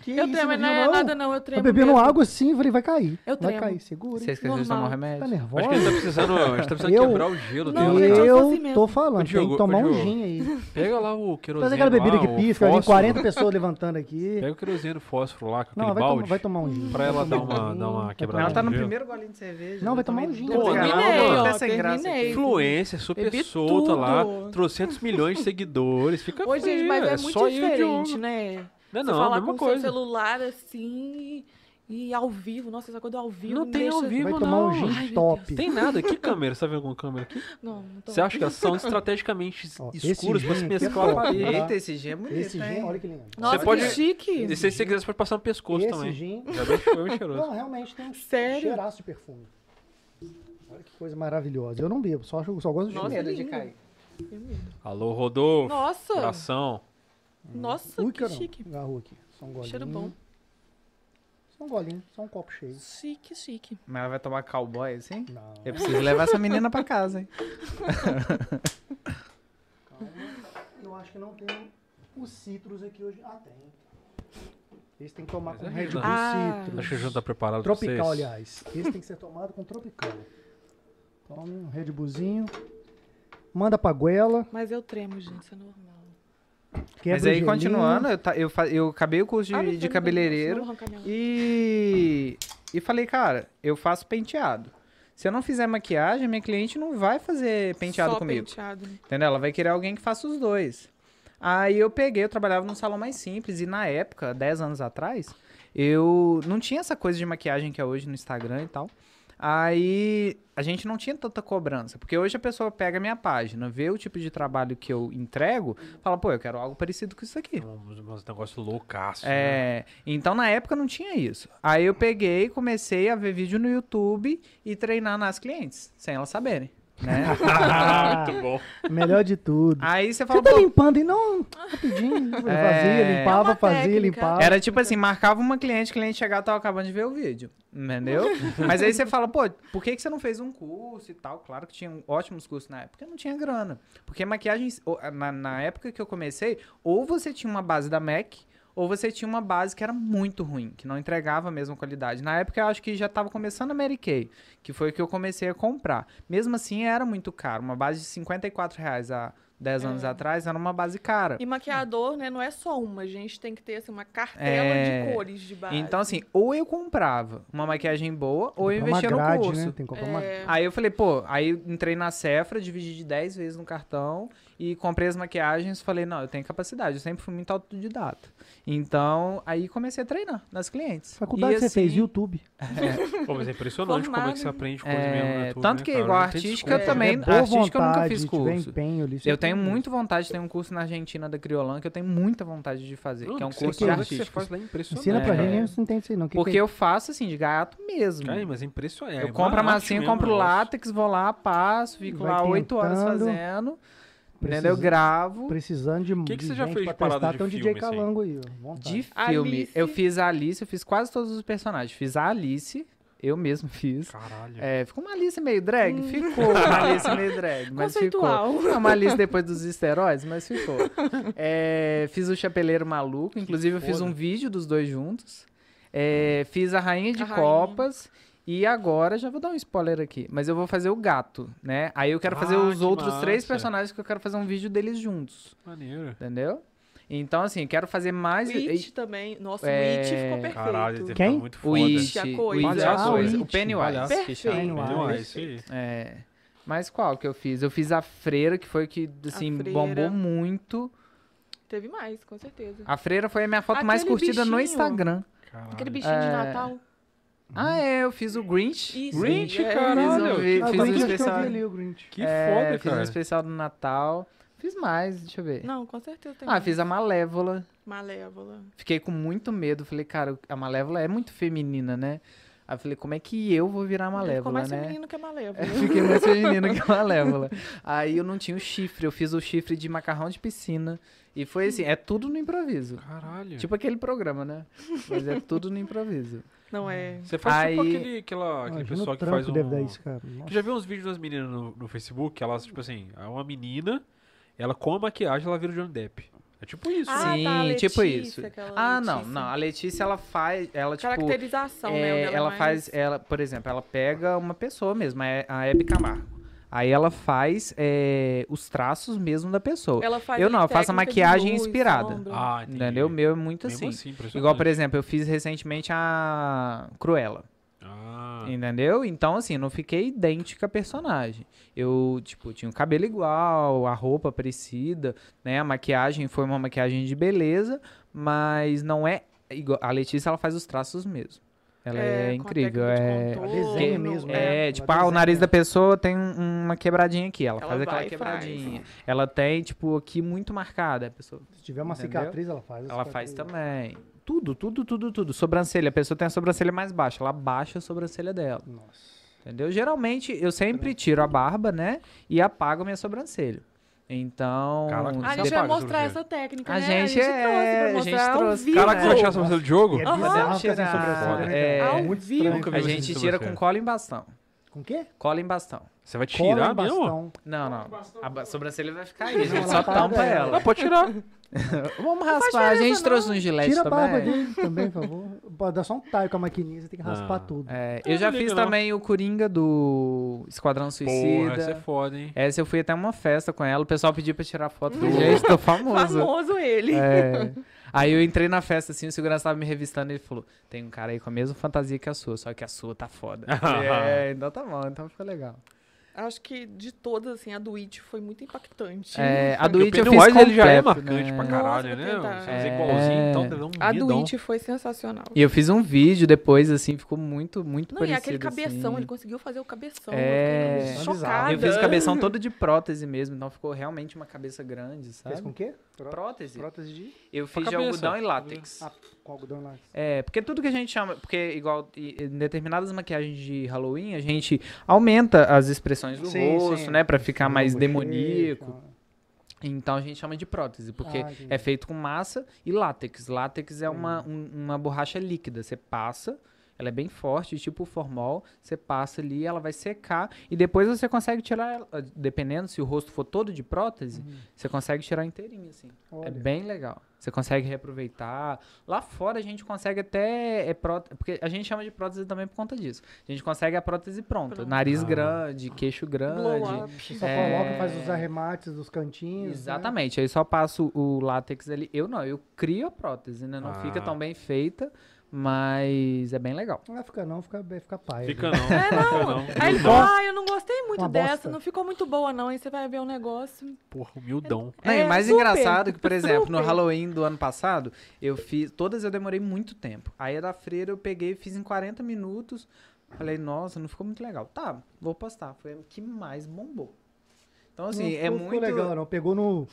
Speaker 2: que
Speaker 3: eu
Speaker 2: isso,
Speaker 3: tremo,
Speaker 2: não
Speaker 3: não
Speaker 2: viu,
Speaker 3: é
Speaker 2: não?
Speaker 3: nada não, eu
Speaker 2: Tá
Speaker 3: tremo
Speaker 2: bebendo
Speaker 3: mesmo.
Speaker 2: água assim, falei, vai cair.
Speaker 3: Eu
Speaker 2: vai
Speaker 3: tremo.
Speaker 2: cair, segura. hein?
Speaker 4: Você esqueceu de tomar um
Speaker 3: Normal.
Speaker 2: Tá
Speaker 4: remédio?
Speaker 1: Acho que ele
Speaker 2: nervosa?
Speaker 1: tá precisando, a gente tá precisando
Speaker 2: Eu-
Speaker 1: quebrar o gelo
Speaker 3: Não,
Speaker 1: dele.
Speaker 3: gente,
Speaker 1: cara.
Speaker 3: eu-
Speaker 2: eu tô
Speaker 3: Ô,
Speaker 2: falando, tem
Speaker 1: Diogo,
Speaker 2: que
Speaker 1: ô,
Speaker 2: tomar um
Speaker 1: Diogo.
Speaker 2: gin aí.
Speaker 1: Pega lá o querosene.
Speaker 2: Faz aquela bebida
Speaker 1: lá,
Speaker 2: que
Speaker 1: o
Speaker 2: pisca, tem
Speaker 1: fósforo.
Speaker 2: 40 pessoas levantando aqui.
Speaker 1: Pega o querosene, o fósforo lá, com aquele
Speaker 2: Não, vai,
Speaker 1: balde.
Speaker 2: tom- vai tomar um gin.
Speaker 1: Pra ela
Speaker 2: Vai
Speaker 1: dar
Speaker 2: tomar um
Speaker 1: uma,
Speaker 2: gin,
Speaker 1: dar
Speaker 2: vai
Speaker 1: uma quebrada.
Speaker 2: tomar
Speaker 4: Ela tá no
Speaker 1: gelo.
Speaker 4: primeiro golinho de cerveja. né?
Speaker 2: Não,
Speaker 4: eu
Speaker 2: vai tomar
Speaker 4: tomei
Speaker 2: um gin.
Speaker 4: duas
Speaker 1: Pô,
Speaker 4: garrafas.
Speaker 1: terminei,
Speaker 4: Tá
Speaker 1: ó,
Speaker 4: até sem graça
Speaker 3: terminei.
Speaker 4: aqui.
Speaker 1: Influencer, super
Speaker 3: Bebi
Speaker 1: solta
Speaker 3: tudo.
Speaker 1: lá, trocentos milhões de seguidores. Fica
Speaker 3: Ô, gente,
Speaker 1: feio,
Speaker 3: mas é,
Speaker 1: é
Speaker 3: muito
Speaker 1: só eu e o
Speaker 3: diferente,
Speaker 1: Diogo.
Speaker 3: né?
Speaker 1: Não, é
Speaker 3: Você
Speaker 1: não,
Speaker 3: falar
Speaker 1: a mesma
Speaker 3: com o
Speaker 1: coisa.
Speaker 3: seu celular assim e ao vivo. Nossa, essa coisa do ao vivo.
Speaker 1: Não
Speaker 3: me
Speaker 1: tem ao
Speaker 3: deixa-
Speaker 1: vivo.
Speaker 2: Vai
Speaker 1: Não,
Speaker 2: tomar um
Speaker 1: não.
Speaker 3: Ai,
Speaker 2: gin
Speaker 3: meu
Speaker 2: top.
Speaker 1: Tem nada. Que câmera? Você tá vendo alguma câmera aqui?
Speaker 3: Não, não tô.
Speaker 1: Você acha que elas são estrategicamente es-
Speaker 2: Ó, esse
Speaker 1: escuras pra se
Speaker 2: gin aqui é
Speaker 1: mesclar na
Speaker 2: top.
Speaker 1: parede?
Speaker 4: Eita, esse gin é bonito,
Speaker 2: Esse
Speaker 4: hein?
Speaker 2: gin, olha que lindo.
Speaker 3: Nossa,
Speaker 1: Você pode-
Speaker 3: que chique.
Speaker 1: E se você quiser, você pode passar no pescoço
Speaker 2: Esse
Speaker 1: também.
Speaker 2: gin.
Speaker 1: Já deixou eu cheiroso.
Speaker 2: Não, realmente tem um
Speaker 3: Sério?
Speaker 2: cheiraço de perfume. Olha que coisa maravilhosa. Eu não bebo, só, acho- só gosto de
Speaker 3: Nossa,
Speaker 2: cheiro.
Speaker 4: Medo de
Speaker 3: lindo.
Speaker 4: cair.
Speaker 1: Alô, Rodolfo.
Speaker 3: Nossa,
Speaker 1: Coração.
Speaker 3: nossa,
Speaker 2: Ui,
Speaker 3: que
Speaker 2: caramba.
Speaker 3: chique.
Speaker 2: Agarrou aqui. Só um golinho.
Speaker 3: Cheiro bom.
Speaker 2: Só um golinho, só um copo cheio.
Speaker 3: Chique, chique.
Speaker 4: Mas ela vai tomar cowboy assim?
Speaker 2: Não.
Speaker 1: É.
Speaker 4: Eu preciso levar essa menina pra casa, hein?
Speaker 2: Eu acho que não tem os citros aqui hoje. Ah, tem. Esse tem que tomar com
Speaker 1: Mas é
Speaker 2: Red Bull
Speaker 1: Renan.
Speaker 3: Ah.
Speaker 2: Citrus.
Speaker 1: Acho que a gente não tá preparado pra vocês.
Speaker 2: Tropical, aliás. Esse tem que ser tomado com tropical. Toma um Red Bullzinho. Manda pra goela.
Speaker 3: Mas eu tremo, gente, isso é normal.
Speaker 2: quebra
Speaker 4: Mas
Speaker 2: o
Speaker 4: aí,
Speaker 2: gelinho.
Speaker 4: continuando, eu, ta- eu, fa- eu acabei o curso de,
Speaker 3: Olha, eu
Speaker 4: de
Speaker 3: tremo
Speaker 4: cabeleireiro
Speaker 3: também, senão eu vou arrancar minha unha.
Speaker 4: e, e falei, cara, eu faço penteado. Se eu não fizer maquiagem, minha cliente não vai fazer penteado
Speaker 3: Só
Speaker 4: comigo.
Speaker 3: penteado, né?
Speaker 4: Entendeu? Ela vai querer alguém que faça os dois. Aí eu peguei, eu trabalhava num salão mais simples e na época, 10 anos atrás, eu não tinha essa coisa de maquiagem que é hoje no Instagram e tal. Aí a gente não tinha tanta cobrança, porque hoje a pessoa pega a minha página, vê o tipo de trabalho que eu entrego, fala, pô, eu quero algo parecido com isso aqui.
Speaker 1: Um, um negócio loucaço. né?
Speaker 4: É, então na época não tinha isso. Aí eu peguei, comecei a ver vídeo no YouTube e treinar nas clientes, sem elas saberem, né?
Speaker 2: Ah,
Speaker 1: Muito bom.
Speaker 2: Melhor de tudo.
Speaker 4: Aí você
Speaker 2: Você
Speaker 4: fala,
Speaker 2: tá
Speaker 4: pô,
Speaker 2: limpando aí, não? Rapidinho. né? Fazia, limpava,
Speaker 3: É uma
Speaker 2: fazia,
Speaker 3: técnica.
Speaker 2: limpava.
Speaker 4: Era tipo assim, marcava uma cliente, o cliente chegava e tava acabando de ver o vídeo, entendeu? Mas aí você fala, pô, por que, que você não fez um curso e tal? Claro que tinha um, ótimos cursos na época, não tinha grana. Porque maquiagem, o- na, na época que eu comecei, ou você tinha uma base da MAC, ou você tinha uma base que era muito ruim, que não entregava a mesma qualidade. Na época eu acho que já tava começando a Mary Kay, que foi o que eu comecei a comprar. Mesmo assim era muito caro, uma base de 54 reais há 10 anos atrás era uma base cara.
Speaker 3: E maquiador, né, não é só uma, a gente tem que ter assim, uma cartela
Speaker 4: É.
Speaker 3: de cores de base.
Speaker 4: Então, assim, ou eu comprava uma maquiagem boa, ou eu
Speaker 2: Comprar uma
Speaker 4: investia no
Speaker 2: grade,
Speaker 4: curso.
Speaker 2: né? Tem que comprar uma
Speaker 3: É.
Speaker 4: Aí eu falei, pô, aí eu entrei na Cefra, dividi de 10 vezes no cartão e comprei as maquiagens. Falei, não, eu tenho capacidade, eu sempre fui muito autodidata. Então, aí comecei a treinar nas clientes.
Speaker 2: Faculdade
Speaker 4: E,
Speaker 2: você fez,
Speaker 4: assim,
Speaker 2: YouTube.
Speaker 1: Pô, mas é impressionante como é que você
Speaker 3: Formado.
Speaker 1: aprende coisa mesmo no
Speaker 4: É,
Speaker 1: YouTube,
Speaker 4: tanto
Speaker 1: né,
Speaker 4: que
Speaker 1: cara?
Speaker 4: igual a
Speaker 1: Não tem
Speaker 4: artística
Speaker 1: desculpa.
Speaker 4: eu também,
Speaker 2: Tiver É boa
Speaker 4: artística eu nunca
Speaker 2: vontade,
Speaker 4: fiz
Speaker 2: tiver
Speaker 4: curso.
Speaker 2: empenho ali, você
Speaker 4: Eu tenho
Speaker 2: faz.
Speaker 4: muito vontade de ter um curso na Argentina da Criolan, que eu tenho muita vontade de fazer,
Speaker 1: Não,
Speaker 4: que é um
Speaker 1: você faz
Speaker 4: curso de
Speaker 1: lá, Você
Speaker 4: artística.
Speaker 1: faz lá é impressionante.
Speaker 2: Ensina pra
Speaker 1: cara.
Speaker 2: gente, né? você não entende isso aí, não. Que
Speaker 4: né? Porque
Speaker 2: que é?
Speaker 4: eu faço assim, de gato mesmo.
Speaker 1: Cara, mas é impressionante.
Speaker 4: Eu compro a massinha, compro látex, vou lá, passo, fico
Speaker 2: Vai
Speaker 4: lá oito horas
Speaker 2: tentando.
Speaker 4: fazendo. Entendeu? Eu
Speaker 2: Precisa-
Speaker 4: gravo
Speaker 2: Precisando de,
Speaker 1: que
Speaker 2: de
Speaker 1: você já
Speaker 2: gente
Speaker 1: fez
Speaker 2: pra
Speaker 1: de parada
Speaker 2: testar,
Speaker 1: de
Speaker 2: tem um DJ
Speaker 1: filme, assim?
Speaker 2: Calango aí. ó, vontade.
Speaker 4: de filme.
Speaker 3: Alice.
Speaker 4: Eu fiz a Alice, eu fiz quase todos os personagens. Fiz a Alice, eu mesmo fiz.
Speaker 1: Caralho.
Speaker 4: É, ficou uma Alice meio drag? Ficou uma Alice meio drag, mas
Speaker 3: Hum. Conceitual.
Speaker 4: ficou. Não, uma Alice depois dos esteroides, mas ficou. É, fiz o Chapeleiro Maluco, inclusive eu fiz
Speaker 2: foda.
Speaker 4: um vídeo dos dois juntos. É, fiz a Rainha de
Speaker 3: A Rainha.
Speaker 4: Copas. E agora, já vou dar um spoiler aqui, mas eu vou fazer o gato, né? Aí eu quero fazer
Speaker 1: Ah,
Speaker 4: os
Speaker 1: que
Speaker 4: outros três
Speaker 1: massa.
Speaker 4: personagens que eu quero fazer um vídeo deles juntos,
Speaker 1: Maneiro.
Speaker 4: entendeu? Então, assim, quero fazer mais.
Speaker 3: O It também. Nossa, o It
Speaker 4: É,
Speaker 3: ficou perfeito.
Speaker 1: é, Caralho, deve
Speaker 2: Quem?
Speaker 1: tá muito
Speaker 4: O
Speaker 1: foda.
Speaker 4: It,
Speaker 3: a
Speaker 4: o
Speaker 3: coisa.
Speaker 4: It, a
Speaker 1: Palhaço,
Speaker 4: coisa,
Speaker 2: o
Speaker 4: o
Speaker 2: It.
Speaker 4: Pennywise.
Speaker 3: Palhaço.
Speaker 4: que chama.
Speaker 3: Perfeito.
Speaker 1: Não,
Speaker 2: Mas-
Speaker 1: é isso aí.
Speaker 4: É. Mas qual que eu fiz? Eu fiz a freira, que foi que, assim,
Speaker 3: Freira.
Speaker 4: bombou muito.
Speaker 3: Teve mais, com certeza.
Speaker 4: A freira foi a minha foto mais
Speaker 3: Aquele
Speaker 4: curtida no
Speaker 3: bichinho.
Speaker 4: Instagram.
Speaker 3: Aquele
Speaker 1: Caralho. é.
Speaker 3: bichinho de Natal.
Speaker 4: Ah, é, eu fiz o Grinch.
Speaker 3: Isso.
Speaker 1: Uhum. Grinch,
Speaker 3: é,
Speaker 1: caralho.
Speaker 4: Fiz um, vi-
Speaker 2: Ah, o
Speaker 4: fiz um
Speaker 2: Grinch, acho que eu vi
Speaker 4: especial.
Speaker 2: ali, o Grinch.
Speaker 1: é Que
Speaker 4: é,
Speaker 1: foda,
Speaker 4: fiz um
Speaker 1: cara.
Speaker 4: especial do Natal. Fiz mais, deixa eu ver.
Speaker 3: Não, com certeza tem.
Speaker 4: ah,
Speaker 3: mais.
Speaker 4: fiz a Malévola.
Speaker 3: Malévola.
Speaker 4: Fiquei com muito medo. Falei, cara, a Malévola é muito feminina, né? Aí eu falei, como é que eu vou virar a
Speaker 3: Ficou
Speaker 4: Malévola,
Speaker 3: mais
Speaker 4: né?
Speaker 3: feminino que a Malévola.
Speaker 4: Eu Fiquei mais feminino que a Malévola. Aí eu não tinha o chifre, eu fiz o chifre de macarrão de piscina. E foi assim, é tudo no improviso.
Speaker 1: Caralho.
Speaker 4: Tipo aquele programa, né? Mas é tudo no improviso.
Speaker 3: Não é.
Speaker 1: você faz tipo
Speaker 4: aí-
Speaker 1: aquele, aquela, aquele
Speaker 2: Imagina
Speaker 1: pessoal
Speaker 2: o
Speaker 1: que
Speaker 2: trampo
Speaker 1: faz um...
Speaker 2: deve dar isso, cara. Nossa.
Speaker 1: Eu já vi uns vídeos das meninas no, no Facebook, que elas, tipo assim, é uma menina, ela com a maquiagem, ela vira o John Depp. É tipo isso.
Speaker 3: Ah, tá,
Speaker 4: Sim,
Speaker 3: a Letícia,
Speaker 4: tipo isso.
Speaker 3: aquela
Speaker 4: Ah, não,
Speaker 3: Letícia.
Speaker 4: não. A Letícia, ela faz. Ela, tipo.
Speaker 3: Caracterização, né?
Speaker 4: é,
Speaker 3: O dela é
Speaker 4: ela
Speaker 3: mais-
Speaker 4: faz. Ela, por exemplo, ela pega uma pessoa mesmo, a E- a Hebe Camargo. Aí ela faz é, os traços mesmo da pessoa.
Speaker 3: Ela faz
Speaker 4: Eu não, eu faço a
Speaker 3: técnica de
Speaker 4: maquiagem
Speaker 3: luz,
Speaker 4: inspirada.
Speaker 3: sombra.
Speaker 1: Ah, entendi.
Speaker 4: Entendeu? O meu é muito
Speaker 1: Mesmo
Speaker 4: assim.
Speaker 1: impressionante.
Speaker 4: Igual, por exemplo, eu fiz recentemente a Cruella.
Speaker 1: Ah,
Speaker 4: Entendeu? Então, assim, não fiquei idêntica à personagem. Eu, tipo, tinha o cabelo igual, a roupa parecida, né? A maquiagem foi uma maquiagem de beleza, mas não é igual. A Letícia, ela faz os traços mesmo. Ela é,
Speaker 3: com a
Speaker 4: incrível.
Speaker 3: técnica de
Speaker 4: É,
Speaker 2: Ela
Speaker 3: contorno,
Speaker 2: desenha
Speaker 4: que-
Speaker 2: mesmo, né?
Speaker 4: é,
Speaker 2: Ela
Speaker 4: tipo, ah, o
Speaker 2: desenha.
Speaker 4: nariz da pessoa tem um- uma quebradinha aqui. Ela,
Speaker 3: Ela
Speaker 4: faz aquela
Speaker 3: vai e
Speaker 4: quebradinha. Ela tem, tipo, aqui muito marcada. A pessoa
Speaker 2: Se tiver uma
Speaker 4: Entendeu?
Speaker 2: cicatriz, ela faz. a
Speaker 4: ela faz
Speaker 2: cicatriz.
Speaker 4: também. Tudo, tudo, tudo, tudo. Sobrancelha. A pessoa tem a sobrancelha mais baixa. Ela baixa a sobrancelha dela.
Speaker 2: Nossa.
Speaker 4: Entendeu? Geralmente, eu sempre tiro a barba, né? E apago a minha sobrancelha. Então.
Speaker 1: Caraca,
Speaker 3: Ah, A
Speaker 1: Você
Speaker 3: gente vai
Speaker 1: paga,
Speaker 3: mostrar
Speaker 1: Sorvete?
Speaker 3: essa técnica,
Speaker 4: A
Speaker 3: né?
Speaker 4: gente é, a
Speaker 3: trouxe pra
Speaker 4: gente
Speaker 3: mostrar ao
Speaker 4: trouxe.
Speaker 3: vivo.
Speaker 1: Caraca, você achou a sobrancelha do jogo?
Speaker 2: E é
Speaker 3: Aham.
Speaker 2: bizarro ficar sem
Speaker 4: Tirar.
Speaker 2: sobrancelha, né,
Speaker 4: É.
Speaker 2: cara?
Speaker 3: Ao
Speaker 2: muito
Speaker 3: vivo.
Speaker 2: estranho.
Speaker 1: Nunca vi
Speaker 4: a
Speaker 1: isso
Speaker 4: gente
Speaker 1: sobre
Speaker 4: tira
Speaker 1: você.
Speaker 4: com cola em bastão.
Speaker 2: Com o quê?
Speaker 4: Cola em bastão.
Speaker 1: Você vai
Speaker 2: Cola
Speaker 1: tirar mesmo?
Speaker 2: em bastão.
Speaker 4: Não, não. A ba- sobrancelha vai ficar aí. A gente
Speaker 2: Não,
Speaker 4: só
Speaker 2: ela
Speaker 4: tampa
Speaker 2: apaga
Speaker 4: ela. tá
Speaker 1: Ah, pode tirar.
Speaker 4: Vamos raspar. A gente trouxe um gilete
Speaker 2: Tira a
Speaker 4: também.
Speaker 2: barba dele também, por favor. Pode dar só um taio com a maquininha, você tem que raspar
Speaker 1: Não.
Speaker 2: tudo.
Speaker 4: É,
Speaker 1: Eu
Speaker 4: eu já
Speaker 1: não
Speaker 4: fiz
Speaker 1: ligo, não.
Speaker 4: também o Coringa do Esquadrão Suicida.
Speaker 1: Porra, essa é foda, hein?
Speaker 4: Essa eu fui até uma festa com ela, o pessoal pediu pra tirar foto. Falei, gente, tô famoso.
Speaker 3: Famoso ele.
Speaker 4: É. Aí eu entrei na festa, assim, o segurança tava me revistando e ele falou: tem um cara aí com a mesma fantasia que a sua, só que a sua tá foda. Eu falei, é, então tá bom, então ficou legal.
Speaker 3: Acho que de todas, assim, a do It foi muito impactante.
Speaker 4: É, a do
Speaker 1: Porque
Speaker 4: It eu
Speaker 1: o
Speaker 4: fiz
Speaker 1: Pennywise,
Speaker 4: completo,
Speaker 1: ele já é
Speaker 4: né?
Speaker 1: marcante pra caralho,
Speaker 3: Nossa,
Speaker 1: né?
Speaker 3: tentar.
Speaker 1: Se fazer
Speaker 4: É.
Speaker 1: igualzinho, então deve dar um
Speaker 3: A do
Speaker 1: medão.
Speaker 3: It foi sensacional.
Speaker 4: E eu fiz um vídeo depois, assim, ficou muito, muito
Speaker 3: Não, e
Speaker 4: parecido.
Speaker 3: é aquele cabeção,
Speaker 4: assim.
Speaker 3: ele conseguiu fazer o cabeção.
Speaker 4: É.
Speaker 3: Eu fiquei chocada.
Speaker 4: Eu fiz o cabeção todo de prótese mesmo, então ficou realmente uma cabeça grande, sabe?
Speaker 2: Fez com o quê?
Speaker 4: prótese?
Speaker 2: Prótese de...
Speaker 4: Eu fiz de
Speaker 1: cabeça.
Speaker 4: algodão e látex.
Speaker 2: Ah, com algodão lá.
Speaker 4: É, porque tudo que a gente chama. Porque, igual e- em determinadas maquiagens de Halloween, a gente aumenta as expressões do
Speaker 2: Sim,
Speaker 4: rosto,
Speaker 2: sim.
Speaker 4: né? Pra ficar mais
Speaker 2: Bochecha,
Speaker 4: demoníaco. Então a gente chama de prótese, porque
Speaker 2: Ah, entendi.
Speaker 4: é feito com massa e látex. Látex é uma, um- uma borracha líquida. Você passa, ela é bem forte, tipo formol. Você passa ali, ela vai secar. E depois você consegue tirar ela. Dependendo se o rosto for todo de prótese, você consegue tirar inteirinho, assim. É
Speaker 2: Uhum. hum. Olha.
Speaker 4: bem legal. Você consegue reaproveitar. Lá fora a gente consegue até. É pró- Porque a gente chama de prótese também por conta disso. A gente consegue a prótese pronta.
Speaker 3: Pronta.
Speaker 4: Nariz
Speaker 1: Ah.
Speaker 4: grande, queixo
Speaker 3: Blow
Speaker 4: grande.
Speaker 3: up.
Speaker 2: Você só
Speaker 4: É.
Speaker 2: coloca, faz os arremates dos cantinhos. né?
Speaker 4: Exatamente. Aí só passo o látex ali. Eu não, eu crio a prótese, né? Não
Speaker 1: Ah.
Speaker 4: fica tão bem feita, mas é bem legal.
Speaker 2: Não vai ficar não, fica, bem- fica paia.
Speaker 1: Fica
Speaker 2: né?
Speaker 1: não.
Speaker 3: É,
Speaker 1: Fica
Speaker 3: não.
Speaker 1: não.
Speaker 3: Aí ele
Speaker 1: Humildão.
Speaker 3: falou, ah, eu não gostei muito
Speaker 2: Uma
Speaker 3: dessa,
Speaker 2: bosta.
Speaker 3: não ficou muito boa não. Aí você vai ver o negócio.
Speaker 1: Porra, humildão.
Speaker 4: Não, e
Speaker 3: É,
Speaker 4: o mais
Speaker 3: super,
Speaker 4: engraçado que, por exemplo, no
Speaker 3: super.
Speaker 4: Halloween do ano passado, eu fiz. Todas eu demorei muito tempo. Aí a da freira eu peguei, fiz em 40 minutos. Falei, nossa, não ficou muito legal. Tá, vou postar. Foi o que mais bombou. Então,
Speaker 2: não
Speaker 4: assim,
Speaker 2: ficou,
Speaker 4: é
Speaker 2: ficou
Speaker 4: muito.
Speaker 2: legal, não. Pegou no.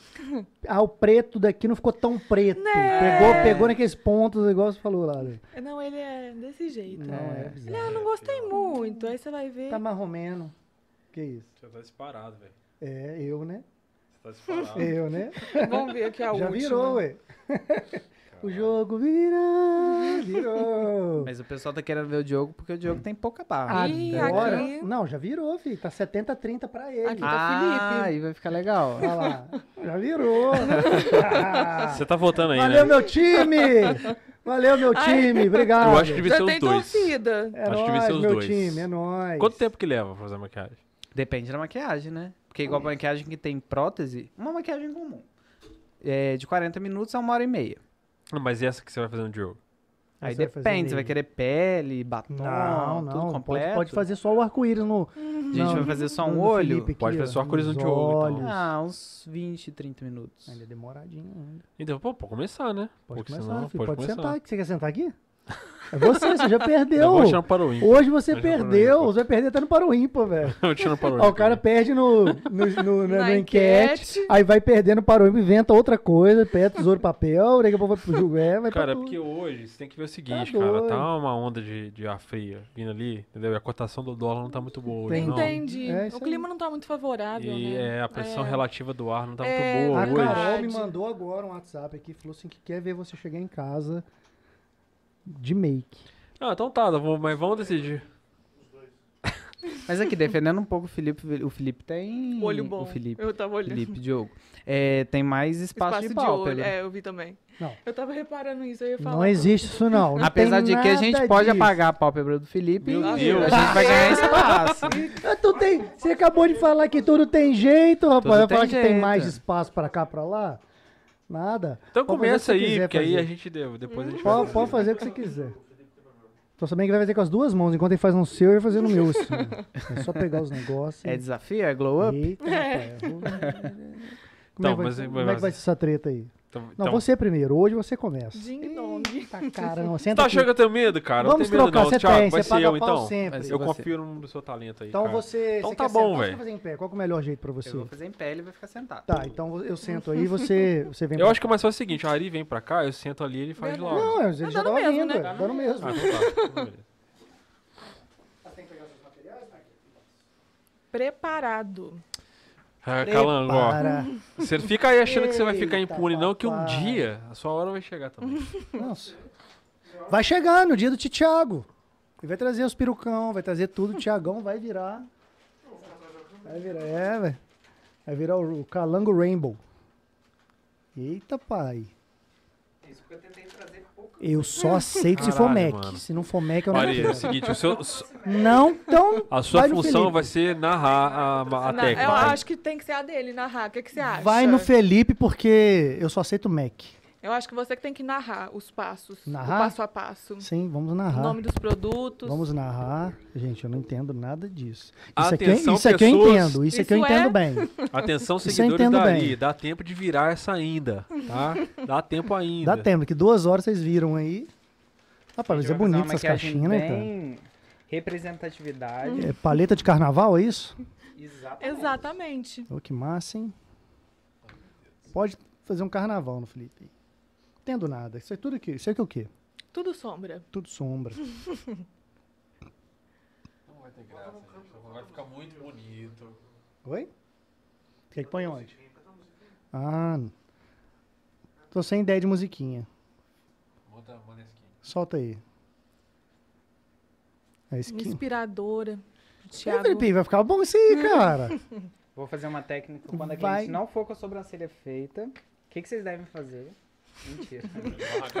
Speaker 2: Ah, o preto daqui não ficou tão preto.
Speaker 3: Né?
Speaker 2: Pegou, pegou naqueles pontos, igual você falou lá. né?
Speaker 3: Não, ele é desse jeito.
Speaker 2: Não, é, bizarro.
Speaker 3: Ah, Eu não gostei muito. Aí você vai ver.
Speaker 2: Tá marromeno. Que isso?
Speaker 1: Você tá disparado, velho.
Speaker 2: É, eu, né?
Speaker 1: Você
Speaker 5: Tá se falando.
Speaker 2: Eu, né?
Speaker 3: Vamos ver aqui a
Speaker 2: Já
Speaker 3: Ah. última.
Speaker 2: virou, ué. o jogo virou, virou.
Speaker 6: Mas o pessoal tá querendo ver o Diogo porque o Diogo tem pouca barra.
Speaker 3: Ih,
Speaker 4: Então,
Speaker 2: Agora,
Speaker 3: aqui-
Speaker 2: não, já virou, filho. Tá 70 30 pra ele.
Speaker 3: Aqui.
Speaker 2: Olha
Speaker 3: tá
Speaker 4: Ah,
Speaker 3: Felipe.
Speaker 6: aí vai ficar legal.
Speaker 2: lá. Já virou.
Speaker 1: Você tá votando aí,
Speaker 2: É. Valeu,
Speaker 1: né?
Speaker 2: meu time! Valeu, meu time! Obrigado.
Speaker 1: Eu acho que devia ser
Speaker 3: Já
Speaker 1: os
Speaker 3: tem
Speaker 1: dois.
Speaker 3: torcida.
Speaker 2: é
Speaker 1: acho que
Speaker 2: nóis,
Speaker 1: devia ser os
Speaker 2: meu
Speaker 1: dois.
Speaker 2: time, é nóis.
Speaker 1: Quanto tempo que leva pra fazer a maquiagem?
Speaker 6: Depende da maquiagem, né? Porque
Speaker 2: Hum.
Speaker 6: igual a maquiagem que tem prótese, uma maquiagem comum. É de 40 minutos a uma hora e meia.
Speaker 1: Não, mas e essa que você vai fazer no Diogo?
Speaker 6: Aí
Speaker 2: você vai fazer
Speaker 6: depende, você vai
Speaker 2: nele?
Speaker 6: querer pele, batom,
Speaker 2: Não,
Speaker 6: tudo
Speaker 2: não.
Speaker 6: completo.
Speaker 2: Pode, pode fazer só o arco-íris no.
Speaker 6: A gente vai fazer só um olho?
Speaker 1: Pode fazer só arco-íris no teu olho, então.
Speaker 6: Ah, uns 20, 30 minutos.
Speaker 3: Ah.
Speaker 2: Ainda é demoradinho ainda.
Speaker 1: Então, pô, pode começar, né?
Speaker 2: Pode
Speaker 1: Porque
Speaker 2: começar,
Speaker 1: senão-
Speaker 2: filho. Pode,
Speaker 1: começar.
Speaker 2: sentar. Você quer sentar aqui? É você, você já perdeu.
Speaker 1: Eu vou tirar um paroim. Hoje
Speaker 2: Hoje você
Speaker 1: eu vou tirar um
Speaker 2: perdeu.
Speaker 1: paroímpa.
Speaker 2: Você vai perder até no Paroímpa, velho.
Speaker 1: Eu vou tirar um paroim.
Speaker 2: Ó, o cara perde no, no- né, no- na,
Speaker 3: Na
Speaker 2: na enquete, aí vai perdendo Paroímpa, inventa outra coisa, perde tesouro, papel, daqui a pouco vai pro jogo, é, vai pra
Speaker 1: Cara, é
Speaker 2: tudo.
Speaker 1: porque hoje você tem que ver o seguinte,
Speaker 2: Tá
Speaker 1: cara.
Speaker 2: doido.
Speaker 1: Tá uma onda de, de ar fria vindo ali, entendeu? E a cotação do dólar não tá muito boa hoje,
Speaker 2: Tem-
Speaker 1: não.
Speaker 3: Entendi.
Speaker 2: É isso
Speaker 3: o
Speaker 2: aí.
Speaker 3: clima não tá muito favorável,
Speaker 1: E
Speaker 3: né?
Speaker 1: é, a pressão
Speaker 3: É.
Speaker 1: relativa do ar não tá
Speaker 3: É,
Speaker 1: muito boa
Speaker 2: A
Speaker 1: hoje.
Speaker 2: Carol me
Speaker 3: Verdade.
Speaker 2: mandou agora um WhatsApp aqui, falou assim que quer ver você chegar em casa de make.
Speaker 1: Ah, então tá, vamos- mas vamos decidir.
Speaker 6: Mas aqui, defendendo um pouco o Felipe, o Felipe tem.
Speaker 3: Um Olho bom.
Speaker 6: O Felipe,
Speaker 3: Eu tava olhando.
Speaker 6: Felipe Diogo. É, tem mais espaço,
Speaker 3: Espaço
Speaker 6: de
Speaker 3: de
Speaker 6: pálpebra.
Speaker 3: olho. É, eu vi também.
Speaker 2: Não.
Speaker 3: Eu tava reparando isso, eu ia falar.
Speaker 2: Não existe isso não. não
Speaker 6: Apesar
Speaker 2: tem
Speaker 6: de que a gente
Speaker 2: nada
Speaker 6: pode
Speaker 2: disso.
Speaker 6: apagar a pálpebra do Felipe.
Speaker 1: Meu
Speaker 6: e
Speaker 1: Deus.
Speaker 6: A gente vai ganhar espaço.
Speaker 2: Ah, tu tem, você acabou de falar que tudo tem jeito, rapaz.
Speaker 6: Tudo
Speaker 2: Vai falar
Speaker 6: tem
Speaker 2: que tem
Speaker 6: jeito.
Speaker 2: mais espaço pra cá, pra lá? Nada.
Speaker 1: Então
Speaker 2: Pode
Speaker 1: começa
Speaker 2: fazer o que você
Speaker 1: aí,
Speaker 2: quiser
Speaker 1: porque aí
Speaker 2: fazer.
Speaker 1: a gente deu, depois a gente vai.
Speaker 2: Pode, pode fazer o que você quiser. Tô sabendo que vai fazer com as duas mãos. Enquanto ele faz no seu, eu vou fazer no meu. Assim. É só pegar os negócios.
Speaker 6: É desafio? É glow up?
Speaker 2: Eita, rapaz. Como,
Speaker 1: Então,
Speaker 2: é que vai,
Speaker 1: mas-
Speaker 2: como
Speaker 1: mas-
Speaker 2: é que vai ser essa treta aí?
Speaker 1: Então,
Speaker 2: Não,
Speaker 1: então-
Speaker 2: você primeiro. Hoje você começa.
Speaker 3: Ding dong.
Speaker 2: Eita, caramba. Senta
Speaker 1: Tá
Speaker 2: aqui.
Speaker 1: achando que eu tenho medo, cara?
Speaker 2: Vamos
Speaker 1: não tenho medo,
Speaker 2: trocar.
Speaker 1: não.
Speaker 2: Você
Speaker 1: Thiago,
Speaker 2: tem.
Speaker 1: vai
Speaker 2: Você
Speaker 1: ser
Speaker 2: paga
Speaker 1: eu,
Speaker 2: pau
Speaker 1: então.
Speaker 2: sempre.
Speaker 6: Mas-
Speaker 1: Eu
Speaker 6: Você.
Speaker 1: confio no seu talento aí.
Speaker 2: Então
Speaker 1: cara.
Speaker 2: você...
Speaker 1: Então
Speaker 2: você
Speaker 1: tá
Speaker 2: quer
Speaker 1: bom,
Speaker 2: sentar? Você
Speaker 1: velho.
Speaker 2: quer fazer em pé. Qual que é o melhor jeito pra você?
Speaker 6: Eu vou fazer em pele e vai ficar sentado.
Speaker 2: Tá, então eu sento aí você, você vem
Speaker 1: Eu
Speaker 2: pra
Speaker 1: acho que o mais fácil é o seguinte: a Ari vem pra cá, eu sento ali e ele faz logo.
Speaker 2: Não, ele já
Speaker 3: dando
Speaker 2: tava
Speaker 3: mesmo,
Speaker 2: vindo,
Speaker 3: né?
Speaker 2: é, dando mesmo.
Speaker 1: Ah, então tá. Então, beleza.
Speaker 3: Preparado.
Speaker 1: Ah, Calango, ó.
Speaker 2: Para.
Speaker 1: Você não fica aí achando que você vai ficar
Speaker 2: Eita,
Speaker 1: impune, não, que um
Speaker 2: papai.
Speaker 1: dia a sua hora vai chegar também.
Speaker 2: Nossa. Vai chegar no dia do Titiago. E vai trazer os perucão, vai trazer tudo. O Tiagão vai virar. Vai virar, é, velho. Vai virar o, o Calango Rainbow. Eita, pai.
Speaker 6: Isso porque eu tentei trazer pouco.
Speaker 2: Eu
Speaker 3: É.
Speaker 2: só aceito se for
Speaker 1: Caralho,
Speaker 2: Mac.
Speaker 1: mano.
Speaker 2: Se não for Mac, eu não
Speaker 1: Ari, é o
Speaker 2: aceito.
Speaker 1: seguinte: o seu-
Speaker 2: Não, então.
Speaker 1: a sua
Speaker 2: assim. vai no
Speaker 1: função
Speaker 2: Felipe.
Speaker 1: vai ser narrar a, a- a
Speaker 3: Na-
Speaker 1: técnica.
Speaker 3: eu acho que tem que ser a dele narrar. O que, que você acha?
Speaker 2: Vai no Felipe, porque eu só aceito Mac.
Speaker 3: Eu acho que você que tem que narrar os passos.
Speaker 2: Narrar?
Speaker 3: O passo a passo.
Speaker 2: Sim, vamos
Speaker 3: O
Speaker 2: narrar.
Speaker 3: nome dos produtos.
Speaker 2: Vamos narrar. Gente, eu não entendo nada disso. Isso
Speaker 1: Ah, Atenção,
Speaker 2: aqui, é- isso aqui eu
Speaker 1: pessoas.
Speaker 2: entendo. Isso, aqui eu
Speaker 3: Isso
Speaker 2: entendo
Speaker 3: é-
Speaker 2: bem.
Speaker 1: Atenção,
Speaker 2: eu
Speaker 1: seguidores
Speaker 2: entendo
Speaker 1: da
Speaker 2: bem.
Speaker 1: Ari, dá tempo de virar essa ainda, tá? Dá tempo ainda.
Speaker 2: Dá tempo, que duas horas vocês viram aí. Rapaz, mas é bonito essas caixinhas, né, cara?
Speaker 6: Representatividade.
Speaker 2: É paleta de carnaval, é isso?
Speaker 6: Exatamente.
Speaker 3: Exatamente.
Speaker 2: Ô, que massa, hein? Pode fazer um carnaval no Felipe. Entendo nada. Isso é tudo aqui. Isso aqui é o quê?
Speaker 3: Tudo sombra.
Speaker 2: Tudo sombra.
Speaker 1: Vai ficar muito bonito.
Speaker 2: Oi? Quer que põe onde? Ah. Tô sem ideia de musiquinha. Solta aí. É isso aqui.
Speaker 3: Inspiradora.
Speaker 2: Ei,
Speaker 3: Thiago.
Speaker 2: Felipe, vai ficar bom isso aí, cara.
Speaker 6: Vou fazer uma técnica. Quando a
Speaker 2: Vai.
Speaker 6: cliente não for com a sobrancelha feita, o que, que vocês devem fazer? Mentira.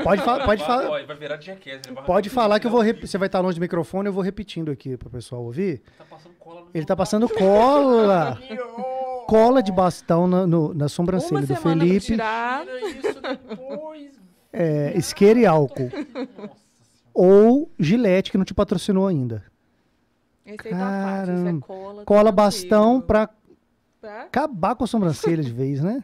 Speaker 2: Pode, fa- pode, fa-
Speaker 1: Vai virar jackass, ele vai
Speaker 2: pode falar que eu vou. rep- Você vai estar longe do microfone, eu vou repetindo aqui pro pessoal ouvir.
Speaker 1: tá passando cola no
Speaker 2: Ele tá passando cola. Cola de bastão na, no- na sobrancelha do
Speaker 3: Uma semana pra
Speaker 2: Felipe.
Speaker 3: tirar.
Speaker 1: isso depois.
Speaker 2: É, isqueiro e álcool. Ou gilete, que não te patrocinou ainda.
Speaker 3: Esse aí tá fácil. Isso
Speaker 2: Caramba.
Speaker 3: é
Speaker 2: Cola
Speaker 3: cola. tranquilo.
Speaker 2: bastão pra
Speaker 3: Tá?
Speaker 2: acabar com a sobrancelha de vez, né?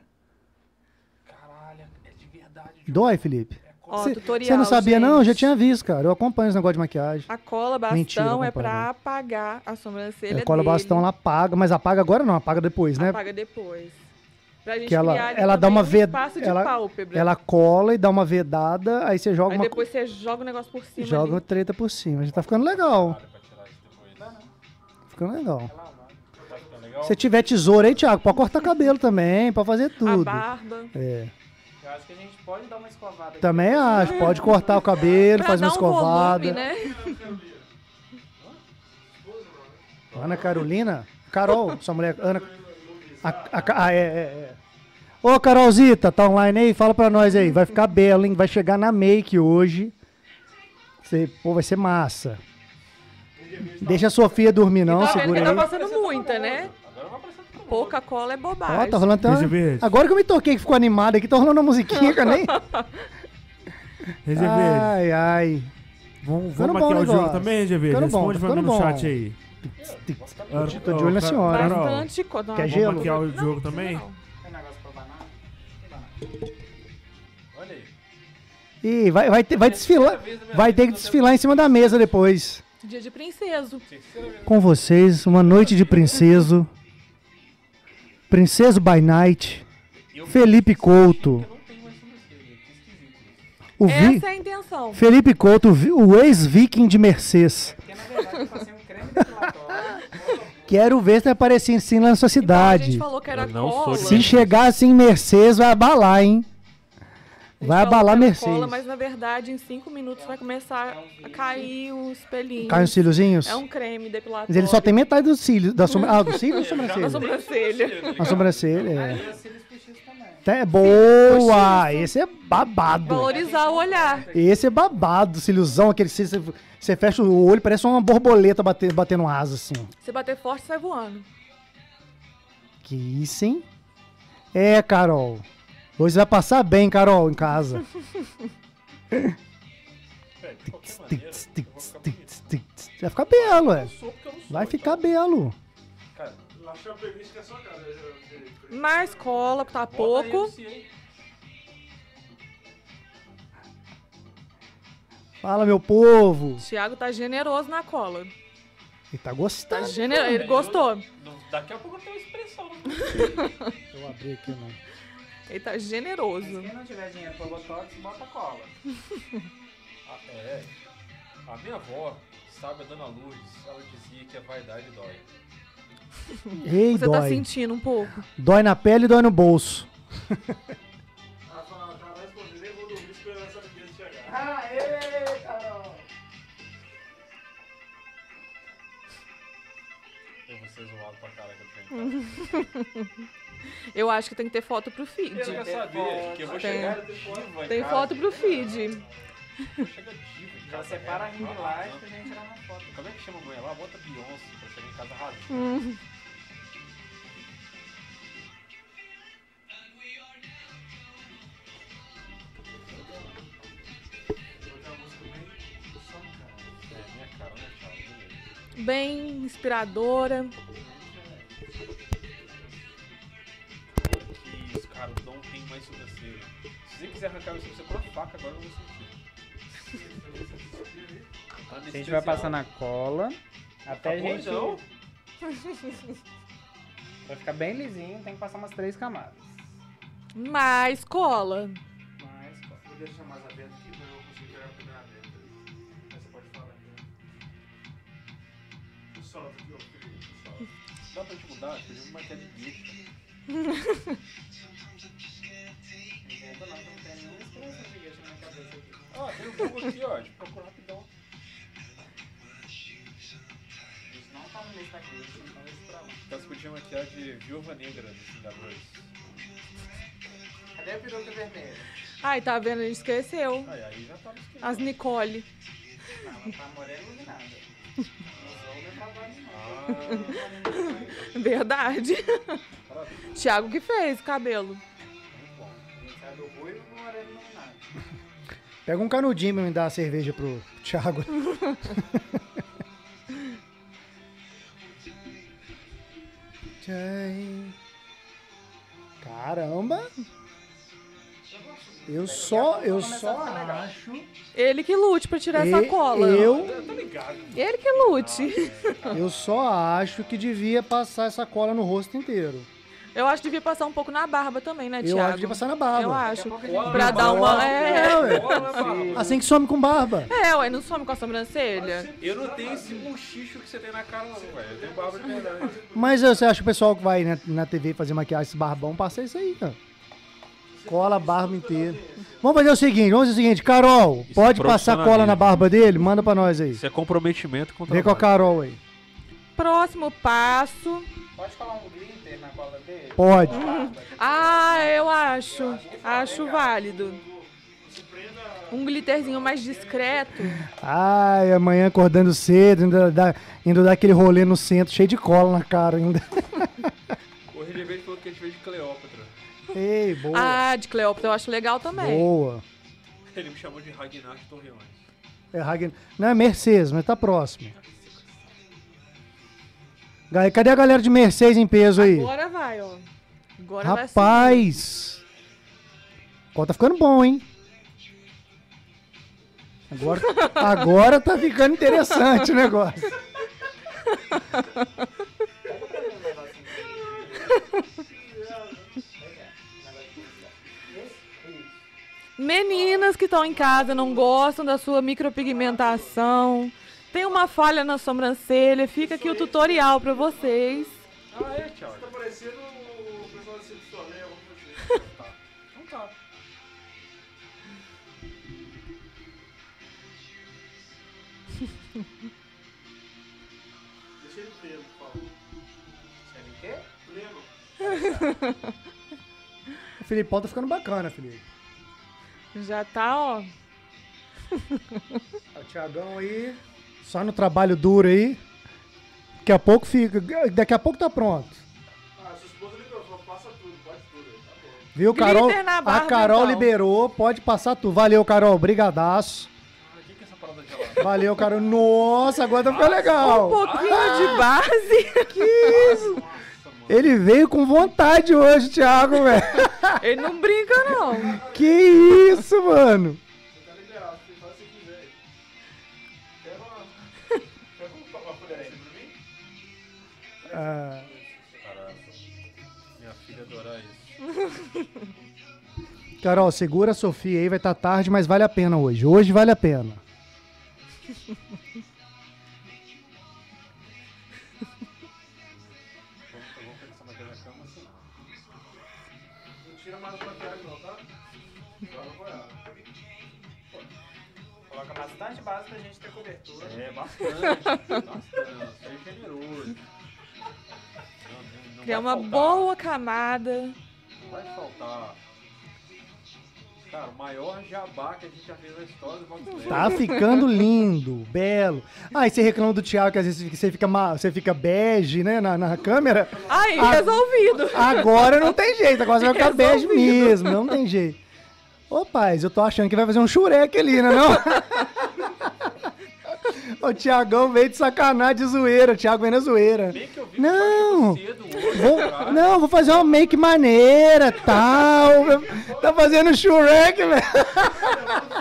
Speaker 1: Caralho, é de verdade.
Speaker 2: Dói, Felipe.
Speaker 3: Ó, tutorial,
Speaker 2: Você não sabia, não? Eu já
Speaker 3: gente.
Speaker 2: tinha visto, cara. Eu acompanho esse negócio de maquiagem.
Speaker 3: A cola bastão
Speaker 2: Mentira, eu
Speaker 3: é
Speaker 2: comparo.
Speaker 3: pra apagar a sobrancelha
Speaker 2: É, cola
Speaker 3: dele.
Speaker 2: bastão, ela apaga, mas apaga agora não, apaga depois, né?
Speaker 3: Apaga depois. Pra gente
Speaker 2: Que ela-
Speaker 3: criar ali
Speaker 2: ela dá
Speaker 3: também
Speaker 2: uma
Speaker 3: um
Speaker 2: ve-
Speaker 3: espaço de
Speaker 2: ela-
Speaker 3: pálpebra.
Speaker 2: Ela cola e dá uma vedada, aí você joga
Speaker 3: Aí
Speaker 2: uma
Speaker 3: depois você joga o negócio por cima
Speaker 2: Joga
Speaker 3: ali.
Speaker 2: o treta por cima. Já tá ficando legal. Ficando legal.
Speaker 1: Legal.
Speaker 2: Se tiver tesoura aí, Thiago, pode cortar cabelo também, pode fazer
Speaker 3: A
Speaker 2: tudo.
Speaker 3: barba.
Speaker 2: É.
Speaker 6: Eu acho que a gente pode dar uma escovada aqui.
Speaker 2: Também acho, pode cortar o cabelo,
Speaker 3: Pra
Speaker 2: faz uma
Speaker 3: dar um volume,
Speaker 2: escovada.
Speaker 3: né?
Speaker 2: Ana Carolina? Carol, sua mulher. Ana. A, a- ah, é, é, é. Ô, Carolzita, tá online aí? Fala pra nós aí. Vai ficar bela, hein? Vai chegar na make hoje. Cê- pô, vai ser massa. Deixa a Sofia dormir, não,
Speaker 3: tá vendo
Speaker 2: segura
Speaker 3: que
Speaker 2: aí.
Speaker 3: tá passando muita, né? Pouca cola é bobagem.
Speaker 2: Ó, tá rolando até uma-
Speaker 5: Resolvi.
Speaker 2: Agora que eu me toquei que ficou animado aqui, tá rolando uma musiquinha que eu nem.
Speaker 5: Resolvi.
Speaker 2: Ai, ai.
Speaker 5: Vamos,
Speaker 2: ficando
Speaker 5: vamos
Speaker 2: Ah, um bom
Speaker 5: maquiar
Speaker 2: o
Speaker 5: o jogo
Speaker 2: negócio.
Speaker 5: também, Resolvi?
Speaker 2: Ficando bom,
Speaker 5: Responde
Speaker 2: tá
Speaker 5: pra
Speaker 2: ficando
Speaker 5: mim no
Speaker 2: bom.
Speaker 5: chat aí.
Speaker 2: Eu Tá tô de olho na senhora.
Speaker 5: Carol,
Speaker 3: Bastante cola.
Speaker 2: Quer
Speaker 5: Vamos
Speaker 2: gelo?
Speaker 5: maquiar o jogo
Speaker 3: Não,
Speaker 5: também?
Speaker 3: não.
Speaker 1: Olha aí.
Speaker 2: Ih, vai, vai, ter- vai desfilar. Vai ter que desfilar em cima da mesa depois.
Speaker 3: Dia de princeso.
Speaker 2: com vocês uma noite de princeso. Princeso by Night. Felipe Couto. O vi...
Speaker 3: Essa é a intenção.
Speaker 2: Felipe Couto, o vi- o ex-viking de Mercês. um Quero ver se aparecer em Sinla na sua
Speaker 3: A gente
Speaker 2: cidade.
Speaker 3: falou que era
Speaker 1: Eu não sou
Speaker 3: cola.
Speaker 1: de-
Speaker 2: Se chegar assim em Mercês, vai abalar, hein?
Speaker 3: A gente
Speaker 2: Vai
Speaker 3: falou
Speaker 2: abalar
Speaker 3: que era
Speaker 2: Mercês.
Speaker 3: Cola, mas na verdade, em cinco minutos vai começar a cair os pelinhos.
Speaker 2: Cai os cíliozinhos?
Speaker 3: É um creme depilatório.
Speaker 2: Mas ele só tem metade dos cílios. Da sobra... Ah, dos cílios ou
Speaker 3: na
Speaker 2: sobrancelha?
Speaker 3: sobrancelha.
Speaker 2: Na sobrancelha, é. Tá, boa! Esse é babado.
Speaker 3: Valorizar o olhar.
Speaker 2: Esse é babado, cíliozão, aquele cílio, você- você fecha o olho, parece uma borboleta bate- batendo asa, assim.
Speaker 3: Se bater forte, sai voando.
Speaker 2: Que isso, hein? É, Carol. Hoje você vai passar bem, Carol, em casa. Tits, tits, tits, tits, tits. Vai ficar belo, é. Vai ficar belo.
Speaker 3: Mais cola, tá pouco.
Speaker 2: Fala, meu povo.
Speaker 3: O Thiago tá generoso na cola.
Speaker 2: Ele tá
Speaker 3: Tá
Speaker 2: gostando.
Speaker 3: generoso. Ele gostou.
Speaker 1: Daqui a pouco eu tenho expressão.
Speaker 2: Eu abri aqui, não.
Speaker 3: Ele tá generoso.
Speaker 6: Quem não tiver dinheiro pra botox, bota cola.
Speaker 1: Ah, é. A minha avó, sabe, a dona Lourdes, ela dizia que a vaidade dói.
Speaker 2: Ei,
Speaker 3: Você tá
Speaker 2: dói.
Speaker 3: sentindo um pouco.
Speaker 2: Dói na pele e dói no bolso.
Speaker 1: tá Eu vou ser zoado pra caraca
Speaker 3: Uhum.
Speaker 1: também.
Speaker 3: Eu acho que tem que ter foto pro feed.
Speaker 1: Eu já sabia que eu vou
Speaker 3: Tem.
Speaker 1: chegar diva em
Speaker 3: Tem
Speaker 1: casa.
Speaker 3: foto pro feed.
Speaker 1: Eu chego diva em casa.
Speaker 6: separa a
Speaker 1: velho.
Speaker 6: ring
Speaker 1: Ah,
Speaker 6: light
Speaker 1: não.
Speaker 6: pra gente tirar uma foto.
Speaker 1: Como é que chama a mulher lá? Bota Beyoncé pra chegar em casa rasgando.
Speaker 3: Uhum.
Speaker 1: né? É, minha cara, né, Tchau? Beleza.
Speaker 3: Bem inspiradora.
Speaker 1: Que os caras não têm mais sobrancelha. Se você quiser arrancar meu sobrancelha com uma faca, agora eu vou sentir. Tá
Speaker 6: A gente vai passar na cola.
Speaker 1: Tá
Speaker 6: Até a gente.
Speaker 1: Não.
Speaker 6: Vai ficar bem lisinho, tem que passar umas três camadas.
Speaker 3: Mais cola.
Speaker 6: Mas, pô.
Speaker 5: Vou deixar mais aberto aqui, mas eu vou conseguir pegar a primeira aberta. Aí você pode falar aqui. O sol aqui, ó.
Speaker 1: Dá pra te mudar? Acho que eu devo marcar de bicho. Ah, tem um Google aqui, ó. De procurar rapidão. Tá se podia maquiar de viúva negra no Vingadores.
Speaker 6: Cadê a peruca vermelha?
Speaker 3: Ai, tá vendo? A gente esqueceu.
Speaker 1: Aí, aí já tá no esquema.
Speaker 3: As Nicole.
Speaker 6: Não, ela tá morena iluminada. tá Usou o meu trabalho, não.
Speaker 1: Ah,
Speaker 3: Verdade. Thiago que fez o cabelo.
Speaker 6: Sabe o Tá ruivo com morena iluminada.
Speaker 2: Pega um canudinho pra me dar a cerveja pro Thiago. Tcharam. Caramba! Eu só, eu só acho.
Speaker 3: Ele que lute pra tirar
Speaker 2: e-
Speaker 3: essa cola.
Speaker 2: Eu,
Speaker 3: Ele que lute.
Speaker 2: eu só acho que devia passar essa cola no rosto inteiro.
Speaker 3: Eu acho que devia passar um pouco na barba também, né,
Speaker 2: Eu
Speaker 3: Thiago?
Speaker 2: acho que devia passar na barba.
Speaker 3: Eu acho.
Speaker 1: gente-
Speaker 3: Pra dar uma. É,
Speaker 2: É, ué.
Speaker 1: Olha, Bárbara,
Speaker 2: Assim que some com barba.
Speaker 3: é, ué, não some com a sobrancelha?
Speaker 1: Eu não tenho esse buchicho que você tem na cara, não, velho. Eu tenho barba de verdade.
Speaker 2: Mas eh, você acha que o pessoal que vai na, na TV fazer maquiagem, esse barbão, passa isso aí, cara. Cola a barba inteira. Vamos fazer o seguinte, vamos fazer o seguinte, Carol,
Speaker 1: é
Speaker 2: pode passar cola na
Speaker 1: profissionalismo.
Speaker 2: barba dele? Manda pra nós aí.
Speaker 1: Isso é comprometimento com o
Speaker 2: Vem com a
Speaker 1: trabalho.
Speaker 2: Carol aí.
Speaker 3: Próximo passo.
Speaker 6: Pode falar um glitter na cola dele?
Speaker 2: Pode.
Speaker 3: Ah, eu acho. Acho válido. Um glitterzinho mais discreto.
Speaker 2: Ai, amanhã acordando cedo, ainda dá, indo dar aquele rolê no centro, cheio de cola na cara ainda.
Speaker 1: O RGB falou que a gente veio de Cleópatra.
Speaker 2: Ei, boa.
Speaker 3: Ah, de Cleópatra eu acho legal também.
Speaker 2: Boa.
Speaker 1: Ele me chamou de Ragnar de Torreões.
Speaker 2: É Hagen... Não, é Mercedes, mas tá próximo. Gai- Cadê a galera de Mercedes em peso aí?
Speaker 3: Agora vai, ó. Agora vai assim. subir.
Speaker 2: Rapaz! Agora tá ficando bom, hein? Agora, agora tá ficando interessante o negócio.
Speaker 3: Meninas que estão em casa não gostam da sua micropigmentação. Tem uma falha na sobrancelha, fica aqui o tutorial pra vocês.
Speaker 1: Ah, é, tchau.
Speaker 5: Tá parecendo o pessoal da Cirque du Soleil, alguma coisa assim.
Speaker 1: Então tá.
Speaker 5: Deixa ele pleno, por favor. Pleno.
Speaker 2: O Filipão tá ficando bacana, Felipe.
Speaker 3: Já tá, ó.
Speaker 2: O Thiagão aí. Só no trabalho duro aí. Daqui a pouco fica. Daqui a pouco tá pronto.
Speaker 5: Ah, sua esposa liberou, falou, passa tudo, faz tudo. aí, Tá bom.
Speaker 2: Viu,
Speaker 3: Glitter
Speaker 2: Carol?
Speaker 3: na
Speaker 2: a
Speaker 3: barba,
Speaker 2: Carol
Speaker 3: então.
Speaker 2: liberou, pode passar tu. Valeu, Carol. Brigadaço.
Speaker 1: Ah, o que que é essa parada gelada?
Speaker 2: Valeu, Carol. Nossa, agora tá ficando legal. Ah,
Speaker 3: Um pouquinho de base.
Speaker 1: Nossa, mano.
Speaker 2: Ele veio com vontade hoje, Thiago, velho.
Speaker 3: Ele não brinca, não.
Speaker 2: Que isso, mano.
Speaker 5: Tá liberado, você faz o que você quiser. aí. Pega uma. Pega uma, uma colherzinha pra mim?
Speaker 2: Ah,
Speaker 1: Caraca. Minha filha adorar isso.
Speaker 2: Carol, segura a Sofia aí, vai estar tarde, mas vale a pena hoje. Hoje vale a pena.
Speaker 1: Eu vou pensar naquela cama assim. não.
Speaker 5: Não tira mais a maquiagem, não, tá? Agora foi ela.
Speaker 6: Coloca bastante base pra gente ter cobertura.
Speaker 1: É, bastante. bastante. Isso aí é generoso. Não, não- não
Speaker 3: Criar
Speaker 1: vai
Speaker 3: uma
Speaker 1: faltar.
Speaker 3: boa camada.
Speaker 1: Não vai faltar. Cara, o maior jabá que a gente já fez na história do Vox Lab.
Speaker 2: Tá ficando lindo, belo. Ah, e você reclama do Thiago que às vezes você fica, ma- você fica bege, né, na, na câmera.
Speaker 3: Aí,
Speaker 2: Ah.
Speaker 3: resolvido.
Speaker 2: Agora não tem jeito, agora você vai ficar bege
Speaker 3: Resolvido.
Speaker 2: mesmo, não tem jeito. Ô, paz, eu tô achando que vai fazer um xureque ali, né, não? o Tiagão veio de sacanagem, de zoeira. O Thiago veio na zoeira.
Speaker 1: Bem que eu vi
Speaker 2: Não.
Speaker 1: que chegou cedo hoje,
Speaker 2: Vou-
Speaker 1: cara.
Speaker 2: não, vou fazer uma make maneira, tal. Tá fazendo Shrek, velho.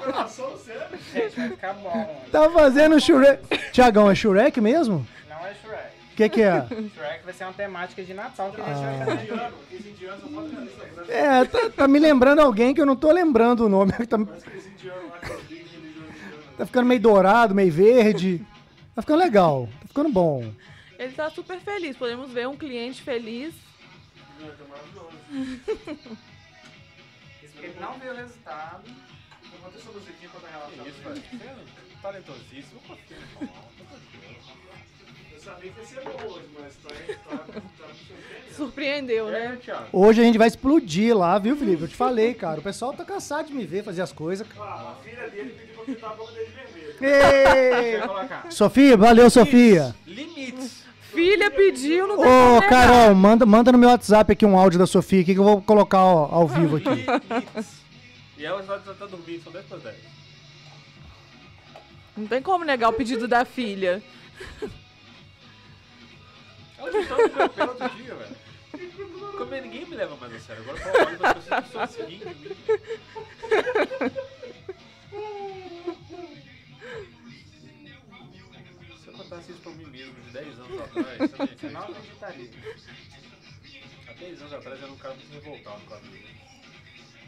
Speaker 5: Coração, sério?
Speaker 6: Gente, vai ficar bom.
Speaker 2: Tá fazendo Shrek. Tiagão, é Shrek mesmo?
Speaker 6: Não é Shrek.
Speaker 2: O que que é?
Speaker 6: Shrek vai ser uma temática de Natal que a gente vai fazer.
Speaker 5: Indiano, esse indiano só fala isso.
Speaker 2: É, tá, tá me lembrando alguém que eu não tô lembrando o nome. Tá,
Speaker 5: Parece que esse indiano lá que é o Big Religion indiano.
Speaker 2: tá ficando meio dourado, meio verde. Tá ficando legal, tá ficando bom.
Speaker 3: Ele tá super feliz. Podemos ver um cliente feliz.
Speaker 5: Indiano, que é maravilhoso.
Speaker 6: Isso porque ele não viu o resultado.
Speaker 5: Eu botei essa musiquinha pra dar
Speaker 1: Que
Speaker 5: relaxada.
Speaker 1: Isso, velho. Você é talentosíssimo. Como assim, irmão? Pelo amor de Deus.
Speaker 5: Eu sabia que ia ser bom hoje, mas tá tá- tá me surpreendendo.
Speaker 3: Surpreendeu,
Speaker 1: É,
Speaker 3: né?
Speaker 1: Thiago.
Speaker 2: Hoje a gente vai explodir lá, viu, Felipe? Eu te falei, cara. O pessoal tá cansado de me ver fazer as coisas.
Speaker 5: Ah, a filha dele pediu pra pintar a boca dele de vermelho.
Speaker 2: Ei!
Speaker 6: Vai colocar.
Speaker 2: Sofia, valeu, Sofia.
Speaker 1: Limites.
Speaker 3: Filha pediu, não tem
Speaker 2: Ô,
Speaker 3: como negar.
Speaker 2: Carol, manda, manda no meu WhatsApp aqui um áudio da Sofia aqui que eu vou colocar ó, ao vivo aqui.
Speaker 1: Limites. E ela já tá dormindo, são 10 para 10.
Speaker 3: Não tem como negar o pedido da filha.
Speaker 1: Ela não tava comendo pela então? outro dia, velho. Comer ninguém me leva mais a sério. Agora eu assim, né? tô falando das pessoas que estão seguindo em mim. Se eu contasse isso pra mim mesmo de 10 anos atrás, sabe? tá
Speaker 6: Não acreditaria.
Speaker 1: A
Speaker 5: Aqueles anos atrás era um cara muito revoltado com a vida.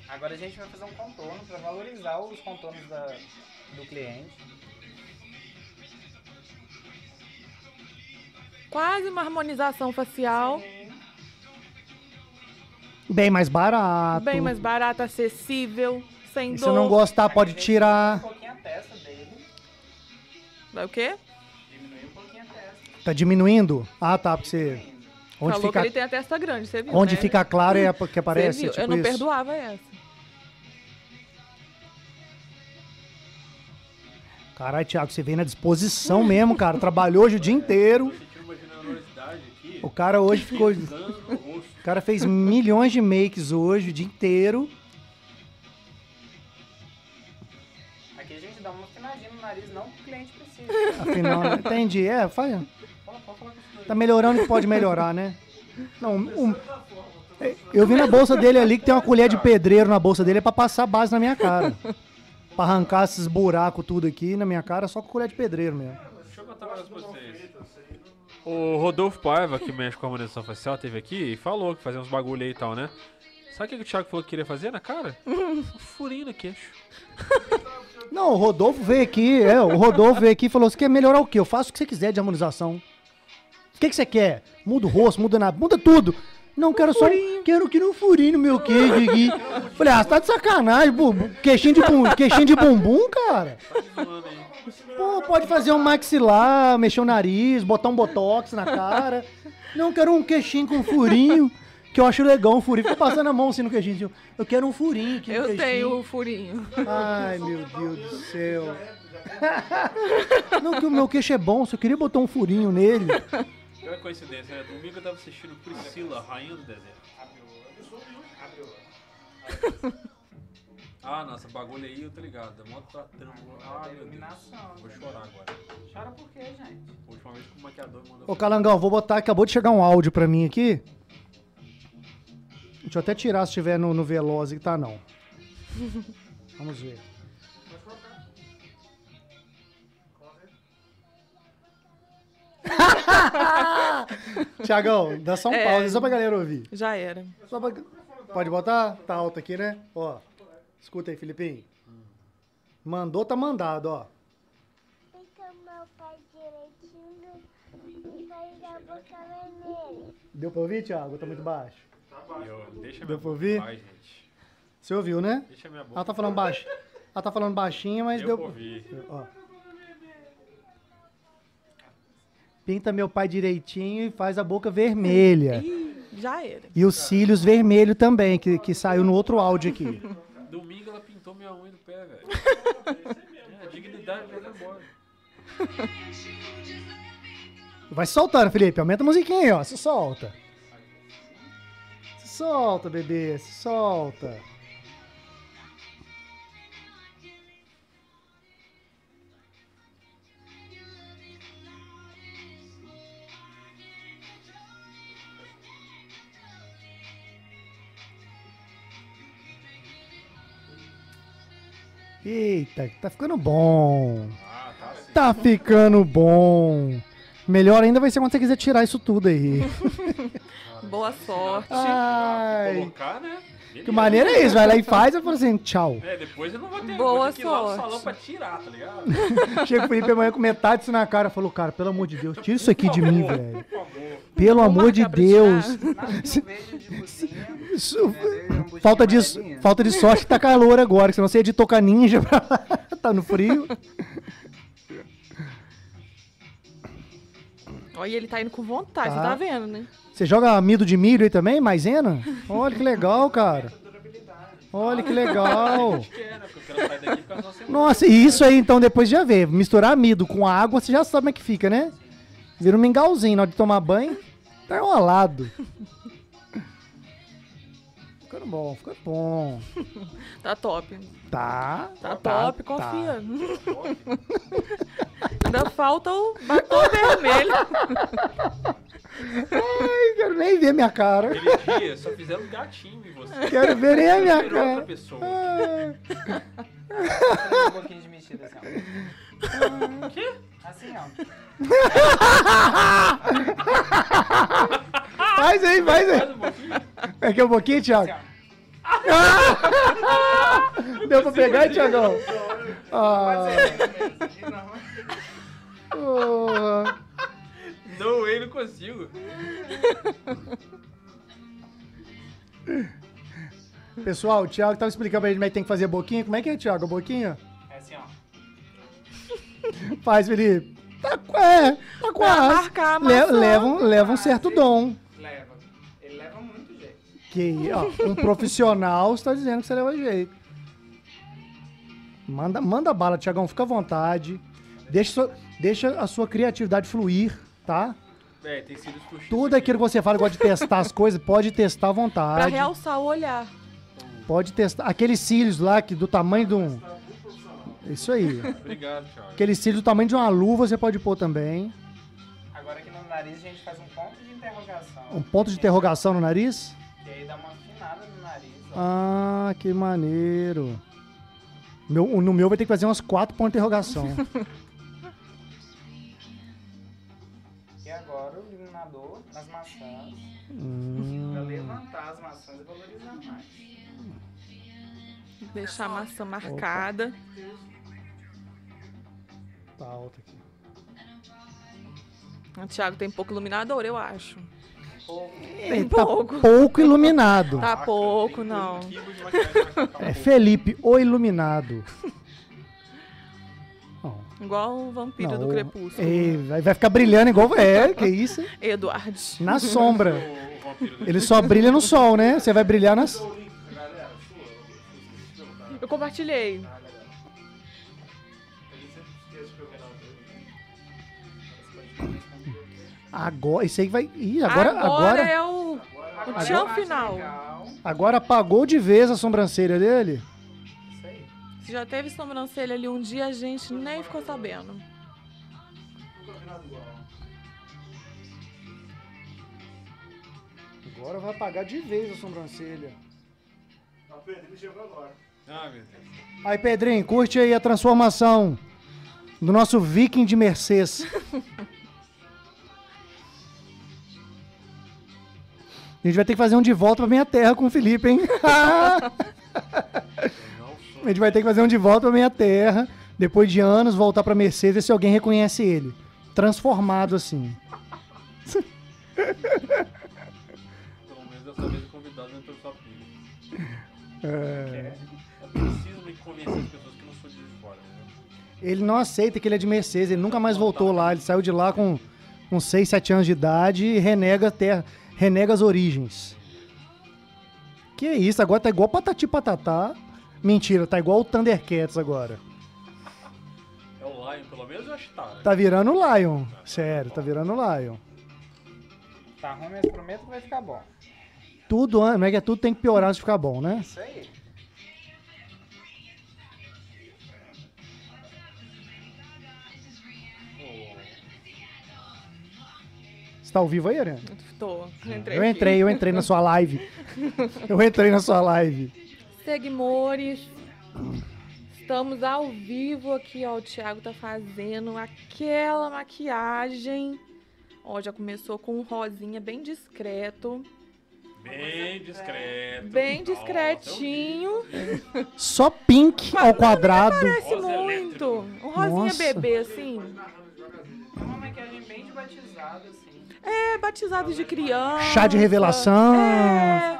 Speaker 6: Agora a gente vai fazer um contorno para valorizar os contornos da- do cliente.
Speaker 3: Quase uma harmonização facial.
Speaker 2: Bem mais barato.
Speaker 3: Bem mais barata, acessível, sem
Speaker 2: E
Speaker 3: dor.
Speaker 2: se não gostar, pode
Speaker 6: Um
Speaker 2: tirar.
Speaker 6: pouquinho a testa dele.
Speaker 3: Vai o quê?
Speaker 6: Diminuir um pouquinho a testa.
Speaker 2: Tá diminuindo? Ah, tá, porque você. Onde
Speaker 3: Falou
Speaker 2: fica,
Speaker 3: que ele tem a testa grande, você viu,
Speaker 2: onde
Speaker 3: né?
Speaker 2: fica claro é a que
Speaker 3: Você
Speaker 2: aparece.
Speaker 3: viu?
Speaker 2: Tipo
Speaker 3: Eu não
Speaker 2: isso.
Speaker 3: perdoava essa.
Speaker 2: Caralho, Thiago, você vem na disposição mesmo, cara. Trabalhou hoje o dia inteiro.
Speaker 5: Sentiu uma generosidade aqui,
Speaker 2: O cara hoje ficou. O
Speaker 5: dando no rosto.
Speaker 2: cara fez milhões de makes hoje, o dia inteiro.
Speaker 6: Aqui a gente dá uma finadinha no nariz, não que o cliente precisa.
Speaker 2: Afinal, né? entendi. É, faz.
Speaker 6: Fala- pode falar com isso
Speaker 2: Tá melhorando que pode melhorar, né? Não, um- eu vi na bolsa dele ali que tem uma colher de pedreiro na bolsa dele é pra passar base na minha cara. Pra arrancar esses buracos tudo aqui na minha cara só com colher de pedreiro mesmo.
Speaker 1: Deixa eu contar um negócio pra vocês. O Rodolfo Paiva, que mexe com a harmonização facial, teve aqui e falou que fazia uns bagulho aí e tal, né? Sabe o que que o Thiago falou que queria fazer na cara? Um furinho no queixo.
Speaker 2: Não, o Rodolfo veio aqui, é, o Rodolfo veio aqui e falou: você quer melhorar o quê? Eu faço o que você quiser de harmonização. O que, que você quer? Muda o rosto, muda nada, muda tudo. Não, quero só. um, Quero que não furinho no meu queijo aqui. Falei, ah, você tá de sacanagem, bu, bu- queixinho, de bum, queixinho de bumbum, cara. Pô, pode fazer um maxilar, mexer o nariz, botar um botox na cara. Não, quero um queixinho com furinho, que eu acho legal, um furinho. Fica passando a mão assim no queixinho. assim, Eu quero um furinho. Que um
Speaker 3: Eu
Speaker 2: queixinho.
Speaker 3: tenho o furinho.
Speaker 2: Ai, meu Deus do céu. Não que o meu queixo é bom, só queria botar um furinho nele.
Speaker 1: Pior coincidência, né? Domingo eu tava assistindo Priscila, Rainha do Deserto. Ah, nossa, bagulho aí, eu tô ligado. Mó tratando. Ai, meu Deus. Vou chorar agora.
Speaker 6: Chora por quê, gente?
Speaker 1: Última vez que o maquiador me mandou.
Speaker 2: Ô, Calangão, vou botar, acabou de chegar um áudio pra mim aqui. Deixa eu até tirar se tiver no, no Veloz que tá não. Vamos ver. Tiagão, dá só um
Speaker 3: É.
Speaker 2: pause, só pra galera ouvir.
Speaker 3: Já era.
Speaker 2: Só pra- Pode botar? Tá alto aqui, né? Ó. Escuta aí, Filipinho. Mandou, tá mandado, ó.
Speaker 7: Fica Então, meu pai direitinho e faz a boca vermelha.
Speaker 2: Deu pra ouvir, Thiago? Tá muito baixo.
Speaker 1: Eu- Deixa minha
Speaker 2: Deu pra
Speaker 1: boca
Speaker 2: ouvir?
Speaker 1: em paz, gente.
Speaker 2: Você ouviu, né?
Speaker 1: Deixa minha boca.
Speaker 2: Ela tá falando baixo. Ela tá falando baixinho, mas
Speaker 1: eu
Speaker 2: deu.
Speaker 1: ouvi.
Speaker 2: Ó. Pinta meu pai direitinho e faz a boca vermelha.
Speaker 3: Ih, já era.
Speaker 2: E os cílios vermelho também, que, que saiu no outro áudio aqui.
Speaker 1: Domingo ela pintou minha unha do pé, velho. É, a dignidade vai embora.
Speaker 2: Vai soltando, Felipe. Aumenta a musiquinha aí, ó. Se solta. Se solta, bebê. Se solta. Eita, tá ficando bom.
Speaker 1: Ah, tá assim.
Speaker 2: Tá ficando bom. Melhor ainda vai ser quando você quiser tirar isso tudo aí.
Speaker 3: Boa sorte.
Speaker 1: Ah,
Speaker 2: Ai.
Speaker 1: Colocar, né?
Speaker 2: Que
Speaker 1: Beleza.
Speaker 2: maneira é isso? Vai lá e faz e fala assim, tchau.
Speaker 1: É, depois eu não vou ter vou
Speaker 3: Boa
Speaker 1: ter que ir lá no
Speaker 3: sorte.
Speaker 1: salão pra tirar, tá ligado?
Speaker 2: Chega o Felipe amanhã com metade disso na cara. Falou, cara, pelo amor de Deus, tira isso aqui de mim,
Speaker 1: Por
Speaker 2: velho.
Speaker 1: favor.
Speaker 2: Pelo amor de
Speaker 3: marcar pra tirar.
Speaker 2: Deus.
Speaker 6: Nada que eu vejo Um de cozinha.
Speaker 2: Isso-
Speaker 6: né,
Speaker 2: Falta de,
Speaker 6: vejo um buchinho
Speaker 2: falta de sorte que tá calor agora, que senão você ia de toca ninja pra lá. Tá no frio.
Speaker 3: Olha, ele tá indo com vontade,
Speaker 2: Tá.
Speaker 3: você tá vendo, né?
Speaker 2: Você joga amido de milho aí também, maisena? Olha que legal, cara. Olha que legal.
Speaker 1: Quero, é, né? porque eu quero sair daqui e ficar só sem
Speaker 2: Nossa, e isso aí então depois já vê. Misturar amido com água, você já sabe como é que fica, né? Vira um mingauzinho na hora de tomar banho. Tá enrolado. Ficando bom, ficando bom.
Speaker 3: Tá top.
Speaker 2: Tá.
Speaker 3: Tá, top,
Speaker 2: tá.
Speaker 3: confia. Ainda falta o batom vermelho.
Speaker 2: Tá Ai, quero nem ver minha cara.
Speaker 1: Aquele dia só fizeram gatinho em você.
Speaker 2: Quero ver nem a minha
Speaker 1: Virou outra
Speaker 2: cara.
Speaker 1: pessoa.
Speaker 2: Ai,
Speaker 6: Um pouquinho de mexida assim, ó. Assim, ó.
Speaker 2: Faz aí, faz aí.
Speaker 1: Faz um pouquinho.
Speaker 2: Aqui um pouquinho, Thiago. Ah! Deu pra pegar, Thiagão? Ah, porra.
Speaker 1: Não, eu não consigo.
Speaker 2: Pessoal, o Thiago tava explicando pra gente como é que tem que fazer boquinha. Como é que é, Thiago? A Boquinha?
Speaker 5: É assim, ó.
Speaker 2: Faz, Felipe. Tá, qu- é, tá quase.
Speaker 3: marcar a
Speaker 2: Le-
Speaker 3: maçã.
Speaker 2: leva, um- leva um certo dom.
Speaker 5: Leva. Ele leva muito jeito.
Speaker 2: Que ó, um profissional está dizendo que você leva jeito. Manda, manda bala, Tiagão, fica à vontade. Deixa, sua- deixa a sua criatividade fluir, tá?
Speaker 1: É, tem sido puxado.
Speaker 2: Tudo aquilo que você fala, gosta de testar as coisas, pode testar à
Speaker 3: Pra
Speaker 2: vontade.
Speaker 3: realçar o olhar.
Speaker 2: Pode testar. Aqueles cílios lá que do tamanho de um. Isso aí.
Speaker 1: Obrigado, Thiago.
Speaker 2: Aqueles cílios do tamanho de uma luva você pode pôr também.
Speaker 5: Agora aqui no nariz a gente faz um ponto de interrogação.
Speaker 2: Um ponto de interrogação no nariz.
Speaker 5: E aí dá uma afinada no nariz, ó.
Speaker 2: Ah, que maneiro. Meu, o- no meu vai ter que fazer umas quatro pontos de interrogação.
Speaker 5: E agora o iluminador nas maçãs.
Speaker 2: Hum.
Speaker 5: Pra levantar as maçãs e valorizar mais.
Speaker 3: Deixar a maçã marcada.
Speaker 2: Tá alto aqui.
Speaker 3: O Thiago tem pouco iluminador, eu acho.
Speaker 2: Tem
Speaker 3: Um pouco.
Speaker 2: Tá pouco iluminado.
Speaker 3: Tá pouco, não.
Speaker 2: É Felipe, o iluminado. Não,
Speaker 3: Igual o vampiro
Speaker 2: não,
Speaker 3: do
Speaker 2: o-
Speaker 3: crepúsculo.
Speaker 2: Ei, vai, vai ficar brilhando igual. É, que isso?
Speaker 3: Eduardo.
Speaker 2: Na sombra. Ele só brilha no sol, né? Você vai brilhar nas.
Speaker 3: Eu compartilhei.
Speaker 2: Agora. Isso aí vai. Ih, agora. Agora,
Speaker 3: agora
Speaker 2: agora,
Speaker 3: é o, o tchan final.
Speaker 2: apagou de vez a sobrancelha dele.
Speaker 3: Se já teve sobrancelha ali um dia, a gente nem ficou sabendo.
Speaker 2: Agora vai apagar de vez a sobrancelha.
Speaker 1: Ah, meu Deus.
Speaker 2: Aí, Pedrinho, curte aí a transformação do nosso viking de Mercedes. A gente vai ter que fazer um de volta pra minha terra com o Felipe, hein?
Speaker 1: É
Speaker 2: a gente vai ter que fazer um de volta pra minha terra, depois de anos voltar pra Mercedes ver se alguém reconhece ele. Transformado assim.
Speaker 1: Pelo menos dessa vez o convidado não entrou só pilha.
Speaker 2: É.
Speaker 1: Eu preciso me convencer as pessoas que eu não sou de fora. né?
Speaker 2: Ele não aceita que ele é de Mercedes, ele nunca mais voltou lá. Ele saiu de lá com, com 6, 7 anos de idade e renega, a terra, renega as origens. Que isso, agora tá igual Patati Patatá. Mentira, tá igual o Thundercats agora.
Speaker 1: É o Lion, pelo menos eu acho que tá. né?
Speaker 2: Tá virando o Lion. Sério, tá virando o Lion.
Speaker 5: Tá ruim, mas prometo que vai ficar bom.
Speaker 2: Tudo, an- como é que é? Tudo tem que piorar antes de ficar bom, né?
Speaker 5: Isso aí.
Speaker 2: Você tá ao vivo aí, Ariana?
Speaker 3: Tô. Entrei
Speaker 2: Eu
Speaker 3: aqui.
Speaker 2: entrei, eu entrei na sua live. Eu entrei na sua live.
Speaker 3: Seguimores, estamos ao vivo aqui, ó. O Thiago tá fazendo aquela maquiagem. Ó, já começou com um rosinha bem discreto,
Speaker 1: Bem discreto. Nossa,
Speaker 3: bem
Speaker 1: é um
Speaker 3: discretinho.
Speaker 2: Só pink ao quadrado.
Speaker 1: Rosa
Speaker 3: Parece
Speaker 1: é
Speaker 3: muito.
Speaker 1: elétrica.
Speaker 3: Um rosinha
Speaker 2: Nossa.
Speaker 3: bebê, assim.
Speaker 5: É uma maquiagem bem de batizado, assim.
Speaker 3: É, batizado de criança.
Speaker 2: Chá de revelação.
Speaker 3: É,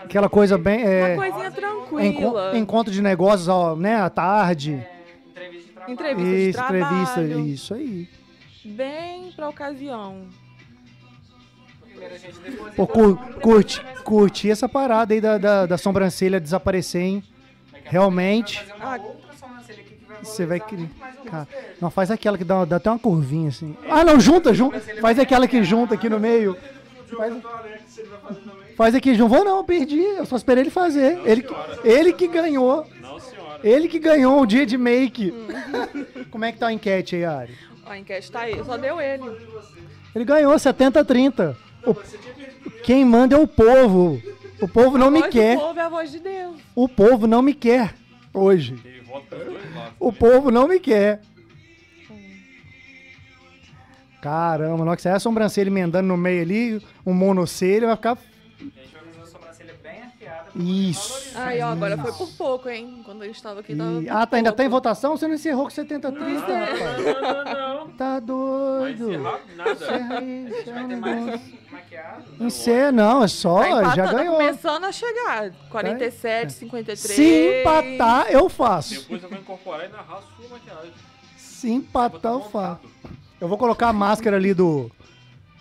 Speaker 2: Aquela coisa bem.
Speaker 3: uma
Speaker 2: é,
Speaker 3: coisinha
Speaker 2: Enco-
Speaker 3: tranquila.
Speaker 2: encontro de negócios, ó, né? À tarde.
Speaker 5: Entrevista de trabalho.
Speaker 3: Entrevista de
Speaker 2: isso, entrevista,
Speaker 3: trabalho.
Speaker 2: isso aí.
Speaker 3: Bem pra ocasião.
Speaker 5: Primeiro a gente deposita.
Speaker 2: Pô, cu- curti, curti essa parada aí da, da, da sobrancelha desaparecer, hein? Realmente.
Speaker 5: Fazer uma
Speaker 3: Ah.
Speaker 5: outra sobrancelha aqui que vai
Speaker 2: Você vai
Speaker 5: valorizar
Speaker 2: querer. Tá.
Speaker 5: muito mais o
Speaker 2: Cara,
Speaker 5: rosto dele.
Speaker 2: não, faz aquela que dá, dá até uma curvinha assim. Ah, não, junta, junta. Faz aquela que junta aqui no meio. Faz, faz aqui, junto. Vou não, perdi. Eu só esperei ele fazer. Ele, que- ele que ganhou.
Speaker 1: Não, senhora.
Speaker 2: Ele que ganhou o dia de make. Como é que tá a enquete aí, Ari?
Speaker 3: Ó, A enquete tá aí, só deu ele.
Speaker 2: Ele ganhou 70 a 30. O- Quem manda é o povo. O povo não me
Speaker 3: Voz do
Speaker 2: quer.
Speaker 3: povo é a voz de Deus.
Speaker 2: O povo não me quer hoje.
Speaker 1: Ele volta pros dois lados.
Speaker 2: O povo não me quer. Caramba, na hora que sair a sobrancelha emendando no meio ali, um monocelho, vai ficar.
Speaker 5: A gente vai fazer uma sobrancelha
Speaker 2: Isso.
Speaker 3: Aí, ó, agora foi por pouco, hein? Quando a gente tava aqui, tava.
Speaker 2: E-
Speaker 3: por
Speaker 2: Ah, tá, ainda
Speaker 3: pouco.
Speaker 2: tá em votação? Você não encerrou com 73, né, rapaz?
Speaker 1: Não, não, não, não.
Speaker 2: Tá
Speaker 1: Vai
Speaker 2: doido.
Speaker 1: encerrar nada.
Speaker 2: Encerra aí, é encerra o negócio.
Speaker 6: Maquiado?
Speaker 2: Encerra, não, é só,
Speaker 3: Tá empatando,
Speaker 2: já
Speaker 3: tá
Speaker 2: ganhou. Tá
Speaker 3: começando a chegar. 47, 53.
Speaker 2: Se empatar, eu faço.
Speaker 1: Depois eu vou incorporar e narrar a sua maquiagem.
Speaker 2: Tá
Speaker 1: um
Speaker 2: Se empatar, eu faço.
Speaker 1: montado.
Speaker 2: Eu vou colocar a máscara ali do,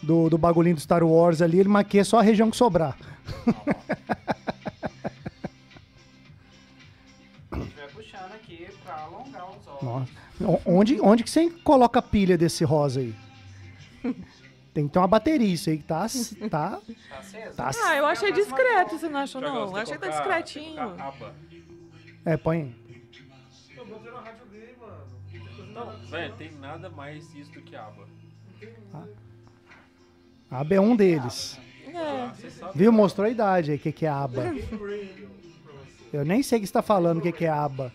Speaker 2: do, do bagulhinho do Star Wars ali, ele maquia só a região que sobrar.
Speaker 6: A gente vai puxando aqui pra alongar os olhos.
Speaker 2: Nossa. O- Onde, onde que você coloca a pilha desse rosa aí? Tem que ter uma bateria isso aí que tá... tá,
Speaker 6: Tá aceso?
Speaker 2: tá
Speaker 3: Ah, eu achei discreto, você não achou,
Speaker 1: Thiago,
Speaker 3: não?
Speaker 1: você
Speaker 3: Eu
Speaker 1: tem
Speaker 3: achei que tá
Speaker 1: colocar- tem que
Speaker 3: discretinho.
Speaker 1: colocar aba.
Speaker 2: é, põe...
Speaker 5: Eu vou fazer uma rádio gay, mano.
Speaker 1: Não, velho, tem nada mais isso do que aba.
Speaker 2: Aba é um deles.
Speaker 3: É.
Speaker 1: Você sabe.
Speaker 2: Viu? Mostrou a idade aí, o que, que é aba. Eu nem sei o que você tá falando, o que, que é aba.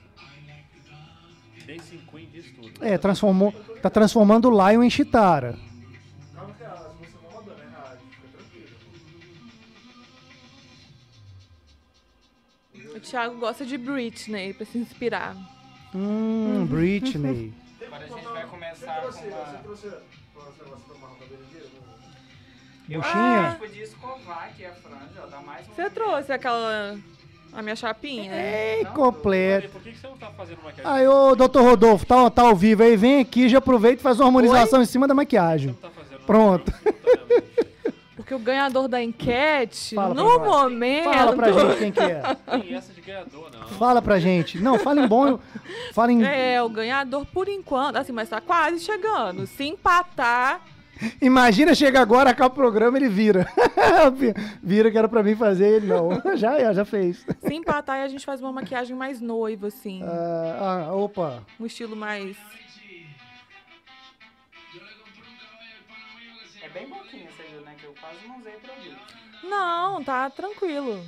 Speaker 1: Tem 50 disso tudo.
Speaker 2: É, transformou. Tá transformando o Lion em Chitara.
Speaker 5: Calma que as músicas vão rodando, é rádio. Fica tranquilo.
Speaker 3: É, O Thiago gosta de Britney pra se inspirar.
Speaker 2: Hum, Britney.
Speaker 6: Agora a gente vai começar com
Speaker 5: Você, você
Speaker 6: uma...
Speaker 5: trouxe trouxe o negócio pra amarrar o cabelo inteiro? Não.
Speaker 6: A gente podia escovar aqui a franja, ó, dar mais um...
Speaker 3: Você trouxe aquela. a minha chapinha?
Speaker 2: Ei, É completo.
Speaker 1: Por que que você não tá fazendo maquiagem?
Speaker 2: Aí, ô, doutor Rodolfo, tá, tá ao vivo aí, vem aqui, já aproveita e faz uma harmonização em cima da maquiagem.
Speaker 1: Não tá fazendo
Speaker 2: Pronto.
Speaker 1: simultaneamente.
Speaker 3: Porque o ganhador da enquete,
Speaker 2: Fala pra
Speaker 3: no
Speaker 2: nós.
Speaker 3: momento.
Speaker 2: Fala pra gente quem que é.
Speaker 1: Tem essa de ganhador, não.
Speaker 2: Fala pra gente. Não, fala em bom. Fala em,
Speaker 3: É, o ganhador por enquanto, assim, mas tá quase chegando. Se empatar,
Speaker 2: Imagina, chega agora, acaba o programa, ele vira. vira que era pra mim fazer, ele não. Já, é, já fez.
Speaker 3: se empatar, aí a gente faz uma maquiagem mais noiva, assim.
Speaker 2: Ah, ah, opa.
Speaker 3: Um estilo mais.
Speaker 6: É bem pouquinho, você viu, né? Que eu quase não usei produto.
Speaker 3: Não, tá tranquilo.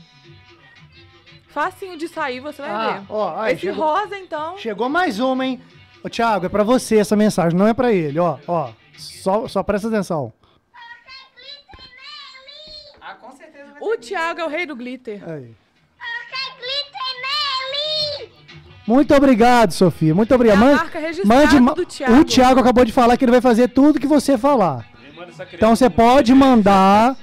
Speaker 3: Facinho de sair, você vai
Speaker 2: Ah,
Speaker 3: ver.
Speaker 2: ó, aí,
Speaker 3: Esse
Speaker 2: chegou.
Speaker 3: rosa, então.
Speaker 2: Chegou mais uma, hein? Ô, Thiago, é pra você essa mensagem, não é pra ele, ó. Ó, só, só presta atenção.
Speaker 6: Ah, com certeza vai
Speaker 3: O Thiago é o rei do glitter.
Speaker 2: Aí.
Speaker 7: Glitter nele!
Speaker 2: Muito obrigado, Sofia. Muito obrigado.
Speaker 3: É a
Speaker 2: Man-
Speaker 3: marca registrada
Speaker 2: ma-
Speaker 3: do Thiago.
Speaker 2: O Thiago acabou de falar que ele vai fazer tudo que você falar.
Speaker 1: Me manda essa criança
Speaker 2: Então você
Speaker 1: no-
Speaker 2: pode mandar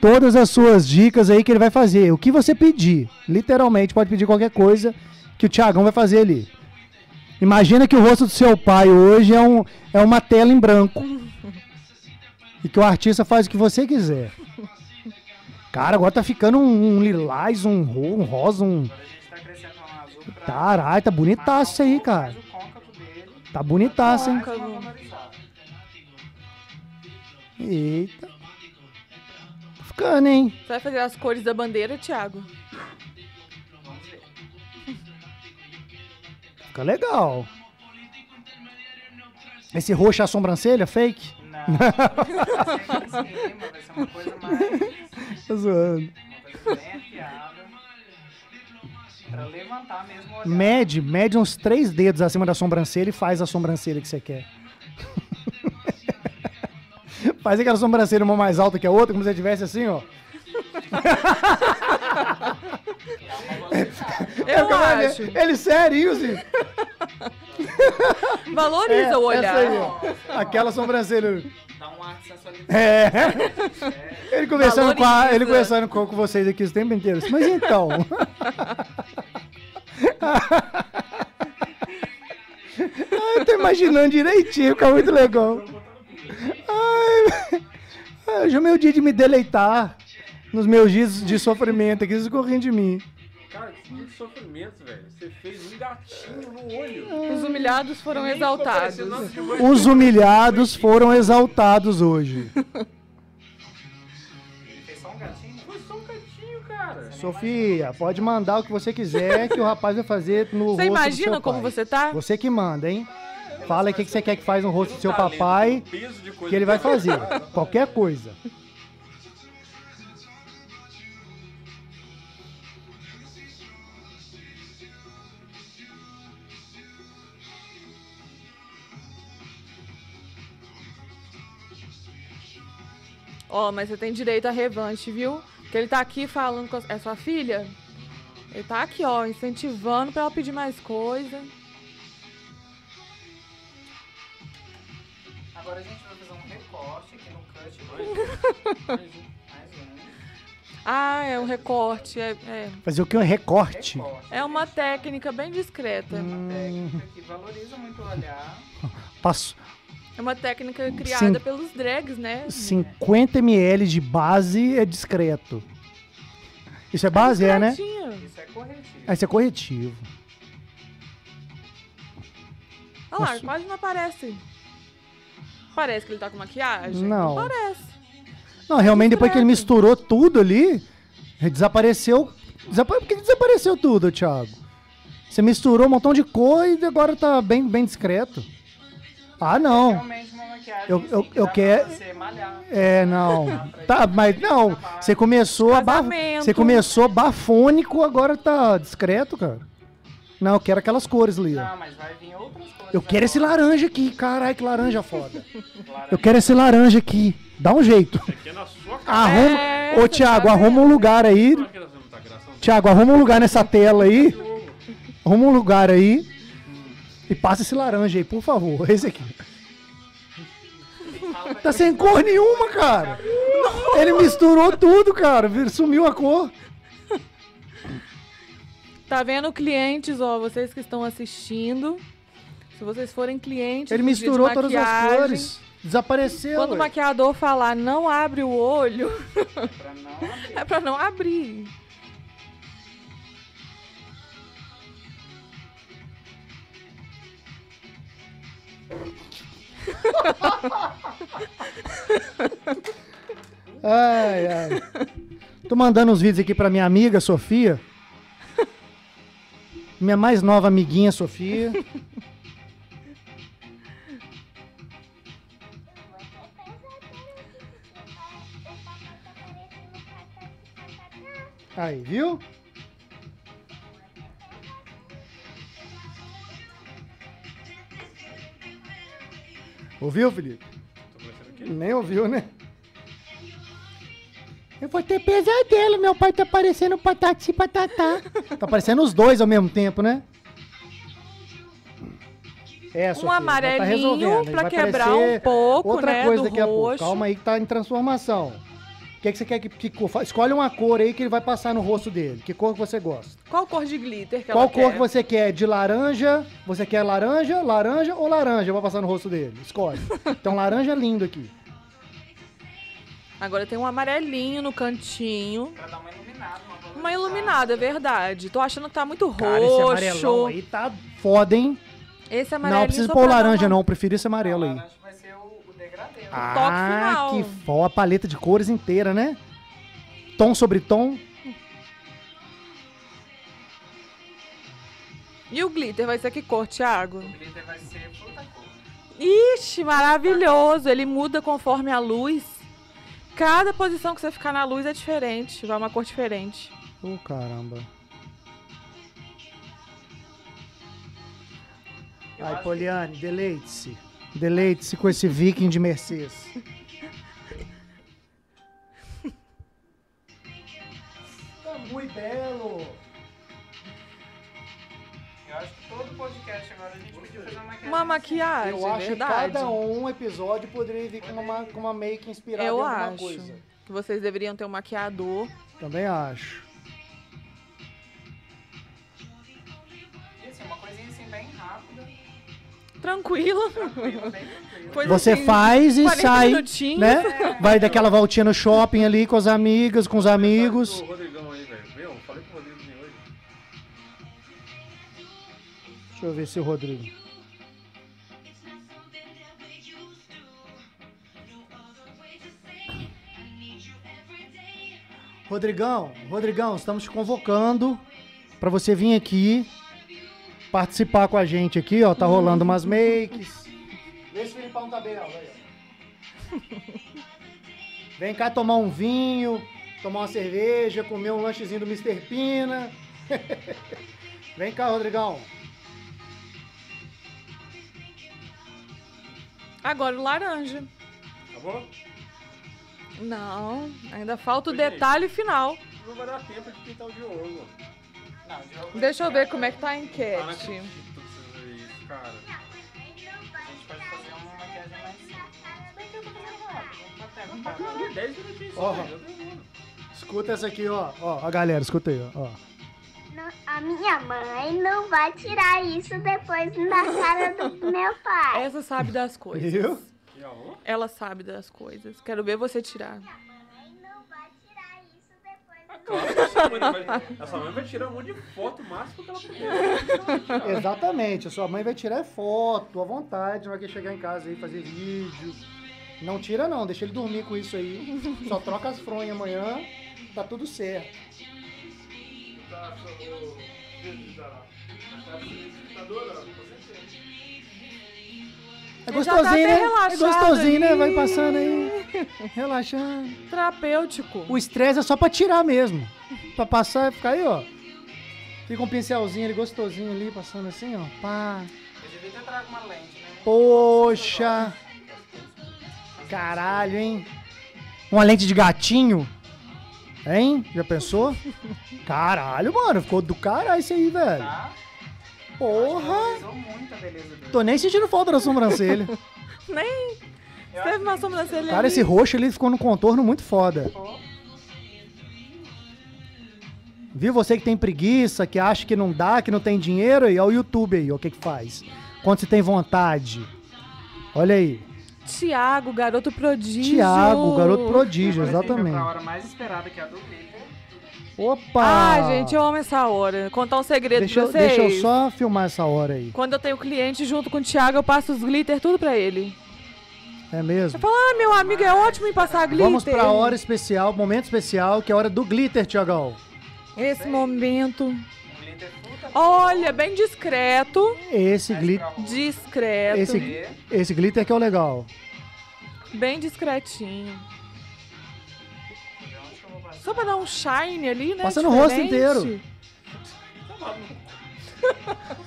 Speaker 2: todas as suas dicas aí que ele vai fazer. O que você pedir. Literalmente, pode pedir qualquer coisa que o Thiagão vai fazer ali. Imagina que o rosto do seu pai hoje é, um, é uma tela em branco. e que o artista faz o que você quiser. Cara, agora tá ficando um, um lilás, um, ro- um rosa, um.
Speaker 6: A gente tá crescendo um azul pra...
Speaker 2: Caralho,
Speaker 6: marcar
Speaker 2: tá
Speaker 6: um
Speaker 2: bonitaço isso aí,
Speaker 6: pouco
Speaker 2: cara.
Speaker 6: mais o côncavo dele, é
Speaker 2: Tá bonitaço, hein?
Speaker 6: mais uma
Speaker 3: Côncavo.
Speaker 6: valorizada.
Speaker 2: Eita. Tá ficando, hein?
Speaker 3: Você vai fazer as cores da bandeira, Thiago?
Speaker 6: Vamos ver.
Speaker 2: Fica legal. Esse roxo é a sobrancelha fake?
Speaker 6: Não. vai ser aqui em cima, vai ser uma coisa mais...
Speaker 2: Tô zoando.
Speaker 6: Uma coisa bem afiada. Pra levantar mesmo o olhar.
Speaker 2: Mede, mede uns três dedos acima da sobrancelha e faz a sobrancelha que você quer. faz aquela sobrancelha uma mais alta que a outra, como se você tivesse assim, ó.
Speaker 3: Eu
Speaker 2: Fica maneiro.
Speaker 3: acho.
Speaker 2: Ele sério, assim.
Speaker 3: Valoriza o olhar.
Speaker 2: É, Essa aí, ó. Aquela sobrancelha.
Speaker 6: Dá um ar de sensualidade.
Speaker 2: É. Ele conversando, com, a- ele
Speaker 3: Valoriza.
Speaker 2: conversando com, com vocês aqui o tempo inteiro. Mas então. Ah, eu tô imaginando direitinho, fica muito legal. Ai, ah, hoje é o meu dia de me deleitar nos meus dias de sofrimento aqui, vocês ficam rindo de mim.
Speaker 1: Cara, que muito sofrimento, velho. Você fez um gatinho no olho.
Speaker 3: Os humilhados foram exaltados.
Speaker 2: Os humilhados foram exaltados hoje.
Speaker 6: Fez só um gatinho.
Speaker 1: Foi só um gatinho, cara.
Speaker 2: Sofia, pode mandar o que você quiser que o rapaz vai fazer no rosto do
Speaker 3: Você
Speaker 2: seu
Speaker 3: imagina como
Speaker 2: pai.
Speaker 3: você tá?
Speaker 2: Você que manda, hein? Fala aí o que, que você quer que faz no rosto do seu
Speaker 1: Tá lendo
Speaker 2: papai,
Speaker 1: o peso de coisa
Speaker 2: que ele vai
Speaker 1: tá
Speaker 2: fazer.
Speaker 1: lendo.
Speaker 2: Qualquer coisa.
Speaker 3: Ó, mas você tem direito à revanche, viu? Porque ele tá aqui falando com a... É sua filha? Ele tá aqui, ó, incentivando pra ela pedir mais coisa.
Speaker 6: Agora a gente vai fazer um recorte aqui no cut. um.
Speaker 3: Ah, é um recorte. É, é,
Speaker 2: Fazer o que? Um recorte.
Speaker 3: é uma técnica bem discreta.
Speaker 6: técnica que valoriza muito o olhar.
Speaker 2: Passo
Speaker 3: É uma técnica criada
Speaker 2: Sim.
Speaker 3: pelos drags, né?
Speaker 2: 50 ml de base é discreto. Isso é base, é, né?
Speaker 3: Certinho.
Speaker 6: Isso é corretivo.
Speaker 2: Ah, Isso é corretivo.
Speaker 3: Olha lá,
Speaker 2: Nossa.
Speaker 3: quase não aparece. Parece que ele tá com maquiagem?
Speaker 2: Não.
Speaker 3: parece.
Speaker 2: Não, realmente depois que ele
Speaker 3: Discreto.
Speaker 2: misturou tudo ali, desapareceu. Desapa... Por que desapareceu tudo, Thiago? Você misturou um montão de cor e agora tá bem, bem discreto. Ah, não.
Speaker 6: Realmente uma maquiagem
Speaker 2: Eu- eu-
Speaker 6: assim, que
Speaker 2: eu
Speaker 6: dá
Speaker 2: quero-
Speaker 6: pra você malhar.
Speaker 2: É, não. Tá, mas não. Você começou a bar...
Speaker 3: Casamento.
Speaker 2: Você começou bafônico, agora tá discreto, cara. Não, eu quero aquelas cores ali, ó.
Speaker 6: Não, mas vai vir outras coisas.
Speaker 2: Eu quero esse
Speaker 6: agora.
Speaker 2: laranja aqui, caralho, que laranja foda.
Speaker 6: Laranja.
Speaker 2: Eu quero esse laranja aqui. Dá um jeito.
Speaker 1: Aqui é na sua cara.
Speaker 2: Arruma.
Speaker 3: É,
Speaker 2: Ô,
Speaker 3: você
Speaker 2: Thiago,
Speaker 3: tá
Speaker 2: arruma um lugar aí.
Speaker 1: Não é que nós vamos tá graça, não.
Speaker 2: Thiago, arruma um lugar nessa tela aí. Arruma um lugar aí. E passa esse laranja aí, por favor. Esse aqui. Tá sem cor nenhuma, cara. Ele misturou tudo, cara. Vir- Sumiu a cor.
Speaker 3: Tá vendo, clientes, ó, vocês que estão assistindo. Se vocês forem clientes,
Speaker 2: Ele
Speaker 3: do dia de
Speaker 2: misturou todas as
Speaker 3: maquiagem,
Speaker 2: cores. Desapareceu.
Speaker 3: Quando o
Speaker 2: ué.
Speaker 3: maquiador falar não abre o olho,
Speaker 6: Pra não abrir.
Speaker 3: é pra não abrir.
Speaker 2: Ai, ai. Tô mandando uns vídeos aqui pra minha amiga, Sofia. Minha mais nova amiguinha, Sofia. Aí, viu? Ouviu, Felipe? Nem ouviu, né? Eu vou ter pesadelo, meu pai tá parecendo patati patatá. tá parecendo os dois ao mesmo tempo, né? É, Sofia,
Speaker 3: um
Speaker 2: já tá
Speaker 3: amarelinho
Speaker 2: resolvendo, ele
Speaker 3: pra
Speaker 2: vai
Speaker 3: quebrar
Speaker 2: aparecer
Speaker 3: um pouco,
Speaker 2: outra
Speaker 3: né,
Speaker 2: coisa
Speaker 3: do
Speaker 2: daqui a pouco.
Speaker 3: roxo.
Speaker 2: Calma aí que tá em transformação. O que, é que você quer que, que cor? Fa- Escolhe uma cor aí que ele vai passar no rosto dele. Que cor que você gosta?
Speaker 3: Qual cor de glitter que
Speaker 2: Qual
Speaker 3: ela
Speaker 2: cor
Speaker 3: quer?
Speaker 2: que você quer? De laranja? Você quer laranja, laranja ou laranja? Eu vou passar no rosto dele. Escolhe. Então laranja é lindo aqui.
Speaker 3: Agora tem um amarelinho no cantinho.
Speaker 6: Pra dar uma iluminada, uma valorizada.
Speaker 3: Uma iluminada, é verdade. Tô achando que tá muito roxo.
Speaker 2: Cara, esse amarelão aí tá foda, hein?
Speaker 3: Esse amarelinho
Speaker 2: Não, precisa
Speaker 3: só
Speaker 2: pôr
Speaker 3: pra dar
Speaker 2: laranja
Speaker 3: uma-
Speaker 2: não. Prefiro esse amarelo aí. Ah,
Speaker 6: Laranja vai ser o, o degradê. né?
Speaker 3: toque final.
Speaker 2: que foda. A paleta de cores inteira, né? Tom sobre tom.
Speaker 3: E o glitter vai ser que cor, Thiago?
Speaker 6: O glitter vai ser fruta cor.
Speaker 3: Ixi, maravilhoso! Ele muda conforme a luz. Cada posição que você ficar na luz é diferente, vai uma cor diferente.
Speaker 2: Ô, caramba.
Speaker 6: Eu
Speaker 2: Ai,
Speaker 6: acho
Speaker 2: Poliane, deleite-se. Deleite-se com esse viking de Mercedes. Está Tá muito belo.
Speaker 6: Eu acho que todo podcast agora a gente podia fazer uma maquiagem.
Speaker 3: Uma maquiagem,
Speaker 2: Eu acho
Speaker 3: Ah, verdade.
Speaker 2: que cada um episódio poderia vir com uma, com uma make inspirada em
Speaker 3: Eu
Speaker 2: alguma
Speaker 3: acho
Speaker 2: coisa.
Speaker 3: que vocês deveriam ter um maquiador.
Speaker 2: Também acho.
Speaker 6: E assim, uma coisinha assim bem rápida,
Speaker 3: Tranquilo.
Speaker 6: tranquila, bem tranquila.
Speaker 3: Coisa
Speaker 2: Você
Speaker 3: assim,
Speaker 2: faz e
Speaker 3: 40
Speaker 2: sai,
Speaker 3: minutinhos.
Speaker 2: né? Vai daquela voltinha no shopping ali com as amigas, com os amigos.
Speaker 1: O Rodrigão aí, velho. Meu, falei pro Rodrigo de hoje.
Speaker 2: Deixa eu ver se o Rodrigo. Rodrigão, Rodrigão, estamos te convocando para você vir aqui participar com a gente aqui, ó. Tá rolando umas makes. Vê se o Filipão tá bem, ó. aí, ó. Vem cá tomar um vinho, tomar uma cerveja, comer um lanchezinho do Mr. Pina. Vem cá, Rodrigão.
Speaker 3: Agora o laranja.
Speaker 1: Acabou?
Speaker 3: Não, ainda falta o
Speaker 1: Oi, gente.
Speaker 3: detalhe final.
Speaker 1: Não vai dar tempo de pintar o Diogo.
Speaker 3: Deixa eu ver como é que tá a enquete.
Speaker 1: Cara,
Speaker 2: tá
Speaker 1: Tá
Speaker 2: Ó, escuta essa aqui, ó. Ó, a galera, escuta aí, ó. ó.
Speaker 7: Não, a minha mãe não vai tirar isso depois na cara do meu pai.
Speaker 3: Essa sabe das coisas.
Speaker 2: Viu?
Speaker 3: Ela sabe das coisas. Quero ver você tirar.
Speaker 7: Minha mãe não vai tirar isso depois na
Speaker 1: Claro, essa mãe vai tirar um monte de foto máximo que ela puder.
Speaker 2: Exatamente, a sua mãe vai tirar foto à vontade, na hora que ele chegar em casa aí, fazer vídeo. Não tira não, deixa ele dormir com isso aí. Só troca as fronhas amanhã, tá tudo certo. É
Speaker 3: Ele já tá
Speaker 2: gostosinho,
Speaker 3: até
Speaker 2: né? É
Speaker 3: relaxado
Speaker 2: gostosinho, né?
Speaker 3: ali.
Speaker 2: Vai passando aí, relaxando.
Speaker 3: Terapêutico.
Speaker 2: O estresse é só pra tirar mesmo. Pra passar e ficar aí, ó. Fica um pincelzinho ali, gostosinho ali, passando assim, ó. Pá.
Speaker 4: Eu devia ter trago uma lente, né?
Speaker 2: Poxa! Caralho, hein? Uma lente de gatinho? Hein? Já pensou? Caralho, mano, ficou do caralho isso aí, velho.
Speaker 4: Tá?
Speaker 2: Porra!
Speaker 4: Valorizou muito a beleza dele.
Speaker 2: Tô nem sentindo falta da sobrancelha.
Speaker 3: Nem.
Speaker 4: Eu
Speaker 3: Teve
Speaker 4: acho
Speaker 3: uma sobrancelha
Speaker 2: Cara,
Speaker 3: ali.
Speaker 2: esse roxo ali ficou num contorno muito foda. Viu você que tem preguiça, que acha que não dá, que não tem dinheiro aí, ó o YouTube aí, ó, o que que faz. Quando você tem vontade. Olha aí.
Speaker 3: Tiago, garoto prodígio.
Speaker 2: Tiago, garoto prodígio,
Speaker 4: Agora chega pra
Speaker 2: exatamente.
Speaker 4: hora mais esperada que é a do Glitter.
Speaker 2: Opa!
Speaker 3: Ah, gente, eu amo essa hora. Contar um segredo
Speaker 2: Deixa,
Speaker 3: pra
Speaker 2: eu-
Speaker 3: vocês.
Speaker 2: deixa eu só filmar essa hora aí.
Speaker 3: Quando eu tenho cliente junto com o Thiago, eu passo os glitter tudo pra ele.
Speaker 2: É
Speaker 3: Eu
Speaker 2: mesmo?
Speaker 3: falo, ah, meu amigo é ótimo em passar glitter.
Speaker 2: Vamos pra hora especial, momento especial, que é a hora do glitter, Tiagão.
Speaker 3: Esse momento.
Speaker 4: O é Glitter puta
Speaker 3: Olha, bem discreto.
Speaker 2: Esse, gli
Speaker 3: Discreto.
Speaker 2: esse, esse glitter que é o legal.
Speaker 3: Bem discretinho. Só pra dar um shine ali, né?
Speaker 2: Passa no rosto
Speaker 3: Diferente.
Speaker 2: inteiro.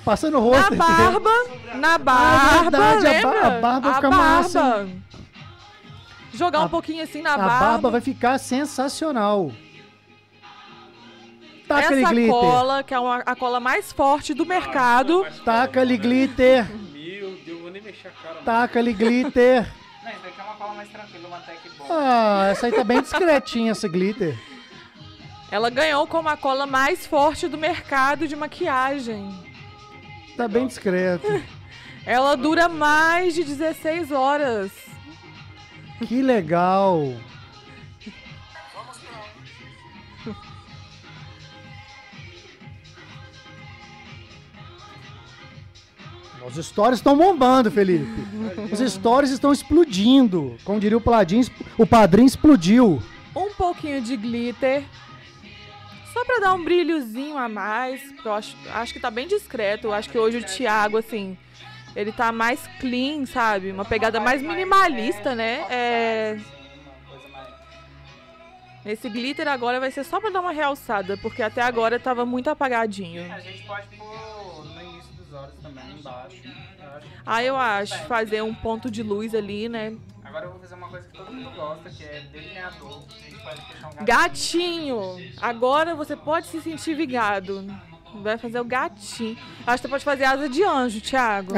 Speaker 2: Passando o
Speaker 3: Na
Speaker 2: rosto. entendeu?
Speaker 3: barba, na barba, né,
Speaker 2: verdade, a
Speaker 3: lembra?
Speaker 2: ba- a barba fica massa,
Speaker 3: Jogar
Speaker 2: A-
Speaker 3: um pouquinho assim na
Speaker 2: A
Speaker 3: barba.
Speaker 2: barba vai ficar sensacional. Taca ali
Speaker 3: Essa
Speaker 2: glitter.
Speaker 3: cola, que é uma- a cola mais forte do mercado.
Speaker 2: Taca ali glitter.
Speaker 1: Meu Deus, eu vou nem mexer a cara. mano.
Speaker 2: Taca ali glitter.
Speaker 4: Não, isso daqui é uma cola mais tranquila, uma tech boa.
Speaker 2: Ah, essa aí tá bem discretinha, essa glitter.
Speaker 3: Ela ganhou como a cola mais forte do mercado de maquiagem.
Speaker 2: Tá bem discreto.
Speaker 3: Ela dura mais de 16 horas.
Speaker 2: Que legal. Os stories estão bombando, Felipe. Os stories estão explodindo. Como diria o Pladim, o padrinho explodiu.
Speaker 3: Um pouquinho de glitter. Só pra dar um brilhozinho a mais. porque Eu acho, acho que tá bem discreto. Eu acho que hoje o Thiago, assim, ele tá mais clean, sabe? Uma pegada mais minimalista, né? É,
Speaker 4: Sim, uma coisa mais.
Speaker 3: esse glitter agora vai ser só pra dar uma realçada, porque até agora tava muito apagadinho.
Speaker 4: A gente pode pôr no início dos olhos também, embaixo. Eu acho. tá
Speaker 3: Aí Ah, eu acho, fazer um ponto de luz ali, né?
Speaker 4: Agora eu vou fazer uma coisa que todo mundo gosta, que é delineador. A gente pode puxar um gato.
Speaker 3: Gatinho! Agora você pode se sentir vigado. Vai fazer o gatinho. Acho que você pode fazer asa de anjo, Thiago.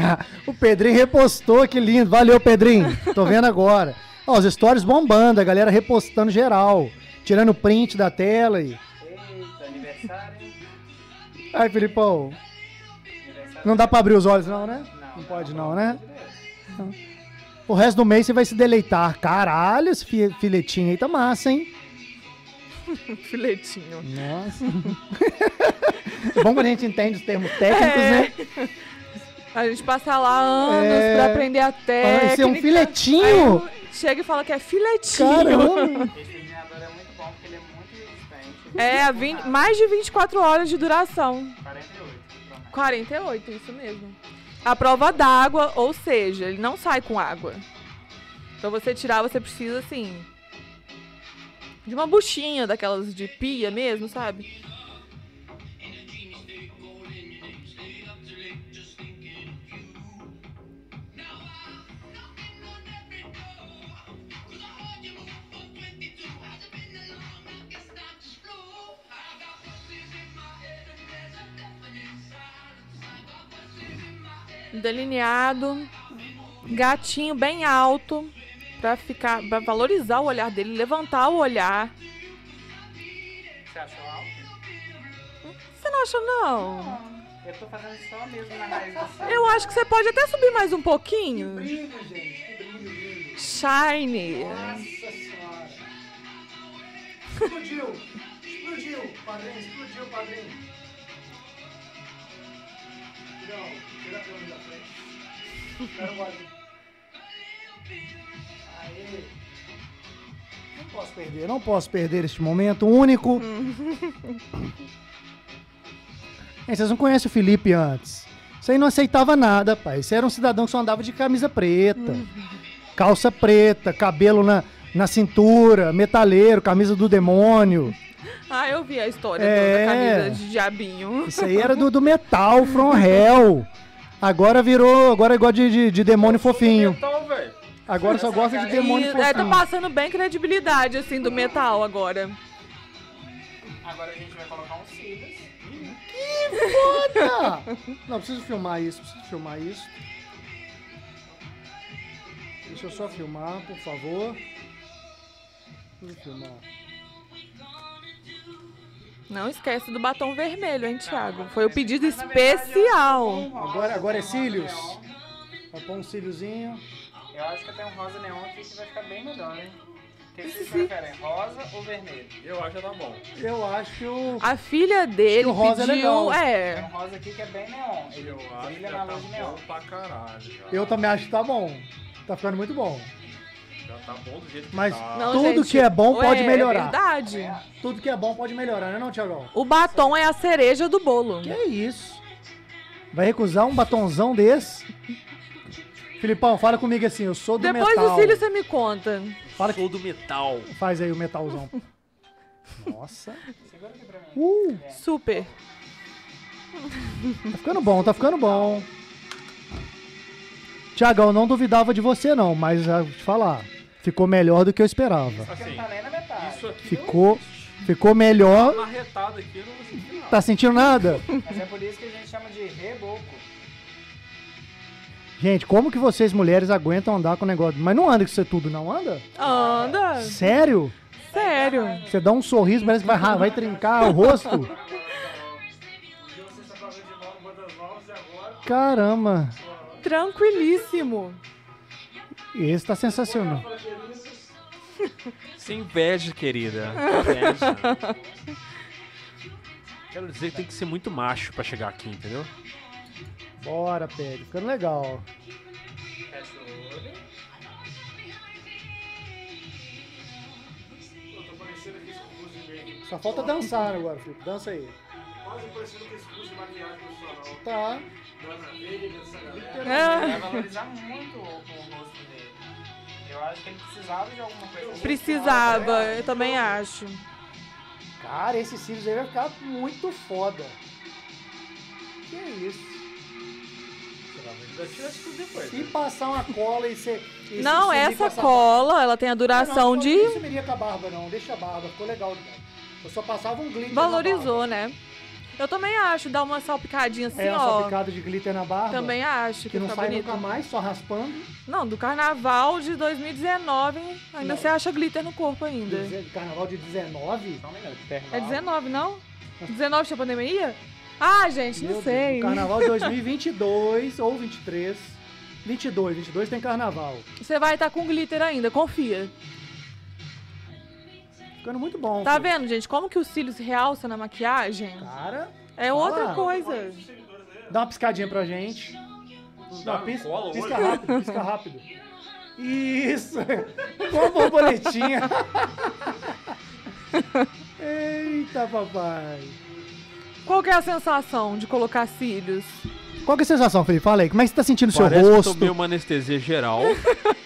Speaker 2: O Pedrinho repostou, que lindo. Valeu, Pedrinho. Tô vendo agora. Ó, os stories bombando, a galera repostando geral. Tirando print da tela e.
Speaker 4: Eita, aniversário. hein?
Speaker 2: Ai, Filipão,
Speaker 4: Aniversário.
Speaker 2: não dá pra abrir os olhos, não, né?
Speaker 4: Não,
Speaker 2: Não pode, não, né? O resto do mês você vai se deleitar. Caralho, esse fi- filetinho aí tá massa, hein?
Speaker 3: Filetinho.
Speaker 2: Nossa. é bom quando a gente entende os termos técnicos, né?
Speaker 3: A gente passa lá anos
Speaker 2: É.
Speaker 3: pra aprender a
Speaker 2: Vai
Speaker 3: técnica.
Speaker 2: ser um filetinho.
Speaker 3: Aí chega e fala que é filetinho.
Speaker 2: Caramba.
Speaker 4: Esse delineador é muito bom porque ele é muito resistente.
Speaker 3: É, a
Speaker 4: Não
Speaker 3: vin-
Speaker 4: nada.
Speaker 3: mais de 24 horas de duração.
Speaker 4: 48. pronto.
Speaker 3: 48, isso mesmo. A prova d'água, ou seja, ele não sai com água. Pra você tirar, você precisa, assim, de uma buchinha daquelas de pia mesmo, sabe? Delineado. Gatinho bem alto. Pra ficar. Pra valorizar o olhar dele, levantar o olhar.
Speaker 4: Você achou alto?
Speaker 3: Você não acha, não?
Speaker 4: Eu tô fazendo só mesmo na raiz do céu.
Speaker 3: Eu acho que você pode até subir mais um pouquinho.
Speaker 5: Brilho, gente. Que brilho lindo.
Speaker 3: Shine.
Speaker 5: Nossa senhora. Explodiu. Explodiu, padrinho. Explodiu, padrinho. Não, tira a câmera da frente. um Quero o barulho.
Speaker 2: Aê. Não posso perder, não posso perder este momento único. Gente, vocês não conhecem o Felipe antes. Isso aí não aceitava nada, pai. Isso era um cidadão que só andava de camisa preta, calça preta, cabelo na, na cintura, metaleiro, camisa do demônio.
Speaker 3: Ah, eu vi a história
Speaker 2: É.
Speaker 3: do- da camisa de diabinho.
Speaker 2: Isso aí era do, do metal, from hell. Agora virou, agora é igual de, de, de demônio fofinho.
Speaker 5: Então, velho.
Speaker 2: Agora só gosta um de demônio
Speaker 3: E, é, tá
Speaker 2: fofinho.
Speaker 3: passando bem credibilidade, assim, do metal agora.
Speaker 4: Agora a gente vai colocar uns cílios.
Speaker 2: Ah, não, preciso filmar isso, preciso filmar isso. Deixa eu só filmar, por favor. Preciso filmar.
Speaker 3: Não esquece do batom vermelho, hein, Thiago? Foi o pedido especial.
Speaker 2: Agora, agora é cílios? Vai pôr um cíliozinho.
Speaker 4: Eu acho que eu tenho um rosa neon aqui que vai ficar bem melhor, hein? O que que vocês
Speaker 3: Sim.
Speaker 4: preferem? Rosa ou vermelho?
Speaker 1: Eu acho que tá bom.
Speaker 2: Eu acho que o.
Speaker 3: A filha dele
Speaker 2: o rosa é legal.
Speaker 3: pediu.
Speaker 4: Tem um
Speaker 3: É.
Speaker 4: rosa aqui que é bem neon. Ele
Speaker 1: Eu acho que
Speaker 4: brilha
Speaker 1: já
Speaker 4: na né,
Speaker 1: tá
Speaker 4: luz de neon.
Speaker 1: bom pra caralho. Já,
Speaker 2: Eu também acho que tá bom. Tá ficando muito bom.
Speaker 1: já tá bom do jeito que
Speaker 2: Mas-
Speaker 1: tá.
Speaker 3: Não,
Speaker 2: Tudo
Speaker 3: gente,
Speaker 2: que é bom pode
Speaker 3: é,
Speaker 2: melhorar.
Speaker 3: É verdade.
Speaker 2: Tudo que é bom pode melhorar, né não, Tiagão?
Speaker 3: O batom é a cereja do bolo.
Speaker 2: Que é isso? Vai recusar um batonzão desse? Filipão, fala comigo assim, eu sou do
Speaker 3: Depois
Speaker 2: metal.
Speaker 3: do cílio você me conta.
Speaker 2: Fala que
Speaker 1: Sou do metal.
Speaker 2: faz aí o metalzão. Nossa.
Speaker 4: Segura aqui pra mim.
Speaker 2: Uh,
Speaker 3: Super.
Speaker 2: tá ficando bom, tá ficando bom. Tiagão, não duvidava de você não, mas ah, vou te falar, ficou melhor do que eu esperava.
Speaker 4: Porque
Speaker 1: Assim,
Speaker 4: não tá nem na metade.
Speaker 1: isso aqui tá
Speaker 2: Ficou, ficou melhor.
Speaker 1: marretado aqui, eu não vou sentir nada.
Speaker 2: Tá sentindo nada?
Speaker 4: Mas é por isso que a gente chama de reboco.
Speaker 2: Gente, como que vocês mulheres aguentam andar com o negócio? Mas não anda com isso é tudo, não anda?
Speaker 3: Anda.
Speaker 2: Sério?
Speaker 3: Sério.
Speaker 2: Você dá um sorriso, parece que vai, ra- vai trincar o rosto. Caramba,
Speaker 3: Tranquilíssimo.
Speaker 2: esse tá sensacional.
Speaker 1: Sem inveja, querida. Inveja. Quero dizer que tem que ser muito macho pra chegar aqui, entendeu?
Speaker 2: Bora, Pedro, ficando legal.
Speaker 4: Fecha o olho.
Speaker 2: Só falta dançar agora, Felipe. Dança aí.
Speaker 5: Quase parecendo que esse curso de maquiagem profissional.
Speaker 2: Tá.
Speaker 5: Dona Veiga, dessa galera.
Speaker 4: Vai
Speaker 3: Ah,
Speaker 4: valorizar muito o, o rosto dele. Eu acho que ele precisava de alguma coisa.
Speaker 3: precisava, eu também acho.
Speaker 2: Cara, esse cílios aí vai ficar muito foda. Que isso?
Speaker 1: Vai tirar isso tudo depois.
Speaker 2: Se passar uma cola e você. e se
Speaker 3: Não,
Speaker 2: sumir com
Speaker 3: essa cola, ela tem a
Speaker 2: Não,
Speaker 3: duração
Speaker 2: não,
Speaker 3: de.
Speaker 2: Não sumiria com a barba, não. Deixa a barba. Ficou legal. demais. Eu só passava um glitter na barba.
Speaker 3: Valorizou, né? Eu também acho, dá uma salpicadinha assim,
Speaker 2: É, uma
Speaker 3: ó.
Speaker 2: salpicada de glitter na barba.
Speaker 3: Também acho que,
Speaker 2: Que não
Speaker 3: fica
Speaker 2: sai
Speaker 3: bonito.
Speaker 2: nunca mais, só raspando.
Speaker 3: Não, do carnaval de 2019, ainda
Speaker 2: Não.
Speaker 3: você acha glitter no corpo ainda.
Speaker 2: Deze- Carnaval de 19.
Speaker 4: Só um minuto.
Speaker 3: É 19, não? 19 tinha pandemia? Ah, gente, não
Speaker 2: Meu Deus,
Speaker 3: sei.
Speaker 2: no Carnaval de 2022 ou 23. 22, 22 tem carnaval.
Speaker 3: Você vai estar com glitter ainda, confia.
Speaker 2: Ficando muito bom.
Speaker 3: Tá
Speaker 2: filho.
Speaker 3: vendo, gente? Como que os cílios realça na maquiagem?
Speaker 2: Cara,
Speaker 3: É outra
Speaker 2: Tá. Fala.
Speaker 3: coisa.
Speaker 2: dá uma piscadinha pra gente. Não, pisca,
Speaker 1: cola o
Speaker 2: pisca
Speaker 1: olho.
Speaker 2: rápido, pisca rápido. Isso! Uma borboletinha. Eita, papai.
Speaker 3: Qual que é a sensação de colocar cílios?
Speaker 2: Qual que é a sensação, Felipe? Fala aí, como é que você tá sentindo o seu
Speaker 1: Parece que eu
Speaker 2: rosto?
Speaker 1: tomei uma anestesia geral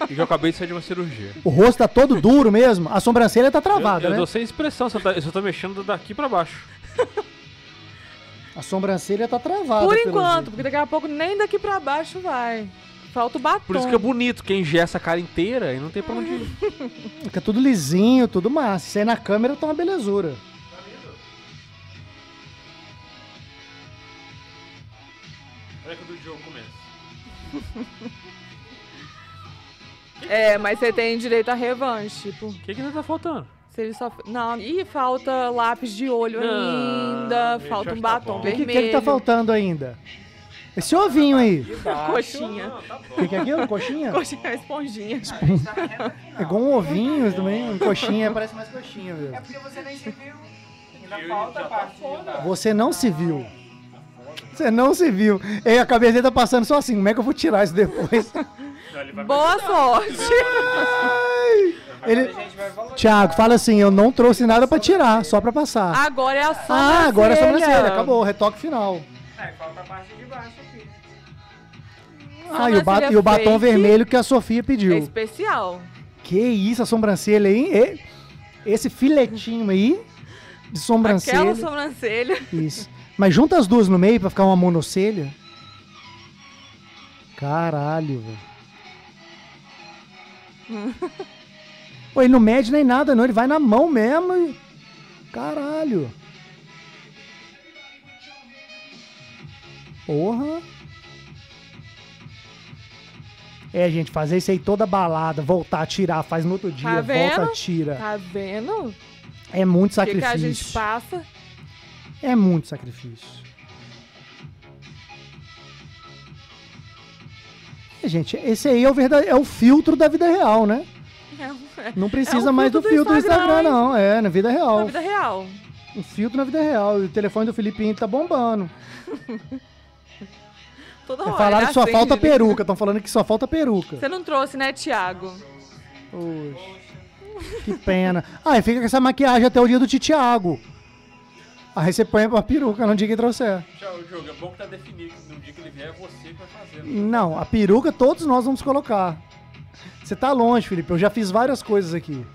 Speaker 1: e que eu acabei de sair de uma cirurgia.
Speaker 2: O rosto tá todo duro mesmo? A sobrancelha tá
Speaker 1: Eu,
Speaker 2: travada,
Speaker 1: eu
Speaker 2: né?
Speaker 1: tô sem expressão, só tá, eu só tô mexendo daqui pra baixo.
Speaker 2: A sobrancelha tá travada.
Speaker 3: Por
Speaker 2: pelo
Speaker 3: enquanto,
Speaker 2: jeito.
Speaker 3: porque daqui a pouco nem daqui pra baixo vai. Falta o batom.
Speaker 1: Por
Speaker 2: Tá.
Speaker 1: isso que é bonito, quem engessa a cara inteira e não tem pra
Speaker 2: É.
Speaker 1: onde ir.
Speaker 2: Fica tudo lisinho, tudo massa. Isso aí na câmera tá uma belezura.
Speaker 1: Olha que o do Diogo começa.
Speaker 3: É, mas você tem direito à revanche, tipo.
Speaker 1: O que que ainda tá faltando?
Speaker 3: Se ele só. Não, e falta lápis de olho
Speaker 1: Não,
Speaker 3: ainda,
Speaker 1: gente,
Speaker 3: falta um
Speaker 1: acho que tá
Speaker 3: batom
Speaker 1: bom.
Speaker 2: O que,
Speaker 3: vermelho.
Speaker 2: que, que tá faltando ainda? Esse ovinho aí.
Speaker 3: Coxinha.
Speaker 2: O que, que é aquilo? Coxinha?
Speaker 3: Coxinha é esponjinha.
Speaker 1: Ah,
Speaker 2: É igual um ovinho também. Um coxinha parece mais coxinha mesmo.
Speaker 4: É Porque você nem se viu. Ainda falta a partida.
Speaker 2: Você não se viu. Você não se viu. Ei, a cabeça tá passando só assim. Como é que eu vou tirar isso depois?
Speaker 3: Boa sorte!
Speaker 2: Ele...
Speaker 4: A gente vai valorizar.
Speaker 2: Tiago, fala assim: eu não trouxe nada pra tirar, só pra passar.
Speaker 3: Agora é a sobrancelha.
Speaker 2: Ah, agora é sobrancelha. Acabou, retoque final.
Speaker 4: Aí É, falta a parte de baixo aqui.
Speaker 2: Ah, e o, ba- e o batom
Speaker 3: fake.
Speaker 2: vermelho que a Sofia
Speaker 3: É
Speaker 2: pediu.
Speaker 3: especial.
Speaker 2: Que isso, a sobrancelha, hein? E- Esse filetinho aí de sobrancelha.
Speaker 3: Aquela sobrancelha.
Speaker 2: Isso. Mas junta as duas no meio pra ficar uma monocelha. Caralho, velho. Pô, ele não mede nem nada, não. Ele vai na mão mesmo. e- Caralho. Porra. É, gente, fazer isso aí toda balada, voltar, tirar, faz no outro dia, volta,
Speaker 3: Tá vendo?
Speaker 2: tira.
Speaker 3: Tá vendo? O
Speaker 2: É muito
Speaker 3: que, que
Speaker 2: sacrifício.
Speaker 3: a gente passa?
Speaker 2: É muito sacrifício. É, Gente, esse aí é o, verdade... é o filtro da vida real, né?
Speaker 3: É
Speaker 2: Não precisa
Speaker 3: É o
Speaker 2: mais do
Speaker 3: filtro do
Speaker 2: filtro do Instagram,
Speaker 3: Instagram, hein?
Speaker 2: não. É, na vida
Speaker 3: uma
Speaker 2: real.
Speaker 3: vida real.
Speaker 2: Um filtro na vida real. E o telefone do Filipinho tá bombando.
Speaker 3: Toda hora.
Speaker 2: Falaram
Speaker 3: ele
Speaker 2: que só
Speaker 3: acende. né?
Speaker 2: falta peruca. Estão falando que só falta peruca.
Speaker 3: Você não trouxe, né, Thiago?
Speaker 2: Oxe. Que pena. Ah, e fica com essa maquiagem até o dia do Titiago. Aí você põe uma peruca no dia que trouxer.
Speaker 1: Tchau, o jogo. É bom que tá definido que no dia que ele vier é você que vai fazer.
Speaker 2: Não, a peruca todos nós vamos colocar. Você tá longe, Felipe. Eu já fiz várias coisas aqui.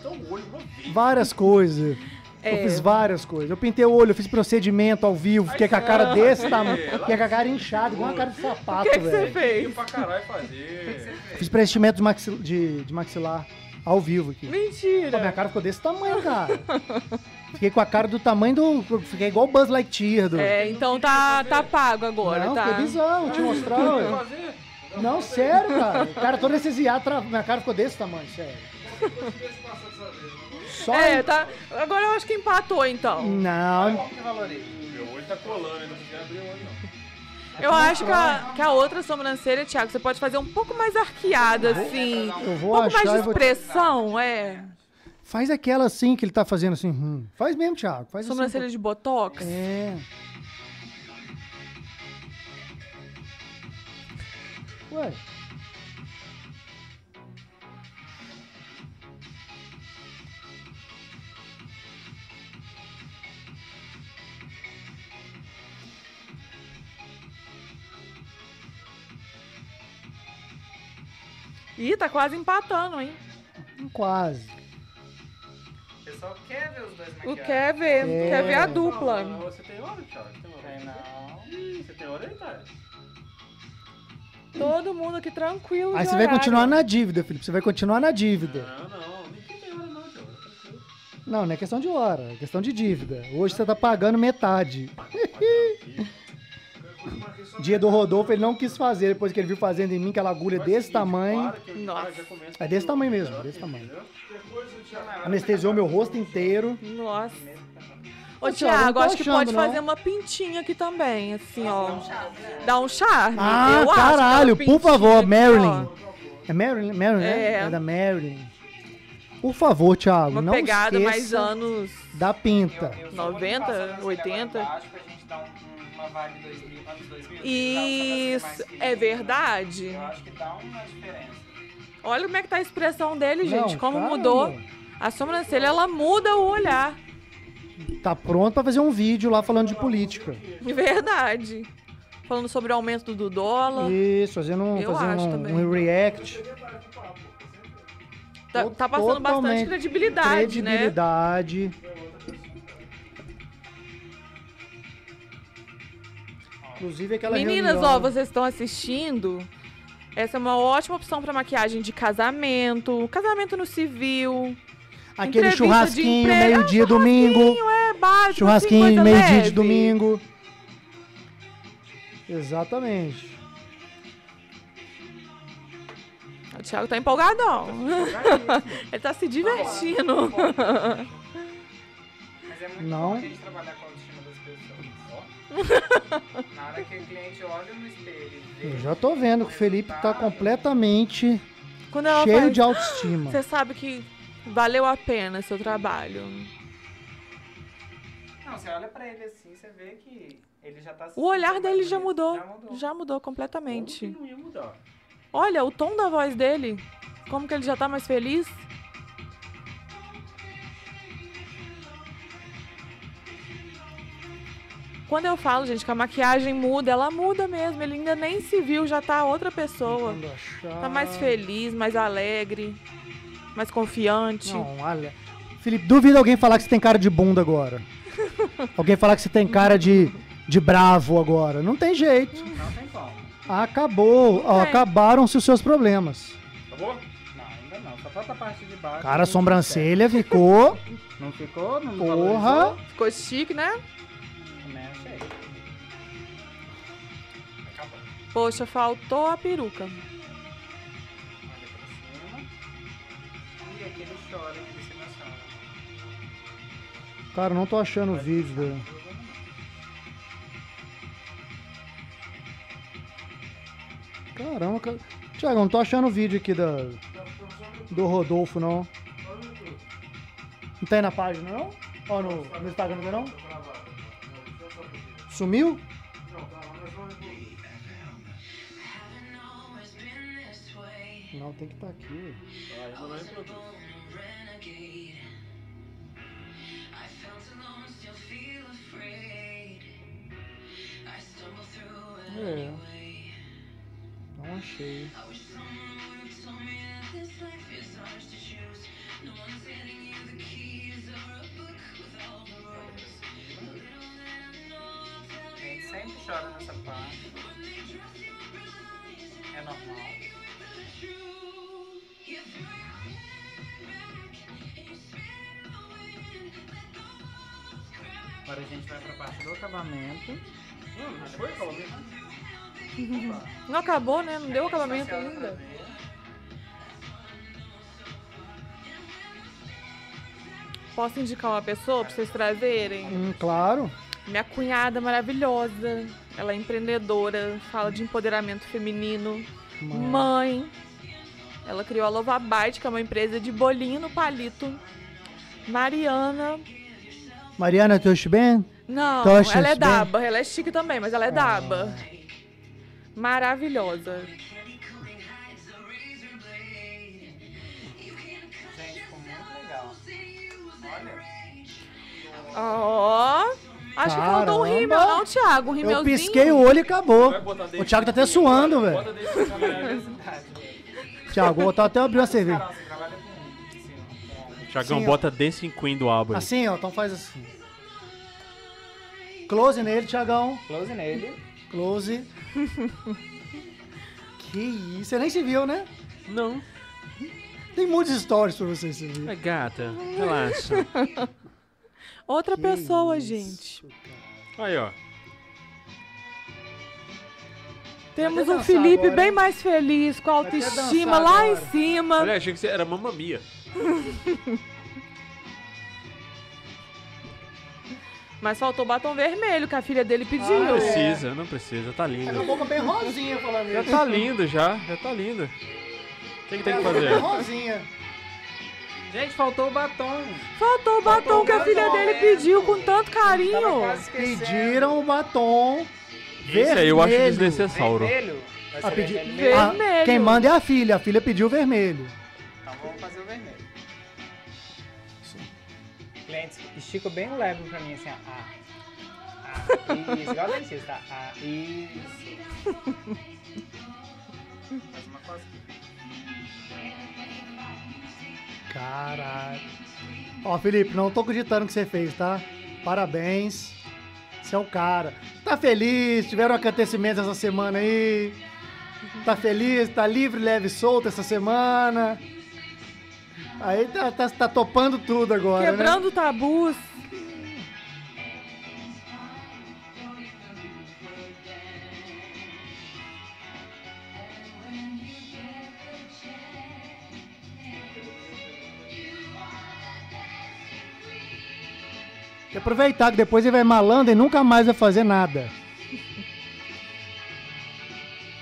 Speaker 1: Então o olho uma vez.
Speaker 2: Várias coisas. Eu
Speaker 3: É.
Speaker 2: fiz várias coisas. Eu pintei o olho, eu fiz procedimento ao vivo, fiquei com a cara desse tamanho.
Speaker 1: é,
Speaker 2: Fiquei com a cara inchada, igual uma cara de sapato,
Speaker 3: O que, que você
Speaker 2: velho.
Speaker 3: fez?
Speaker 1: pra caralho fazer.
Speaker 2: Fiz preenchimento de, maxi- de- de maxilar ao vivo aqui. Pô, minha
Speaker 3: Mentira.
Speaker 2: cara ficou desse tamanho, cara. Fiquei com a cara do tamanho do. Fiquei igual o Buzz Lightyear. Do...
Speaker 3: É, então tá, tá pago agora,
Speaker 2: não,
Speaker 3: tá?
Speaker 2: fiquei bizarro, te mostrar. ué.
Speaker 1: Fazer?
Speaker 2: Não, sério, cara. O cara todo anestesiado, tra... minha cara ficou desse tamanho, sério. Só
Speaker 3: É, tá. Agora eu acho que empatou, então.
Speaker 2: Não,
Speaker 1: Meu olho tá colando, eu não consegui abrir o olho, não.
Speaker 3: Eu acho que a, que a outra sobrancelha, Thiago, você pode fazer um pouco mais arqueada, assim.
Speaker 2: eu
Speaker 3: Um
Speaker 2: vou
Speaker 3: pouco mais
Speaker 2: achar.
Speaker 3: de
Speaker 2: e vou-
Speaker 3: expressão, é.
Speaker 2: Faz aquela assim que ele tá fazendo assim. hum. Faz mesmo, Thiago. Faz
Speaker 3: Sobrancelha
Speaker 2: assim.
Speaker 3: de botox.
Speaker 2: É. Ué.
Speaker 3: Ih, tá quase empatando, hein?
Speaker 2: Quase.
Speaker 4: O pessoal quer ver os dois
Speaker 3: O
Speaker 4: maquiados.
Speaker 3: quer ver,
Speaker 2: É.
Speaker 3: quer ver a dupla.
Speaker 1: Ah, Você tem hora, Thiago? Tem hora?
Speaker 4: Tem não.
Speaker 1: Ih, Você tem hora tá. aí, Thales?
Speaker 3: Todo mundo aqui tranquilo.
Speaker 2: Aí você
Speaker 3: de
Speaker 2: vai
Speaker 3: horário.
Speaker 2: continuar na dívida, Felipe. Você vai continuar na dívida.
Speaker 1: Não, não. Ninguém tem hora, não, Thiago.
Speaker 2: Não, não é questão de hora, é questão de dívida. Hoje você tá pagando metade. Dia do Rodolfo, ele não quis fazer, depois que ele viu fazendo em mim aquela agulha desse tamanho.
Speaker 3: Nossa,
Speaker 2: É desse tamanho mesmo, desse tamanho. Anestesiou meu rosto inteiro.
Speaker 3: nossa. Ô,
Speaker 2: Ô, Thiago, eu não
Speaker 3: Thiago,
Speaker 2: tô
Speaker 3: acho que
Speaker 2: achando, né?
Speaker 3: pode
Speaker 2: não.
Speaker 3: fazer uma pintinha aqui também, assim, ó. Dá um charme.
Speaker 2: Ah,
Speaker 3: Eu acho que é uma
Speaker 2: caralho, por
Speaker 3: pintinha
Speaker 2: favor,
Speaker 3: aqui,
Speaker 2: Marilyn.
Speaker 3: ó.
Speaker 2: É Marilyn, Marilyn né?
Speaker 3: É.
Speaker 2: É da Marilyn. Por favor, Thiago,
Speaker 3: Uma
Speaker 2: não
Speaker 3: pegada
Speaker 2: esqueça
Speaker 3: mais anos.
Speaker 2: da pinta.
Speaker 4: Eu só vou
Speaker 3: 90,
Speaker 4: passar nesse
Speaker 3: 80.
Speaker 4: negócio embaixo pra gente dar um- uma vibe 2000, anos 2000.
Speaker 3: Isso,
Speaker 4: Dá pra fazer mais
Speaker 3: é
Speaker 4: que- né?
Speaker 3: verdade.
Speaker 4: Eu acho que dá uma diferença.
Speaker 3: Olha como é que tá a expressão dele, gente.
Speaker 2: Não,
Speaker 3: como
Speaker 2: caramba.
Speaker 3: mudou. A sobrancelha, ela muda o olhar.
Speaker 2: Tá pronto pra fazer um vídeo lá falando de política.
Speaker 3: De verdade. Falando sobre o aumento do dólar.
Speaker 2: Isso, fazendo um,
Speaker 3: Ah. Eu
Speaker 2: fazendo
Speaker 3: acho
Speaker 2: um-
Speaker 3: também.
Speaker 2: um react.
Speaker 3: Tá, tá passando bastante
Speaker 2: Totalmente.
Speaker 3: credibilidade, né?
Speaker 2: credibilidade. Inclusive aquela
Speaker 3: Meninas,
Speaker 2: reunião-
Speaker 3: ó, vocês estão assistindo. Essa é uma ótima opção pra maquiagem de casamento, casamento no civil.
Speaker 2: Aquele
Speaker 3: entrevista de
Speaker 2: churrasquinho,
Speaker 3: emprego. Ah,
Speaker 2: meio-dia, domingo.
Speaker 3: churrasquinho, É básico, assim,
Speaker 2: Churrasquinho,
Speaker 3: coisa
Speaker 2: meio-dia de
Speaker 3: leve.
Speaker 2: domingo. Exatamente.
Speaker 3: Thiago tá empolgadão. Ele tá se divertindo.
Speaker 2: Tá
Speaker 4: Mas é muito
Speaker 2: Não.
Speaker 4: bom a gente trabalhar com a autoestima das pessoas. ó. Na hora que o cliente olha no espelho e vê.
Speaker 2: Eu já tô vendo que o Felipe tá completamente
Speaker 3: Quando ela
Speaker 2: cheio
Speaker 3: faz,
Speaker 2: de autoestima.
Speaker 3: Você sabe que valeu a pena seu trabalho.
Speaker 4: Não, você olha pra ele assim, você vê que ele já tá se
Speaker 3: O olhar
Speaker 4: sentindo
Speaker 3: dele
Speaker 4: mais
Speaker 3: já
Speaker 4: bonito.
Speaker 3: mudou.
Speaker 4: Já mudou.
Speaker 3: Já mudou completamente.
Speaker 4: Como que não ia mudar?
Speaker 3: Olha, o tom da voz dele. Como que ele já tá mais feliz? Quando eu falo, gente, que a maquiagem muda, ela muda mesmo. Ele ainda nem se viu, já tá outra pessoa.
Speaker 2: Tentando achar.
Speaker 3: Tá mais feliz, mais alegre, mais confiante.
Speaker 2: Não, olha. Felipe, duvido alguém falar que você tem cara de bunda agora. alguém falar que você tem cara de, de bravo agora. Não tem jeito.
Speaker 4: Não tem como.
Speaker 2: Acabou. Ó,
Speaker 3: tem.
Speaker 2: Acabaram-se os seus problemas.
Speaker 1: Acabou?
Speaker 4: Não, ainda não. Só falta a parte de baixo.
Speaker 2: Cara, a sobrancelha ficou.
Speaker 4: Não ficou? Não
Speaker 2: Porra.
Speaker 3: Ficou chique, né?
Speaker 4: valorizou? Né, achei.
Speaker 3: Poxa, faltou a peruca.
Speaker 4: Olha pra cima. E aqui é ele chora, ele se emociona.
Speaker 2: Cara, eu não tô achando o vídeo. velho. Caramba, cara. Tiago, eu não tô achando o vídeo aqui da, do Rodolfo, não. Não tem na página, não? Ó, no, no Instagram, não tem, não? Sumiu? Não, tem que estar aqui. velho. É. Não achei.
Speaker 4: Ele sempre chora nessa parte. É normal. Agora a gente vai pra parte do acabamento. Hum, mas foi acabamento?
Speaker 3: Não acabou, né? Não deu acabamento ainda. Posso indicar uma pessoa pra vocês trazerem?
Speaker 2: Hum, claro.
Speaker 3: Minha cunhada maravilhosa. Ela é empreendedora, fala de empoderamento feminino. Mãe. Ela criou a Lova Bite, que é uma empresa de bolinho no palito. Mariana.
Speaker 2: Mariana, tu está bem?
Speaker 3: Não,
Speaker 2: Tocha,
Speaker 3: ela é
Speaker 2: se bem.
Speaker 3: daba. Ela é chique também, mas ela é daba.
Speaker 2: Ah.
Speaker 3: Maravilhosa.
Speaker 4: Gente, ficou muito legal. Olha,
Speaker 3: Ó. Acho que faltou um
Speaker 2: Caramba.
Speaker 3: rímel, não, Thiago? Um rímelzinho.
Speaker 2: Eu pisquei o olho e acabou.
Speaker 1: Vai botar dentro
Speaker 2: O Thiago tá até suando, velho.
Speaker 1: Bota desse aqui.
Speaker 4: verdade.
Speaker 2: Thiago, vou até abrir uma cerveja.
Speaker 4: Carol, você trabalha com sim, com-
Speaker 1: Tiagão,
Speaker 2: Sim, assim, ó.
Speaker 1: bota Dancing Queen do álbum. aí.
Speaker 2: Assim, ó, então faz assim. Close nele, Thiagão.
Speaker 4: Close nele.
Speaker 2: Close. que isso, você nem se viu, né?
Speaker 1: Não,
Speaker 2: Tem muitos stories pra você se ver.
Speaker 1: é gata. Relaxa.
Speaker 3: Outra
Speaker 2: Que
Speaker 3: pessoa,
Speaker 2: isso,
Speaker 3: gente.
Speaker 2: cara.
Speaker 1: Aí, ó.
Speaker 3: Temos
Speaker 2: até
Speaker 3: um
Speaker 2: dançar
Speaker 3: Felipe
Speaker 2: agora.
Speaker 3: bem mais feliz, com a
Speaker 2: até dançar
Speaker 3: autoestima lá em
Speaker 2: agora.
Speaker 3: cima.
Speaker 1: Olha, achei que você era mamamia.
Speaker 3: Mas faltou batom vermelho que a filha dele
Speaker 1: Não
Speaker 3: pediu.
Speaker 2: Ah, é.
Speaker 1: precisa, não precisa. Tá linda.
Speaker 2: Acabou com bem rosinha falando
Speaker 1: Já
Speaker 2: isso.
Speaker 1: tá lindo, já. Já tá lindo. O que, que tem que fazer?
Speaker 2: Bem rosinha.
Speaker 4: Gente, faltou o batom.
Speaker 3: Faltou o batom que a filha
Speaker 4: batom,
Speaker 3: dele
Speaker 4: é.
Speaker 3: pediu com tanto carinho.
Speaker 2: Pediram o batom.
Speaker 1: Isso aí eu acho
Speaker 2: vermelho.
Speaker 1: desnecessário.
Speaker 4: Vermelho? Vai ser
Speaker 2: Ah, pedi-
Speaker 4: vermelho?
Speaker 2: Ah,
Speaker 3: Vermelho.
Speaker 2: quem manda é a filha. A filha pediu vermelho.
Speaker 4: Então vamos fazer o vermelho. Clientes, estica bem leve pra mim assim, ó. Ah. Ah, isso, igual dentista. Ah, isso. Faz uma cosquinha.
Speaker 2: Caralho. Ó, Felipe, não tô acreditando que você fez, tá? Parabéns. Você é o cara. Tá feliz? Tiveram acontecimentos essa semana aí? Tá feliz? Tá livre, leve e solto essa semana? Aí tá, tá- tá topando tudo agora, né?
Speaker 3: Quebrando tabus.
Speaker 2: E aproveitar que depois ele vai malandro e nunca mais vai fazer nada.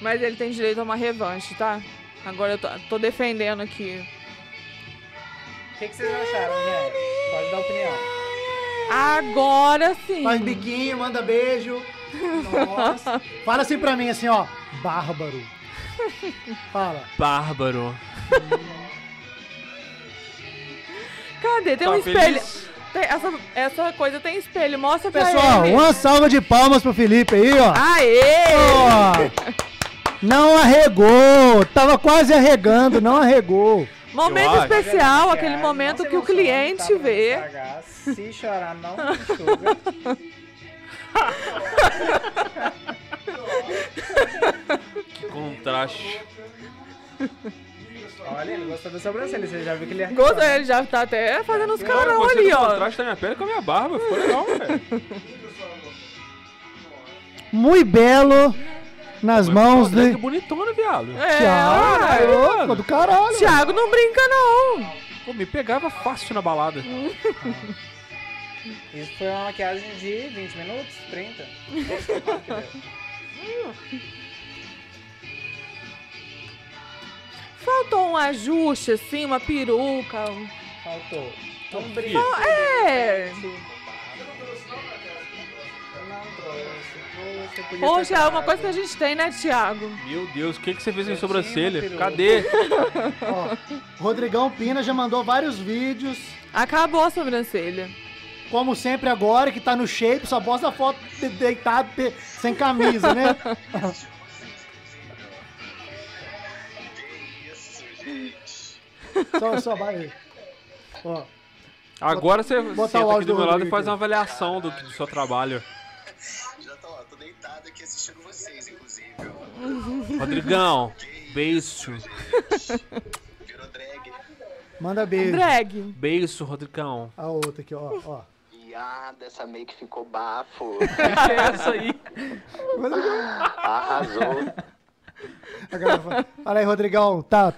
Speaker 3: Mas ele tem direito a uma revanche, tá? Agora eu tô, tô defendendo aqui.
Speaker 4: O que, que vocês acharam, gente? Pode dar opinião.
Speaker 3: Agora sim.
Speaker 2: Faz biquinho, manda beijo. Nossa. Fala assim pra mim, assim, ó. Bárbaro. Fala.
Speaker 1: Bárbaro.
Speaker 3: Cadê? Tem um
Speaker 1: Tá
Speaker 3: espelho.
Speaker 1: feliz?
Speaker 3: Tem- essa, essa coisa tem espelho. Mostra pra
Speaker 2: Pessoal,
Speaker 3: ele.
Speaker 2: uma salva de palmas pro Felipe aí, ó.
Speaker 3: Aê!
Speaker 2: Ó, Não arregou. Tava quase arregando, não arregou.
Speaker 3: Momento
Speaker 1: Eu acho.
Speaker 3: especial,
Speaker 4: Olha,
Speaker 2: é,
Speaker 3: aquele
Speaker 4: não
Speaker 3: momento
Speaker 4: se
Speaker 3: que o
Speaker 4: emociona,
Speaker 3: cliente
Speaker 4: tá pra
Speaker 3: vê.
Speaker 4: estragar. Se chorar, não enxuga.
Speaker 1: Que contraste.
Speaker 4: Olha, ele gostou da sobrancelha. Você já viu que ele é.
Speaker 3: Gostou, ele já tá até fazendo uns
Speaker 1: Cara,
Speaker 3: carão
Speaker 1: você
Speaker 3: ali,
Speaker 1: do
Speaker 3: ó.
Speaker 1: contraste da minha pele com a minha barba. Ficou legal, velho.
Speaker 2: Muito belo nas mãos
Speaker 1: Nossa, Que
Speaker 2: do.
Speaker 1: bonitona, viado.
Speaker 3: É,
Speaker 2: Thiago,
Speaker 3: uai.
Speaker 2: ô, ficou do caralho.
Speaker 3: Thiago não brinca, não.
Speaker 1: Pô, me pegava fácil na balada.
Speaker 4: Isso foi uma maquiagem de 20 minutos? 30?
Speaker 3: Faltou um ajuste, assim, uma peruca. um-
Speaker 4: Faltou. Um brilho.
Speaker 3: É.
Speaker 4: Não trouxe. Pô, Você podia
Speaker 3: Poxa,
Speaker 4: ter
Speaker 3: é uma
Speaker 4: trago.
Speaker 3: coisa que a gente tem, né, Thiago?
Speaker 1: Meu Deus, o que, que você fez em
Speaker 4: Eu tinha uma
Speaker 1: sobrancelha?
Speaker 4: peruca.
Speaker 1: Cadê?
Speaker 2: Ó, Rodrigão Pina já mandou vários vídeos.
Speaker 3: Acabou a sobrancelha.
Speaker 2: Como sempre, agora que tá no shape, só posta foto de- deitado de- sem camisa, né? só, só vai. Ó,
Speaker 1: Agora você
Speaker 2: Botar o
Speaker 1: senta aqui
Speaker 2: áudio
Speaker 1: do
Speaker 2: do
Speaker 1: meu lado e
Speaker 2: Rodrigo
Speaker 1: faz
Speaker 2: aqui.
Speaker 1: uma avaliação do, do seu trabalho.
Speaker 8: Já tô, ó, tô deitado aqui assistindo vocês, inclusive. ó.
Speaker 1: Rodrigão, beijo.
Speaker 8: Virou drag.
Speaker 2: manda beijo.
Speaker 3: Drag.
Speaker 1: Beijo, Rodrigão.
Speaker 2: A outra aqui, ó, ó.
Speaker 8: E ah, dessa make ficou bafo.
Speaker 1: É essa aí.
Speaker 8: Arrasou.
Speaker 2: A galera fala, Fala aí, Rodrigão, tá.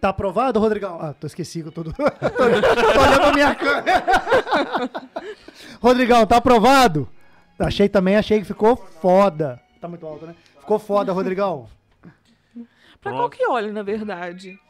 Speaker 2: Tá aprovado, Rodrigão? Ah, tô esquecido, tô, do- tô, tô olhando a minha câmera. Rodrigão, tá aprovado? Achei também, achei que ficou foda. Tá muito alto, né? Ficou foda, Rodrigão.
Speaker 3: Pra
Speaker 1: Pronto.
Speaker 3: qual que olha, na verdade?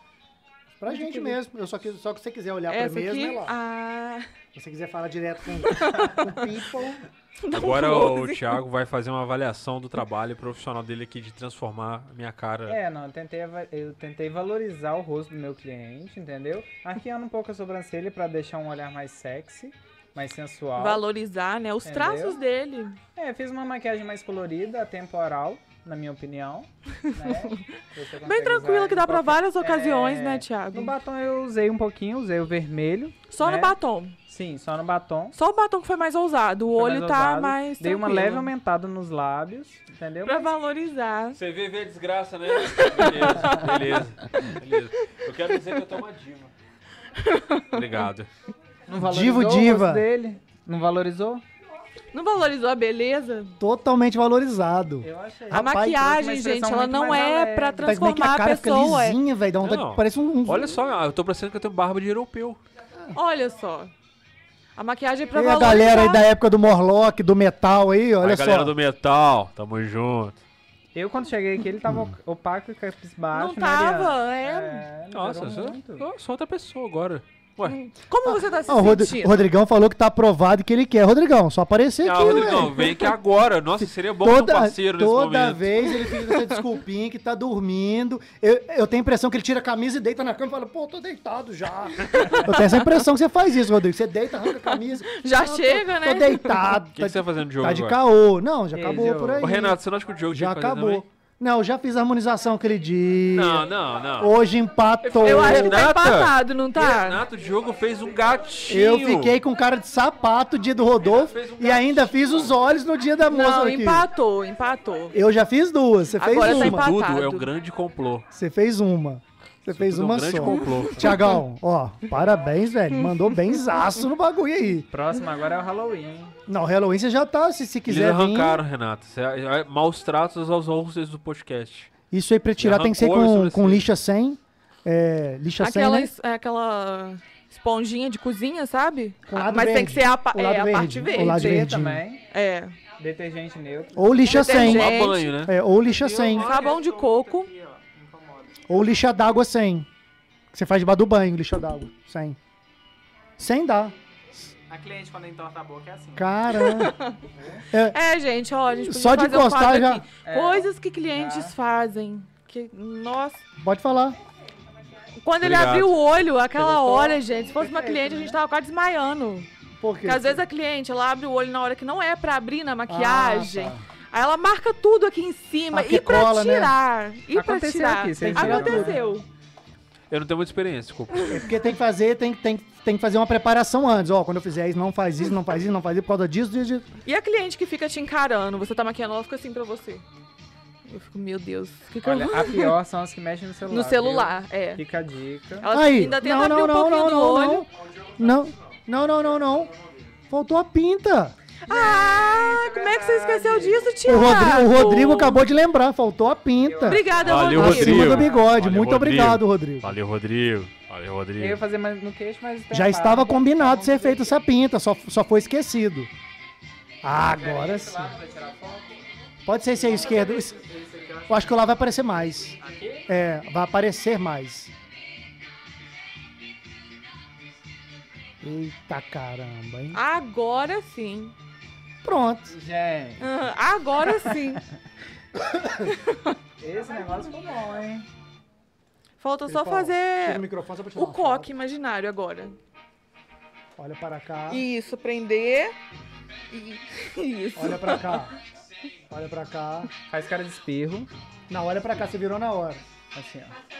Speaker 2: Pra gente mesmo. Eu só, quis, só que você quiser olhar
Speaker 3: Essa
Speaker 2: pra mim
Speaker 3: aqui?
Speaker 4: né,
Speaker 2: mesmo, é lá.
Speaker 3: Ah,
Speaker 2: Se você quiser falar direto com, com people. tá
Speaker 3: um
Speaker 1: Agora o
Speaker 3: close.
Speaker 1: Thiago vai fazer uma avaliação do trabalho profissional dele aqui de transformar a minha cara.
Speaker 4: É, não, eu tentei, ava- eu tentei valorizar o rosto do meu cliente, entendeu? Arqueando um pouco a sobrancelha pra deixar um olhar mais sexy, mais sensual.
Speaker 3: valorizar, né? Os
Speaker 4: Entendeu?
Speaker 3: traços dele.
Speaker 4: É, fiz uma maquiagem mais colorida, atemporal, na minha opinião. né? Você
Speaker 3: Bem
Speaker 4: consegue usar
Speaker 3: tranquilo, que dá
Speaker 4: em
Speaker 3: pra
Speaker 4: qualquer-
Speaker 3: várias ocasiões,
Speaker 4: É,
Speaker 3: né, Thiago?
Speaker 4: No batom eu usei um pouquinho, usei o vermelho.
Speaker 3: Só
Speaker 4: né?
Speaker 3: no batom.
Speaker 4: Sim, só no batom.
Speaker 3: Só o batom que foi mais ousado. O
Speaker 4: Foi
Speaker 3: olho tá
Speaker 4: ousado.
Speaker 3: mais.
Speaker 4: Dei uma
Speaker 3: tranquilo.
Speaker 4: leve aumentada nos lábios,
Speaker 2: Então,
Speaker 4: entendeu?
Speaker 3: Pra
Speaker 4: Mas
Speaker 3: valorizar.
Speaker 1: Você vê, vê a desgraça, né? Beleza, beleza, beleza. Eu quero dizer que eu tô uma diva. Obrigado.
Speaker 4: não valorizou
Speaker 2: Divo
Speaker 4: o rosto
Speaker 2: diva.
Speaker 4: dele? Não valorizou?
Speaker 3: Não valorizou a beleza?
Speaker 2: Totalmente valorizado.
Speaker 4: Eu achei.
Speaker 3: a
Speaker 2: Rapaz, trouxe
Speaker 3: maquiagem,
Speaker 4: uma
Speaker 3: gente,
Speaker 4: expressão
Speaker 3: ela
Speaker 4: muito
Speaker 3: não
Speaker 4: mais
Speaker 3: é
Speaker 4: alegre.
Speaker 3: pra
Speaker 2: Mas como é que
Speaker 3: transformar
Speaker 2: a
Speaker 3: a
Speaker 2: cara fica
Speaker 3: pessoa. é.
Speaker 2: lisinha, velho? Dá vontade.
Speaker 1: Não.
Speaker 2: Parece um. um-
Speaker 1: Olha só, eu tô parecendo que eu tenho barba de europeu.
Speaker 3: Olha só. A maquiagem é pra
Speaker 2: E a
Speaker 3: valorizar.
Speaker 2: galera aí da época do Morlock, do metal aí, olha
Speaker 1: a galera
Speaker 2: só.
Speaker 1: do metal, tamo junto.
Speaker 4: Eu, quando cheguei aqui, ele tava opaco e
Speaker 3: Não
Speaker 4: capisbaixo. né, Ariana?
Speaker 3: tava, é.
Speaker 4: É,
Speaker 1: Nossa,
Speaker 4: melhorou
Speaker 1: eu sou,
Speaker 4: muito.
Speaker 1: eu sou outra pessoa agora. Ué,
Speaker 3: Como você tá se
Speaker 2: Ah, o Rodri-
Speaker 3: sentindo?
Speaker 2: o Rodrigão falou que tá aprovado e que ele quer. Rodrigão, só aparecer
Speaker 1: ah,
Speaker 2: aqui,
Speaker 1: Rodrigão,
Speaker 2: velho.
Speaker 1: vem aqui agora. Nossa, seria bom ter um
Speaker 2: Toda,
Speaker 1: parceiro nesse
Speaker 2: toda
Speaker 1: momento.
Speaker 2: vez ele fica com essa desculpinha que tá dormindo. Eu, eu tenho a impressão que ele tira a camisa e deita na cama e fala, pô, tô deitado já. Eu tenho essa impressão que você faz isso, Rodrigo. Você deita, arranca a camisa.
Speaker 3: Já
Speaker 2: "Ah, tô-
Speaker 3: chega,
Speaker 2: tô,
Speaker 3: né?"
Speaker 2: deitado.
Speaker 1: O que,
Speaker 2: tá
Speaker 1: que você tá fazendo,
Speaker 2: de,
Speaker 1: Diogo?
Speaker 2: tá de
Speaker 1: agora?
Speaker 2: caô. Não, já
Speaker 4: Ei,
Speaker 2: acabou
Speaker 4: Diogo.
Speaker 2: por aí.
Speaker 1: Ô, Renato, você não acha que o Diogo
Speaker 2: já
Speaker 1: tinha que fazer
Speaker 2: acabou.
Speaker 1: também?
Speaker 2: Não, já fiz a harmonização aquele dia.
Speaker 1: Não, não, não.
Speaker 2: Hoje empatou.
Speaker 3: Eu acho que tá
Speaker 1: Renata?
Speaker 3: empatado, não tá?
Speaker 1: Renato, o Diogo fez um gatinho.
Speaker 2: Eu fiquei com cara de sapato dia do Rodolfo
Speaker 1: Ele fez um
Speaker 2: e ainda fiz os olhos no dia da moça
Speaker 3: Não,
Speaker 2: aqui.
Speaker 3: empatou, empatou.
Speaker 2: Eu já fiz duas, você fez
Speaker 3: Agora tá
Speaker 2: uma.
Speaker 3: empatado.
Speaker 1: Tudo é um grande complô.
Speaker 2: Você fez uma. Você fez
Speaker 1: Tudo é um
Speaker 2: uma
Speaker 1: grande
Speaker 2: só.
Speaker 1: complô.
Speaker 2: Tiagão, ó, parabéns, velho. Mandou benzaço no bagulho aí.
Speaker 4: Próximo agora é o Halloween.
Speaker 2: Não, Halloween você já tá, se, se
Speaker 1: Eles
Speaker 2: quiser vir.
Speaker 1: arrancaram, Renato. Isso é- é Maus tratos aos ouvintes do podcast.
Speaker 2: Isso aí pra tirar tem que ser
Speaker 1: Arrancou a
Speaker 2: com, com
Speaker 1: sobrancelha.
Speaker 2: lixa 100. É, lixa 100,
Speaker 3: Aquela,
Speaker 2: né?
Speaker 3: es- aquela esponjinha de cozinha, sabe?
Speaker 2: O lado
Speaker 3: Mas tem
Speaker 2: verde.
Speaker 3: que ser a, pa-
Speaker 2: O
Speaker 3: é,
Speaker 2: lado
Speaker 3: a
Speaker 2: verde.
Speaker 3: parte verde.
Speaker 2: O lado
Speaker 4: T
Speaker 2: verdinho.
Speaker 4: também.
Speaker 3: É.
Speaker 4: Detergente neutro.
Speaker 2: Ou lixa 100.
Speaker 3: Detergente.
Speaker 1: Tomar banho, né?
Speaker 2: É, ou lixa 100.
Speaker 3: Sabão de coco.
Speaker 2: Ou lixa d'água 100. Que você faz debaixo do banho, lixa d'água. 100. 100 dá.
Speaker 4: A cliente, quando entorta a boca, é assim.
Speaker 2: Caramba.
Speaker 3: É, gente, ó, a gente podia
Speaker 2: Só de
Speaker 3: fazer um quadro
Speaker 2: encostar já-
Speaker 3: aqui. Coisas que clientes fazem. Que, nossa.
Speaker 2: Pode falar.
Speaker 3: Quando ele
Speaker 1: Obrigado.
Speaker 3: abriu o olho, aquela
Speaker 4: gostou?
Speaker 3: hora, gente, se fosse uma
Speaker 4: Perfeito,
Speaker 3: cliente, a gente
Speaker 4: né?
Speaker 3: tava quase desmaiando.
Speaker 2: Por quê?
Speaker 3: Porque às vezes é a cliente, ela abre o olho na hora que não é pra abrir na maquiagem.
Speaker 2: Ah, tá.
Speaker 3: Aí ela marca tudo aqui em cima.
Speaker 2: Aqui
Speaker 3: e pra
Speaker 2: cola, né?
Speaker 3: tirar. E pra
Speaker 4: Aconteceu
Speaker 3: tirar.
Speaker 4: aqui, você
Speaker 2: tira tudo.
Speaker 3: Aconteceu.
Speaker 1: Eu não tenho muita experiência, desculpa.
Speaker 2: É porque tem que fazer, tem, tem, tem que fazer uma preparação antes. Ó, quando eu fizer isso, não faz isso, não faz isso, não faz isso, por causa disso, disso, disso.
Speaker 3: E a cliente que fica te encarando, você tá maquiando, ela fica assim pra você. Eu fico, meu Deus, o que, que
Speaker 4: Olha,
Speaker 3: eu
Speaker 4: a pior são as que mexem no celular.
Speaker 3: No celular, é.
Speaker 4: viu? Fica a dica.
Speaker 3: Ela
Speaker 2: Aí,
Speaker 3: ainda tenta
Speaker 2: não,
Speaker 3: abrir
Speaker 2: não,
Speaker 3: um
Speaker 2: não,
Speaker 3: pouquinho
Speaker 2: não,
Speaker 3: do
Speaker 2: não,
Speaker 3: olho.
Speaker 2: não, não, não, não, não, não. Faltou a pinta.
Speaker 3: Ah, como é que você esqueceu disso,
Speaker 2: O
Speaker 3: Tiago?
Speaker 2: Rodrigo, o Rodrigo acabou de lembrar, faltou a pinta.
Speaker 3: Obrigada,
Speaker 1: Valeu,
Speaker 3: Rodrigo.
Speaker 2: Acima do
Speaker 1: Rodrigo.
Speaker 2: bigode.
Speaker 1: Olha,
Speaker 2: Muito
Speaker 1: Rodrigo.
Speaker 2: obrigado, Rodrigo.
Speaker 1: Valeu, Rodrigo. Valeu,
Speaker 4: Eu ia
Speaker 1: Rodrigo.
Speaker 4: fazer mais no queixo, mas.
Speaker 2: Já
Speaker 4: um
Speaker 2: estava combinado ser feita essa pinta, só, só foi esquecido. Ah, agora sim. Pode ser esse aí, esquerdo. Esse- Eu acho que lá vai aparecer mais. É, vai aparecer mais. Eita caramba, hein?
Speaker 3: Agora sim.
Speaker 2: Pronto.
Speaker 4: Gente,
Speaker 3: Ah, agora sim.
Speaker 4: esse negócio ficou bom, hein?
Speaker 3: Falta só
Speaker 2: Pessoal, tira o
Speaker 3: fazer
Speaker 2: microfone só pra tirar
Speaker 3: o
Speaker 2: uma foto.
Speaker 3: coque imaginário agora.
Speaker 2: Olha para cá.
Speaker 3: Isso, prender. E- Isso.
Speaker 2: Olha pra cá. Olha pra cá.
Speaker 4: Faz cara de espirro.
Speaker 2: Não, olha pra cá, você virou na hora.
Speaker 4: Assim, ó.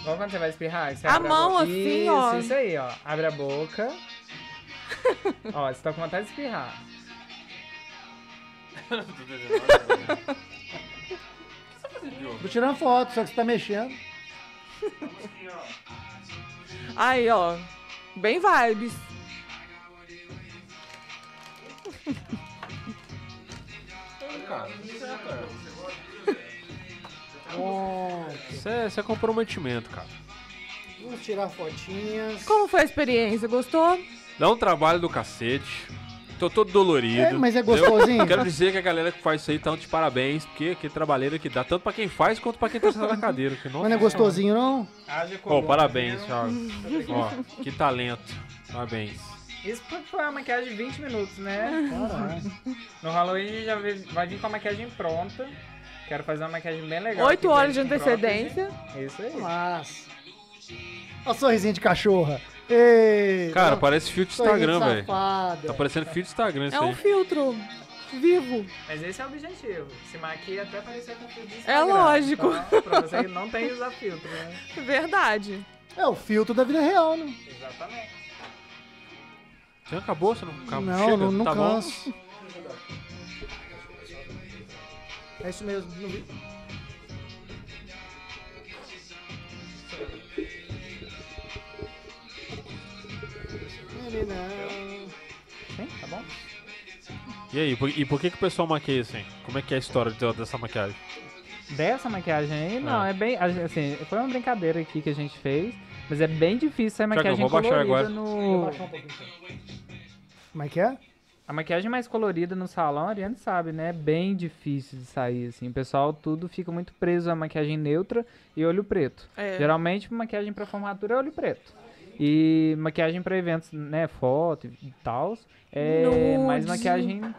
Speaker 4: Igual quando você vai espirrar, aí você
Speaker 3: A
Speaker 4: abre
Speaker 3: mão
Speaker 4: boca.
Speaker 3: assim,
Speaker 4: isso,
Speaker 3: ó.
Speaker 4: Isso aí, ó. Abre a boca. ó, você tá com vontade de espirrar.
Speaker 2: Tô tirando foto, só que você tá mexendo.
Speaker 3: Aí, ó. Bem vibes.
Speaker 2: Bom,
Speaker 1: Isso é, isso é comprometimento, cara.
Speaker 2: vamos tirar fotinhas.
Speaker 3: Como foi a experiência? Gostou?
Speaker 1: Dá um trabalho do cacete. Tô todo dolorido.
Speaker 2: É, mas é
Speaker 1: entendeu?
Speaker 2: gostosinho.
Speaker 1: Quero dizer que a galera que faz isso aí tá de parabéns, porque aquele trabalheiro que dá tanto pra quem faz quanto pra quem tá sentado na cadeira. Que,
Speaker 2: Mas
Speaker 1: nossa,
Speaker 2: não é gostosinho, não?
Speaker 4: Haja
Speaker 1: Ó,
Speaker 4: coluna,
Speaker 1: parabéns,
Speaker 4: viu?
Speaker 1: Thiago. Ó, que talento. Parabéns.
Speaker 4: Isso porque foi uma maquiagem de 20 minutos, né?
Speaker 2: Caralho.
Speaker 4: No Halloween a gente já vê- vai vir com a maquiagem pronta. Quero fazer uma maquiagem bem legal.
Speaker 3: Oito
Speaker 4: aqui,
Speaker 3: horas de
Speaker 4: bem
Speaker 3: antecedência.
Speaker 4: prótese. Isso aí.
Speaker 2: Mas. Olha o sorrisinho de cachorra. Ei,
Speaker 1: Cara,
Speaker 2: ó,
Speaker 1: parece fio de
Speaker 2: sorrisinho
Speaker 1: Instagram, velho.
Speaker 2: safada.
Speaker 1: Tá parecendo fio de Instagram isso
Speaker 3: É um
Speaker 1: aí.
Speaker 3: filtro vivo.
Speaker 4: Mas esse é o objetivo. Se maquia até parecer com filtro de
Speaker 3: É
Speaker 4: Instagram.
Speaker 3: lógico.
Speaker 4: Então, pra você que não tem que usar filtro, né?
Speaker 3: Verdade.
Speaker 2: É o filtro da vida real, né?
Speaker 4: Exatamente.
Speaker 1: Já acabou? Você não acabou?
Speaker 2: não,
Speaker 1: Chega?
Speaker 2: não, não
Speaker 1: tá bom?
Speaker 2: canso. É isso mesmo. não vi- Ele não.
Speaker 4: Sim, tá bom?
Speaker 1: E aí, por- e por que, que o pessoal maquia isso, hein? Como é que é a história de- dessa maquiagem?
Speaker 4: Dessa maquiagem aí, não, é, bem. a gen- Assim, foi uma brincadeira aqui que a gente fez, mas é bem difícil sair
Speaker 1: Thiago, eu
Speaker 4: maquiagem
Speaker 1: vou baixar
Speaker 4: colorida
Speaker 1: agora.
Speaker 4: no.
Speaker 2: um Como é que é?
Speaker 4: A maquiagem mais colorida no salão, a Ariane sabe, né? É bem difícil de sair, assim. O pessoal tudo fica muito preso à maquiagem neutra e olho preto.
Speaker 3: É.
Speaker 4: Geralmente, maquiagem pra formatura é olho preto. E maquiagem pra eventos, né? Foto e tal. É
Speaker 3: Nude.
Speaker 4: mais maquiagem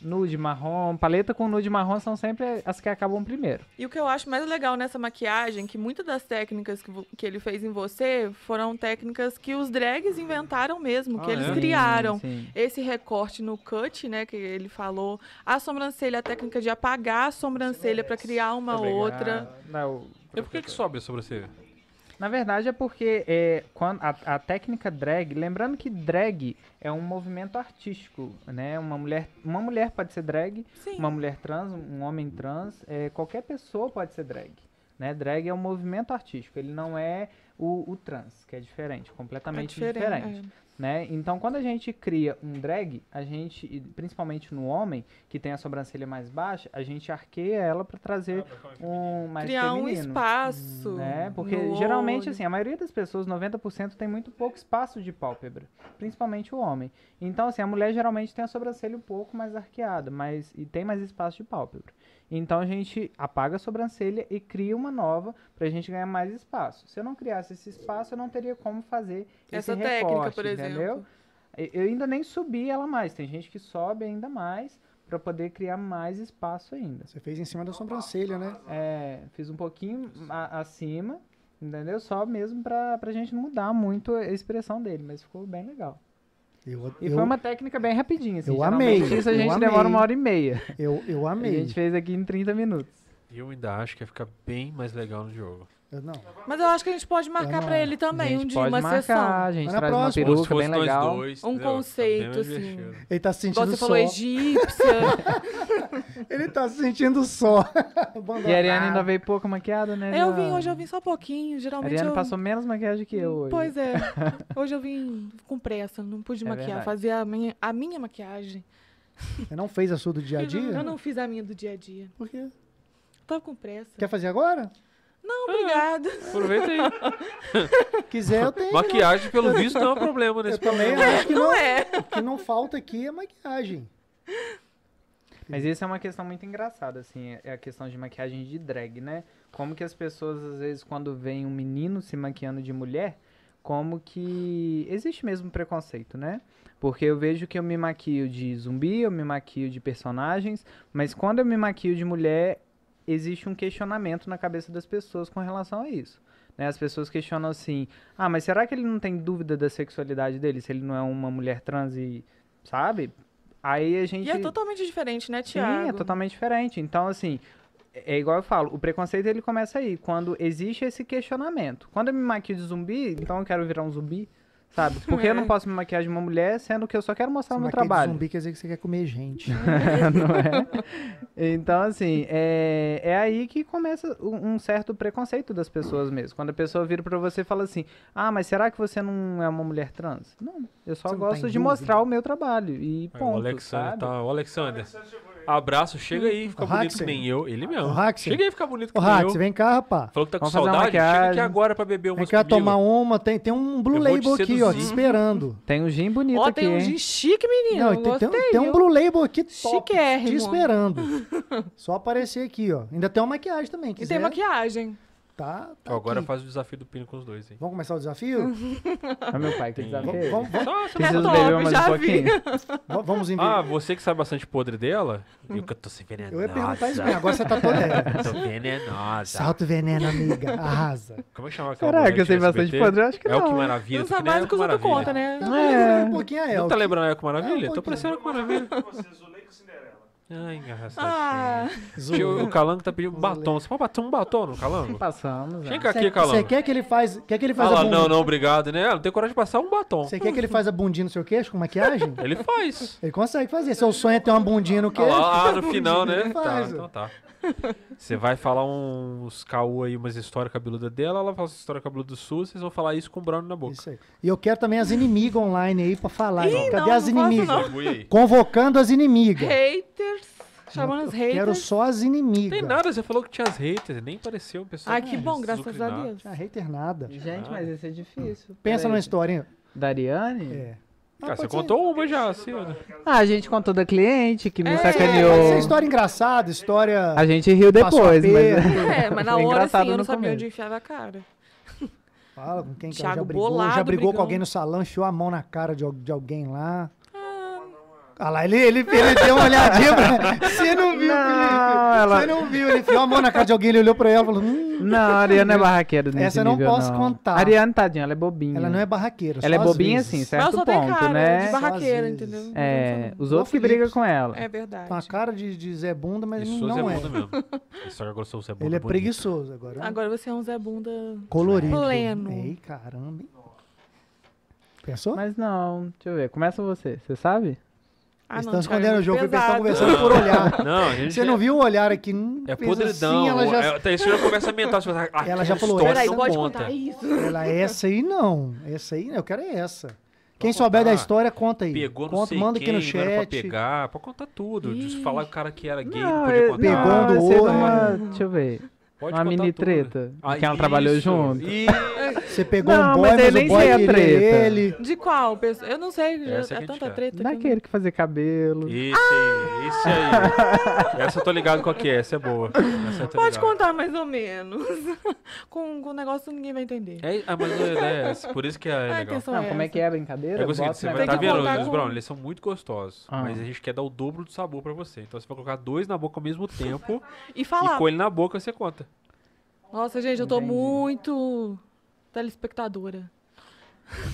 Speaker 4: nude, marrom. Paleta com nude e marrom são sempre as que acabam primeiro.
Speaker 3: E o que eu acho mais legal nessa maquiagem, que muitas das técnicas que, vo- que ele fez em você foram técnicas que os drags inventaram mesmo, que
Speaker 1: Ah,
Speaker 3: eles
Speaker 1: é?
Speaker 3: criaram.
Speaker 4: Sim, sim.
Speaker 3: Esse recorte no cut, né, que ele falou, a sobrancelha, a técnica de apagar a sobrancelha pra criar uma
Speaker 4: Obrigado.
Speaker 3: outra.
Speaker 4: Não,
Speaker 1: E por que, que sobe a sobrancelha?
Speaker 4: Na verdade é porque é, quando a, a técnica drag, lembrando que drag é um movimento artístico, né? Uma mulher, uma mulher pode ser drag,
Speaker 3: Sim.
Speaker 4: uma mulher trans, um homem trans, é, qualquer pessoa pode ser drag. Né? Drag é um movimento artístico, ele não é o- o, o trans, que é diferente, completamente
Speaker 3: tá É diferente,
Speaker 4: diferente né? Então, quando a gente cria um drag, a gente, e principalmente no homem, que tem a sobrancelha mais baixa, a gente arqueia ela pra trazer um mais
Speaker 3: Criar um
Speaker 4: feminino,
Speaker 3: espaço.
Speaker 4: né? Porque
Speaker 3: no
Speaker 4: geralmente,
Speaker 3: olho.
Speaker 4: assim, a maioria das pessoas, 90%, tem muito pouco espaço de pálpebra, principalmente o homem. Então, assim, a mulher geralmente tem a sobrancelha um pouco mais arqueada, mas e tem mais espaço de pálpebra. Então a gente apaga a sobrancelha e cria uma nova pra gente ganhar mais espaço. Se eu não criasse esse espaço, eu não teria como fazer
Speaker 3: Essa
Speaker 4: esse
Speaker 3: técnica,
Speaker 4: recorte,
Speaker 3: por exemplo.
Speaker 4: entendeu? E- Eu ainda nem subi ela mais. Tem gente que sobe ainda mais pra poder criar mais espaço ainda.
Speaker 2: Você fez em cima da sobrancelha, né?
Speaker 4: É, fiz um pouquinho a- acima, entendeu? Só mesmo pra, pra gente não mudar muito a expressão dele, mas ficou bem legal.
Speaker 2: Eu,
Speaker 4: E
Speaker 2: eu,
Speaker 4: foi uma técnica bem rapidinha, assim.
Speaker 2: eu
Speaker 4: geralmente
Speaker 2: amei,
Speaker 4: Isso a
Speaker 2: eu
Speaker 4: gente
Speaker 2: amei.
Speaker 4: demora uma hora e meia.
Speaker 2: eu, eu
Speaker 4: A
Speaker 2: amei.
Speaker 4: gente fez aqui em 30 minutos.
Speaker 1: Eu ainda acho que ia ficar bem mais legal no jogo.
Speaker 2: Eu- não.
Speaker 3: Mas eu acho que a gente pode
Speaker 2: Eu
Speaker 3: marcar
Speaker 2: não-
Speaker 3: pra ele também
Speaker 4: a gente
Speaker 3: um dia
Speaker 4: pode
Speaker 3: uma
Speaker 4: marcar,
Speaker 3: sessão.
Speaker 4: é a gente
Speaker 2: Mas na
Speaker 4: traz uma
Speaker 2: próxima.
Speaker 1: Ou se
Speaker 4: peruca
Speaker 1: fosse
Speaker 4: bem
Speaker 1: nós
Speaker 4: legal.
Speaker 1: dois,
Speaker 3: Um
Speaker 1: entendeu? Fica bem mais
Speaker 3: conceito, assim.
Speaker 1: divertido.
Speaker 2: Ele tá se
Speaker 3: Igual
Speaker 2: sentindo
Speaker 3: você
Speaker 2: só.
Speaker 3: falou, egípcia.
Speaker 2: Ele tá se sentindo só.
Speaker 4: E a Ariane ainda veio pouco maquiada, né?
Speaker 3: Tá. É, eu vim,
Speaker 4: Ariane?
Speaker 3: hoje eu vim só pouquinho.
Speaker 4: A
Speaker 3: Geralmente
Speaker 4: Ariane
Speaker 3: eu...
Speaker 4: passou menos maquiagem que eu hoje.
Speaker 3: Pois é. Hoje eu vim com pressa, não pude
Speaker 4: É
Speaker 3: maquiar.
Speaker 4: verdade.
Speaker 3: Fazer a minha, a minha maquiagem.
Speaker 2: Você não fez a sua do dia a dia?
Speaker 3: Eu não fiz a minha do dia a dia.
Speaker 2: Por quê?
Speaker 3: Tava com pressa.
Speaker 2: Quer fazer agora?
Speaker 3: Não, obrigado.
Speaker 1: Aproveita aí.
Speaker 2: Quiser, eu tenho. né?
Speaker 1: Maquiagem, pelo visto, não é um problema
Speaker 2: Eu
Speaker 1: nesse
Speaker 2: também acho que não,
Speaker 3: é.
Speaker 2: O que não falta aqui é
Speaker 4: Tá
Speaker 2: maquiagem.
Speaker 4: Mas isso é uma questão muito engraçada, assim, é a questão de maquiagem de drag, né? Como que as pessoas, às vezes, quando veem um menino se maquiando de mulher, como que. Existe mesmo preconceito, né? Porque eu vejo que eu me maquio de zumbi, eu me maquio de personagens, mas quando eu me maquio de mulher, existe um questionamento na cabeça das pessoas com relação a isso. Né? As pessoas questionam assim: ah, mas será que ele não tem dúvida da sexualidade dele se ele não é uma mulher trans e. Sabe? Aí a gente.
Speaker 3: E é totalmente diferente, né,
Speaker 4: Sim,
Speaker 3: Tiago?
Speaker 4: é totalmente diferente. Então, assim, é é igual eu falo, o preconceito ele começa aí, quando existe esse questionamento. Quando eu me maquio de zumbi, então eu quero virar um zumbi, sabe? Porque eu não posso me maquiar de uma mulher, sendo que eu só quero mostrar o meu
Speaker 2: Maquiagem É. de
Speaker 4: trabalho.
Speaker 2: zumbi quer dizer que você quer comer gente.
Speaker 4: não é? Então, assim, é, é aí que começa um um certo preconceito das pessoas mesmo. Quando a pessoa vira pra você e fala assim, ah, mas será que você não é uma mulher trans? Não, eu
Speaker 2: Você
Speaker 4: só
Speaker 2: não tá em
Speaker 4: gosto de
Speaker 2: dúvida.
Speaker 4: mostrar o meu trabalho e
Speaker 2: é um
Speaker 1: Aí,
Speaker 4: ponto,
Speaker 1: o Alexander
Speaker 4: sabe?
Speaker 1: tá. O Alexander. Abraço, chega aí, fica
Speaker 2: O
Speaker 1: bonito que
Speaker 2: Haxen.
Speaker 1: nem eu. Ele mesmo.
Speaker 2: O Haxen.
Speaker 1: Chega aí, fica bonito que
Speaker 2: Ô,
Speaker 1: nem eu.
Speaker 2: Rax, vem cá, rapá.
Speaker 1: Falou que tá com
Speaker 4: Vamos fazer uma
Speaker 1: saudade? Chega aqui
Speaker 4: maquiagem.
Speaker 1: agora pra beber uma
Speaker 2: Vem cá tomar uma. Tem, tem um Blue
Speaker 1: Eu vou
Speaker 2: Label
Speaker 1: te
Speaker 2: aqui, ó, te
Speaker 1: seduzir.
Speaker 2: esperando.
Speaker 4: Tem um gin bonito
Speaker 3: Ó,
Speaker 4: aqui,
Speaker 3: tem um
Speaker 4: hein?
Speaker 3: gin chique, menino.
Speaker 2: Não,
Speaker 3: eu
Speaker 2: tem, tem,
Speaker 3: gostei,
Speaker 2: tem um
Speaker 3: viu?
Speaker 2: Blue Label aqui top, te
Speaker 3: Chiquérrimo.
Speaker 2: esperando. Só aparecer aqui, ó. Ainda tem uma maquiagem também,
Speaker 3: E
Speaker 2: quiser.
Speaker 3: tem maquiagem.
Speaker 2: Tá, tá
Speaker 1: Ó, Agora
Speaker 2: aqui.
Speaker 1: faz o desafio do Pino com os dois, hein?
Speaker 2: Vamos começar o desafio?
Speaker 3: Uhum.
Speaker 4: Ah, meu pai, que
Speaker 1: Tem.
Speaker 4: desafio.
Speaker 2: vamos, vamos,
Speaker 1: Só- só-
Speaker 4: Preciso
Speaker 3: Tá
Speaker 4: beber
Speaker 3: top,
Speaker 4: mais um
Speaker 3: já
Speaker 4: pouquinho.
Speaker 2: vamos, vamos inver-
Speaker 1: Ah, você que sabe bastante podre dela? Eu que tô se venenosa.
Speaker 2: Eu ia perguntar isso mesmo. Agora você tá toda. é.
Speaker 1: Tô venenosa.
Speaker 2: Solta o veneno, amiga. Arrasa.
Speaker 1: Como é que chama aquela
Speaker 4: Caraca,
Speaker 1: mulher
Speaker 4: eu sei
Speaker 1: do SBT?
Speaker 4: bastante podre, eu acho que
Speaker 1: É o
Speaker 4: não.
Speaker 1: que maravilha.
Speaker 3: não
Speaker 1: isso
Speaker 3: sabe
Speaker 1: nem
Speaker 3: mais
Speaker 1: é
Speaker 3: o que os
Speaker 1: Maravilha.
Speaker 3: outros contam, né?
Speaker 2: Tá lembrando um pouquinho a
Speaker 1: Não
Speaker 2: El.
Speaker 1: tá lembrando é o que maravilha?
Speaker 2: pouquinho.
Speaker 1: Tô parecendo com maravilha.
Speaker 5: Vocês, o Lei e o Cinderela.
Speaker 1: Ai, engraçadinho.
Speaker 3: Ah,
Speaker 1: Tio, o Calango tá pedindo batom. Você pode bater um batom no Calango?
Speaker 4: Passamos. né?
Speaker 1: Chega aqui,
Speaker 2: Você
Speaker 1: Calango.
Speaker 2: quer que ele faz, quer que ele
Speaker 1: Ah
Speaker 2: faz
Speaker 1: lá,
Speaker 2: a bundinha?
Speaker 1: não, não, obrigado, né? Ela não tem coragem de passar um batom.
Speaker 2: Você quer que ele faz a bundinha no seu queixo com maquiagem?
Speaker 1: Ele faz.
Speaker 2: Ele consegue fazer. Seu sonho é ter uma bundinha no
Speaker 1: Ah,
Speaker 2: queixo.
Speaker 1: lá, ah, no final, né?
Speaker 2: Ele
Speaker 1: Tá,
Speaker 2: faz,
Speaker 1: então
Speaker 2: ó.
Speaker 1: tá. Você vai falar uns caô aí, umas histórias cabeludas dela, ela fala história cabeluda sua, vocês vão falar isso com o Brown na boca.
Speaker 2: Isso aí. E eu quero também as inimigas online aí pra falar.
Speaker 3: Ih,
Speaker 2: Cadê
Speaker 3: não,
Speaker 2: as
Speaker 3: não posso,
Speaker 2: inimigas?
Speaker 3: não.
Speaker 1: Distribui aí.
Speaker 2: Convocando as inimigas.
Speaker 3: haters. Chamando os haters.
Speaker 2: Quero só as inimigas.
Speaker 1: Tem nada, você falou que tinha as haters, nem pareceu, pessoal.
Speaker 3: Ai, Ah, que bom, graças a Deus.
Speaker 2: Ah, hater nada.
Speaker 4: Gente, mas isso é difícil.
Speaker 2: Pensa numa
Speaker 4: Peraí.
Speaker 2: historinha.
Speaker 4: Da Ariane?
Speaker 2: É.
Speaker 1: Cara,
Speaker 2: Ah,
Speaker 1: você
Speaker 2: pode ser-
Speaker 1: contou uma já, assim, né?
Speaker 4: Ah, a gente contou da cliente que me
Speaker 3: É,
Speaker 4: sacaneou.
Speaker 2: Pode ser história engraçada, história.
Speaker 4: A gente riu
Speaker 2: Passou
Speaker 4: depois, mas...
Speaker 2: aperto.
Speaker 3: É, mas na
Speaker 4: Foi
Speaker 3: hora
Speaker 4: engraçado
Speaker 3: sim, eu
Speaker 4: no
Speaker 3: não sabia
Speaker 4: começo.
Speaker 3: onde enfiava a cara.
Speaker 2: Fala com quem que ela
Speaker 3: Thiago
Speaker 2: já brigou. já
Speaker 3: bolado,
Speaker 2: brigou com
Speaker 3: brigão.
Speaker 2: alguém no salão, enfiou a mão na cara de, al- de alguém lá. Ah, lá, ele, ele, ele deu uma olhadinha pra. Você não viu,
Speaker 4: Não,
Speaker 2: Felipe?
Speaker 4: Ah, ela-
Speaker 2: Você não viu. Ele enfiou a mão na cara de alguém, ele olhou pra ela e falou: hum,
Speaker 4: Não, a Ariane não é barraqueira nesse
Speaker 2: Essa eu não
Speaker 4: nível,
Speaker 2: posso contar.
Speaker 4: A Ariane, tadinha, ela é bobinha.
Speaker 2: Ela não é barraqueira.
Speaker 4: Ela é
Speaker 2: só às
Speaker 4: bobinha,
Speaker 2: vezes.
Speaker 4: assim,
Speaker 3: Mas
Speaker 4: certo
Speaker 3: só tem
Speaker 4: ponto,
Speaker 3: cara
Speaker 4: né?
Speaker 3: de
Speaker 2: Só
Speaker 3: barraqueira,
Speaker 2: às
Speaker 3: entendeu?
Speaker 2: vezes.
Speaker 4: É,
Speaker 3: Não tô
Speaker 4: os
Speaker 2: Ô,
Speaker 4: outros que
Speaker 2: Felipe.
Speaker 4: brigam com ela.
Speaker 3: falando. É
Speaker 2: Com a
Speaker 3: verdade.
Speaker 2: cara de, de Zé Bunda, mas
Speaker 1: Isso é
Speaker 2: não é.
Speaker 1: bunda mesmo. Isso é grosso, você é bunda
Speaker 2: Ele é
Speaker 1: bonita.
Speaker 2: preguiçoso agora.
Speaker 3: Agora você é um Zé Bunda.
Speaker 2: Colorido.
Speaker 3: Pleno.
Speaker 2: Ei, caramba, hein? Pensou?
Speaker 4: Mas não, deixa eu ver. Começa você, você sabe?
Speaker 3: Ah,
Speaker 2: Eles
Speaker 3: não,
Speaker 2: estão
Speaker 3: cara, é
Speaker 2: escondendo o
Speaker 3: muito
Speaker 2: jogo, porque eles estão
Speaker 3: pesado.
Speaker 2: conversando por olhar.
Speaker 1: Não, a gente
Speaker 2: Você não viu o olhar aqui? Hum,
Speaker 1: É
Speaker 2: fez
Speaker 1: podridão.
Speaker 2: Assim, ela já...
Speaker 1: é, tá, isso já começa a mental. Você fala, ah,
Speaker 2: Ela
Speaker 1: aquela
Speaker 2: já falou,
Speaker 1: história
Speaker 2: essa
Speaker 1: não
Speaker 2: não
Speaker 9: pode
Speaker 1: conta.
Speaker 9: contar isso.
Speaker 2: Ela, essa aí não. Essa aí, eu quero é essa. Quem souber da
Speaker 1: contar.
Speaker 2: história, conta aí.
Speaker 1: Pegou não
Speaker 2: conta,
Speaker 1: sei
Speaker 2: manda
Speaker 1: quem,
Speaker 2: aqui no
Speaker 1: não era pra
Speaker 2: chat.
Speaker 1: pegar. Pode contar tudo. Diz-
Speaker 9: Ih.
Speaker 1: Falar que o cara que era gay, não,
Speaker 4: Não,
Speaker 1: podia
Speaker 4: eu-
Speaker 1: contar.
Speaker 2: Pegou um
Speaker 4: não,
Speaker 2: do
Speaker 4: eu sei de
Speaker 2: outro,
Speaker 4: uma- Deixa eu ver.
Speaker 1: Pode
Speaker 4: uma
Speaker 1: contar
Speaker 4: mini
Speaker 1: tudo.
Speaker 4: treta,
Speaker 1: Ah,
Speaker 4: que ela trabalhou
Speaker 1: isso.
Speaker 4: junto.
Speaker 1: E...
Speaker 2: Você pegou um
Speaker 4: Não,
Speaker 2: boy,
Speaker 4: mas
Speaker 2: mas,
Speaker 4: eu nem
Speaker 2: o boy
Speaker 4: sei a
Speaker 2: queria
Speaker 4: treta.
Speaker 2: ele.
Speaker 3: De qual? pessoa? Eu não sei, já-
Speaker 1: Essa que a
Speaker 3: é
Speaker 1: gente
Speaker 3: tanta
Speaker 1: quer.
Speaker 3: treta. que eu não-
Speaker 4: Daquele que fazia cabelo.
Speaker 1: Isso aí, isso aí. Essa eu tô ligado qual que é, essa é boa. Essa eu tô
Speaker 3: Pode
Speaker 1: ligado.
Speaker 3: contar mais ou menos. com, com um negócio que ninguém vai entender.
Speaker 1: É, ah, mas é, né, por isso que é
Speaker 3: a
Speaker 1: legal.
Speaker 3: intenção
Speaker 4: Não,
Speaker 3: é
Speaker 4: como é
Speaker 3: essa.
Speaker 4: que é a brincadeira?
Speaker 1: É o seguinte,
Speaker 4: Bota
Speaker 1: você
Speaker 4: o
Speaker 1: vai
Speaker 3: Tem
Speaker 1: tá
Speaker 4: negócio-
Speaker 3: que
Speaker 1: vendo,
Speaker 3: contar
Speaker 1: os
Speaker 3: com-
Speaker 1: brown, eles são muito gostosos,
Speaker 4: Ah.
Speaker 1: mas a gente quer dar o dobro do sabor pra você. Então você vai colocar dois na boca ao mesmo tempo
Speaker 4: é?
Speaker 3: E
Speaker 1: e
Speaker 3: falar.
Speaker 1: com ele na boca você conta.
Speaker 3: Nossa, gente, eu tô
Speaker 4: Entendi.
Speaker 3: muito telespectadora.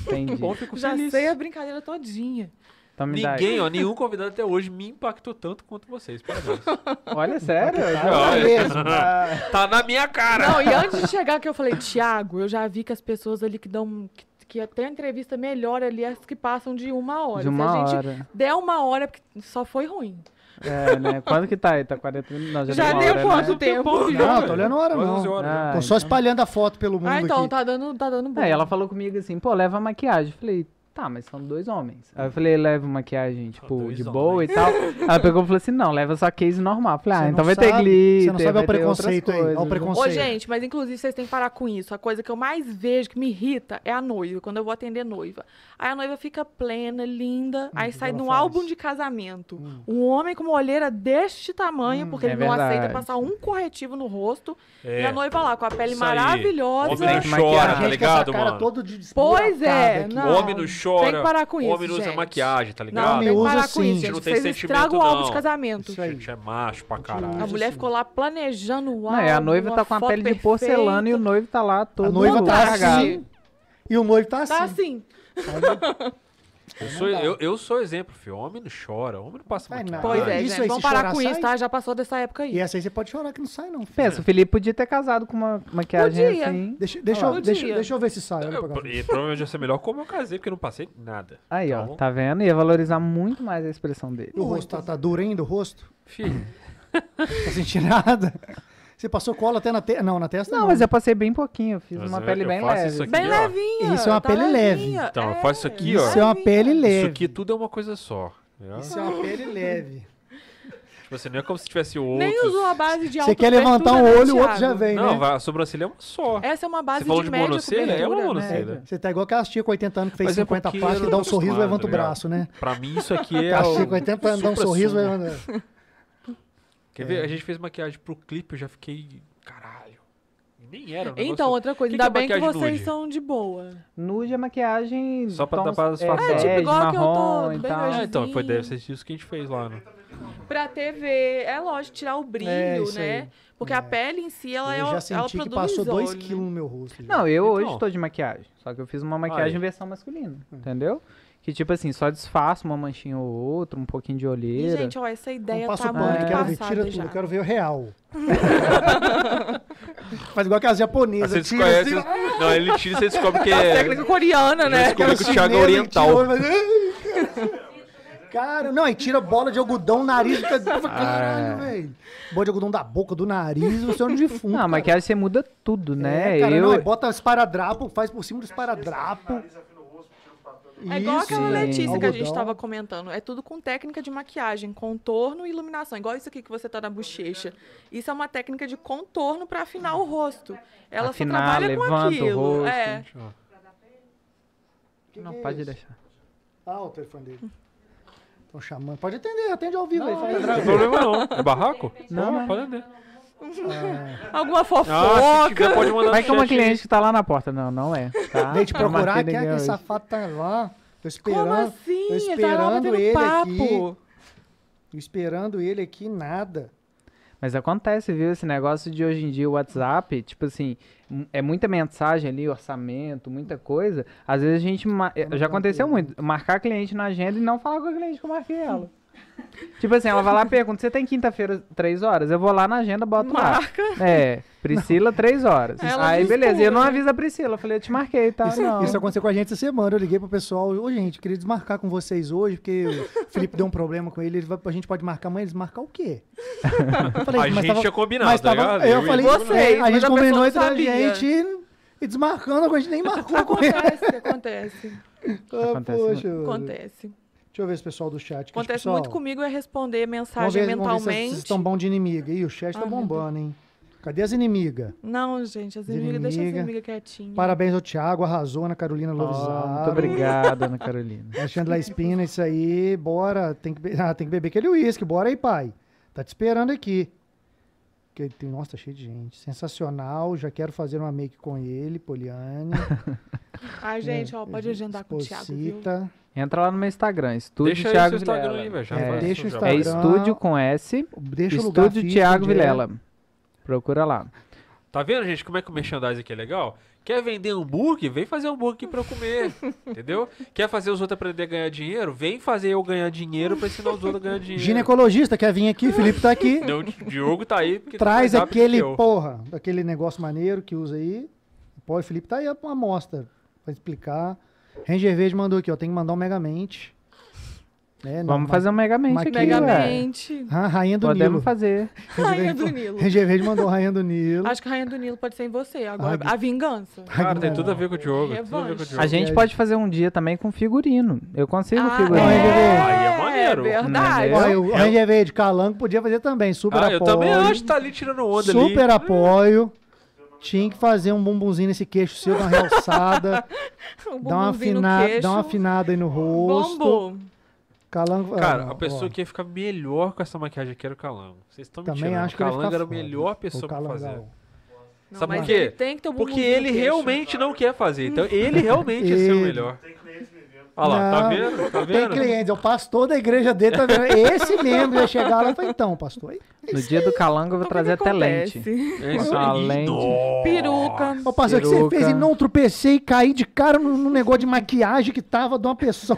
Speaker 4: Entendi.
Speaker 1: Bom, fico
Speaker 3: Já
Speaker 1: feliz.
Speaker 3: sei a brincadeira todinha.
Speaker 4: Então me dá aí.
Speaker 1: Ninguém, ó, nenhum convidado até hoje me impactou tanto quanto vocês. Parabéns.
Speaker 4: Olha, é sério?
Speaker 3: Tá
Speaker 2: Ah, mesmo.
Speaker 4: Ah,
Speaker 1: tá na minha cara.
Speaker 3: Não, e antes de chegar que eu falei, Tiago, eu já vi que as pessoas ali que dão. Que, que até a entrevista melhor ali é as que passam de uma hora.
Speaker 4: de uma
Speaker 3: Se a gente
Speaker 4: hora.
Speaker 3: der uma hora, é porque só foi ruim.
Speaker 4: É, né? Quanto que tá aí? Tá 40 minutos? Não, já,
Speaker 3: Já
Speaker 4: deu
Speaker 3: deu
Speaker 4: uma hora,
Speaker 3: quanto
Speaker 4: né?
Speaker 3: tempo?
Speaker 2: Não, tô olhando a hora,
Speaker 1: Quase 11
Speaker 2: não.
Speaker 1: horas,
Speaker 4: Ah,
Speaker 1: né?
Speaker 2: Tô só espalhando a foto pelo mundo
Speaker 3: Ah, então
Speaker 2: aqui.
Speaker 3: tá dando, tá dando bom.
Speaker 4: É, ela falou comigo assim, pô, leva a maquiagem. Eu falei, tá, mas são dois homens. Aí eu falei, leva maquiagem, tipo,
Speaker 1: dois
Speaker 4: de
Speaker 1: homens.
Speaker 4: boa e tal. Ela pegou e falou assim, não, leva só case normal. Eu Falei,
Speaker 2: Você
Speaker 4: ah,
Speaker 2: não
Speaker 4: então vai ter
Speaker 2: sabe-
Speaker 4: glitter,
Speaker 2: você não sabe
Speaker 4: vai
Speaker 2: o
Speaker 4: ter outras
Speaker 2: preconceito aí,
Speaker 4: coisas.
Speaker 2: olha o preconceito.
Speaker 3: Ô,
Speaker 2: sei.
Speaker 3: gente, mas inclusive vocês têm que parar com isso. A coisa que eu mais vejo, que me irrita, é a noiva, quando eu vou atender noiva. Aí a noiva fica plena, linda,
Speaker 4: Hum,
Speaker 3: aí sai
Speaker 2: ela
Speaker 3: num
Speaker 2: faz?
Speaker 3: álbum de casamento. Um homem com uma olheira deste tamanho, porque
Speaker 4: é
Speaker 3: ele não aceita
Speaker 4: verdade.
Speaker 3: passar um corretivo no rosto.
Speaker 1: É.
Speaker 3: E a noiva lá, com a pele
Speaker 1: Isso aí.
Speaker 3: maravilhosa.
Speaker 1: Homem
Speaker 4: que
Speaker 1: não chora,
Speaker 4: maquiar. Tem
Speaker 1: tá
Speaker 2: gente com essa
Speaker 1: ligado,
Speaker 2: cara
Speaker 1: mano?
Speaker 2: todo de
Speaker 3: Pois é,
Speaker 2: desburacada aqui.
Speaker 3: não.
Speaker 1: Homem não chora.
Speaker 3: Tem que parar com isso,
Speaker 1: Homem não usa
Speaker 3: gente.
Speaker 1: maquiagem, tá
Speaker 3: Não,
Speaker 1: ligado?
Speaker 2: me
Speaker 3: tem que
Speaker 2: usa
Speaker 3: parar com
Speaker 2: sim.
Speaker 3: isso,
Speaker 1: Gente,
Speaker 3: gente.
Speaker 1: não tem
Speaker 3: Vocês
Speaker 1: sentimento,
Speaker 3: estragam o álbum
Speaker 1: não.
Speaker 3: de casamento.
Speaker 2: Isso aí.
Speaker 1: Gente, é macho pra caralho.
Speaker 3: A
Speaker 2: Isso
Speaker 3: mulher
Speaker 2: sim.
Speaker 3: ficou lá planejando o álbum.
Speaker 4: Não, é, a noiva tá com a
Speaker 3: foto
Speaker 4: pele de porcelana e o
Speaker 3: perfeita.
Speaker 4: noivo tá lá todo
Speaker 2: A noiva tá
Speaker 4: cagado.
Speaker 2: assim. E o noivo tá
Speaker 3: Tá
Speaker 2: assim.
Speaker 3: assim.
Speaker 1: Eu sou, eu, eu sou exemplo, filho. Homem não chora, homem não passa
Speaker 2: Vai
Speaker 1: maquiagem.
Speaker 2: nada.
Speaker 3: Pois é,
Speaker 2: Ah, Isso
Speaker 3: gente.
Speaker 2: aí,
Speaker 3: Vamos
Speaker 2: se
Speaker 3: parar
Speaker 2: chorar,
Speaker 3: com isso,
Speaker 2: sai.
Speaker 3: tá? Já passou dessa época aí.
Speaker 2: E essa aí você pode chorar que não sai, não.
Speaker 4: Pensa, o Felipe podia ter casado com uma maquiagem
Speaker 3: Podia.
Speaker 4: assim.
Speaker 2: Deixa, deixa,
Speaker 3: Ah,
Speaker 2: eu,
Speaker 3: o
Speaker 2: deixa,
Speaker 3: dia.
Speaker 2: deixa eu ver se sai. olha pra cá.
Speaker 1: Eu- E provavelmente ia ser melhor como eu casei, porque eu não passei nada.
Speaker 4: Aí, ó,
Speaker 1: Então,
Speaker 4: tá vendo? Ia valorizar muito mais a expressão dele.
Speaker 2: O rosto tá, tá duro ainda, o rosto?
Speaker 1: Filho,
Speaker 2: Tá sentindo nada? Você passou cola até na testa? Não, na testa não.
Speaker 4: Não,
Speaker 3: é
Speaker 4: mas eu passei bem pouquinho, eu fiz
Speaker 1: Mas é,
Speaker 4: uma
Speaker 1: eu-
Speaker 4: pele
Speaker 1: eu
Speaker 4: bem
Speaker 1: faço
Speaker 4: leve.
Speaker 1: isso aqui.
Speaker 3: Bem
Speaker 1: ó.
Speaker 3: levinha.
Speaker 2: Isso é uma
Speaker 3: tá
Speaker 2: pele leve.
Speaker 3: levinha,
Speaker 1: Então,
Speaker 3: é.
Speaker 1: faz isso aqui, ó.
Speaker 2: Isso é uma pele
Speaker 1: Isso
Speaker 2: leve.
Speaker 1: aqui tudo é uma coisa só. né?
Speaker 2: Isso é uma pele leve.
Speaker 1: Tipo assim, não é como se tivesse outro.
Speaker 3: Nem usou a base de
Speaker 2: Você quer levantar um
Speaker 3: autoabertura,
Speaker 2: olho, o
Speaker 3: né,
Speaker 2: outro já
Speaker 3: Thiago?
Speaker 2: vem,
Speaker 1: Não,
Speaker 2: né?
Speaker 1: vai- a sobrancelha é uma só.
Speaker 3: Essa é uma base
Speaker 1: Você falou
Speaker 3: de
Speaker 1: de
Speaker 3: média
Speaker 1: monocelha? É uma
Speaker 3: cobertura, né?
Speaker 1: monocelha.
Speaker 2: Você tá igual aquelas tia com 80 anos que fez
Speaker 1: Mas é
Speaker 2: 50
Speaker 1: porque
Speaker 2: faixas
Speaker 1: eu
Speaker 2: e dá
Speaker 1: tô
Speaker 2: um sorriso e
Speaker 1: acostumado,
Speaker 2: levanta o
Speaker 1: tá ligado?
Speaker 2: braço, né?
Speaker 1: Pra mim, isso aqui é.
Speaker 2: Aquelas tia
Speaker 1: o
Speaker 2: com 80 anos dá um sorriso e
Speaker 1: supra-sumo.
Speaker 2: levanta.
Speaker 1: Quer
Speaker 2: É.
Speaker 1: ver? A gente fez maquiagem pro clipe, eu já fiquei. Caralho. Nem era, um negócio-
Speaker 3: Então, outra coisa,
Speaker 1: Que que
Speaker 3: ainda
Speaker 1: é
Speaker 3: bem que
Speaker 1: maquiagem
Speaker 3: vocês
Speaker 1: nude?
Speaker 3: são de boa.
Speaker 4: Nude é maquiagem.
Speaker 1: Só pra
Speaker 4: tons-
Speaker 1: tapar as suas
Speaker 4: é,
Speaker 1: faces.
Speaker 4: bege,
Speaker 3: Tipo, igual a que eu tô,
Speaker 4: marrom
Speaker 3: do
Speaker 4: e
Speaker 3: bem
Speaker 4: tal.
Speaker 1: É,
Speaker 3: beijinho.
Speaker 1: então, foi deve ser isso que a gente fez lá, né?
Speaker 3: Pra TV, é lógico, tirar o brilho,
Speaker 2: É, isso
Speaker 3: né?
Speaker 2: aí.
Speaker 3: Porque a pele em si, ela é
Speaker 2: Eu
Speaker 3: ela
Speaker 2: já senti que
Speaker 3: produz
Speaker 2: passou 2
Speaker 3: óleo, né?
Speaker 2: quilos no meu rosto. já.
Speaker 4: Não, eu
Speaker 1: Então.
Speaker 4: hoje tô de maquiagem. Só que eu fiz uma maquiagem
Speaker 1: Aí. Hum.
Speaker 4: versão masculina, entendeu? Que tipo assim, só disfarça uma manchinha ou outra, um pouquinho de
Speaker 3: E,
Speaker 4: olheira.
Speaker 3: gente, ó, essa
Speaker 2: Não
Speaker 3: ideia
Speaker 2: passa
Speaker 3: tá
Speaker 2: o
Speaker 3: muito
Speaker 2: pano, quero ver,
Speaker 3: passada
Speaker 2: tira tudo,
Speaker 3: já.
Speaker 2: eu quero ver o real. Faz igual aquelas japonesas.
Speaker 1: você
Speaker 2: tira
Speaker 1: desconhece.
Speaker 2: assim,
Speaker 1: Não, ele tira e você descobre que é.
Speaker 3: Técnica coreana,
Speaker 1: Já
Speaker 3: né?
Speaker 1: descobri que o Thiago é
Speaker 2: chinesa,
Speaker 1: oriental.
Speaker 2: tirou, mas- Cara, não, e tira bola de algodão, nariz, fica... tipo,
Speaker 1: Ah,
Speaker 2: caralho,
Speaker 1: é.
Speaker 2: velho. Bola de algodão da boca, do nariz, você é um defunto.
Speaker 3: Ah,
Speaker 4: Não, a maquiagem você muda tudo, né?
Speaker 2: É, cara,
Speaker 4: eu...
Speaker 2: não, é, bota esparadrapo, faz por cima do esparadrapo.
Speaker 3: É igual aquela
Speaker 4: Sim.
Speaker 3: Letícia que a gente
Speaker 2: Algodão.
Speaker 3: tava comentando. É tudo com técnica de maquiagem, contorno e iluminação. Igual isso aqui que você tá na bochecha. Isso é uma técnica de contorno pra afinar o rosto. Ela
Speaker 4: Afinar,
Speaker 3: só trabalha com
Speaker 4: levanta o
Speaker 3: aquilo.
Speaker 4: rosto.
Speaker 3: É.
Speaker 4: Não,
Speaker 2: que é
Speaker 4: pode
Speaker 2: isso?
Speaker 4: deixar.
Speaker 2: Ah, o telefone dele. Estão chamando. Pode atender, atende ao vivo aí.
Speaker 1: Não tem
Speaker 2: Fala,
Speaker 1: problema não. É barraco?
Speaker 4: Não, não.
Speaker 1: pode andar.
Speaker 3: Alguma
Speaker 1: Ah, se
Speaker 3: fofoca.
Speaker 1: tiver, pode mandar
Speaker 4: Vai
Speaker 1: no
Speaker 4: que é uma
Speaker 1: chat aí.
Speaker 4: cliente que tá lá na porta. Não, não é. Tá?
Speaker 2: Vem te
Speaker 4: Eu marquei
Speaker 2: procurar, que
Speaker 4: ninguém
Speaker 2: aquele
Speaker 4: hoje.
Speaker 2: safado tá lá. Tô esperando.
Speaker 3: Como assim?
Speaker 2: Tô
Speaker 3: Ele tá lá
Speaker 2: esperando
Speaker 3: batendo
Speaker 2: ele
Speaker 3: papo.
Speaker 2: aqui. Tô esperando ele aqui, nada.
Speaker 4: Mas acontece, viu? Esse negócio de hoje em dia, o WhatsApp, tipo assim, m- é muita mensagem ali, orçamento, muita coisa. Às vezes a gente. ma- eh, Já aconteceu muito. Marcar cliente na agenda e não falar com a cliente que eu marquei ela. Tipo assim, ela vai lá e pergunta, você tem quinta-feira três horas? Eu vou lá na agenda, boto lá.
Speaker 9: Marca.
Speaker 4: É, Priscila, três horas.
Speaker 9: Ela
Speaker 4: Aí,
Speaker 9: diz
Speaker 4: beleza. E eu
Speaker 9: tudo,
Speaker 4: não
Speaker 9: né?
Speaker 4: aviso a Priscila. Eu falei, eu te marquei,
Speaker 9: Ah,
Speaker 4: tá?
Speaker 2: Isso, é-
Speaker 4: não.
Speaker 2: isso aconteceu com a gente essa semana. Eu liguei pro pessoal, ô gente, queria desmarcar com vocês hoje, porque o Felipe deu um problema com ele, ele vai- a gente pode marcar amanhã, desmarcar o quê? Eu falei,
Speaker 1: A
Speaker 2: "Mas
Speaker 1: gente
Speaker 2: tava-
Speaker 1: tinha combinado,
Speaker 2: mas
Speaker 1: tá
Speaker 2: tava-
Speaker 1: ligado?
Speaker 2: Eu
Speaker 1: Eu
Speaker 2: falei,
Speaker 1: e
Speaker 9: Vocês,
Speaker 2: "É, a
Speaker 9: mas
Speaker 2: gente
Speaker 9: a pessoa
Speaker 2: combinou
Speaker 9: não
Speaker 2: entre a
Speaker 9: sabia."
Speaker 2: gente e- e desmarcando, a gente nem marcou com ele.
Speaker 9: Acontece, acontece.
Speaker 2: Ah,
Speaker 4: Acontece
Speaker 2: poxa, mano.
Speaker 3: né?
Speaker 9: acontece.
Speaker 2: Deixa eu ver esse pessoal do chat. que
Speaker 9: Acontece
Speaker 2: pessoal,
Speaker 9: muito comigo é responder
Speaker 2: vamos
Speaker 9: mensagem
Speaker 2: ver, vamos ver se
Speaker 9: mentalmente.
Speaker 2: vocês estão bom de inimiga. Ih, o chat tá
Speaker 9: Ah, meu
Speaker 2: bombando, hein? Cadê as inimigas?
Speaker 9: Não, gente, as
Speaker 2: De
Speaker 9: inimigas, deixa as
Speaker 2: inimiga.
Speaker 9: inimigas quietinhas.
Speaker 2: Parabéns ao Thiago, arrasou, Ana Carolina
Speaker 4: Ó,
Speaker 2: Lovisaro.
Speaker 4: Ah, muito obrigado, Ana Carolina.
Speaker 2: Alexandre La Espina, isso aí, bora. Tem que, be- ah, tem que beber aquele uísque, bora aí, pai. Tá te esperando aqui. Que tem- Nossa, tá cheio de gente. Sensacional, já quero fazer uma make com ele, Poliane.
Speaker 9: Ai, gente,
Speaker 2: É,
Speaker 9: ó, pode agendar com o Thiago, viu?
Speaker 2: Esposita.
Speaker 4: Entra lá no meu Instagram, Estúdio
Speaker 1: Deixa aí o
Speaker 4: Thiago
Speaker 1: seu Instagram
Speaker 4: Vilela.
Speaker 1: aí, velho. já
Speaker 4: É,
Speaker 1: faz
Speaker 2: deixa o
Speaker 1: isso, já
Speaker 4: É
Speaker 1: faz.
Speaker 2: Instagram.
Speaker 4: Estúdio com S,
Speaker 2: Deixa o lugar
Speaker 4: Estúdio
Speaker 2: fixo, onde
Speaker 4: Thiago
Speaker 2: é.
Speaker 4: Vilela. Procura lá.
Speaker 1: Tá vendo, gente, como é que o merchandising aqui é legal? Quer vender hambúrguer? Vem fazer hambúrguer aqui pra eu comer. entendeu? Quer fazer os outros aprender a ganhar dinheiro? Vem fazer eu ganhar dinheiro pra ensinar os outros a ganhar dinheiro.
Speaker 2: Ginecologista quer vir aqui, Felipe tá aqui.
Speaker 1: Não, o Diogo tá aí. Porque tá mais
Speaker 2: Traz
Speaker 1: rápido que
Speaker 2: aquele
Speaker 1: eu.
Speaker 2: porra, aquele negócio maneiro que usa aí. Pô, o Felipe tá aí é uma amostra pra explicar. Ranger Verde mandou aqui, ó. Tem que mandar um Megamente. É, não,
Speaker 4: Vamos
Speaker 2: mas-
Speaker 4: fazer um Megamente
Speaker 2: mas
Speaker 4: aqui,
Speaker 2: que
Speaker 4: velho.
Speaker 9: Megamente.
Speaker 2: Ah, Rainha do
Speaker 4: Podemos
Speaker 2: Nilo.
Speaker 4: fazer.
Speaker 9: Rainha do Nilo.
Speaker 2: Ranger Verde mandou Rainha do então, Nilo.
Speaker 9: Acho que a Rainha do Nilo pode ser em você agora.
Speaker 2: Ai,
Speaker 9: a vingança.
Speaker 1: Cara, tem tudo a ver com o Diogo. tem Tudo a ver com o
Speaker 9: Revanche.
Speaker 1: Diogo.
Speaker 4: A gente pode fazer um dia também com figurino. Eu consigo
Speaker 9: Ah,
Speaker 4: figurino.
Speaker 2: é.
Speaker 1: Aí é maneiro.
Speaker 9: verdade.
Speaker 2: Olha, o Ranger Verde Calango podia fazer também. Super
Speaker 1: É. Ah,
Speaker 2: apoio.
Speaker 1: eu também acho que tá ali tirando onda ali.
Speaker 2: Super apoio. Tinha que fazer um bumbumzinho nesse queixo seu, uma realçada.
Speaker 9: Um
Speaker 2: dá, uma
Speaker 9: bumbumzinho no
Speaker 2: afina-
Speaker 9: queixo.
Speaker 2: dá uma afinada aí no rosto.
Speaker 9: Bombo.
Speaker 2: Calango. ah,
Speaker 1: Cara,
Speaker 2: não,
Speaker 1: a pessoa
Speaker 2: ó.
Speaker 1: que ia ficar melhor com essa maquiagem aqui era o Calango. Vocês estão me
Speaker 2: Também
Speaker 1: tirando.
Speaker 2: acho
Speaker 1: o
Speaker 2: que ele ia
Speaker 1: Calango
Speaker 2: ficar
Speaker 1: era a
Speaker 2: foda.
Speaker 1: melhor
Speaker 2: O é
Speaker 1: pessoa pra fazer.
Speaker 2: Calangão.
Speaker 9: Não,
Speaker 1: Sabe
Speaker 9: mas
Speaker 1: por quê?
Speaker 9: ele tem que ter um
Speaker 1: Porque
Speaker 9: bumbumzinho no
Speaker 1: ele
Speaker 9: queixo.
Speaker 1: realmente não quer fazer. Então ele realmente ia ser o
Speaker 2: Ele-
Speaker 1: melhor. Olha lá, tá
Speaker 2: Hum. Não,
Speaker 1: vendo? Tá
Speaker 2: Tem
Speaker 1: vendo?
Speaker 2: clientes, é o pastor da igreja dele tá vendo. Esse mesmo ia chegar lá e falar, então, pastor, aí.
Speaker 4: No dia do calango eu vou
Speaker 9: Então, o que
Speaker 4: trazer
Speaker 9: que
Speaker 4: até
Speaker 9: acontece?
Speaker 4: lente.
Speaker 1: É isso
Speaker 4: Ah,
Speaker 1: aí.
Speaker 4: lente.
Speaker 1: Nossa.
Speaker 9: Peruca.
Speaker 2: Ô, pastor, o que você
Speaker 4: Peruca.
Speaker 2: fez e não tropecei e caí de cara num num negócio de maquiagem que tava de uma pessoa.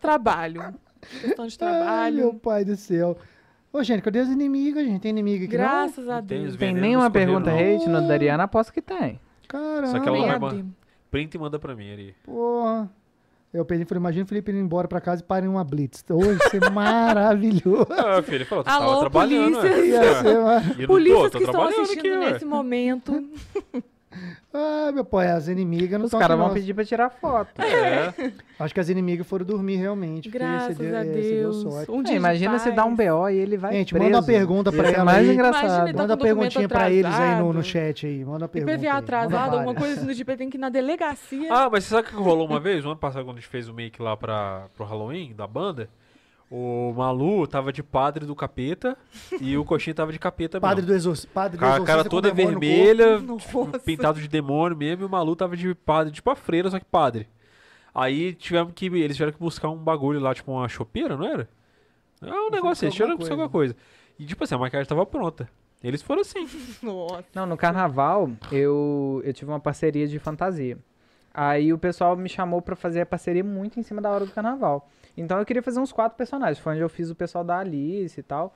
Speaker 9: Trabalho. Questão de
Speaker 2: Ai, meu
Speaker 9: trabalho.
Speaker 2: pai do céu. Ô, gente, cadê as inimigas, gente? Tem inimiga aqui, não?
Speaker 9: Graças a
Speaker 1: Não tem
Speaker 9: Deus.
Speaker 1: os
Speaker 4: Tem
Speaker 1: venenos
Speaker 4: nenhuma
Speaker 1: nos corredores,
Speaker 4: pergunta
Speaker 1: não.
Speaker 4: hate no Dariana, aposto que é tem.
Speaker 2: Caralho,
Speaker 1: Só que ela vai
Speaker 9: Merda.
Speaker 1: mandar. Printa e manda pra mim ali.
Speaker 2: porra. Eu pensei, falei, imagina o Felipe indo embora pra casa e para em uma blitz. Hoje ia ser maravilhoso.
Speaker 1: Ah, filho, ele falou, tu
Speaker 9: Alô,
Speaker 1: tava trabalhando.
Speaker 9: polícias.
Speaker 1: ué.
Speaker 2: Ia ser mar...
Speaker 1: E eu não
Speaker 9: Polícias
Speaker 1: tô,
Speaker 9: que
Speaker 1: tô
Speaker 9: estão
Speaker 1: trabalhando
Speaker 9: assistindo
Speaker 1: aqui, ué.
Speaker 9: nesse momento.
Speaker 2: Ah, meu pai, as inimigas não
Speaker 4: Os
Speaker 2: estão
Speaker 4: caras vão pedir pra tirar foto.
Speaker 1: É.
Speaker 2: Acho que as inimigas foram dormir realmente. porque esse
Speaker 9: Graças
Speaker 2: deu-
Speaker 9: a
Speaker 2: é, esse deu
Speaker 9: Deus.
Speaker 2: sorte.
Speaker 9: Um
Speaker 4: É,
Speaker 9: dia de
Speaker 4: imagina você
Speaker 9: paz.
Speaker 4: dar um BO e ele vai
Speaker 2: Gente,
Speaker 4: preso.
Speaker 2: manda uma pergunta pra
Speaker 4: Isso é
Speaker 2: ela
Speaker 4: mais
Speaker 2: aí.
Speaker 4: engraçado.
Speaker 9: Imagina, tá
Speaker 2: Manda uma
Speaker 9: com documento
Speaker 2: perguntinha pra eles aí no, no
Speaker 9: atrasado.
Speaker 2: chat aí. Manda uma pergunta. aí,
Speaker 9: IPVA
Speaker 2: manda
Speaker 9: atrasado, alguma
Speaker 2: várias.
Speaker 9: coisa do tipo, ele tem que ir na delegacia.
Speaker 1: Ah, mas você sabe o que rolou uma vez? O ano passado, quando a gente fez o make lá pra, pro Halloween, da banda, o Malu tava de padre do capeta e o Coxinha tava de capeta
Speaker 2: Padre
Speaker 1: mesmo.
Speaker 2: do exorcismo. Padre do
Speaker 1: Com a
Speaker 2: exorcista
Speaker 1: cara
Speaker 2: com
Speaker 1: toda
Speaker 2: demônio no corpo.
Speaker 1: vermelha, tipo,
Speaker 9: Nossa.
Speaker 1: pintado de demônio mesmo, e o Malu tava de padre, tipo a freira, só que padre. Aí tivemos que, eles tiveram que buscar um bagulho lá, tipo uma chopeira, não era? É um negócio aí,
Speaker 2: buscar
Speaker 1: tiveram
Speaker 2: alguma
Speaker 1: que buscar alguma coisa. E tipo assim, a maquiagem tava pronta. Eles foram assim.
Speaker 9: Nossa.
Speaker 4: Não, no carnaval eu, eu tive uma parceria de fantasia. Aí o pessoal me chamou pra fazer a parceria muito em cima da hora do carnaval. Então eu queria fazer uns quatro personagens. Foi onde eu fiz o pessoal da Alice e tal.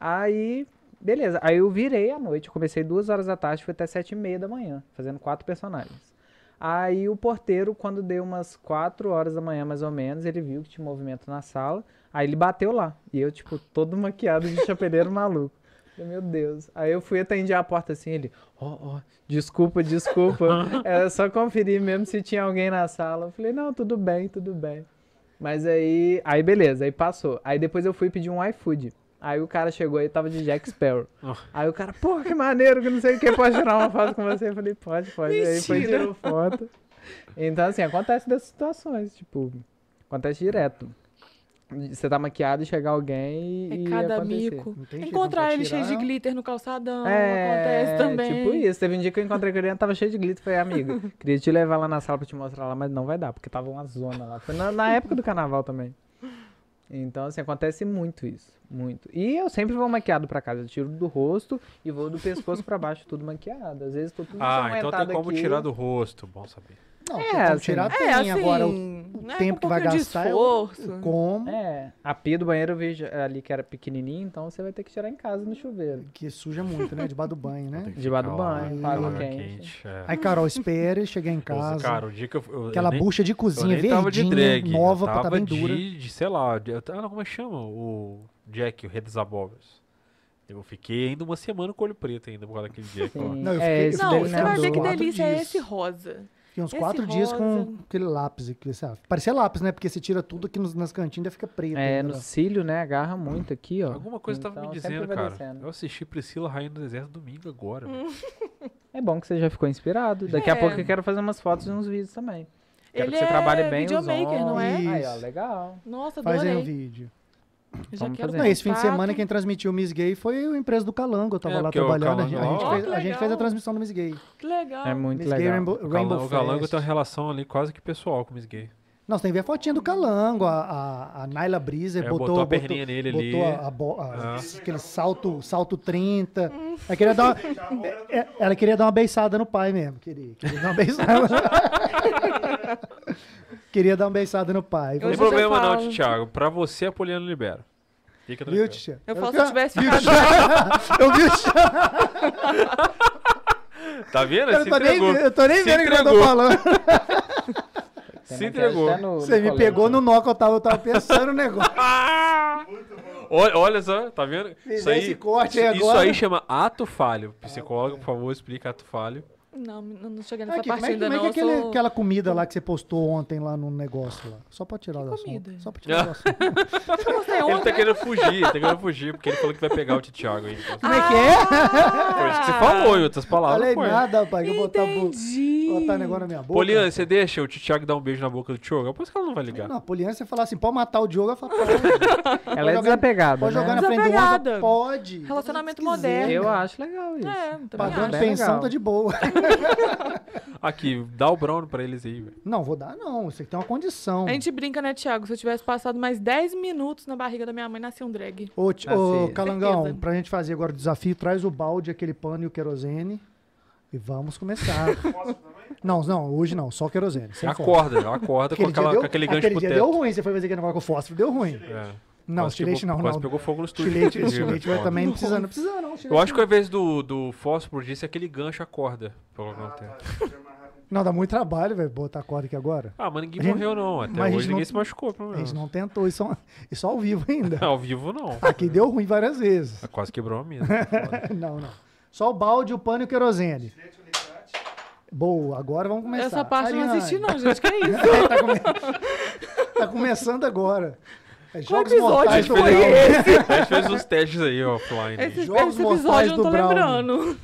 Speaker 4: Aí, beleza. Aí eu virei à noite. Eu comecei duas horas da tarde, fui até sete e meia da manhã, fazendo quatro personagens. Aí o porteiro, quando deu umas quatro horas da manhã, mais ou menos, ele viu que tinha movimento na sala. Aí ele bateu lá. E eu, tipo, todo maquiado de chapeleiro maluco. Falei, Meu Deus. Aí eu fui atender a porta assim, ele, ó, ó, desculpa, desculpa. Era só conferir mesmo se tinha alguém na sala. Eu falei, não, tudo bem, tudo bem. Mas aí, aí beleza, aí passou. Aí depois eu fui pedir um iFood. Aí o cara chegou e tava de Jack Sparrow.
Speaker 1: Oh.
Speaker 4: Aí o cara, pô, que maneiro, que não sei o que, pode tirar uma foto com você? Eu falei, pode, pode. Aí foi e tirou foto. Então, assim, acontece dessas situações, tipo, acontece direto. Você tá maquiado e chegar alguém
Speaker 9: É
Speaker 4: e.
Speaker 9: cada
Speaker 4: acontecer.
Speaker 9: mico.
Speaker 2: Não tem jeito, não
Speaker 9: Encontrar
Speaker 2: pode
Speaker 9: ele cheio de
Speaker 2: tirar. É,
Speaker 9: glitter no calçadão. acontece também.
Speaker 4: Tipo isso. Teve um dia que eu encontrei com ele e tava cheio de glitter. Falei, amigo, queria te levar lá na sala pra te mostrar lá, mas não vai dar, porque tava uma zona lá. Foi na, na época do carnaval também. Então, assim, acontece muito isso. Muito. E eu sempre vou maquiado pra casa. Eu tiro do rosto e vou do pescoço pra baixo, tudo maquiado. Às vezes tô tudo
Speaker 1: Ah, então tem
Speaker 4: ensanguentado
Speaker 1: como
Speaker 4: um aqui.
Speaker 1: tirar do rosto, bom saber.
Speaker 2: Não, tem
Speaker 4: É,
Speaker 2: como
Speaker 4: assim,
Speaker 2: tirar
Speaker 9: É,
Speaker 2: tem
Speaker 9: assim.
Speaker 2: agora. O, o o
Speaker 9: né,
Speaker 2: tempo
Speaker 9: com
Speaker 2: que
Speaker 9: um
Speaker 2: vai
Speaker 9: pouquinho de
Speaker 2: gastar, é eu
Speaker 9: esforço.
Speaker 2: como
Speaker 4: É, a pia do banheiro eu vejo ali que era pequenininha, então você vai ter que tirar em casa no chuveiro.
Speaker 2: que suja muito, né? Debaixo do banho, né?
Speaker 4: Debaixo do banho, com água
Speaker 1: água
Speaker 4: quente.
Speaker 1: quente. é.
Speaker 2: Aí, Carol, espere, chegar em casa.
Speaker 1: Cara, o dia que eu. eu- eu
Speaker 2: aquela
Speaker 1: nem-
Speaker 2: bucha de
Speaker 1: eu
Speaker 2: cozinha
Speaker 1: Então, nem tava de
Speaker 2: verdinha,
Speaker 1: drag.
Speaker 2: nova,
Speaker 1: eu
Speaker 2: pra
Speaker 1: tava
Speaker 2: tá bem
Speaker 1: de,
Speaker 2: dura.
Speaker 1: De, sei lá, de, eu tava- como é que chama o Jack, o Rei dos Abóboras? Eu fiquei ainda uma semana com o olho preto ainda por causa daquele Jack. lá.
Speaker 4: Sim.
Speaker 2: Não, eu
Speaker 4: é,
Speaker 2: fiquei-
Speaker 4: esse
Speaker 2: eu
Speaker 4: daí
Speaker 3: Não,
Speaker 2: fiquei
Speaker 3: você
Speaker 4: não é
Speaker 3: vai
Speaker 4: do-
Speaker 3: ver que
Speaker 2: Quatro
Speaker 3: delícia é
Speaker 2: dias.
Speaker 3: esse rosa.
Speaker 2: Fiquei uns
Speaker 3: Esse
Speaker 2: quatro dias com
Speaker 3: rosa.
Speaker 2: aquele lápis. Aqui, assim, ó. parecia lápis, né? Porque você tira tudo aqui nos, nas cantinhas e fica preto.
Speaker 4: É,
Speaker 2: ainda,
Speaker 4: no
Speaker 2: né?
Speaker 4: cílio, né? Agarra muito aqui, ó.
Speaker 1: Alguma coisa tava me
Speaker 4: Então,
Speaker 1: dizendo,
Speaker 4: sempre vai
Speaker 1: cara.
Speaker 4: descendo. Hum.
Speaker 1: Eu assisti Priscila Rainha do Deserto domingo agora. velho.
Speaker 4: É bom que você já ficou inspirado. Daqui a
Speaker 9: É.
Speaker 4: pouco eu quero fazer umas fotos e uns vídeos também. Quero
Speaker 9: Ele
Speaker 4: que você
Speaker 9: é
Speaker 4: trabalhe bem os
Speaker 9: videomaker, não é?
Speaker 4: ombros. Aí, ó,
Speaker 2: Isso.
Speaker 4: legal.
Speaker 9: Nossa,
Speaker 2: Faz aí um
Speaker 9: adorei.
Speaker 2: vídeo.
Speaker 9: Já
Speaker 4: Vamos
Speaker 9: quero
Speaker 4: fazer.
Speaker 2: Não, esse fim de
Speaker 9: contato.
Speaker 2: semana quem transmitiu o Miss Gay foi a empresa do Calango. Eu tava
Speaker 1: É,
Speaker 2: lá
Speaker 1: porque o
Speaker 2: trabalhando. A gente,
Speaker 1: Calango
Speaker 2: a
Speaker 1: lá, ó.
Speaker 2: gente fez, a
Speaker 9: Ó, que
Speaker 2: gente fez a
Speaker 9: legal.
Speaker 2: transmissão do Miss Gay.
Speaker 9: Que legal.
Speaker 4: É muito
Speaker 2: Miss Gay
Speaker 4: legal.
Speaker 2: Rainbow,
Speaker 1: O
Speaker 2: Rainbow
Speaker 1: Calan- o tá Galango
Speaker 2: Fest.
Speaker 1: tem uma relação ali quase que pessoal com o Miss Gay.
Speaker 2: Não, você tem que ver a fotinha do Calango. A, a, a Naila Breezer
Speaker 1: É,
Speaker 2: botou,
Speaker 1: botou a perninha nele ali.
Speaker 2: botou a- a bo- a-
Speaker 1: Ah.
Speaker 2: aquele salto, salto 30. Ela queria, dar uma, é- é- ela queria dar uma beiçada no pai mesmo. Queria, queria dar uma beiçada. queria dar uma beiçada no pai.
Speaker 1: Não tem
Speaker 9: Hoje eu
Speaker 1: problema não,
Speaker 9: falo.
Speaker 1: Thiago. Pra você, a Poliana libera. Fica
Speaker 2: Viu,
Speaker 1: tranquilo.
Speaker 2: Titia?
Speaker 9: Eu falo se eu tivesse ficado.
Speaker 2: Eu vi o Titia,
Speaker 1: Tá vendo?
Speaker 2: eu
Speaker 1: Se
Speaker 2: tô nem,
Speaker 1: entregou.
Speaker 2: eu tô nem
Speaker 1: Se
Speaker 2: vendo o que eu tô
Speaker 1: entregou.
Speaker 2: falando.
Speaker 4: Tem
Speaker 1: Se
Speaker 4: maquiagem
Speaker 1: entregou.
Speaker 4: até no-
Speaker 2: Você
Speaker 4: no
Speaker 2: me
Speaker 4: colete.
Speaker 2: pegou no nó que eu tava, eu tava pensando no negócio.
Speaker 1: Ah! Olha, olha só, tá vendo?
Speaker 2: Fiz
Speaker 1: Isso aí,
Speaker 2: esse corte aí
Speaker 1: isso, isso
Speaker 2: agora.
Speaker 1: aí chama ato falho. Psicólogo, por favor, explica ato falho.
Speaker 9: Não, não não cheguei nessa
Speaker 2: Aqui, como
Speaker 9: parte
Speaker 2: é,
Speaker 9: ainda
Speaker 2: como é
Speaker 9: não.
Speaker 2: que é
Speaker 9: eu
Speaker 2: aquele-
Speaker 9: sou-
Speaker 2: aquela comida lá que você postou ontem lá no negócio lá? Só pra tirar da
Speaker 9: comida?
Speaker 2: Só pra
Speaker 1: Ah,
Speaker 2: tirar do assunto.
Speaker 9: é
Speaker 1: Ele tá querendo fugir, ele tá querendo fugir, porque ele falou que vai pegar o Thiago aí. Então,
Speaker 2: Como é que é?
Speaker 9: Ah,
Speaker 1: Foi isso que você falou, em outras palavras.
Speaker 2: Ah! Falei
Speaker 1: foi.
Speaker 2: nada, rapaz. que Eu vou botar, bu-
Speaker 9: Entendi.
Speaker 2: botar um negócio na minha boca.
Speaker 1: Poliana, você deixa o Thiago dar um beijo na boca do Thiago? Por isso que ela não vai ligar.
Speaker 2: Não, a Poliana, você falar assim, pode matar o Diogo, ela fala,
Speaker 9: Tá
Speaker 2: pode,
Speaker 4: Ela é
Speaker 2: jogar-
Speaker 4: desapegada,
Speaker 2: pode jogar
Speaker 4: né?
Speaker 2: na frente do outro,
Speaker 9: Desapegada.
Speaker 2: pode.
Speaker 9: é Relacionamento
Speaker 2: Se quiser.
Speaker 9: moderno.
Speaker 4: Eu acho legal
Speaker 2: assim.
Speaker 4: isso.
Speaker 9: É, também
Speaker 2: Pagando
Speaker 9: acho.
Speaker 4: bem
Speaker 2: pensão
Speaker 4: legal.
Speaker 2: tá de boa.
Speaker 1: Aqui, dá o Brown pra eles aí, velho.
Speaker 2: Não, vou dar não. Você tem uma condição.
Speaker 9: A gente brinca, né, Thiago? Se eu tivesse passado mais 10 minutos na barriga da minha mãe, nascia um drag.
Speaker 2: Ô, Ti-
Speaker 4: Ah,
Speaker 2: ô,
Speaker 4: sim.
Speaker 2: Calangão,
Speaker 9: Certeza.
Speaker 2: pra gente fazer agora o desafio, traz o balde, aquele pano e o querosene. E vamos começar. não, não, hoje não, só querosene. Sem fósforo.
Speaker 1: Acorda, acorda com,
Speaker 2: Aquele dia
Speaker 1: aquela,
Speaker 2: deu-
Speaker 1: com aquele gancho
Speaker 2: aquele
Speaker 1: pro
Speaker 2: dia
Speaker 1: teto.
Speaker 2: deu ruim, você foi fazer aquele negócio com fósforo, deu ruim.
Speaker 1: É.
Speaker 2: Não,
Speaker 1: Quase
Speaker 2: estilete
Speaker 1: pegou-
Speaker 2: não,
Speaker 1: quase
Speaker 2: não.
Speaker 1: pegou fogo no estúdio.
Speaker 2: Estilete,
Speaker 1: aquele dia,
Speaker 2: estilete
Speaker 1: velho.
Speaker 2: vai também, não precisa, não precisa não.
Speaker 1: Eu
Speaker 2: estilete
Speaker 1: acho que ao invés do, do fósforo disso, é aquele gancho acorda. Pelo ah,
Speaker 2: tá. Não, dá muito trabalho, velho, botar a corda aqui agora.
Speaker 1: ah, mas ninguém
Speaker 2: A gente-
Speaker 1: morreu não. Até
Speaker 2: mas a gente
Speaker 1: hoje ninguém
Speaker 2: não-
Speaker 1: se machucou, pelo
Speaker 2: A
Speaker 1: menos.
Speaker 2: gente não tentou, isso só, isso ao vivo ainda.
Speaker 1: Ao vivo não. Tá
Speaker 2: Aqui deu ruim várias vezes.
Speaker 1: Quase quebrou a mesa. foda.
Speaker 2: Não, não. Só o balde, o pano e o querosene. Boa, agora vamos começar.
Speaker 9: Essa parte eu não
Speaker 2: Ariane.
Speaker 9: assisti, não, gente. Que é isso?
Speaker 2: É, tá, come- tá começando agora. É Jogos
Speaker 9: episódio
Speaker 1: A
Speaker 2: Mortais
Speaker 1: gente,
Speaker 2: do
Speaker 1: fez,
Speaker 2: Brown.
Speaker 1: a gente fez uns testes aí, ó, offline.
Speaker 9: Esse,
Speaker 2: Jogos
Speaker 9: esse
Speaker 2: Mortais
Speaker 9: episódio eu
Speaker 2: do
Speaker 9: não tô
Speaker 2: Brown.
Speaker 9: lembrando.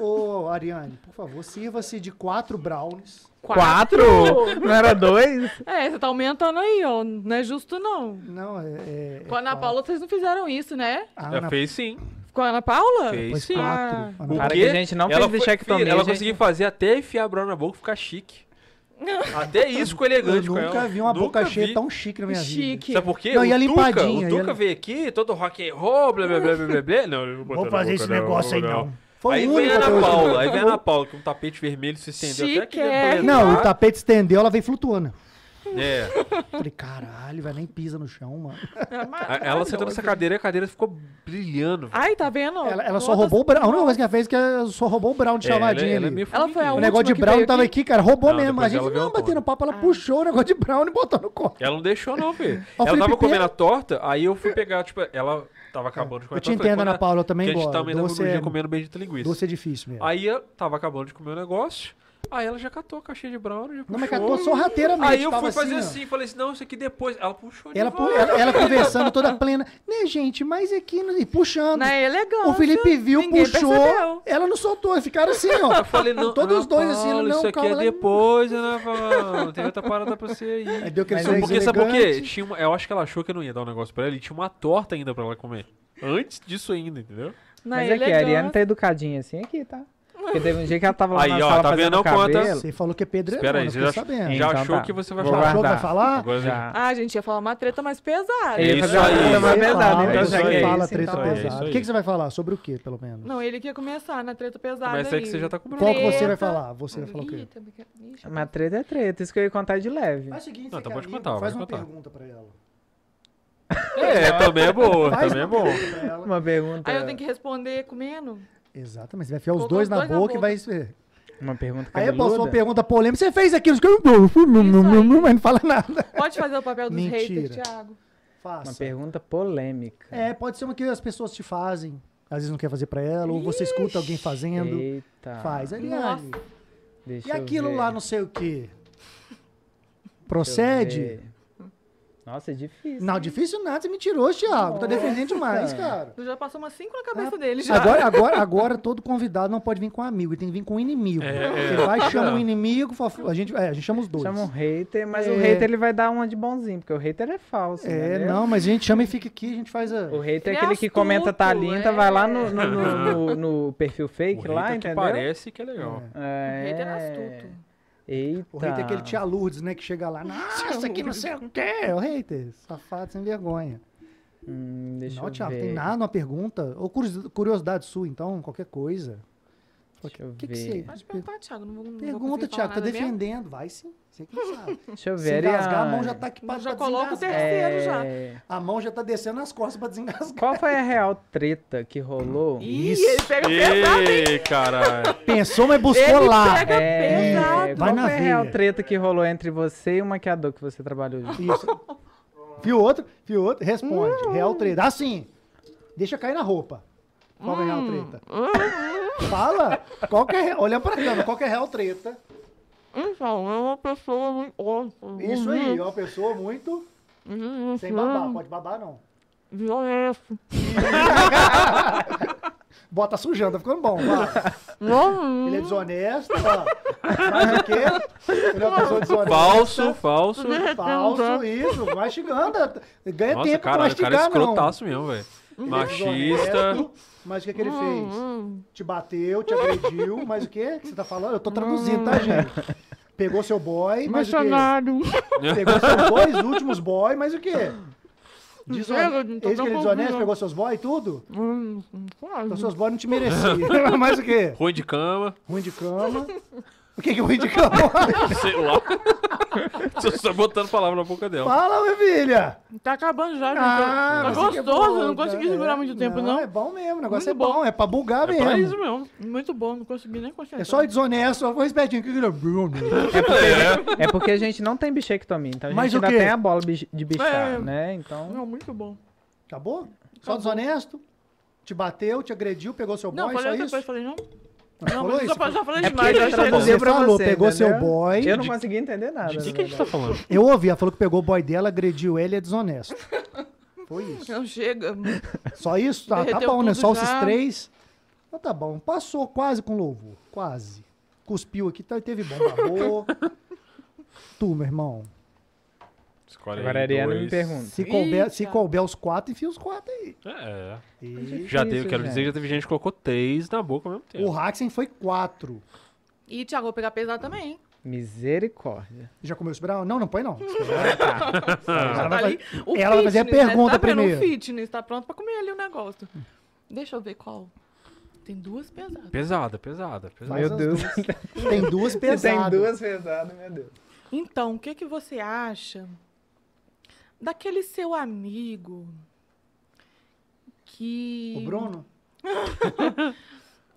Speaker 2: Ô, Ariane, por favor, sirva-se de quatro brownies.
Speaker 4: Quatro? Não era dois?
Speaker 9: É, você tá aumentando aí, ó. Não é justo, não.
Speaker 2: Não, é... é- é
Speaker 9: Com a Ana
Speaker 2: quatro.
Speaker 9: Paula, vocês não fizeram isso, né?
Speaker 2: Ah,
Speaker 1: Já
Speaker 2: Ana
Speaker 1: fez sim.
Speaker 9: Com a Ana Paula?
Speaker 1: Fez
Speaker 2: Pois
Speaker 1: sim.
Speaker 2: quatro.
Speaker 9: Ah.
Speaker 2: Ana
Speaker 4: Cara,
Speaker 2: Paula.
Speaker 4: que a gente não fez
Speaker 1: foi-
Speaker 4: bichectomia,
Speaker 1: filha, Ela
Speaker 4: gente.
Speaker 1: conseguiu fazer até enfiar a brown na boca e ficar chique. Até isso ficou
Speaker 2: Eu
Speaker 1: elegante com ela.
Speaker 2: nunca vi uma boca
Speaker 1: Nunca
Speaker 2: cheia
Speaker 1: vi.
Speaker 2: tão chique na minha vida.
Speaker 9: Chique.
Speaker 1: Sabe por quê?
Speaker 2: Não,
Speaker 1: o
Speaker 2: e ela
Speaker 1: Tuca,
Speaker 2: empadinha,
Speaker 1: o
Speaker 2: e
Speaker 1: Tuca
Speaker 2: ela-
Speaker 1: veio aqui, todo rock and roll, blá blá blá blá blá, blá. Não, eu não vou, botar
Speaker 2: Vou
Speaker 1: na
Speaker 2: fazer
Speaker 1: boca,
Speaker 2: esse
Speaker 1: não,
Speaker 2: negócio aí,
Speaker 1: vou um-
Speaker 2: não. Foi
Speaker 1: aí
Speaker 2: o
Speaker 1: vem
Speaker 2: único
Speaker 1: a
Speaker 2: até
Speaker 1: Ana
Speaker 2: hoje.
Speaker 1: Paula, aí vem a Ana Paula com um tapete vermelho se estendeu até aqui dentro.
Speaker 9: Chique.
Speaker 1: do
Speaker 4: é.
Speaker 2: Não, o
Speaker 1: andar.
Speaker 2: tapete estendeu, ela veio flutuando.
Speaker 1: É.
Speaker 2: Falei, caralho, vai nem pisa no chão, mano.
Speaker 9: É ma-
Speaker 1: A- Ela sentou nessa cadeira e a cadeira ficou brilhando. velho.
Speaker 9: Ai, tá vendo?
Speaker 2: Ela, ela só
Speaker 9: Quantas-
Speaker 2: roubou o Brown. A única coisa que ela fez é que ela só roubou o Brown de chamadinha
Speaker 1: ela, ela é
Speaker 2: ali.
Speaker 1: meio
Speaker 9: Ela foi a
Speaker 1: formiguinha.
Speaker 2: O
Speaker 9: última
Speaker 2: negócio de
Speaker 9: que
Speaker 2: Brown
Speaker 9: veio
Speaker 2: tava
Speaker 9: aqui.
Speaker 2: aqui, cara. Roubou
Speaker 1: Não,
Speaker 2: mesmo.
Speaker 1: depois
Speaker 2: A gente
Speaker 1: ela veio
Speaker 2: não
Speaker 1: uma
Speaker 2: batendo
Speaker 1: conta.
Speaker 2: papo, ela puxou o negócio de Brown e botou no corpo.
Speaker 1: Ela não deixou, não, velho.
Speaker 2: Ó,
Speaker 1: Ela tava
Speaker 2: Felipe
Speaker 1: comendo
Speaker 2: Pena.
Speaker 1: a torta, aí eu fui pegar, tipo, ela tava acabando de comer
Speaker 2: Eu
Speaker 1: a torta,
Speaker 2: te
Speaker 1: falei,
Speaker 2: entendo,
Speaker 1: quando
Speaker 2: Ana Paula, eu também
Speaker 1: que a gente
Speaker 2: gosto.
Speaker 1: também tava no
Speaker 2: Doce
Speaker 1: dia
Speaker 2: é-
Speaker 1: comendo beijo de linguiça.
Speaker 2: Doce é difícil mesmo.
Speaker 1: Aí eu tava acabando de comer o negócio, aí ela já catou a caixinha de brown, já
Speaker 2: Não, mas
Speaker 1: puxou.
Speaker 2: catou sorrateiramente.
Speaker 1: Aí eu
Speaker 2: tava
Speaker 1: fui fazer
Speaker 2: ó.
Speaker 1: assim, falei assim, não, isso aqui depois. Ela puxou de
Speaker 2: Ela, pu-
Speaker 1: volta.
Speaker 2: ela- ela conversando toda plena. Né, gente, mas aqui... no- E puxando.
Speaker 9: Na elegância.
Speaker 2: O Felipe viu,
Speaker 9: Ninguém
Speaker 2: puxou,
Speaker 9: percebeu.
Speaker 2: ela não soltou, ficaram assim, ó.
Speaker 1: Eu falei, não,
Speaker 2: Todos os
Speaker 1: Ana
Speaker 2: dois assim,
Speaker 1: Paula,
Speaker 2: não,
Speaker 1: isso aqui
Speaker 2: calma,
Speaker 1: é
Speaker 2: ela-
Speaker 1: depois, Ana Paula, tem outra parada pra você aí.
Speaker 2: Aí deu aquele
Speaker 4: Mas
Speaker 1: Sabe
Speaker 2: sorriso
Speaker 4: é
Speaker 1: por quê? um Sabe por quê?
Speaker 2: elegante.
Speaker 1: Tinha uma- eu acho que ela achou que eu não ia dar um negócio pra ela e tinha uma torta ainda pra ela comer. Antes disso ainda, entendeu?
Speaker 9: Na
Speaker 4: Mas aqui,
Speaker 1: é
Speaker 3: é
Speaker 9: elegância.
Speaker 4: a Ariane tá educadinha assim aqui, tá? Porque teve um dia que ela tava lá
Speaker 1: Aí,
Speaker 4: na
Speaker 1: ó,
Speaker 4: sala
Speaker 1: tá
Speaker 4: fazendo
Speaker 1: vendo? Não conta.
Speaker 4: cabelo.
Speaker 2: Você falou que é
Speaker 1: Espera
Speaker 2: pedreiro,
Speaker 1: aí,
Speaker 2: não
Speaker 1: você já-
Speaker 2: fiquei sabendo.
Speaker 1: Já
Speaker 4: Então
Speaker 1: achou
Speaker 4: tá.
Speaker 1: que você vai
Speaker 4: Vou
Speaker 2: Já
Speaker 1: falar.
Speaker 2: achou que vai
Speaker 4: guardar.
Speaker 2: falar?
Speaker 1: Agora É
Speaker 4: Já.
Speaker 3: Ah, gente, ia falar uma treta mais pesada.
Speaker 4: Ele
Speaker 1: Isso
Speaker 4: fazer uma
Speaker 1: aí.
Speaker 4: coisa mais
Speaker 1: Isso
Speaker 2: Você
Speaker 4: pesada,
Speaker 2: fala,
Speaker 1: isso
Speaker 4: então já que
Speaker 2: você
Speaker 4: é
Speaker 2: fala
Speaker 4: isso,
Speaker 2: treta
Speaker 4: então é
Speaker 1: pesada.
Speaker 4: isso.
Speaker 2: pesada. O
Speaker 1: aí.
Speaker 2: que, que você vai falar? Sobre o que, pelo menos?
Speaker 3: Não, ele que ia começar na treta pesada.
Speaker 1: Mas é que
Speaker 3: aí.
Speaker 1: você já tá com problema.
Speaker 2: Qual que você vai
Speaker 3: Treta.
Speaker 2: falar? Você vai falar o
Speaker 3: Ih,
Speaker 9: tá
Speaker 2: quê?
Speaker 3: também quero- Ih, já-
Speaker 4: Mas treta é treta, isso que eu ia contar de leve.
Speaker 2: Faz o seguinte,
Speaker 1: Não,
Speaker 2: você
Speaker 1: então
Speaker 2: que é
Speaker 1: pode
Speaker 2: amigo,
Speaker 1: contar,
Speaker 2: faz
Speaker 1: pode
Speaker 2: uma
Speaker 1: contar.
Speaker 2: pergunta pra ela.
Speaker 1: É, também é boa,
Speaker 2: Faz um
Speaker 1: também é
Speaker 2: uma
Speaker 1: bom.
Speaker 2: pergunta pra ela.
Speaker 4: Uma pergunta.
Speaker 3: Aí eu tenho que responder comendo?
Speaker 2: Exatamente, você vai enfiar os
Speaker 3: Colocou
Speaker 2: dois na boca e vai...
Speaker 4: Uma pergunta
Speaker 2: Aí eu
Speaker 4: cabeluda.
Speaker 2: posso uma pergunta polêmica. Você fez aquilo, você ficou- mas não fala nada.
Speaker 3: Pode fazer o papel dos haters,
Speaker 2: Mentira.
Speaker 3: Thiago.
Speaker 2: Faça.
Speaker 4: Uma pergunta polêmica.
Speaker 2: É, pode ser uma que as pessoas te fazem. Às vezes não quer fazer pra ela, ou você escuta alguém fazendo.
Speaker 4: Eita.
Speaker 2: Faz. Eliane,
Speaker 4: Deixa
Speaker 2: e
Speaker 4: eu
Speaker 2: aquilo
Speaker 4: ver,
Speaker 2: lá não sei o quê?
Speaker 4: deixa eu
Speaker 2: Procede?
Speaker 4: ver. Nossa, é difícil.
Speaker 2: Não, difícil nada, você me tirou, Thiago. Tá defendendo demais, cara.
Speaker 3: Já passou umas cinco na cabeça dele já.
Speaker 2: Agora, agora, agora todo convidado não pode vir com amigo, ele tem que vir com um inimigo.
Speaker 1: É,
Speaker 2: Ele
Speaker 1: é.
Speaker 2: vai, chama o inimigo, fof- a gente, é, a gente chama os dois.
Speaker 4: Chama um hater, mas
Speaker 2: É.
Speaker 4: o hater ele vai dar uma de bonzinho, porque o hater é falso.
Speaker 2: É,
Speaker 3: né?
Speaker 4: entendeu?
Speaker 2: não, mas a gente chama e fica aqui, a gente faz a.
Speaker 4: O hater
Speaker 3: Ele
Speaker 4: é
Speaker 3: é
Speaker 4: aquele que comenta
Speaker 3: astuto,
Speaker 4: tá linda,
Speaker 3: é.
Speaker 4: vai lá no, no, no- no- no perfil
Speaker 1: O
Speaker 4: fake lá,
Speaker 1: hater que
Speaker 4: entendeu?
Speaker 1: parece que é legal.
Speaker 4: É.
Speaker 3: O hater é astuto.
Speaker 4: Eita.
Speaker 2: O
Speaker 3: Tá.
Speaker 2: hater é aquele tia Lourdes, né? Que chega lá, nossa, aqui não sei o quê. É O hater, safado, sem vergonha.
Speaker 4: Hum, deixa
Speaker 2: não,
Speaker 4: eu
Speaker 2: Thiago,
Speaker 4: ver.
Speaker 2: tem nada, uma pergunta? Ou curiosi- curiosidade sua, então, qualquer coisa.
Speaker 4: Deixa eu
Speaker 2: O que, que
Speaker 4: ver.
Speaker 2: você.
Speaker 3: Pode perguntar, Thiago. Não vou, não vou
Speaker 2: Pergunta,
Speaker 3: conseguir falar
Speaker 2: Thiago, tá
Speaker 3: nada mesmo.
Speaker 2: defendendo. Vai sim, você que sabe.
Speaker 4: Deixa eu
Speaker 2: Se
Speaker 4: ver. é
Speaker 2: engasgar, a mão
Speaker 4: Ariane.
Speaker 2: já tá aqui pra,
Speaker 3: Já
Speaker 2: pra
Speaker 3: coloca o
Speaker 2: desengasgar.
Speaker 3: terceiro já.
Speaker 4: É,
Speaker 2: A mão já tá descendo nas costas pra desengasgar.
Speaker 4: Qual foi a real treta que rolou?
Speaker 3: Ih,
Speaker 2: Isso.
Speaker 3: ele pega
Speaker 2: tá
Speaker 3: pesado.
Speaker 1: Ei, caralho.
Speaker 2: Pensou, mas
Speaker 3: Ele
Speaker 2: buscou
Speaker 4: Ah,
Speaker 2: lá.
Speaker 3: pega pesado.
Speaker 4: É,
Speaker 2: Vai
Speaker 4: Tá qual
Speaker 2: na
Speaker 4: foi a real
Speaker 2: veia.
Speaker 4: treta que rolou entre você e o maquiador que você trabalhou junto?
Speaker 2: Isso. Viu outro? Viu outro?
Speaker 3: Hum.
Speaker 2: Responde. Real treta. Assim. Deixa cair na roupa. Qual que é a real
Speaker 3: Hum.
Speaker 2: treta? Fala. Qual que é, re- olha pra câmera. Qual que é a real treta?
Speaker 3: Então, é uma pessoa muito.
Speaker 2: Isso aí. É
Speaker 3: Uhum.
Speaker 2: uma pessoa muito... Sem babar. Pode babar, não.
Speaker 3: Violência.
Speaker 2: Bota tá sujando. Tá ficando bom. Vai.
Speaker 3: Não,
Speaker 2: Ele é desonesto. Ó. Faz o quê? Ele é uma pessoa desonesta.
Speaker 1: Falso, falso.
Speaker 2: Falso. Isso. Vai xingando. Ganha
Speaker 1: Nossa,
Speaker 2: é
Speaker 1: caralho,
Speaker 2: tempo pra
Speaker 1: o cara é
Speaker 2: mastigar, não.
Speaker 1: escrotaço mesmo, velho. Machista.
Speaker 2: Desonesto, Mas o que, que
Speaker 3: Hum,
Speaker 2: ele fez? Te bateu, te agrediu, mas o que que você tá falando? Eu tô traduzindo,
Speaker 3: Hum.
Speaker 2: tá, gente? Pegou seu boy, mas o quê? Pegou seus dois últimos boy, mas o quê? Deson...
Speaker 3: Velho, tô
Speaker 2: Eis que ele
Speaker 3: tão
Speaker 2: desonesto,
Speaker 3: confuso.
Speaker 2: pegou seus boy e tudo?
Speaker 3: Hum,
Speaker 2: Então seus boy não te mereciam. mas o quê?
Speaker 1: Ruim de cama.
Speaker 2: Ruim de cama. O que que é ruim de cama?
Speaker 1: Sei lá. Você só botando palavra na boca dela.
Speaker 2: Fala, minha filha!
Speaker 3: Tá acabando já,
Speaker 2: Ah,
Speaker 3: gente. Tá
Speaker 2: você que é
Speaker 3: gostoso,
Speaker 2: boa,
Speaker 3: não consegui
Speaker 2: é.
Speaker 3: segurar muito tempo, não.
Speaker 2: É bom mesmo, o negócio
Speaker 3: Muito
Speaker 2: é bom, é pra bugar
Speaker 1: É
Speaker 2: mesmo.
Speaker 1: pra
Speaker 3: É isso mesmo. Muito bom, não consegui nem concentrar.
Speaker 2: É só ir desonesto, eu vou espertinho. O que que ele é?
Speaker 4: É porque, é porque a gente não tem bichectomia, então a gente
Speaker 2: Mas o
Speaker 4: ainda
Speaker 2: quê?
Speaker 4: tem a bola bi- de bichar,
Speaker 3: É.
Speaker 4: né? Então.
Speaker 3: Não, muito bom.
Speaker 2: Acabou? Só desonesto? Te bateu, te agrediu, pegou seu
Speaker 3: Não,
Speaker 2: boy, é só
Speaker 3: falei outra
Speaker 2: isso?
Speaker 3: coisa, falei não.
Speaker 2: Não,
Speaker 3: Não,
Speaker 2: falou
Speaker 3: mas
Speaker 2: isso?
Speaker 3: já, já falei
Speaker 4: É porque
Speaker 3: demais,
Speaker 4: ele
Speaker 2: traduziu.
Speaker 3: já chegou.
Speaker 4: traduziu pra
Speaker 2: falou, pegou
Speaker 4: entendeu?
Speaker 2: seu boy.
Speaker 4: Eu não consegui entender nada.
Speaker 1: De
Speaker 4: na
Speaker 1: que, que a gente tá falando?
Speaker 2: Eu ouvi, ela falou que pegou o boy dela, agrediu ele, é desonesto. Foi isso.
Speaker 3: Não chega.
Speaker 2: Só isso? Tá, tá
Speaker 3: Derreteu
Speaker 2: bom, né?
Speaker 3: tudo
Speaker 2: Só
Speaker 3: já.
Speaker 2: esses três. Então tá bom. Passou quase com louvor. Quase. Cuspiu aqui, tá, teve bom babou. tu, meu irmão.
Speaker 4: Agora a Ariana me
Speaker 1: 42.
Speaker 4: pergunta.
Speaker 2: Se couber, se
Speaker 3: Eita.
Speaker 2: couber os quatro, enfia os quatro aí.
Speaker 1: É.
Speaker 2: E-
Speaker 1: Já teve,
Speaker 4: Isso,
Speaker 1: quero dizer,
Speaker 4: gente.
Speaker 1: já teve gente que colocou três na boca ao mesmo
Speaker 2: O
Speaker 1: tempo.
Speaker 2: Haxen foi quatro.
Speaker 3: E Thiago, vou pegar pesado também, hein?
Speaker 4: Misericórdia.
Speaker 2: Já comeu o Brown? Não, não põe não.
Speaker 3: Já
Speaker 2: Ela
Speaker 3: tá
Speaker 2: vai
Speaker 3: ali. O
Speaker 2: ela vai fazer a
Speaker 3: fitness, né?
Speaker 2: pergunta
Speaker 3: tá vendo?
Speaker 2: primeiro.
Speaker 3: O fitness tá pronto pra comer ali o negócio. Deixa eu ver qual. Tem duas pesadas.
Speaker 1: Pesada, pesada, pesada.
Speaker 2: Mas
Speaker 4: Meu
Speaker 2: as
Speaker 4: Deus.
Speaker 2: Tem duas pesadas.
Speaker 4: Tem duas pesadas, meu Deus.
Speaker 3: Então, o que, que você acha daquele seu amigo que.
Speaker 2: O Bruno?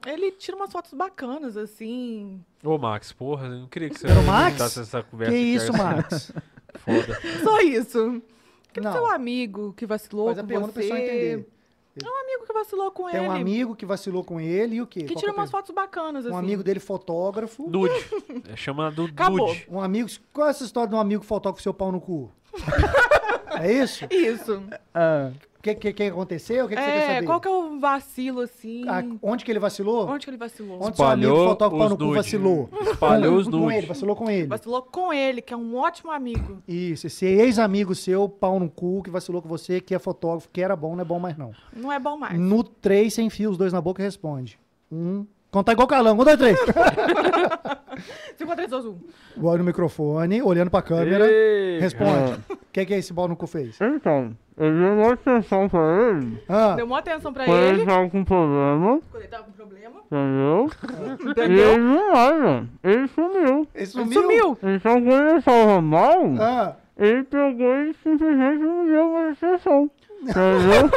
Speaker 3: Ele tira umas fotos bacanas, assim.
Speaker 1: Ô, Max, porra, eu não queria que você
Speaker 2: Era o Max?
Speaker 1: inventasse essa conversa.
Speaker 2: Que
Speaker 1: aqui,
Speaker 2: isso,
Speaker 1: essa- é
Speaker 2: Max?
Speaker 1: Foda.
Speaker 3: Só isso. Aquele
Speaker 2: Não.
Speaker 3: seu amigo que vacilou
Speaker 2: Faz a
Speaker 3: com
Speaker 2: pergunta pra
Speaker 3: você.
Speaker 2: pessoa entender.
Speaker 3: Um amigo que vacilou com
Speaker 2: Tem
Speaker 3: ele.
Speaker 2: um amigo que vacilou com ele e o quê?
Speaker 3: que
Speaker 2: Qual
Speaker 3: tira
Speaker 2: é a
Speaker 3: umas
Speaker 2: pergunta?
Speaker 3: fotos bacanas, assim.
Speaker 2: Um amigo dele fotógrafo.
Speaker 1: Nude. É chamado
Speaker 3: Acabou.
Speaker 1: nude.
Speaker 2: Um amigo. Qual é essa história de um amigo fotógrafo com seu pau no cu? é isso?
Speaker 3: Isso.
Speaker 4: Ah,
Speaker 2: O que, que, que aconteceu? O que, que você quer
Speaker 3: é,
Speaker 2: saber?
Speaker 3: qual que é o vacilo, assim?
Speaker 2: Ah, onde que ele vacilou?
Speaker 3: Onde que ele vacilou?
Speaker 2: Onde
Speaker 1: Espalhou
Speaker 2: seu amigo fotógrafo pau
Speaker 1: os
Speaker 2: no cu
Speaker 1: nude.
Speaker 2: vacilou?
Speaker 1: Espalhou
Speaker 2: Com-
Speaker 1: os
Speaker 2: Com ele,
Speaker 1: nudes.
Speaker 2: vacilou com ele.
Speaker 3: Vacilou com ele, que é um ótimo amigo.
Speaker 2: Isso, esse ex-amigo seu, pau no cu, que vacilou com você, que é fotógrafo, que era bom, não é bom mais não.
Speaker 3: Não é bom mais.
Speaker 2: No 3, sem fio, os dois na boca e responde. Um, Contar igual o Carlão. Um, dois, três.
Speaker 9: 5, 4, 3, 2, 1.
Speaker 2: Igual no microfone, olhando pra câmera. Responde. O que, que é esse balnuco fez?
Speaker 10: Então, eu dei uma atenção pra ele,
Speaker 2: Ah,
Speaker 9: Deu uma atenção pra
Speaker 10: quando ele
Speaker 9: ele.
Speaker 10: tava com problema,
Speaker 9: Quando ele tava com problema.
Speaker 10: entendeu? E ele não era, ele sumiu.
Speaker 2: ele sumiu.
Speaker 9: Sumiu.
Speaker 10: Então quando ele tava mal,
Speaker 2: Ah,
Speaker 10: ele pegou e simplesmente não deu uma atenção. Entendeu?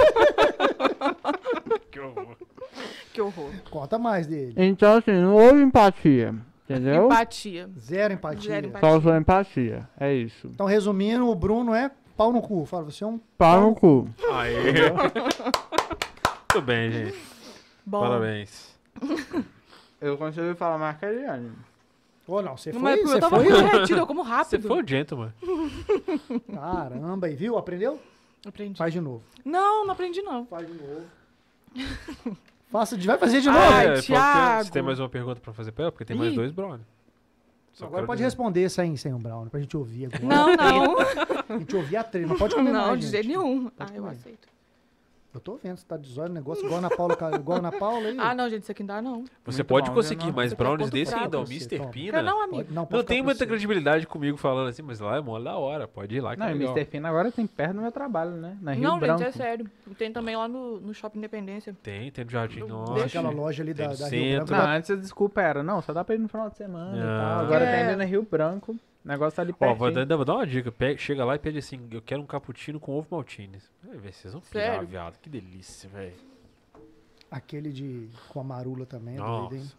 Speaker 9: Que horror.
Speaker 2: conta mais dele.
Speaker 10: então assim, não houve empatia, entendeu?
Speaker 9: Empatia.
Speaker 2: Zero empatia.
Speaker 9: Zero empatia.
Speaker 10: Só foi empatia, é isso.
Speaker 2: Então, resumindo, o Bruno é pau no cu. Fala, você é um.
Speaker 4: Tá
Speaker 10: Pau no cu.
Speaker 1: Aê. Muito bem, gente.
Speaker 9: Bom,
Speaker 1: Parabéns.
Speaker 10: Eu consegui falar mais que a Eliane.
Speaker 2: Ô, não, você foi.
Speaker 9: Mas eu
Speaker 2: Você
Speaker 9: tava
Speaker 2: foi.
Speaker 9: muito retida, eu como
Speaker 1: Você
Speaker 9: rápido.
Speaker 1: foi o gentleman.
Speaker 2: Caramba, e viu? Aprendeu?
Speaker 9: Aprendi.
Speaker 2: Faz de novo.
Speaker 9: Não, não aprendi não.
Speaker 2: Faz de novo. Faça, de- vai fazer de novo.
Speaker 9: Ai,
Speaker 1: É, porque
Speaker 9: Thiago.
Speaker 1: Você tem mais uma pergunta pra fazer pra ela? Porque tem mais
Speaker 9: Ih.
Speaker 1: dois brother. Só
Speaker 2: Agora
Speaker 1: quero
Speaker 2: pode
Speaker 1: dizer.
Speaker 2: responder sem, sem um Brown, pra gente ouvir agora.
Speaker 9: Não, não.
Speaker 2: A gente ouvir a trilha, não pode comer
Speaker 9: Não,
Speaker 2: mais,
Speaker 9: de
Speaker 2: gente.
Speaker 9: jeito nenhum.
Speaker 1: Tá
Speaker 9: Ah, eu
Speaker 2: comer.
Speaker 9: aceito.
Speaker 2: Eu tô vendo, você tá de zóio no negócio, igual a Ana Paula, cara, igual a Ana Paula aí.
Speaker 9: Ah, não, gente, isso aqui não dá não.
Speaker 1: Você
Speaker 6: Muito
Speaker 1: pode
Speaker 6: bom,
Speaker 1: conseguir
Speaker 6: né, não?
Speaker 1: mais
Speaker 9: Você tem
Speaker 1: brownies
Speaker 9: ponto
Speaker 1: desse
Speaker 9: fraco,
Speaker 1: ainda, o
Speaker 2: você,
Speaker 1: Mr.
Speaker 2: toma.
Speaker 1: Pina.
Speaker 9: Não, não, amigo.
Speaker 2: Pode- não, pode
Speaker 1: Não
Speaker 2: ficar
Speaker 1: tem
Speaker 2: pra
Speaker 1: muita
Speaker 2: você.
Speaker 1: credibilidade comigo falando assim, mas lá é mó da hora, pode ir lá. Que
Speaker 4: Não,
Speaker 1: é
Speaker 4: e
Speaker 1: legal.
Speaker 4: Mr. Pina agora tem perto do meu trabalho, né? Na Rio
Speaker 9: não,
Speaker 4: Branco.
Speaker 9: gente, é sério. Tem também lá no, no Shopping Independência.
Speaker 1: Tem, tem do Jardim
Speaker 2: Tem
Speaker 1: Norte.
Speaker 2: aquela loja ali da,
Speaker 1: Tem
Speaker 2: da
Speaker 1: no
Speaker 2: Rio Branco.
Speaker 1: centro.
Speaker 4: Não, antes a desculpa era, não, só dá pra ir no final de semana e
Speaker 1: Ah.
Speaker 4: tal. Agora
Speaker 9: É.
Speaker 4: tem ainda na Rio Branco. O negócio tá ali
Speaker 1: Ó,
Speaker 4: perto.
Speaker 1: vou dar, vou dar uma dica. Pega- chega lá e pede assim, eu quero um cappuccino com ovo maltine. Ai, velho, Vocês vão pirar,
Speaker 9: Sério?
Speaker 1: viado. Que delícia, velho.
Speaker 2: Aquele de, com a marula também, é doido,
Speaker 1: Nossa.
Speaker 2: hein?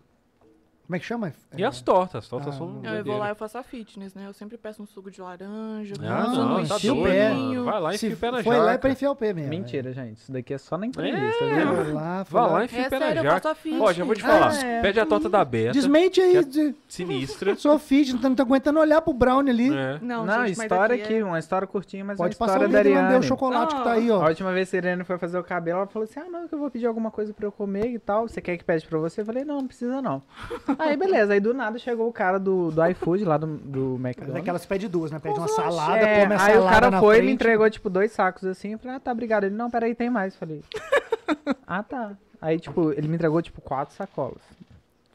Speaker 2: Como é que chama?
Speaker 1: E as tortas, as tortas
Speaker 2: Ah,
Speaker 1: são
Speaker 2: não.
Speaker 9: Não, eu vou
Speaker 1: doideira.
Speaker 9: lá e eu faço a fitness, né? Eu sempre peço um suco de laranja,
Speaker 1: Ah,
Speaker 9: um
Speaker 1: não, tá
Speaker 2: enfia o
Speaker 1: doido,
Speaker 2: pé.
Speaker 1: mano. Vai lá e
Speaker 2: Se
Speaker 1: enfia o pé na
Speaker 2: Foi lá e
Speaker 1: jaca.
Speaker 2: pra enfiar o pé mesmo.
Speaker 4: Mentira, gente. Isso daqui é só na entrevista,
Speaker 2: velho.
Speaker 4: viu?
Speaker 2: Foi lá, foi
Speaker 1: Vai
Speaker 2: lá.
Speaker 1: lá e enfia
Speaker 9: É
Speaker 1: o pé na
Speaker 9: sério, eu faço
Speaker 1: jaca.
Speaker 9: a fit.
Speaker 1: Ó, já vou te falar.
Speaker 2: Ah, é.
Speaker 1: Pede a torta da Berta.
Speaker 2: Desmente aí,
Speaker 1: Que-
Speaker 2: de,
Speaker 1: Sinistra.
Speaker 2: sou fit, não tô aguentando olhar pro Brown ali.
Speaker 1: É.
Speaker 9: Não,
Speaker 4: Não,
Speaker 9: gente, mas
Speaker 4: história
Speaker 9: aqui
Speaker 4: aqui,
Speaker 9: é-
Speaker 4: uma história curtinha, mas é
Speaker 2: Pode
Speaker 4: uma
Speaker 2: passar o
Speaker 4: história da
Speaker 2: líder e mandar o
Speaker 4: Ariane.
Speaker 2: chocolate que tá aí,
Speaker 4: A
Speaker 2: ó.
Speaker 4: última vez que a Irene foi fazer o cabelo, ela falou assim: Ah, não, que eu vou pedir alguma coisa pra eu comer e tal. Você quer que pede pra você? Eu falei: Não, não precisa não. aí, beleza. Aí do nada chegou o cara do, do iFood lá do, do McDonald's.
Speaker 2: Daquelas pede duas, né? Pede uma salada,
Speaker 4: É,
Speaker 2: come a
Speaker 4: aí
Speaker 2: salada
Speaker 4: o cara
Speaker 2: na
Speaker 4: foi, ele
Speaker 2: frente.
Speaker 4: entregou tipo dois sacos assim. Eu falei: Ah, tá, obrigado. Ele: Não, peraí, tem mais. Eu falei: Ah, tá. Aí, tipo, ele me entregou tipo quatro sacolas.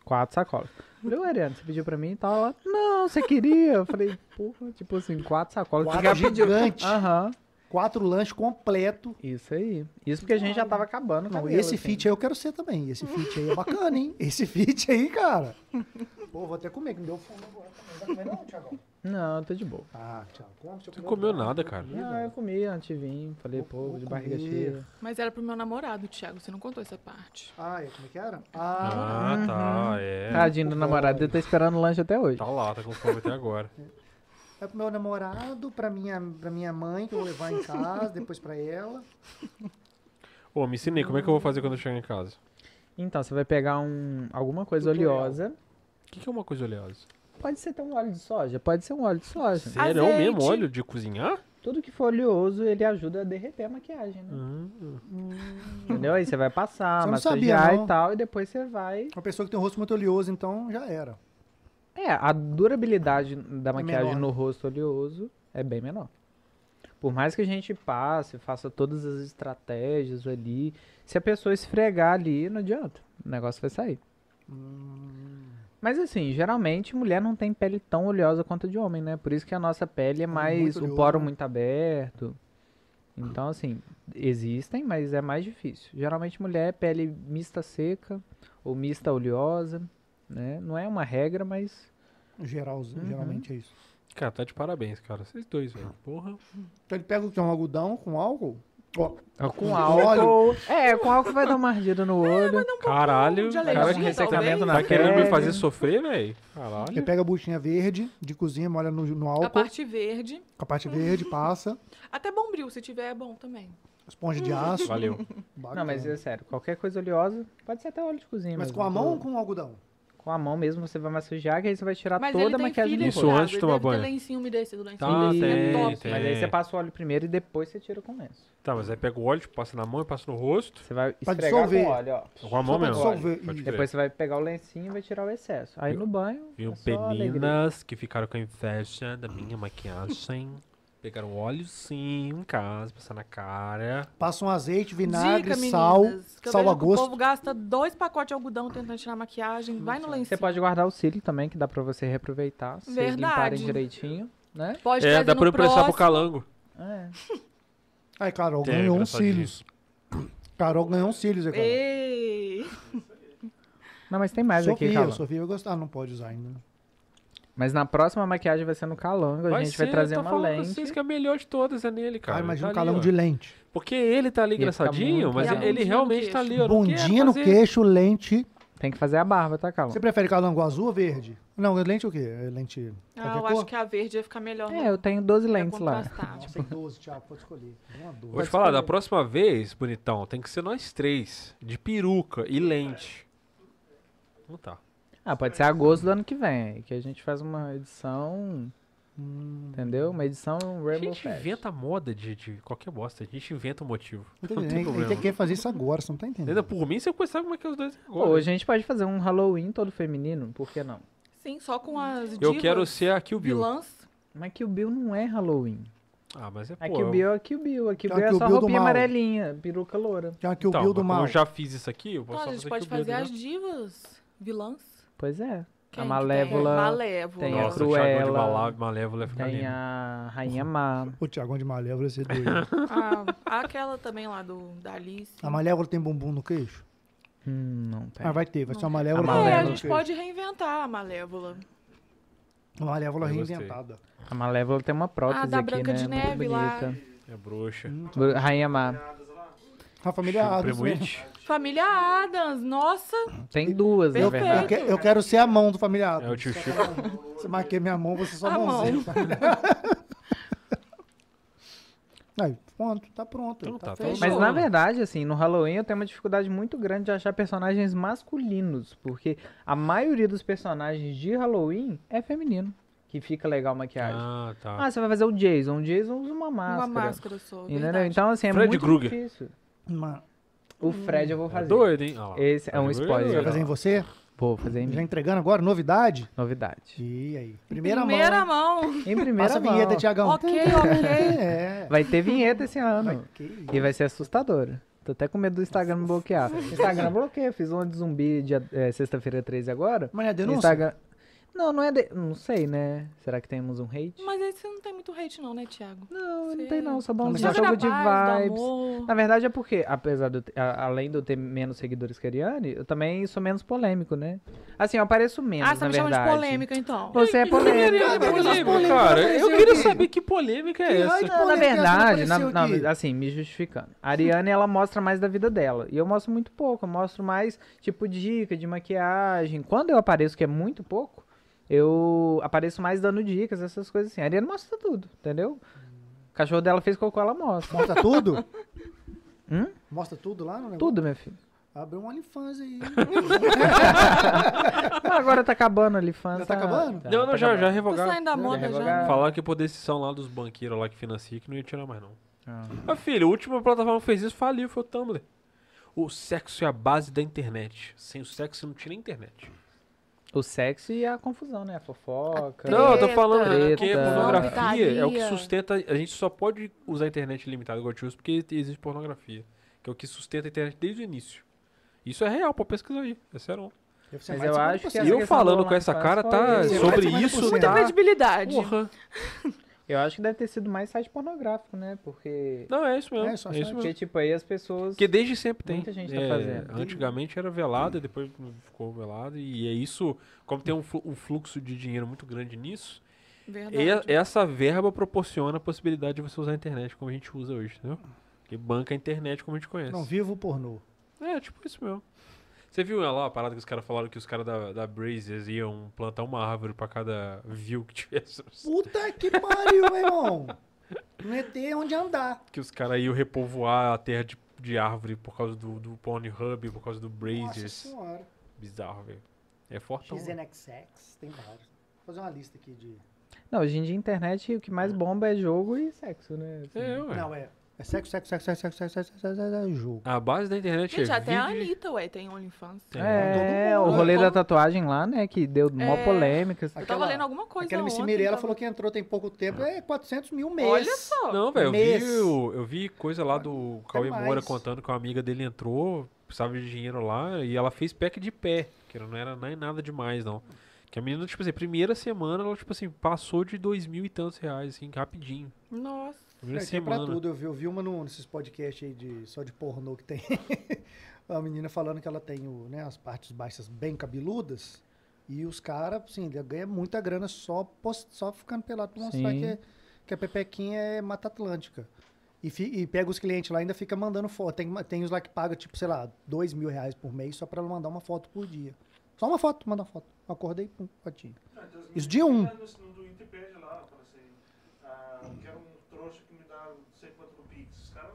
Speaker 4: Quatro sacolas. Eu falei, "Ué, Ariane, você pediu pra mim e tal? Ela, não, você queria? Eu falei, porra, tipo assim, quatro sacolas.
Speaker 2: Quatro gigante,
Speaker 1: Ah.
Speaker 4: Aham.
Speaker 2: quatro lanches completo.
Speaker 4: Isso aí. Isso porque a gente já tava acabando. assim.
Speaker 2: Não, esse fit aí eu quero ser também. Esse fit aí é bacana, hein? Esse fit aí, cara. Pô, vou até comer, que me deu fome agora. Não vai comer não, Thiagão?
Speaker 4: Não, tô de boa.
Speaker 2: Ah, Thiago, como você Ah,
Speaker 1: Não comeu nada, cara.
Speaker 4: Não,
Speaker 2: é,
Speaker 4: eu comi antes de vir. Falei,
Speaker 2: Vou-
Speaker 4: pô, de
Speaker 2: vou
Speaker 4: barriga
Speaker 2: comer.
Speaker 4: cheia.
Speaker 9: Mas era pro meu namorado, Thiago. Você não contou essa parte.
Speaker 2: Ah, é, como é que era? Ah,
Speaker 1: Ah, tá, é.
Speaker 2: Uhum.
Speaker 4: Tadinho do
Speaker 2: Pô,
Speaker 4: namorado,
Speaker 2: velho.
Speaker 4: ele tá esperando o lanche até hoje.
Speaker 1: Tá
Speaker 2: Então.
Speaker 1: lá, tá com fome até agora.
Speaker 2: é pro meu namorado, pra minha, pra minha mãe, que eu vou levar em casa, depois pra ela.
Speaker 1: Ô, me ensinei, como é que eu vou fazer quando eu chegar em casa?
Speaker 4: Então, você vai pegar um, alguma coisa
Speaker 2: Tutorial.
Speaker 4: oleosa.
Speaker 1: O que, que é uma coisa oleosa?
Speaker 4: Pode ser até um óleo de soja, pode ser um óleo de soja.
Speaker 1: Sério, é o mesmo
Speaker 9: Azeite.
Speaker 1: óleo de cozinhar?
Speaker 4: Tudo que for oleoso, ele ajuda a derreter a maquiagem,
Speaker 1: Ah,
Speaker 4: né? Entendeu? Aí você vai passar,
Speaker 2: Uhum. Você não sabia,
Speaker 4: massagear
Speaker 2: não.
Speaker 4: e tal, e depois você vai...
Speaker 2: Uma pessoa que tem um rosto muito oleoso, então já era.
Speaker 4: É, a durabilidade da maquiagem
Speaker 2: É menor,
Speaker 4: no rosto oleoso é bem menor. Por mais que a gente passe, faça todas as estratégias ali, se a pessoa esfregar ali, não adianta. O negócio vai sair. Mas assim, geralmente mulher não tem pele tão oleosa quanto a de homem, né? Por isso que a nossa pele é mais.
Speaker 2: muito
Speaker 4: O
Speaker 2: oleoso,
Speaker 4: poro
Speaker 2: né?
Speaker 4: muito aberto. Então, assim, existem, mas é mais difícil. Geralmente mulher é pele mista seca ou mista oleosa, né? Não é uma regra, mas
Speaker 2: Geral, Geralmente é isso.
Speaker 1: Cara, tá de parabéns, cara. Vocês dois, velho. Porra.
Speaker 2: Então ele pega o que? Um algodão com álcool? Ó,
Speaker 4: Com
Speaker 2: óleo.
Speaker 4: álcool. É, com álcool vai dar uma ardida no olho.
Speaker 1: Caralho,
Speaker 9: de
Speaker 1: o cara
Speaker 9: alergia,
Speaker 1: que
Speaker 9: talvez.
Speaker 1: tá querendo me
Speaker 4: pele.
Speaker 1: fazer sofrer, velho.
Speaker 2: ele
Speaker 1: Caralho.
Speaker 2: pega a buchinha verde de cozinha, molha no, no álcool,
Speaker 9: A parte verde.
Speaker 2: com a parte verde, passa,
Speaker 9: Até bombril, se tiver, é bom também.
Speaker 2: esponja de aço.
Speaker 1: Valeu.
Speaker 2: bacana.
Speaker 4: Não, mas é sério, qualquer coisa oleosa, pode ser até óleo de cozinha.
Speaker 2: Mas com
Speaker 4: mesmo, né?
Speaker 2: a
Speaker 4: não tô-
Speaker 2: mão ou com o algodão?
Speaker 4: com a mão mesmo você vai massagear, que aí você vai tirar
Speaker 9: Mas ele
Speaker 4: Tá toda a
Speaker 9: tem
Speaker 4: maquiagem
Speaker 9: filha
Speaker 4: do
Speaker 1: Isso
Speaker 4: rosto.
Speaker 9: Thiago,
Speaker 1: antes de
Speaker 9: ele
Speaker 1: tomar
Speaker 9: deve ter
Speaker 1: banho.
Speaker 9: lencinho umedecido, lencinho
Speaker 1: Tá,
Speaker 9: umedecido. é
Speaker 1: tem,
Speaker 9: top.
Speaker 1: tem.
Speaker 4: Mas aí você passa o óleo primeiro e depois você tira com o lenço.
Speaker 1: Tá, mas aí pega o óleo, tipo, passa na mão e passa no rosto.
Speaker 4: Você vai
Speaker 2: Pra
Speaker 4: esfregar
Speaker 2: dissolver.
Speaker 4: com óleo, ó.
Speaker 1: Com a mão
Speaker 2: Só pra
Speaker 1: mesmo.
Speaker 2: dissolver.
Speaker 1: Pode crer.
Speaker 4: Depois você vai pegar o lencinho e vai tirar o excesso. Aí
Speaker 1: Eu-
Speaker 4: no banho.
Speaker 1: Viu
Speaker 4: é só alegria.
Speaker 1: meninas que ficaram com inveja da minha maquiagem. Pegaram um óleozinho em casa, passar na cara.
Speaker 2: Passa um azeite, vinagre,
Speaker 3: Dica,
Speaker 2: sal,
Speaker 3: meninas, que eu
Speaker 2: sal
Speaker 3: vejo
Speaker 2: a
Speaker 3: que O povo
Speaker 2: gosto.
Speaker 3: gasta dois pacotes de algodão tentando tirar maquiagem, vai no lencinho.
Speaker 4: Você pode guardar o cílio também, que dá pra você reaproveitar. Se vocês limparem
Speaker 3: Verdade.
Speaker 4: direitinho, né?
Speaker 3: Pode
Speaker 1: É,
Speaker 3: trazer
Speaker 1: dá
Speaker 3: no
Speaker 1: pra emprestar pro
Speaker 3: próximo.
Speaker 1: calango.
Speaker 4: É.
Speaker 2: Aí, Carol
Speaker 1: É,
Speaker 2: ganhou uns
Speaker 1: engraçadinho.
Speaker 2: cílios. Carol ganhou uns cílios, aí, Carol.
Speaker 3: Ei!
Speaker 4: Não, mas tem mais
Speaker 2: Sofia,
Speaker 4: aqui, Calão.
Speaker 2: Sofia vai gostar, Ah, não pode usar ainda. né?
Speaker 4: Mas na próxima maquiagem vai ser no Calango, a gente vai
Speaker 1: ser,
Speaker 4: trazer
Speaker 1: eu tô
Speaker 4: uma
Speaker 1: falando assim, com
Speaker 4: lente.
Speaker 1: Vocês que a melhor de todas é nele, cara.
Speaker 2: Cara, imagina um
Speaker 1: Tá ali,
Speaker 2: calão
Speaker 1: ó.
Speaker 2: de lente.
Speaker 1: Porque ele tá ali
Speaker 4: Ia ficar
Speaker 1: engraçadinho,
Speaker 4: muito
Speaker 1: mas
Speaker 3: E a
Speaker 1: ele, ele
Speaker 3: bundinha no
Speaker 1: realmente tá ali. Eu não quero
Speaker 2: Bundinha no
Speaker 1: fazer-
Speaker 2: queixo, lente.
Speaker 4: Tem que fazer a barba, tá, Calão?
Speaker 2: Você prefere calango azul ou verde? Não, lente o quê? É Lente
Speaker 3: Ah,
Speaker 2: qualquer
Speaker 3: eu
Speaker 2: cor?
Speaker 3: acho que a verde ia ficar melhor. né?
Speaker 4: É, eu tenho 12 lentes lá.
Speaker 3: contrastar.
Speaker 2: Nossa, tem 12, Thiago, pode escolher. Uma
Speaker 1: Vou te
Speaker 2: doze.
Speaker 1: falar, da próxima vez, bonitão, tem que ser nós três. De peruca e lente. Não tá.
Speaker 4: Ah, pode ser agosto do ano que vem, que a gente faz uma edição, entendeu? Uma edição
Speaker 1: A
Speaker 4: Rainbow
Speaker 1: gente
Speaker 4: Fest.
Speaker 1: inventa moda de, de qualquer bosta. A gente inventa um motivo. Não
Speaker 2: Não tem-
Speaker 1: tem
Speaker 2: Ele ele
Speaker 1: problema. é
Speaker 2: tem que fazer isso agora, você não tá
Speaker 1: Entendeu?
Speaker 2: entendendo.
Speaker 1: Por mim, você conhece como é que é os dois agora.
Speaker 4: Pô, a gente pode fazer um Halloween todo feminino, por que não?
Speaker 3: Sim, só com as
Speaker 4: é
Speaker 3: divas.
Speaker 1: Eu quero ser a Kill Bill.
Speaker 3: vilãs.
Speaker 4: Mas Kill Bill não é Halloween.
Speaker 1: Ah, mas é pô.
Speaker 4: A Kill Bill é Kill Bill, a Kill
Speaker 2: É
Speaker 4: Bill é,
Speaker 2: a Kill
Speaker 4: só
Speaker 2: Bill do
Speaker 4: roupinha
Speaker 2: mal.
Speaker 4: amarelinha, peruca loura.
Speaker 2: Já que o
Speaker 1: então,
Speaker 2: Bill do
Speaker 1: mas como
Speaker 2: mal.
Speaker 1: eu já fiz isso aqui, eu
Speaker 3: Então,
Speaker 1: posso
Speaker 3: a gente
Speaker 1: fazer
Speaker 3: pode
Speaker 1: Kill Bill
Speaker 3: fazer as
Speaker 1: do
Speaker 3: divas vilãs.
Speaker 4: Pois é.
Speaker 3: Quem que
Speaker 4: a
Speaker 3: tem?
Speaker 4: Malévola,
Speaker 3: Malévola.
Speaker 4: tem
Speaker 1: meu.
Speaker 4: a
Speaker 1: Nossa,
Speaker 4: Cruella.
Speaker 1: Thiago de Malá- Malévola é ia ficar
Speaker 4: tem
Speaker 1: lindo.
Speaker 4: a Rainha Má.
Speaker 2: O Thiagão de Malévola, você é doido.
Speaker 3: Ah, aquela também lá do, da Alice.
Speaker 2: A Malévola tem bumbum no queixo?
Speaker 4: Hum, não
Speaker 1: É.
Speaker 4: tem.
Speaker 2: Ah, vai ter, vai ser uma
Speaker 4: A
Speaker 2: Malévola. com
Speaker 3: É,
Speaker 4: Malévola.
Speaker 3: a
Speaker 2: bumbum no
Speaker 3: gente
Speaker 2: queixo.
Speaker 3: pode reinventar a Malévola.
Speaker 2: Uma Malévola
Speaker 1: Eu gostei.
Speaker 2: reinventada.
Speaker 4: A Malévola tem uma prótese
Speaker 3: Ah, da
Speaker 4: aqui,
Speaker 3: Branca
Speaker 4: né?
Speaker 3: de
Speaker 4: Muito
Speaker 3: Neve lá.
Speaker 4: bonita.
Speaker 1: É bruxa.
Speaker 4: Bru- Rainha Má.
Speaker 2: A família Adams. Hum, né?
Speaker 1: Premute.
Speaker 3: Família Adams, nossa!
Speaker 4: Tem duas, na
Speaker 2: Eu,
Speaker 4: verdade.
Speaker 2: eu, que- eu quero ser a mão do família
Speaker 1: É o
Speaker 2: Adams.
Speaker 1: tio Chico.
Speaker 2: Você marquei minha mão, você é só
Speaker 3: A
Speaker 2: mãozinha. tá Aí, pronto, tá pronto.
Speaker 1: Então
Speaker 2: tá
Speaker 1: tá,
Speaker 2: feito.
Speaker 1: então
Speaker 4: Mas
Speaker 1: Show.
Speaker 4: na verdade, assim, no Halloween eu tenho uma dificuldade muito grande de achar personagens masculinos, porque a maioria dos personagens de Halloween é feminino, que fica legal a maquiagem.
Speaker 1: Ah,
Speaker 4: Ah,
Speaker 1: tá.
Speaker 4: você vai fazer o Jason, o Jason usa uma máscara.
Speaker 3: Uma máscara só.
Speaker 4: Entendeu?
Speaker 3: verdade. Hum.
Speaker 4: Então, assim, é
Speaker 1: Fred
Speaker 4: muito
Speaker 1: Krueger.
Speaker 4: difícil.
Speaker 2: Mas
Speaker 4: O Fred eu vou fazer.
Speaker 1: Doido, hein? Ah, lá.
Speaker 4: Esse é um
Speaker 1: Fred
Speaker 4: spoiler.
Speaker 1: Krueger.
Speaker 2: Vai fazer em você?
Speaker 4: Vou fazer em
Speaker 2: Já
Speaker 4: mim.
Speaker 2: entregando agora? Novidade?
Speaker 4: Novidade.
Speaker 2: E aí? Primeira,
Speaker 3: Primeira,
Speaker 2: mão.
Speaker 3: mão.
Speaker 4: Em primeira
Speaker 2: Passa a
Speaker 4: mão. Então.
Speaker 2: vinheta, é Tiagão.
Speaker 3: Ok, ok.
Speaker 2: É.
Speaker 4: Vai ter vinheta esse ano.
Speaker 2: Ok.
Speaker 4: E vai ser assustadora. Tô até com medo do Instagram me bloquear. Instagram bloqueia. Fiz uma de zumbi dia- é, sexta-feira 13 agora.
Speaker 2: Mas é denúncia?
Speaker 4: Instagram. Não, não é. de- Não sei, né? Será que temos um hate?
Speaker 3: Mas aí você não tem muito hate não, né, Thiago?
Speaker 4: Não, não
Speaker 3: Sei.
Speaker 4: tem não. Sou bom
Speaker 2: Mas
Speaker 4: de
Speaker 2: você
Speaker 4: jogo de
Speaker 3: da paz, do
Speaker 4: vibes.
Speaker 3: amor.
Speaker 4: Na verdade é porque, apesar de eu ter- a- além de eu ter menos seguidores que a Ariane, eu também sou menos polêmico, né? Assim, eu apareço menos,
Speaker 3: Ah, você
Speaker 4: na
Speaker 3: me chama
Speaker 4: verdade.
Speaker 3: de polêmica, então.
Speaker 4: Você é polêmico.
Speaker 1: Cara,
Speaker 2: Cadê essas
Speaker 1: polêmica,
Speaker 2: polêmicas
Speaker 1: cara.
Speaker 2: apareceu
Speaker 1: Eu queria
Speaker 2: aqui?
Speaker 1: saber que polêmica é
Speaker 2: raio
Speaker 1: essa.
Speaker 2: de
Speaker 4: Não, Ah, na
Speaker 2: polêmica essa
Speaker 4: verdade, na-
Speaker 2: apareceu
Speaker 4: na-
Speaker 2: aqui?
Speaker 4: assim, me justificando. A Ariane, ela mostra mais da vida dela. E eu mostro muito pouco. Eu mostro mais, tipo, dica de maquiagem. Quando eu apareço, que é muito pouco, eu apareço mais dando dicas, essas coisas assim. A Ariane mostra tudo, entendeu? O cachorro dela fez cocô, ela mostra.
Speaker 2: Mostra tudo?
Speaker 4: Hum?
Speaker 2: Mostra tudo lá no negócio?
Speaker 4: Tudo, meu filho.
Speaker 2: Abre um OnlyFans aí.
Speaker 4: Mas agora tá acabando ali, fã.
Speaker 2: Já tá acabando?
Speaker 1: Não, não, já, já
Speaker 3: Tô
Speaker 1: revogaram.
Speaker 3: saindo da moda
Speaker 2: Tá.
Speaker 3: já.
Speaker 4: revogar.
Speaker 1: Falaram que por decisão lá dos banqueiros lá que financia que não ia tirar mais, não.
Speaker 4: Ah.
Speaker 1: Ah, filho, a última plataforma que fez isso faliu, foi o Tumblr. O sexo é a base da internet. Sem o sexo, você não tira a internet.
Speaker 4: O sexo e a confusão, né? A fofoca.
Speaker 1: não, eu tô falando
Speaker 4: treta,
Speaker 1: porque pornografia é o que
Speaker 3: putaria.
Speaker 1: sustenta. A gente só pode usar a internet limitada igual eu te uso porque existe pornografia. Que é o que sustenta a internet desde o início. Isso é real, pode pesquisar aí. É sério.
Speaker 2: Deve ser
Speaker 4: Mas
Speaker 2: mais
Speaker 4: eu
Speaker 2: de
Speaker 4: acho que é
Speaker 2: 50%.
Speaker 4: assim. essa
Speaker 1: eu
Speaker 4: questão do
Speaker 1: falando com
Speaker 4: online
Speaker 1: essa
Speaker 4: faz
Speaker 1: cara, tá
Speaker 4: fora isso.
Speaker 1: sobre
Speaker 2: Mais de
Speaker 1: isso,
Speaker 2: 50%.
Speaker 1: tá?
Speaker 3: Credibilidade.
Speaker 1: Porra.
Speaker 4: Eu acho que deve ter sido mais site pornográfico, né? Porque.
Speaker 1: Não, é isso mesmo.
Speaker 2: É, só
Speaker 1: é isso
Speaker 2: site.
Speaker 1: mesmo.
Speaker 4: Porque, tipo, aí as pessoas.
Speaker 1: Porque desde sempre tem.
Speaker 4: Muita gente tá
Speaker 1: É,
Speaker 4: fazendo.
Speaker 1: Antigamente era velado, e depois ficou velado. E é isso. Como tem um, flu- um fluxo de dinheiro muito grande nisso,
Speaker 3: Verdade.
Speaker 1: e, essa verba proporciona a possibilidade de você usar a internet como a gente usa hoje, entendeu? Porque banca a internet como a gente conhece.
Speaker 2: Não vivo o pornô.
Speaker 1: É, tipo isso mesmo. Você viu né, lá a parada que os caras falaram que os caras da, da Brazers iam plantar uma árvore pra cada view que tivesse?
Speaker 2: Puta que pariu, meu irmão. Não ia ter onde andar.
Speaker 1: Que os caras iam repovoar a terra de, de árvore por causa do, do Pornhub, por causa do
Speaker 2: Nossa
Speaker 1: Brazers.
Speaker 2: senhora.
Speaker 1: Bizarro, velho. É fortão. né?
Speaker 2: XNXX, tem vários. Vou fazer uma lista aqui de...
Speaker 4: Não, hoje em dia a internet o que mais bomba é jogo e sexo, né? Assim,
Speaker 1: É, ué.
Speaker 2: Não, é É sexo, sexo, sexo, sexo, sexo, sexo, sexo, sexo, sexo, jogo.
Speaker 1: A base da internet
Speaker 3: Gente,
Speaker 1: é
Speaker 3: até a
Speaker 1: vídeo.
Speaker 3: Anitta, ué, tem OnlyFans.
Speaker 1: Tem.
Speaker 4: É, o
Speaker 3: mundo.
Speaker 4: rolê da
Speaker 3: Como-
Speaker 4: tatuagem lá, né? Que deu mó
Speaker 3: É.
Speaker 4: polêmica.
Speaker 3: Eu tava
Speaker 2: Aquela-
Speaker 3: lendo alguma coisa
Speaker 2: Aquela MC
Speaker 3: ontem,
Speaker 2: Mirella
Speaker 3: tava-
Speaker 2: falou que entrou tem pouco tempo, é 400 mil meses.
Speaker 3: Olha só.
Speaker 1: Não, velho, eu
Speaker 2: Mês.
Speaker 1: vi, o- eu vi coisa lá do Cauê
Speaker 2: mais.
Speaker 1: Moura contando que uma amiga dele entrou, precisava de dinheiro lá, e ela fez pack de pé, que não era nem nada demais, não. Que a menina, tipo assim, primeira semana, ela, tipo assim, passou de dois mil e tantos reais, assim, rapidinho.
Speaker 3: Nossa.
Speaker 1: Primeira
Speaker 2: tem é
Speaker 4: né?
Speaker 2: pra
Speaker 1: semana.
Speaker 2: tudo. Eu vi, eu vi uma no, nesses podcasts aí de, só de pornô que tem. a menina falando que ela tem o, né, as partes baixas bem cabeludas. E os caras, assim, ganha muita grana só, post- só ficando pelado pra mostrar
Speaker 4: Sim.
Speaker 2: que, é- que a Pepequinha é Mata Atlântica. E, fi- e pega os clientes lá e ainda fica mandando foto. Tem, ma- tem os lá que pagam, tipo, sei lá, dois mil reais por mês só pra ela mandar uma foto por dia. Só uma foto, manda uma foto. Acordei, pum, fotinho. Isso dia um.
Speaker 5: No Twitter pede lá, fala assim, ah, quero um trouxa que me dá não sei quanto no Pix. Os caras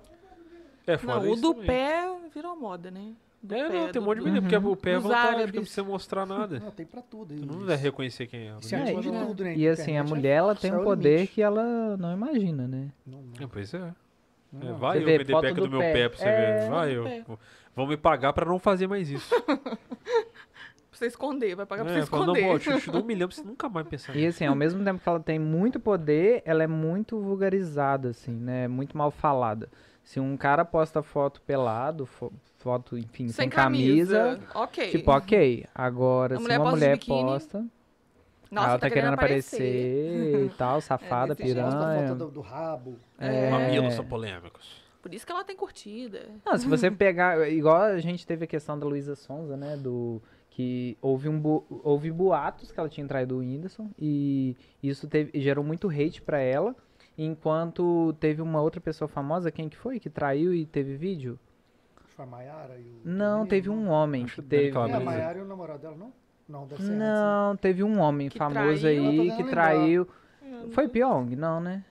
Speaker 1: É,
Speaker 3: Não,
Speaker 1: foda
Speaker 3: o
Speaker 1: isso
Speaker 3: do
Speaker 1: também.
Speaker 3: pé virou moda, né? Do
Speaker 1: É,
Speaker 3: pé,
Speaker 1: não, tem um
Speaker 3: do-
Speaker 1: monte de
Speaker 3: do-
Speaker 1: menina, porque o pé é
Speaker 3: dos
Speaker 1: vantagem,
Speaker 3: árabes.
Speaker 1: porque não precisa mostrar nada.
Speaker 2: Não, tem pra tudo.
Speaker 1: Tu não
Speaker 2: Isso.
Speaker 1: vai reconhecer quem é.
Speaker 2: Se
Speaker 1: né?
Speaker 2: ativa
Speaker 4: É,
Speaker 2: de tudo, né?
Speaker 4: E assim, a
Speaker 2: Internet é-
Speaker 4: mulher, ela tem
Speaker 2: só é
Speaker 4: um
Speaker 2: o
Speaker 4: poder
Speaker 2: limite.
Speaker 4: que ela não imagina, né?
Speaker 2: Não, não.
Speaker 1: É, pois é. É,
Speaker 2: Não.
Speaker 1: vai
Speaker 4: Você
Speaker 1: eu
Speaker 4: vê,
Speaker 1: vender
Speaker 4: foto
Speaker 1: pack do,
Speaker 4: do
Speaker 1: meu
Speaker 4: pé.
Speaker 1: pé pra você ver. Vai eu.
Speaker 3: pé.
Speaker 1: Vão me pagar pra não fazer mais isso.
Speaker 3: Pra você esconder, vai pagar pra
Speaker 1: É,
Speaker 3: você
Speaker 1: fala, não,
Speaker 3: esconder.
Speaker 1: pô, eu te, eu te dou um milhão pra você nunca mais pensar
Speaker 4: E assim, ao mesmo tempo que ela tem muito poder, ela é muito vulgarizada, assim, né? Muito mal falada. Se um cara posta foto pelado, fo- foto, enfim, sem, camisa,
Speaker 3: Ok.
Speaker 4: tipo, ok. Agora,
Speaker 3: A
Speaker 4: se
Speaker 3: mulher
Speaker 4: uma
Speaker 3: posta de
Speaker 4: mulher
Speaker 3: biquíni,
Speaker 4: posta,
Speaker 3: Nossa,
Speaker 4: ela tá, querendo aparecer e tal, safada,
Speaker 3: desse jeito.
Speaker 2: Mostra a
Speaker 4: piranha.
Speaker 2: foto do, do rabo.
Speaker 3: É.
Speaker 1: Mamilos são polêmicos.
Speaker 3: Por isso que ela tem curtida.
Speaker 4: Não, se você pegar, igual a gente teve a questão da Luísa Sonza, né, do que houve um bu- houve boatos que ela tinha traído o Whindersson e isso teve- gerou muito hate pra ela, enquanto teve uma outra pessoa famosa, quem que foi que traiu e teve vídeo?
Speaker 2: Foi a Maiara e o.
Speaker 4: Não,
Speaker 2: menino,
Speaker 4: teve um homem
Speaker 1: Acho
Speaker 4: que
Speaker 1: que deve
Speaker 4: teve
Speaker 1: aquela
Speaker 2: Não é a
Speaker 1: Brisa.
Speaker 2: Maiara e o namorado dela, não? Não, deve ser antes.
Speaker 4: Não, teve um homem
Speaker 3: Que
Speaker 4: famoso
Speaker 3: traiu,
Speaker 2: eu tô
Speaker 4: aí
Speaker 2: tentando
Speaker 4: que
Speaker 2: lembrar.
Speaker 4: traiu. Foi Pyong, não, né?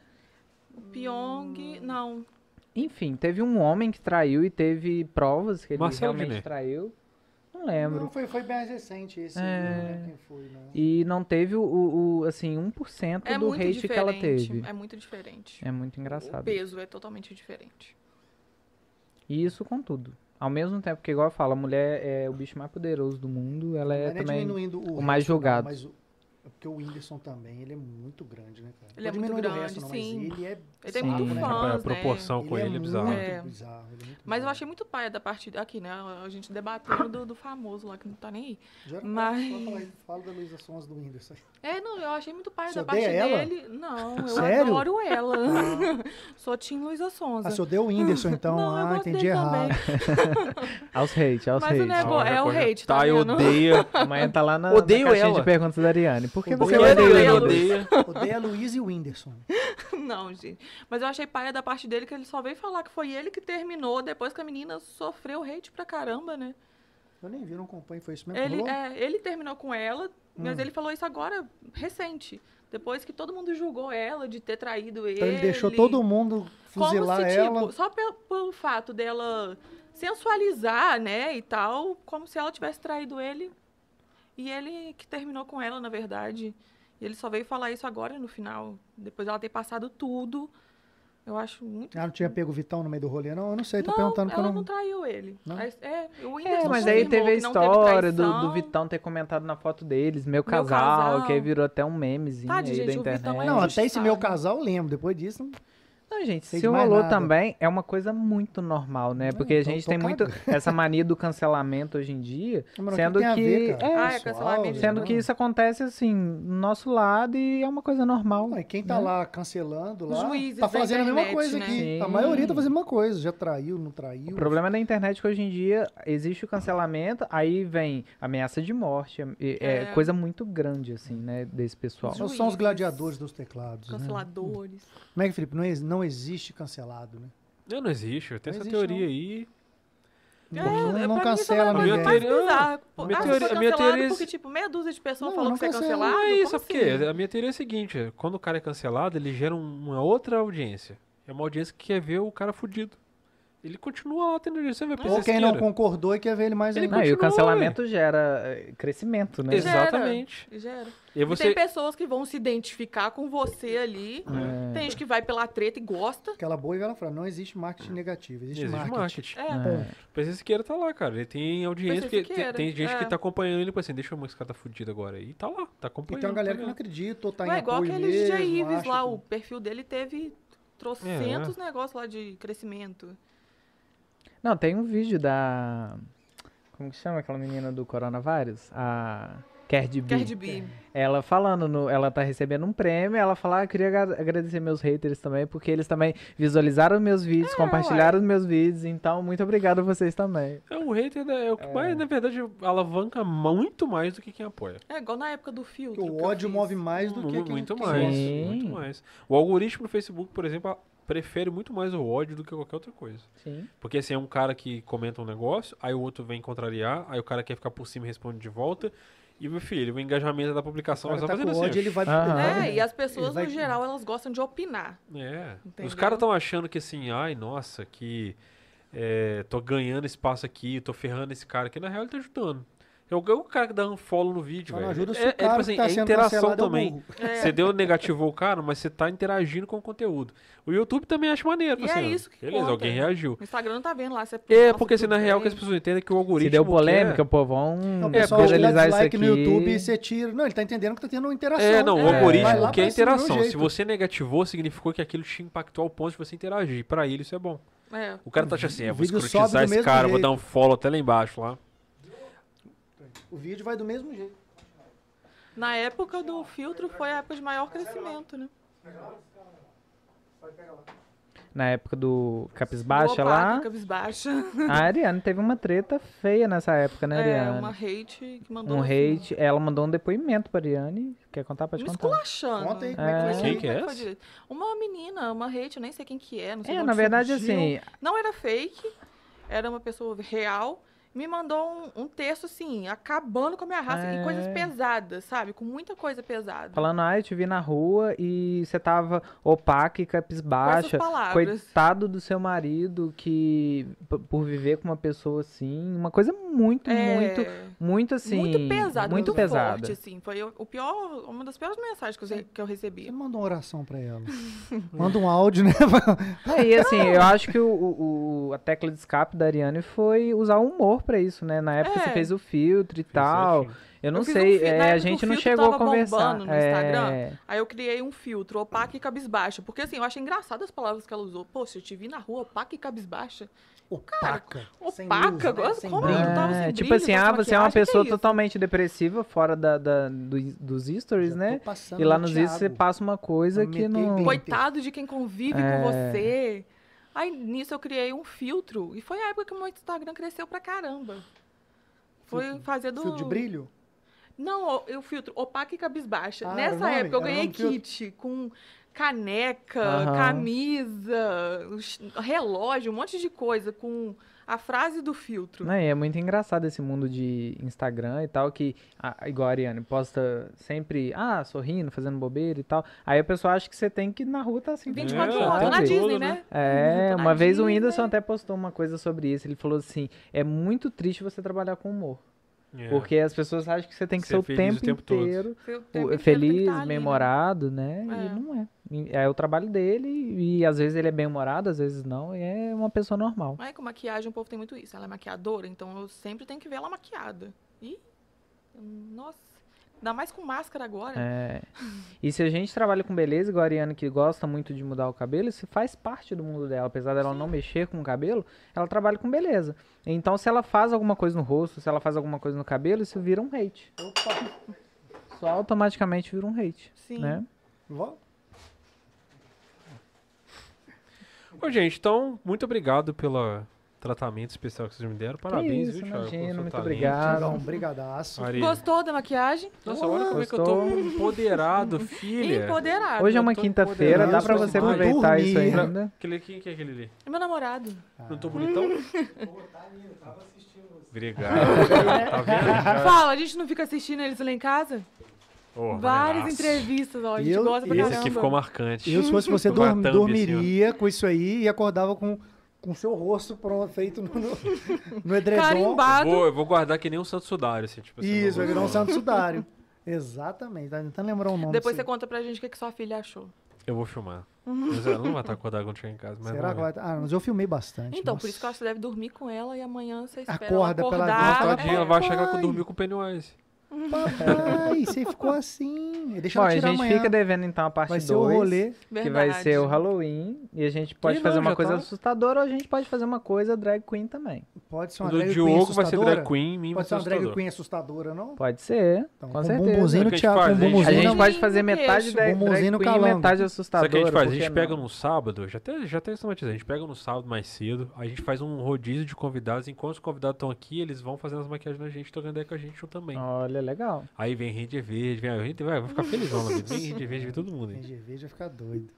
Speaker 3: O Pyong. Não.
Speaker 4: Enfim, teve um homem que traiu e teve provas que ele
Speaker 1: Marcelo
Speaker 4: realmente
Speaker 1: Diné.
Speaker 4: traiu. Não
Speaker 2: né? Não,
Speaker 4: lembro.
Speaker 2: foi, foi bem recente esse.
Speaker 4: É.
Speaker 2: Não lembro quem foi, não.
Speaker 4: E não teve o, o o, assim, 1%
Speaker 3: É
Speaker 4: do
Speaker 3: muito
Speaker 4: hate
Speaker 3: diferente.
Speaker 4: que ela teve.
Speaker 3: É muito diferente.
Speaker 4: É muito
Speaker 3: O
Speaker 4: engraçado.
Speaker 3: peso é totalmente diferente.
Speaker 4: E isso com tudo. Ao mesmo tempo que, igual eu falo, a mulher é o bicho mais poderoso do mundo,
Speaker 2: Não
Speaker 4: ela é
Speaker 2: é nem
Speaker 4: também...
Speaker 2: diminuindo o, resto,
Speaker 4: mais
Speaker 2: não,
Speaker 4: julgado.
Speaker 2: mas o- é porque o Whindersson também, ele é muito grande, né, cara?
Speaker 3: Ele é
Speaker 2: Não tô
Speaker 3: muito
Speaker 2: diminuindo o
Speaker 3: grande,
Speaker 2: resto, não, mas
Speaker 3: sim.
Speaker 2: ele é.
Speaker 3: Ele tem
Speaker 4: Sim.
Speaker 3: muito
Speaker 4: Né?
Speaker 1: A
Speaker 3: fãs, né?
Speaker 1: proporção com ele é bizarra.
Speaker 2: muito
Speaker 3: É.
Speaker 2: bizarro, ele é muito
Speaker 3: Mas eu
Speaker 2: bizarro.
Speaker 3: achei muito paia da parte... Aqui, né? A gente debatendo do, do famoso lá, que não tá nem aí.
Speaker 2: Já-
Speaker 3: mas-
Speaker 2: só falar- Fala da Luísa Sons do Whindersson.
Speaker 3: É, não, eu achei muito paia
Speaker 2: Você
Speaker 3: da parte
Speaker 2: odeia ela?
Speaker 3: dele. Não, eu
Speaker 2: Sério?
Speaker 3: adoro ela. Sou Tim Luísa Sonza.
Speaker 2: Ah, se eu dei o Whindersson, então.
Speaker 3: não, eu
Speaker 2: ah,
Speaker 3: gosto
Speaker 2: entendi
Speaker 3: dele
Speaker 2: errado.
Speaker 3: também.
Speaker 4: Aos hate, aos
Speaker 3: Mas o
Speaker 4: hate.
Speaker 3: negócio é o hate, tá
Speaker 1: Tá, eu
Speaker 3: vendo?
Speaker 1: odeia.
Speaker 4: Amanhã tá lá na,
Speaker 1: Odeio
Speaker 4: na caixinha
Speaker 1: ela.
Speaker 4: de perguntas da Ariane. Por que
Speaker 1: Porque
Speaker 4: você odeia
Speaker 1: ele
Speaker 4: o Whindersson?
Speaker 1: odeia.
Speaker 2: Odeia a Luísa e o Whindersson.
Speaker 3: Não, gente. Mas eu achei paia da parte dele que ele só veio falar que foi ele que terminou depois que a menina sofreu hate pra caramba, né?
Speaker 2: Eu nem vi, não acompanho, foi isso mesmo? que
Speaker 3: Ele,
Speaker 2: rolou? Hum.
Speaker 3: é, ele terminou com ela, mas ele falou isso agora, recente. Depois que todo mundo julgou ela de ter traído ele.
Speaker 2: Então ele deixou todo mundo fuzilar
Speaker 3: como se,
Speaker 2: ela.
Speaker 3: Tipo, só pelo, pelo fato dela sensualizar, né, e tal, como se ela tivesse traído ele. E ele que terminou com ela, na verdade. E ele só veio falar isso agora no final. Depois ela ter passado tudo. Eu acho um muito.
Speaker 2: Ah, não tinha pego o Vitão no meio do rolê, não? Eu não sei, tô
Speaker 3: não,
Speaker 2: perguntando que eu
Speaker 3: ela
Speaker 2: não.
Speaker 3: não... traiu ele.
Speaker 2: Não?
Speaker 3: Mas- É, o
Speaker 4: É,
Speaker 3: Whindersson
Speaker 4: mas aí
Speaker 3: confirmou
Speaker 4: teve a
Speaker 3: que não teve
Speaker 4: história do, do
Speaker 3: traição.
Speaker 4: Vitão ter comentado na foto deles, meu casal,
Speaker 3: casal.
Speaker 4: que aí virou até um memezinho
Speaker 3: Tadinho,
Speaker 4: aí da
Speaker 3: gente, o Vitão é
Speaker 4: internet.
Speaker 2: Não, até esse
Speaker 3: injustiçado.
Speaker 2: meu casal eu lembro. Depois disso, não-
Speaker 4: Não, gente,
Speaker 2: Sei
Speaker 4: se
Speaker 2: de mais
Speaker 4: rolou
Speaker 2: nada.
Speaker 4: também, é uma coisa muito normal, né?
Speaker 2: Não,
Speaker 4: Porque a
Speaker 2: tô-
Speaker 4: gente
Speaker 2: tô
Speaker 4: tem muito essa mania do cancelamento hoje em dia,
Speaker 2: mas o
Speaker 4: Sendo
Speaker 2: tem a
Speaker 4: que-
Speaker 2: ver, cara?
Speaker 4: é,
Speaker 3: Ah, é
Speaker 2: Pessoal,
Speaker 3: cancelamento de
Speaker 2: né?
Speaker 4: sendo que isso acontece assim, do nosso lado e é uma coisa normal.
Speaker 2: Não, e quem tá
Speaker 4: né?
Speaker 2: lá cancelando lá,
Speaker 3: juízes
Speaker 2: tá
Speaker 3: da
Speaker 2: fazendo a mesma
Speaker 3: internet,
Speaker 2: coisa
Speaker 3: né?
Speaker 2: aqui. A
Speaker 4: Sim.
Speaker 2: maioria tá fazendo a mesma coisa. Já traiu, não
Speaker 4: O
Speaker 2: traiu.
Speaker 4: problema da internet é que hoje em dia existe o cancelamento, aí vem ameaça de morte, é, é
Speaker 3: É.
Speaker 4: coisa muito grande assim, né, desse pessoal.
Speaker 2: Só são os
Speaker 3: juízes.
Speaker 2: gladiadores dos teclados. né?
Speaker 3: Canceladores.
Speaker 2: Como é que, Felipe? Não, ex- não existe cancelado, né?
Speaker 1: Não, não existe. Tem
Speaker 2: Não
Speaker 1: essa
Speaker 2: existe,
Speaker 3: um
Speaker 1: teoria aí.
Speaker 3: É,
Speaker 2: não
Speaker 3: pra
Speaker 2: não
Speaker 3: mim
Speaker 2: cancela
Speaker 3: isso é
Speaker 1: minha
Speaker 3: uma
Speaker 2: ninguém.
Speaker 3: coisa mais
Speaker 1: teoria-
Speaker 3: bizarra.
Speaker 1: a minha
Speaker 3: ah,
Speaker 1: teoria- a
Speaker 3: foi
Speaker 1: minha
Speaker 3: cancelado
Speaker 1: teoria-
Speaker 3: porque, tipo, meia dúzia de pessoas
Speaker 2: Não,
Speaker 3: falou
Speaker 2: não
Speaker 3: que você é
Speaker 2: cancela.
Speaker 3: cancelado.
Speaker 1: Não é isso,
Speaker 3: Como
Speaker 1: sabe por quê?
Speaker 3: assim?
Speaker 1: A minha teoria é a seguinte: quando o cara é cancelado, ele gera um- uma outra audiência. É uma audiência que quer ver o cara fudido. Ele continua lá tendo Você vai pensar
Speaker 2: Ou quem não concordou e quer ver ele mais
Speaker 1: Ele
Speaker 2: ainda.
Speaker 4: Não, e o
Speaker 1: continua,
Speaker 4: cancelamento gera eh, crescimento, né?
Speaker 3: Exato.
Speaker 1: Exatamente.
Speaker 3: Gera.
Speaker 1: E
Speaker 3: E
Speaker 1: você.
Speaker 3: tem pessoas que vão se identificar com você ali. Tem gente que vai pela treta e gosta.
Speaker 2: Aquela boa e velha frase, não existe
Speaker 4: É.
Speaker 2: marketing negativo, existe,
Speaker 1: Existe
Speaker 2: marketing.
Speaker 1: marketing.
Speaker 3: É,
Speaker 1: O PC Siqueira tá lá, cara. Ele tem audiência,
Speaker 3: PC
Speaker 1: porque tem,
Speaker 3: Siqueira,
Speaker 1: tem gente que
Speaker 3: é.
Speaker 1: tá acompanhando ele, tipo assim, deixa eu ver se esse cara tá fudido agora. E tá lá, tá
Speaker 2: E
Speaker 1: acompanhando.
Speaker 2: tem uma Então, galera que
Speaker 1: tá
Speaker 2: não
Speaker 1: vendo.
Speaker 2: acredita ou tá em
Speaker 3: Ué, igual
Speaker 2: apoio
Speaker 3: aquele
Speaker 2: mesmo,
Speaker 3: DJ Ives
Speaker 2: acha
Speaker 3: lá,
Speaker 2: que-
Speaker 3: o perfil dele teve trocentos negócios lá de crescimento.
Speaker 4: Não, tem um vídeo da. Como que chama aquela menina do coronavírus? A. Cardi B.
Speaker 3: Cardi B.
Speaker 4: Ela falando, no, ela tá recebendo um prêmio, ela fala, ah, eu queria aga- agradecer meus haters também, porque eles também visualizaram meus
Speaker 2: É,
Speaker 4: vídeos, compartilharam os meus vídeos, então muito obrigado a vocês também.
Speaker 1: É, o hater né, é o que mais, na verdade, alavanca muito mais do que quem apoia.
Speaker 3: É igual na época do filtro.
Speaker 2: o
Speaker 3: que eu
Speaker 2: ódio
Speaker 3: fiz.
Speaker 2: move mais do que
Speaker 1: Mu-
Speaker 2: quem-
Speaker 1: muito
Speaker 2: quem
Speaker 1: mais,
Speaker 2: gosta.
Speaker 4: Sim.
Speaker 1: muito mais. O algoritmo do Facebook, por exemplo, a- prefere muito mais o ódio do que qualquer outra coisa.
Speaker 4: Sim.
Speaker 1: Porque assim, é um cara que comenta um negócio, aí o outro vem contrariar, aí o cara quer ficar por cima e responde de volta. E, meu filho, o engajamento da publicação
Speaker 2: O
Speaker 1: é
Speaker 2: cara
Speaker 1: só
Speaker 2: tá com
Speaker 1: fazendo assim.
Speaker 2: ódio, ele vai...
Speaker 4: Aham.
Speaker 2: ele vai-
Speaker 3: É, e as pessoas,
Speaker 2: ele vai-
Speaker 3: no geral, elas gostam de opinar.
Speaker 1: ó. É. Os
Speaker 3: Entendeu?
Speaker 1: caras estão achando que assim, ai, nossa, que é, tô ganhando espaço aqui, tô ferrando esse cara aqui. Na real, ele tá ajudando. É o, é o cara que dá um follow no vídeo,
Speaker 2: Só não
Speaker 1: velho.
Speaker 2: ajuda se
Speaker 1: é,
Speaker 2: o cara que tá
Speaker 1: é
Speaker 2: sendo
Speaker 1: interação
Speaker 2: cancelado é o
Speaker 1: também.
Speaker 2: burro.
Speaker 3: É.
Speaker 1: Você deu negativou o cara, mas você tá interagindo com o conteúdo. O YouTube também acha maneiro.
Speaker 3: E
Speaker 1: assim,
Speaker 3: é
Speaker 1: ó,
Speaker 3: isso que
Speaker 1: Beleza,
Speaker 3: conta.
Speaker 1: alguém reagiu.
Speaker 3: O Instagram não tá vendo lá. Você
Speaker 1: É,
Speaker 3: posta
Speaker 1: porque se
Speaker 3: tudo
Speaker 1: na real que as
Speaker 3: bem.
Speaker 1: pessoas entendem que é- o
Speaker 4: Se
Speaker 1: algoritmo
Speaker 4: deu
Speaker 1: quer-
Speaker 4: polêmica, pô, vão
Speaker 2: Não, o
Speaker 1: É,
Speaker 2: pessoal dá
Speaker 4: visualizar isso
Speaker 2: dislike
Speaker 4: aqui.
Speaker 2: no YouTube e você tira. Não, ele tá entendendo que tá tendo uma interação.
Speaker 1: É, não, o
Speaker 3: É.
Speaker 2: Vai lá
Speaker 1: algoritmo quer
Speaker 2: pra cima do
Speaker 1: interação. Se
Speaker 2: jeito.
Speaker 1: você negativou, significou que aquilo te impactou ao ponto de você interagir. Pra ele isso é bom.
Speaker 3: É.
Speaker 1: O cara tá achando assim, é,
Speaker 2: O
Speaker 1: vou
Speaker 2: vídeo sobe
Speaker 1: escrotizar
Speaker 2: do
Speaker 1: esse
Speaker 2: mesmo
Speaker 1: cara, vou
Speaker 2: jeito.
Speaker 1: dar um follow até lá embaixo lá.
Speaker 2: O vídeo vai do mesmo jeito.
Speaker 3: Na época do filtro foi a época de maior crescimento, né?
Speaker 4: na época do
Speaker 3: Do
Speaker 4: Capisbaixa
Speaker 3: Opaca,
Speaker 4: lá.
Speaker 3: Cabisbaixa.
Speaker 4: A Ariane teve uma treta feia nessa época, né,
Speaker 3: É,
Speaker 4: Ariane?
Speaker 3: uma hate que mandou.
Speaker 4: Um
Speaker 3: assim,
Speaker 4: hate. Ela mandou um depoimento pra Ariane. Quer contar? Pode
Speaker 3: Me
Speaker 4: contar.
Speaker 3: esculachando.
Speaker 2: Conta aí como
Speaker 4: É.
Speaker 2: é que foi
Speaker 1: Quem
Speaker 2: isso
Speaker 1: que é
Speaker 3: Não foi
Speaker 1: essa?
Speaker 3: direito. Uma menina, uma hate, eu nem sei quem que é, não sei de
Speaker 4: É,
Speaker 3: onde
Speaker 4: na verdade,
Speaker 3: surgiu.
Speaker 4: assim,
Speaker 3: Não era fake, era uma pessoa real. Me mandou um, um texto, assim, acabando com a minha raça.
Speaker 4: É.
Speaker 3: E coisas pesadas, sabe? Com muita coisa pesada.
Speaker 4: Falando, ah, eu te vi na rua e você tava opaca e
Speaker 3: com essas
Speaker 4: capisbaixa.
Speaker 3: palavras.
Speaker 4: Coitado do seu marido que, p- por viver com uma pessoa assim, uma coisa muito,
Speaker 3: É,
Speaker 4: muito, muito assim.
Speaker 3: muito pesado,
Speaker 4: Muito
Speaker 3: muito
Speaker 4: pesada.
Speaker 3: forte, assim. Foi o o pior, uma das piores mensagens que eu, re- que eu recebi.
Speaker 2: Você manda uma oração pra ela. manda um áudio, né?
Speaker 4: É, e assim, eu acho que o, o- o- a tecla de escape da Ariane foi usar o humor pra isso, né? Na época você
Speaker 3: É.
Speaker 4: fez o filtro e tal.
Speaker 1: Isso,
Speaker 4: Eu não
Speaker 3: Eu fiz um
Speaker 4: sei,
Speaker 3: fi- na
Speaker 4: é, a
Speaker 3: época o
Speaker 4: gente não
Speaker 3: filtro
Speaker 4: chegou a
Speaker 3: tava
Speaker 4: conversar.
Speaker 3: bombando no
Speaker 4: É,
Speaker 3: Instagram. Aí eu criei um filtro, opaca e cabisbaixa. Porque assim, eu achei engraçado as palavras que ela usou. Poxa, eu te vi na rua, opaca e cabisbaixa.
Speaker 2: Opaca. Sem luz,
Speaker 3: Opaca,
Speaker 2: né?
Speaker 3: agora
Speaker 2: Sem
Speaker 3: como
Speaker 2: brilho.
Speaker 3: eu tava
Speaker 4: É,
Speaker 3: sem
Speaker 4: tipo
Speaker 3: brilho,
Speaker 4: assim,
Speaker 3: sem
Speaker 4: ah, você é uma
Speaker 3: maquiagem, que
Speaker 4: pessoa
Speaker 3: isso?
Speaker 4: totalmente depressiva, fora da, da- do- dos stories,
Speaker 2: Já
Speaker 4: né?
Speaker 2: tô passando
Speaker 4: E lá
Speaker 2: no
Speaker 4: nos vídeos você
Speaker 2: Thiago.
Speaker 4: passa uma coisa
Speaker 2: Metei
Speaker 4: que não.
Speaker 2: bem.
Speaker 3: Coitado de quem convive
Speaker 4: É.
Speaker 3: com você. Aí nisso eu criei um filtro. E foi a época que o meu Instagram cresceu pra caramba. Foi fazer do.
Speaker 2: Filtro de brilho?
Speaker 3: Não, eu filtro opaca e cabisbaixa.
Speaker 2: Ah, era o
Speaker 3: Nessa
Speaker 4: um
Speaker 2: nome?
Speaker 3: época
Speaker 2: Era
Speaker 3: eu
Speaker 2: o
Speaker 3: ganhei
Speaker 2: nome do filtro?
Speaker 3: kit com caneca,
Speaker 4: Aham.
Speaker 3: camisa, os- relógio, um monte de coisa com a frase do filtro.
Speaker 4: Não, e é muito engraçado esse mundo de Instagram e tal, que, ah, igual a Ariane, posta sempre, ah, sorrindo, fazendo bobeira e tal. Aí a pessoa acha que você tem que ir na rua tá assim.
Speaker 3: 24
Speaker 4: é,
Speaker 3: horas,
Speaker 4: sabe?
Speaker 3: na Disney,
Speaker 1: Tudo,
Speaker 3: né?
Speaker 4: É,
Speaker 3: Tô na
Speaker 4: uma vez o
Speaker 3: Disney.
Speaker 4: Whindersson até postou uma coisa sobre isso. Ele falou assim: é muito triste você trabalhar com humor.
Speaker 1: É.
Speaker 4: Porque as pessoas acham que você tem que ser,
Speaker 1: Ser
Speaker 4: o,
Speaker 1: feliz o
Speaker 4: tempo
Speaker 1: tempo todo.
Speaker 4: inteiro,
Speaker 3: Foi o
Speaker 4: o-
Speaker 3: tempo inteiro que tem que
Speaker 4: feliz,
Speaker 3: tá ali, né?
Speaker 4: bem-humorado, né? E
Speaker 3: É.
Speaker 4: não é. E- É o trabalho dele, e às vezes ele é bem-humorado, às vezes não, e é uma pessoa normal.
Speaker 3: Mas com maquiagem o povo tem muito isso. Ela é maquiadora, então eu sempre tenho que ver ela maquiada. E. Nossa. Ainda mais com máscara agora.
Speaker 4: É. E se a gente trabalha com beleza, igual a Ariana, que gosta muito de mudar o cabelo, isso faz parte do mundo dela. Apesar dela não mexer com o cabelo, ela trabalha com beleza. Então, se ela faz alguma coisa no rosto, se ela faz alguma coisa no cabelo, isso vira um hate. Só automaticamente vira um hate.
Speaker 3: Sim.
Speaker 4: Né?
Speaker 2: Vó?
Speaker 1: Ô, gente, então, muito obrigado pelo tratamento especial que vocês me deram. Parabéns,
Speaker 4: isso,
Speaker 1: viu, Thiago? pelo
Speaker 4: imagina,
Speaker 1: seu
Speaker 4: muito
Speaker 1: talento.
Speaker 4: obrigado.
Speaker 2: Tiagão, brigadaço.
Speaker 1: Maria.
Speaker 3: Gostou da maquiagem?
Speaker 1: Nossa, olha como é que eu tô
Speaker 4: Gostou?
Speaker 1: empoderado, filha.
Speaker 3: Empoderado.
Speaker 4: Hoje é
Speaker 3: Eu
Speaker 4: uma
Speaker 3: tô
Speaker 4: quinta-feira, dá
Speaker 2: empoderado,
Speaker 4: pra
Speaker 2: tô
Speaker 4: você
Speaker 2: demais.
Speaker 4: aproveitar isso
Speaker 2: Dormi.
Speaker 4: ainda.
Speaker 1: Aquele, quem que é aquele ali?
Speaker 3: empoderado. Meu namorado.
Speaker 2: Ah.
Speaker 1: Não tô bonitão? Obrigado. Tá vendo?
Speaker 3: Fala, a gente não fica assistindo eles lá em casa?
Speaker 1: Ô,
Speaker 3: Várias
Speaker 1: maneiraço.
Speaker 3: entrevistas, ó. A gente
Speaker 2: Eu-
Speaker 3: gosta pra
Speaker 1: Esse
Speaker 3: caramba.
Speaker 1: aqui ficou marcante.
Speaker 2: Eu, se fosse você,
Speaker 1: Com a
Speaker 2: dorm-
Speaker 1: thumb, assim, ó.
Speaker 2: dormiria com isso aí e acordava com com seu rosto pronto, feito no, no, no edredom.
Speaker 9: Carimbado.
Speaker 1: Vou, eu vou guardar que nem um santo sudário, assim, tipo assim.
Speaker 2: Isso,
Speaker 1: não
Speaker 2: vai
Speaker 1: vou-
Speaker 2: virar um santo sudário. Exatamente, tá tentando lembrar o nome.
Speaker 3: Depois você
Speaker 2: desse-
Speaker 3: conta pra gente o que, que sua filha achou.
Speaker 1: Eu vou filmar. Mas ela não vai estar acordada quando chegar em casa. Mas
Speaker 2: Será que
Speaker 1: vamos ver.
Speaker 2: vai... Ah, mas eu filmei bastante.
Speaker 3: Então,
Speaker 2: nossa.
Speaker 3: por isso que eu acho que você deve dormir com ela e amanhã você espera
Speaker 2: Acorda
Speaker 3: ela
Speaker 2: pela
Speaker 3: acordar. É.
Speaker 2: dor,
Speaker 1: Tadinha, ela vai achar que ela
Speaker 2: Papai.
Speaker 1: dormiu com o Pennywise.
Speaker 2: Papai, você ficou assim. Deixa
Speaker 4: Bom,
Speaker 2: ela
Speaker 4: a
Speaker 2: tirar
Speaker 4: gente
Speaker 2: amanhã.
Speaker 4: fica devendo então a parte
Speaker 2: Vai
Speaker 4: 2.
Speaker 2: ser o rolê.
Speaker 3: Verdade.
Speaker 4: Que vai ser o Halloween. E a gente pode
Speaker 1: Ih,
Speaker 4: fazer
Speaker 1: não,
Speaker 4: uma
Speaker 1: já
Speaker 4: coisa
Speaker 1: tá.
Speaker 4: assustadora ou a gente pode fazer uma coisa drag queen também.
Speaker 2: Pode ser
Speaker 1: O
Speaker 2: é uma
Speaker 1: do
Speaker 2: drag queen
Speaker 1: Diogo vai ser
Speaker 2: assustadora?
Speaker 1: drag queen, em mim vai ser
Speaker 2: Pode ser uma drag
Speaker 1: assustador.
Speaker 2: queen assustadora, não?
Speaker 4: Pode ser.
Speaker 2: Então,
Speaker 4: com
Speaker 2: um
Speaker 4: certeza.
Speaker 2: bumbumzinho
Speaker 1: O
Speaker 2: no
Speaker 1: que a gente
Speaker 2: Thiago,
Speaker 1: faz? A
Speaker 2: com um
Speaker 1: gente-
Speaker 4: A
Speaker 2: bumbumzinho
Speaker 4: gente
Speaker 2: na
Speaker 4: pode fazer
Speaker 9: Bumbumzinho no
Speaker 4: metade
Speaker 9: queixo.
Speaker 4: drag, drag
Speaker 2: Bumbumzinho no
Speaker 4: queen e
Speaker 2: calango.
Speaker 4: metade
Speaker 1: é Sabe
Speaker 4: assustadora.
Speaker 1: o que a gente faz? A
Speaker 4: por
Speaker 1: gente
Speaker 4: que
Speaker 1: pega
Speaker 4: não?
Speaker 1: num sábado, já até, já até esquematizei, a gente pega num sábado mais cedo, a gente faz um rodízio de convidados, enquanto os convidados estão aqui, eles vão fazendo as maquiagens da gente, tocando ideia com a gente também.
Speaker 2: Ah.
Speaker 4: Olha, legal.
Speaker 1: Aí vem rede verde, vem a gente vai, vai ficar felizão na vida. Vem rede verde, vem todo mundo.
Speaker 2: Tem
Speaker 1: Hein?
Speaker 2: GV, já fica doido.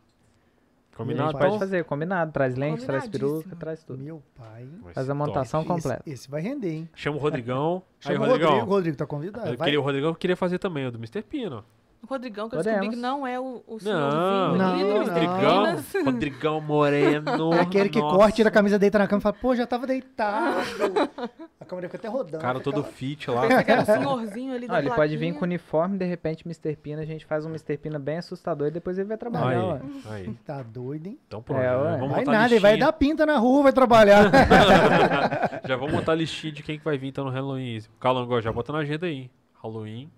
Speaker 4: a
Speaker 1: Combinado?
Speaker 4: gente
Speaker 2: Então-
Speaker 4: pode fazer, combinado. Traz lente, traz
Speaker 3: Combinadíssimo.
Speaker 4: peruca, traz tudo.
Speaker 2: Meu pai.
Speaker 1: Vai
Speaker 4: Faz
Speaker 1: ser
Speaker 4: a montação
Speaker 2: Esse-
Speaker 4: completa.
Speaker 2: Esse vai render, hein?
Speaker 1: top. Chama o Rodrigão. Aí,
Speaker 2: Chama o
Speaker 1: Rodrigão.
Speaker 2: Rodrigo. O Rodrigo tá convidado.
Speaker 1: Eu
Speaker 2: Vai.
Speaker 1: queria, o Rodrigão queria fazer também, o do Mr. Pino.
Speaker 3: O Rodrigão, que eu descobri
Speaker 4: Podemos.
Speaker 3: que não é o, o
Speaker 1: Não,
Speaker 3: senhorzinho ali do né?
Speaker 2: não,
Speaker 3: Mr.
Speaker 1: Rodrigão,
Speaker 3: Minas.
Speaker 1: Rodrigão Moreno.
Speaker 2: É aquele que
Speaker 1: nossa.
Speaker 2: corta, tira a camisa, deita na cama e fala, pô, já tava deitado. a câmera fica até rodando.
Speaker 1: Cara
Speaker 2: Então, fica
Speaker 1: todo
Speaker 2: lá.
Speaker 1: fit lá.
Speaker 3: Pensei que era o senhorzinho ali da
Speaker 4: Ah, ele pode vir
Speaker 3: plaquinha.
Speaker 4: com uniforme, de repente, Mr. Pina, a gente faz um Mr. Pina bem assustador e depois ele vai trabalhar. ó.
Speaker 1: Aí, aí.
Speaker 2: Tá doido, hein?
Speaker 1: Então pronto.
Speaker 4: É,
Speaker 1: já
Speaker 4: ué.
Speaker 1: vamos
Speaker 2: Vai
Speaker 1: montar
Speaker 2: nada, ele
Speaker 1: listinha.
Speaker 2: vai dar pinta na rua, vai trabalhar.
Speaker 1: Já vamos montar a listinha de quem que vai vir então no Halloween. Calango, já bota na agenda aí. Halloween.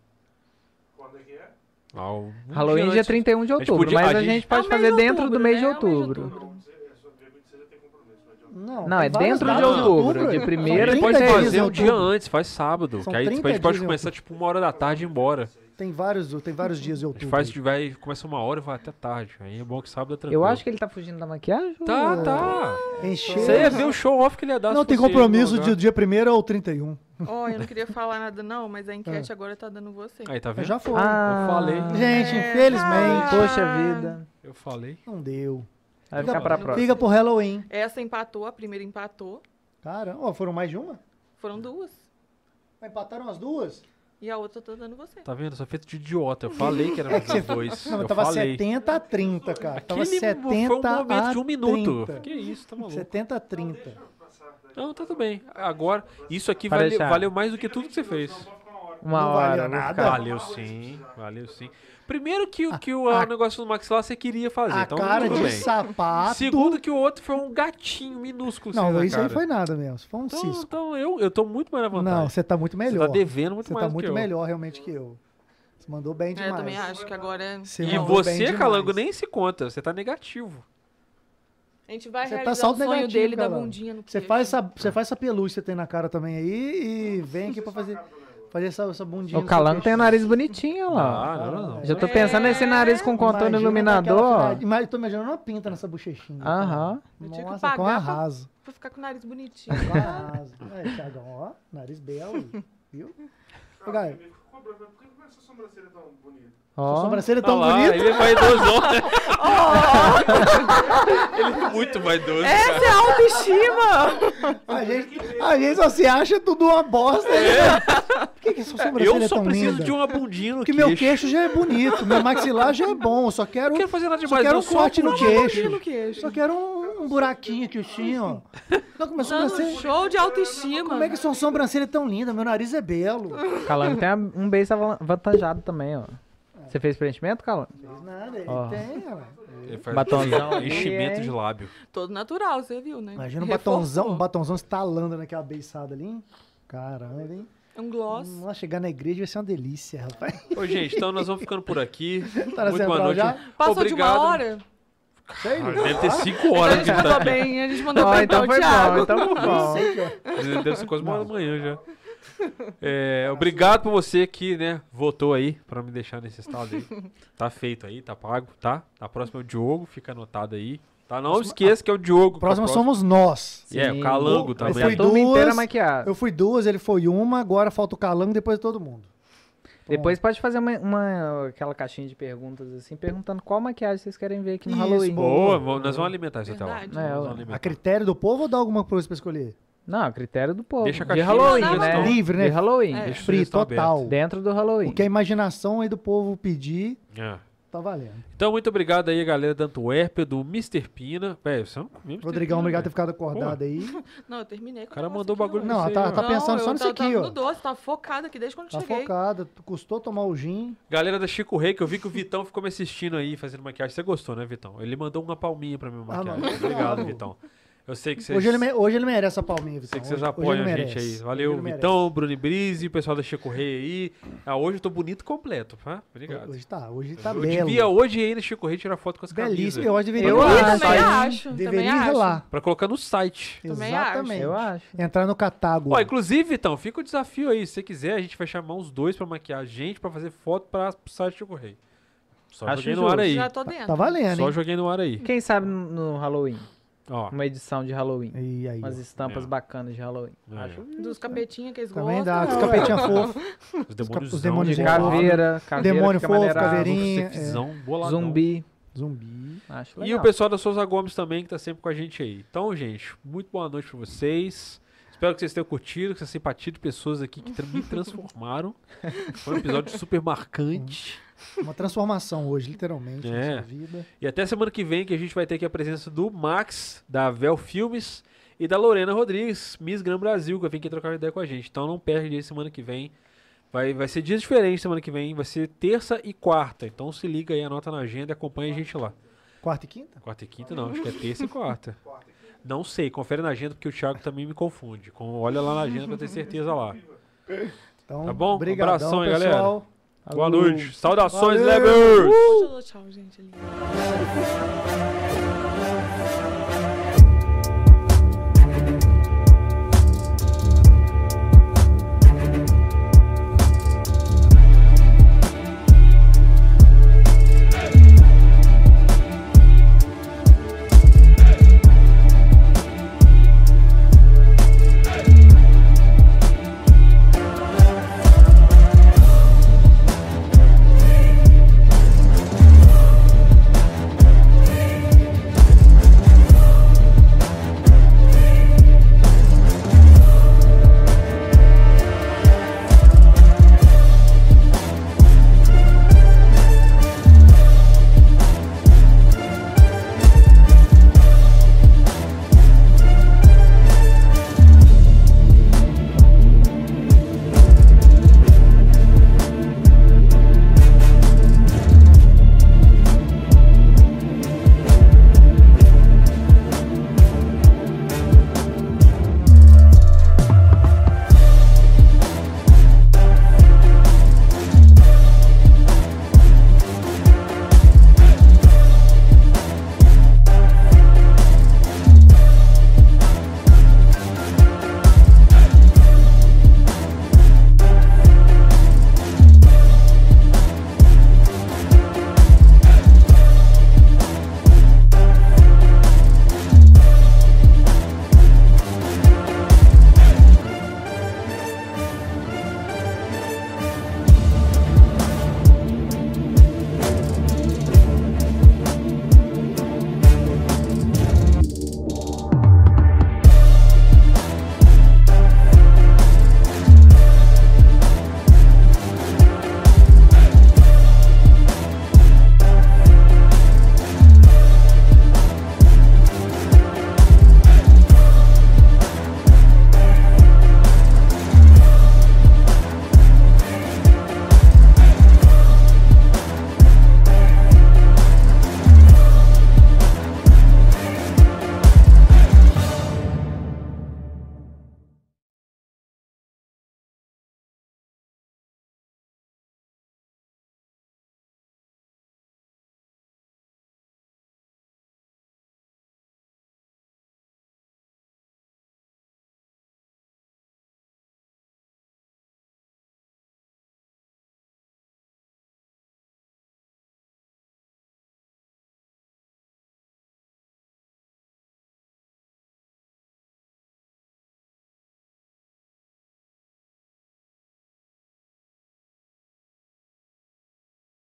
Speaker 5: Quando é que é?
Speaker 1: lá, um dia
Speaker 4: Halloween dia
Speaker 1: antes.
Speaker 4: 31 de
Speaker 1: A gente
Speaker 4: outubro,
Speaker 1: podia-
Speaker 4: mas
Speaker 1: a
Speaker 4: a
Speaker 1: gente-
Speaker 4: gente
Speaker 3: É
Speaker 4: pode
Speaker 3: o mês
Speaker 4: fazer
Speaker 3: de
Speaker 4: dentro do
Speaker 3: outubro,
Speaker 4: mês
Speaker 3: né?
Speaker 4: de
Speaker 3: É o mês de
Speaker 4: outubro.
Speaker 3: outubro.
Speaker 5: Não sei, é só dia 26 eu tenho compromisso, não adianta.
Speaker 2: Não,
Speaker 4: Não,
Speaker 2: tem
Speaker 4: é
Speaker 2: várias
Speaker 4: dentro de
Speaker 2: datas
Speaker 4: outubro, de
Speaker 2: São
Speaker 4: primeiro
Speaker 1: A gente pode
Speaker 2: 30 dias em
Speaker 1: fazer um
Speaker 2: outubro.
Speaker 1: dia antes, faz sábado.
Speaker 2: então. São
Speaker 1: que aí
Speaker 2: 30
Speaker 1: a gente pode
Speaker 2: dias então. em
Speaker 1: começar tipo uma hora da tarde e ir embora.
Speaker 2: Tem vários, tem vários dias em
Speaker 1: A
Speaker 2: outubro.
Speaker 1: gente faz, tipo- vai, começa uma hora e vai até tarde. Aí é bom que sábado é tranquilo.
Speaker 4: Eu acho que ele tá fugindo da maquiagem.
Speaker 1: Tá, tá.
Speaker 2: Encher.
Speaker 1: Você ia ver o show off que ele ia dar.
Speaker 2: Não,
Speaker 1: se
Speaker 2: tem
Speaker 1: fosse ele
Speaker 2: compromisso
Speaker 1: no
Speaker 2: de
Speaker 1: lugar.
Speaker 2: dia 1 ao 31.
Speaker 1: Tá
Speaker 3: Ó, eu não queria falar nada não, mas a enquete agora tá dando você.
Speaker 1: Aí, tá vendo?
Speaker 2: Já foi.
Speaker 4: Ah, né?
Speaker 1: Eu falei.
Speaker 2: Gente, infelizmente,
Speaker 4: Poxa vida.
Speaker 1: Eu falei.
Speaker 2: não deu.
Speaker 4: Ah. Vai ficar pra próxima.
Speaker 2: Liga pro Halloween.
Speaker 3: Essa empatou, a primeira empatou.
Speaker 2: Caramba, ó, foram mais de uma?
Speaker 3: Foram duas.
Speaker 2: Mas Empataram as duas?
Speaker 3: E a outra tá dando você.
Speaker 1: Tá vendo? Só feito de idiota. Eu falei que era
Speaker 2: É
Speaker 1: pra fazer dois.
Speaker 2: tá- Não,
Speaker 1: eu
Speaker 2: mas tava
Speaker 1: falei.
Speaker 2: 70 a 30, cara. Tava
Speaker 1: Aquele foi
Speaker 2: 70
Speaker 1: um momento
Speaker 2: a
Speaker 1: de um minuto.
Speaker 2: 30.
Speaker 1: Que isso, tá maluco.
Speaker 2: 70 a 30.
Speaker 1: Não, tá tudo bem. Agora, isso aqui
Speaker 4: Pra
Speaker 1: vale,
Speaker 4: deixar.
Speaker 1: valeu mais do que tudo que você fez.
Speaker 4: Uma
Speaker 2: Não
Speaker 4: hora.
Speaker 2: valeu
Speaker 4: eu vou
Speaker 2: nada.
Speaker 4: ficar-
Speaker 1: Valeu sim, valeu sim. Primeiro que, o- que o,
Speaker 2: a-
Speaker 1: o negócio do maxilar você queria fazer,
Speaker 2: A
Speaker 1: então
Speaker 2: cara
Speaker 1: tudo
Speaker 2: de
Speaker 1: bem.
Speaker 2: sapato.
Speaker 1: Segundo que o outro foi um gatinho minúsculo. assim,
Speaker 2: Não,
Speaker 1: na
Speaker 2: isso
Speaker 1: cara.
Speaker 2: aí foi nada mesmo. Foi um
Speaker 1: Então,
Speaker 2: cisco.
Speaker 1: então eu, eu tô muito mais na vantagem.
Speaker 2: Não, você tá muito
Speaker 1: Você
Speaker 2: melhor.
Speaker 1: tá devendo muito
Speaker 2: Você
Speaker 1: mais
Speaker 2: tá
Speaker 1: do
Speaker 2: muito
Speaker 1: que eu.
Speaker 2: melhor realmente que eu. Você mandou bem
Speaker 3: É,
Speaker 2: demais.
Speaker 3: eu também acho que agora é
Speaker 2: Você
Speaker 1: E
Speaker 2: mandou bem
Speaker 1: você,
Speaker 2: demais.
Speaker 1: Calango, nem se conta. Você tá negativo.
Speaker 3: a gente vai
Speaker 2: Você tá
Speaker 3: realizar o
Speaker 2: saldo
Speaker 3: sonho
Speaker 2: negativo,
Speaker 3: dele da
Speaker 2: Carol.
Speaker 3: bundinha no
Speaker 2: Você
Speaker 3: queixo.
Speaker 2: faz, essa, você faz essa pelúcia que você tem na cara também aí e vem aqui pra fazer, fazer essa, essa bundinha.
Speaker 4: O Calango tem o nariz bonitinho, olha lá.
Speaker 1: Ah, não, não.
Speaker 4: Já tô pensando nesse nariz com contorno iluminador.
Speaker 2: Mas eu tô imaginando uma pinta nessa bochechinha.
Speaker 4: Aham.
Speaker 3: Eu tinha que
Speaker 2: Nossa, com
Speaker 3: pagar pra-
Speaker 2: arraso.
Speaker 3: Pra ficar com o nariz bonitinho.
Speaker 2: Com arraso. Aí, Thiagão, ó, nariz belo, viu? Ô, Gaio,
Speaker 5: Ele ficou bravo, mas por que começa a sobrancelha tão bonita?
Speaker 2: sua
Speaker 4: Ó.
Speaker 2: sobrancelha é
Speaker 1: Olha
Speaker 2: tão
Speaker 1: lá,
Speaker 2: bonita.
Speaker 1: ele é vaidosão. ele é muito vaidoso.
Speaker 9: Essa é a autoestima!
Speaker 2: A gente, a gente só se acha tudo uma bosta. né? Por que, que sua sobrancelha
Speaker 1: É. Eu
Speaker 2: é
Speaker 1: só
Speaker 2: tão
Speaker 1: preciso
Speaker 2: linda?
Speaker 1: de um uma bundinha no
Speaker 2: Porque meu queixo já é bonito, meu maxilar já é bom. Eu só quero,
Speaker 1: Não quero fazer nada
Speaker 2: só
Speaker 1: demais.
Speaker 2: quero
Speaker 1: não,
Speaker 2: um
Speaker 1: só
Speaker 2: corte no
Speaker 1: uma
Speaker 2: queixo.
Speaker 9: queixo.
Speaker 2: Só quero um, um buraquinho aqui, assim, ó. Não, como, a sobrancelha-
Speaker 9: Dando show de autoestima.
Speaker 2: como é que sua sobrancelha é tão linda? Meu nariz é belo.
Speaker 4: Calango tem um beijo avantajado também, ó. Você fez preenchimento, Calango?
Speaker 2: Fez nada, ele
Speaker 4: Ó.
Speaker 2: tem, ó.
Speaker 1: Ele faz
Speaker 4: Batomzão.
Speaker 1: Enchimento de lábio.
Speaker 3: Todo natural, você viu, né?
Speaker 2: Imagina um
Speaker 3: Reforçou.
Speaker 2: batonzão, um batonzão estalando naquela beiçada ali, hein? Caramba, hein?
Speaker 3: Um gloss.
Speaker 2: Nossa, chegar na igreja vai ser uma delícia, rapaz.
Speaker 1: Ô, gente, então nós vamos ficando por aqui.
Speaker 2: Tá na
Speaker 1: muito boa
Speaker 2: central
Speaker 1: noite.
Speaker 2: já?
Speaker 9: Passou
Speaker 1: Obrigado.
Speaker 9: de uma hora?
Speaker 1: Ah, deve ter 5 horas que
Speaker 9: a gente mandou
Speaker 1: tá.
Speaker 9: bem, a gente mandou
Speaker 4: Ó,
Speaker 9: bem
Speaker 4: então
Speaker 9: pra
Speaker 4: foi
Speaker 9: o Thiago.
Speaker 4: bom, então foi bom.
Speaker 2: é.
Speaker 1: Deve ser quase uma hora da manhã já. É, obrigado por você que, né, votou aí pra me deixar nesse estado aí. Tá feito aí, tá pago, tá? Na próxima é o Diogo, fica anotado aí. Tá? Não esqueça que é o Diogo. que é o
Speaker 2: Próxima
Speaker 1: próximo.
Speaker 2: somos nós.
Speaker 1: E é, o
Speaker 4: Sim.
Speaker 1: Calango
Speaker 4: Vai
Speaker 1: também.
Speaker 4: ser a
Speaker 2: fui
Speaker 4: turma
Speaker 2: duas,
Speaker 4: inteira maquiada.
Speaker 2: Eu fui duas, ele foi uma, agora falta o calango, depois todo mundo.
Speaker 4: Depois pode fazer uma, uma- aquela caixinha de perguntas assim, perguntando qual maquiagem vocês querem ver aqui no
Speaker 2: Isso,
Speaker 4: Halloween.
Speaker 1: Boa, vamos- nós vamos alimentar isso até lá.
Speaker 3: Verdade.
Speaker 1: Nós
Speaker 4: É,
Speaker 1: vamos
Speaker 4: ué.
Speaker 1: alimentar.
Speaker 2: A critério do povo ou dá alguma coisa pra escolher?
Speaker 4: Não, critério do povo.
Speaker 1: Deixa a
Speaker 4: de
Speaker 1: caixinha
Speaker 4: Halloween,
Speaker 1: de
Speaker 4: né?
Speaker 1: sugestão.
Speaker 2: Livre, né?
Speaker 4: De Halloween.
Speaker 1: Deixa o
Speaker 2: Free
Speaker 1: sugestão
Speaker 2: total.
Speaker 1: tá aberto.
Speaker 2: é
Speaker 4: Dentro do Halloween.
Speaker 2: O que a imaginação aí do povo pedir,
Speaker 1: É.
Speaker 2: tá valendo.
Speaker 1: Então, muito obrigado aí, galera da Antuérpia, do Mr. Pina. É, são Mr.
Speaker 2: Rodrigão,
Speaker 1: Pina,
Speaker 2: obrigado
Speaker 3: né?
Speaker 2: por ter
Speaker 1: velho.
Speaker 2: ficado acordado aí.
Speaker 3: Não, eu terminei. com
Speaker 1: O cara
Speaker 3: negócio
Speaker 1: mandou o
Speaker 3: aqui,
Speaker 1: bagulho
Speaker 2: então. Não,
Speaker 1: pra você,
Speaker 2: tá-
Speaker 1: ó.
Speaker 2: tá pensando só
Speaker 3: eu
Speaker 2: nisso
Speaker 3: tava-
Speaker 2: aqui,
Speaker 3: tava
Speaker 2: ó.
Speaker 3: no doce, tava focado aqui desde quando
Speaker 2: Tá
Speaker 3: cheguei.
Speaker 2: focado, tu custou tomar o gin.
Speaker 1: né? Galera da Chico Rei, que eu vi que o Vitão ficou me assistindo aí, fazendo maquiagem. Você gostou, né, Vitão? Ele mandou uma palminha pra minha
Speaker 2: Ah, não.
Speaker 1: maquiagem. Obrigado,
Speaker 2: Claro.
Speaker 1: Vitão. Eu sei que vocês...
Speaker 2: Hoje ele, me- hoje ele merece a palminha, Vitão.
Speaker 1: Sei que vocês
Speaker 2: Hoje- hoje
Speaker 1: apoiam
Speaker 2: ele
Speaker 1: a gente aí.
Speaker 2: merece.
Speaker 1: Valeu,
Speaker 2: Hoje ele
Speaker 1: Vitão, Bruno e Brise, o pessoal da Chico Rei aí. Ah, hoje eu tô bonito completo, tá?
Speaker 2: merece.
Speaker 1: Obrigado.
Speaker 2: Hoje tá, hoje tá
Speaker 1: eu
Speaker 2: belo.
Speaker 1: devia hoje aí na Chico Rei tirar foto com as camisas.
Speaker 2: Belíssimo. Eu hoje deveria
Speaker 6: Eu
Speaker 2: ir lá,
Speaker 6: acho,
Speaker 2: sair,
Speaker 3: também acho,
Speaker 2: Deveria
Speaker 3: também
Speaker 2: ir lá.
Speaker 1: Pra colocar no site.
Speaker 3: Também acho.
Speaker 2: Exatamente.
Speaker 4: Eu acho.
Speaker 2: Entrar no catálogo.
Speaker 1: Ó, inclusive, Vitão, fica o desafio aí. Se você quiser, a gente vai chamar os dois pra maquiar a gente, pra fazer foto pra, pro site Chico Rei. Só
Speaker 4: Acho
Speaker 1: joguei no
Speaker 4: justo.
Speaker 1: ar aí.
Speaker 3: Já tô dentro.
Speaker 2: Tá valendo,
Speaker 1: Só
Speaker 2: hein?
Speaker 1: joguei no ar aí.
Speaker 4: Quem sabe no Halloween?
Speaker 1: Ó,
Speaker 4: Uma edição de Halloween.
Speaker 2: E aí,
Speaker 4: Umas
Speaker 2: ó.
Speaker 4: estampas
Speaker 1: É.
Speaker 4: bacanas de Halloween.
Speaker 1: É.
Speaker 4: Acho.
Speaker 3: Dos capetinhos que eles
Speaker 2: também
Speaker 3: gostam.
Speaker 2: dá, com os
Speaker 3: né?
Speaker 2: capetinha fofo.
Speaker 1: os demônios
Speaker 2: os demônios
Speaker 4: De
Speaker 2: Boa.
Speaker 4: caveira, caveira.
Speaker 2: Demônio
Speaker 4: fica
Speaker 2: fofo,
Speaker 4: maneirado.
Speaker 2: caveirinha,
Speaker 4: Zumbi.
Speaker 2: Zumbi.
Speaker 4: Acho
Speaker 1: E o
Speaker 4: legal.
Speaker 1: pessoal da Souza Gomes também, que tá sempre com a gente aí. Então, gente, muito boa noite pra vocês. Espero que vocês tenham curtido, que essa simpatia de pessoas aqui que tra- me transformaram. Foi um episódio super marcante.
Speaker 2: Uma transformação hoje, literalmente, na
Speaker 1: É.
Speaker 2: sua vida.
Speaker 1: E até semana que vem, que a gente vai ter aqui a presença do Max, da Vel Filmes, e da Lorena Rodrigues, Miss Gran Brasil, que vai vir aqui trocar uma ideia com a gente. Então não perde aí semana que vem. Vai, vai ser dias diferentes semana que vem, vai ser terça e quarta. Então se liga aí, anota na agenda e acompanha a gente lá.
Speaker 2: Quarta e quinta?
Speaker 1: Quarta e quinta não, acho que é terça e quarta. Não sei, confere na agenda porque o Thiago também me confunde. Com- Olha lá na agenda pra ter certeza lá.
Speaker 2: Então,
Speaker 1: Tá bom?
Speaker 2: brigadão,
Speaker 1: Abração aí, galera.
Speaker 2: pessoal.
Speaker 1: Boa noite. Saudações,
Speaker 2: Valeu.
Speaker 1: Levers!
Speaker 3: Deixa eu dar tchau, gente. Ali.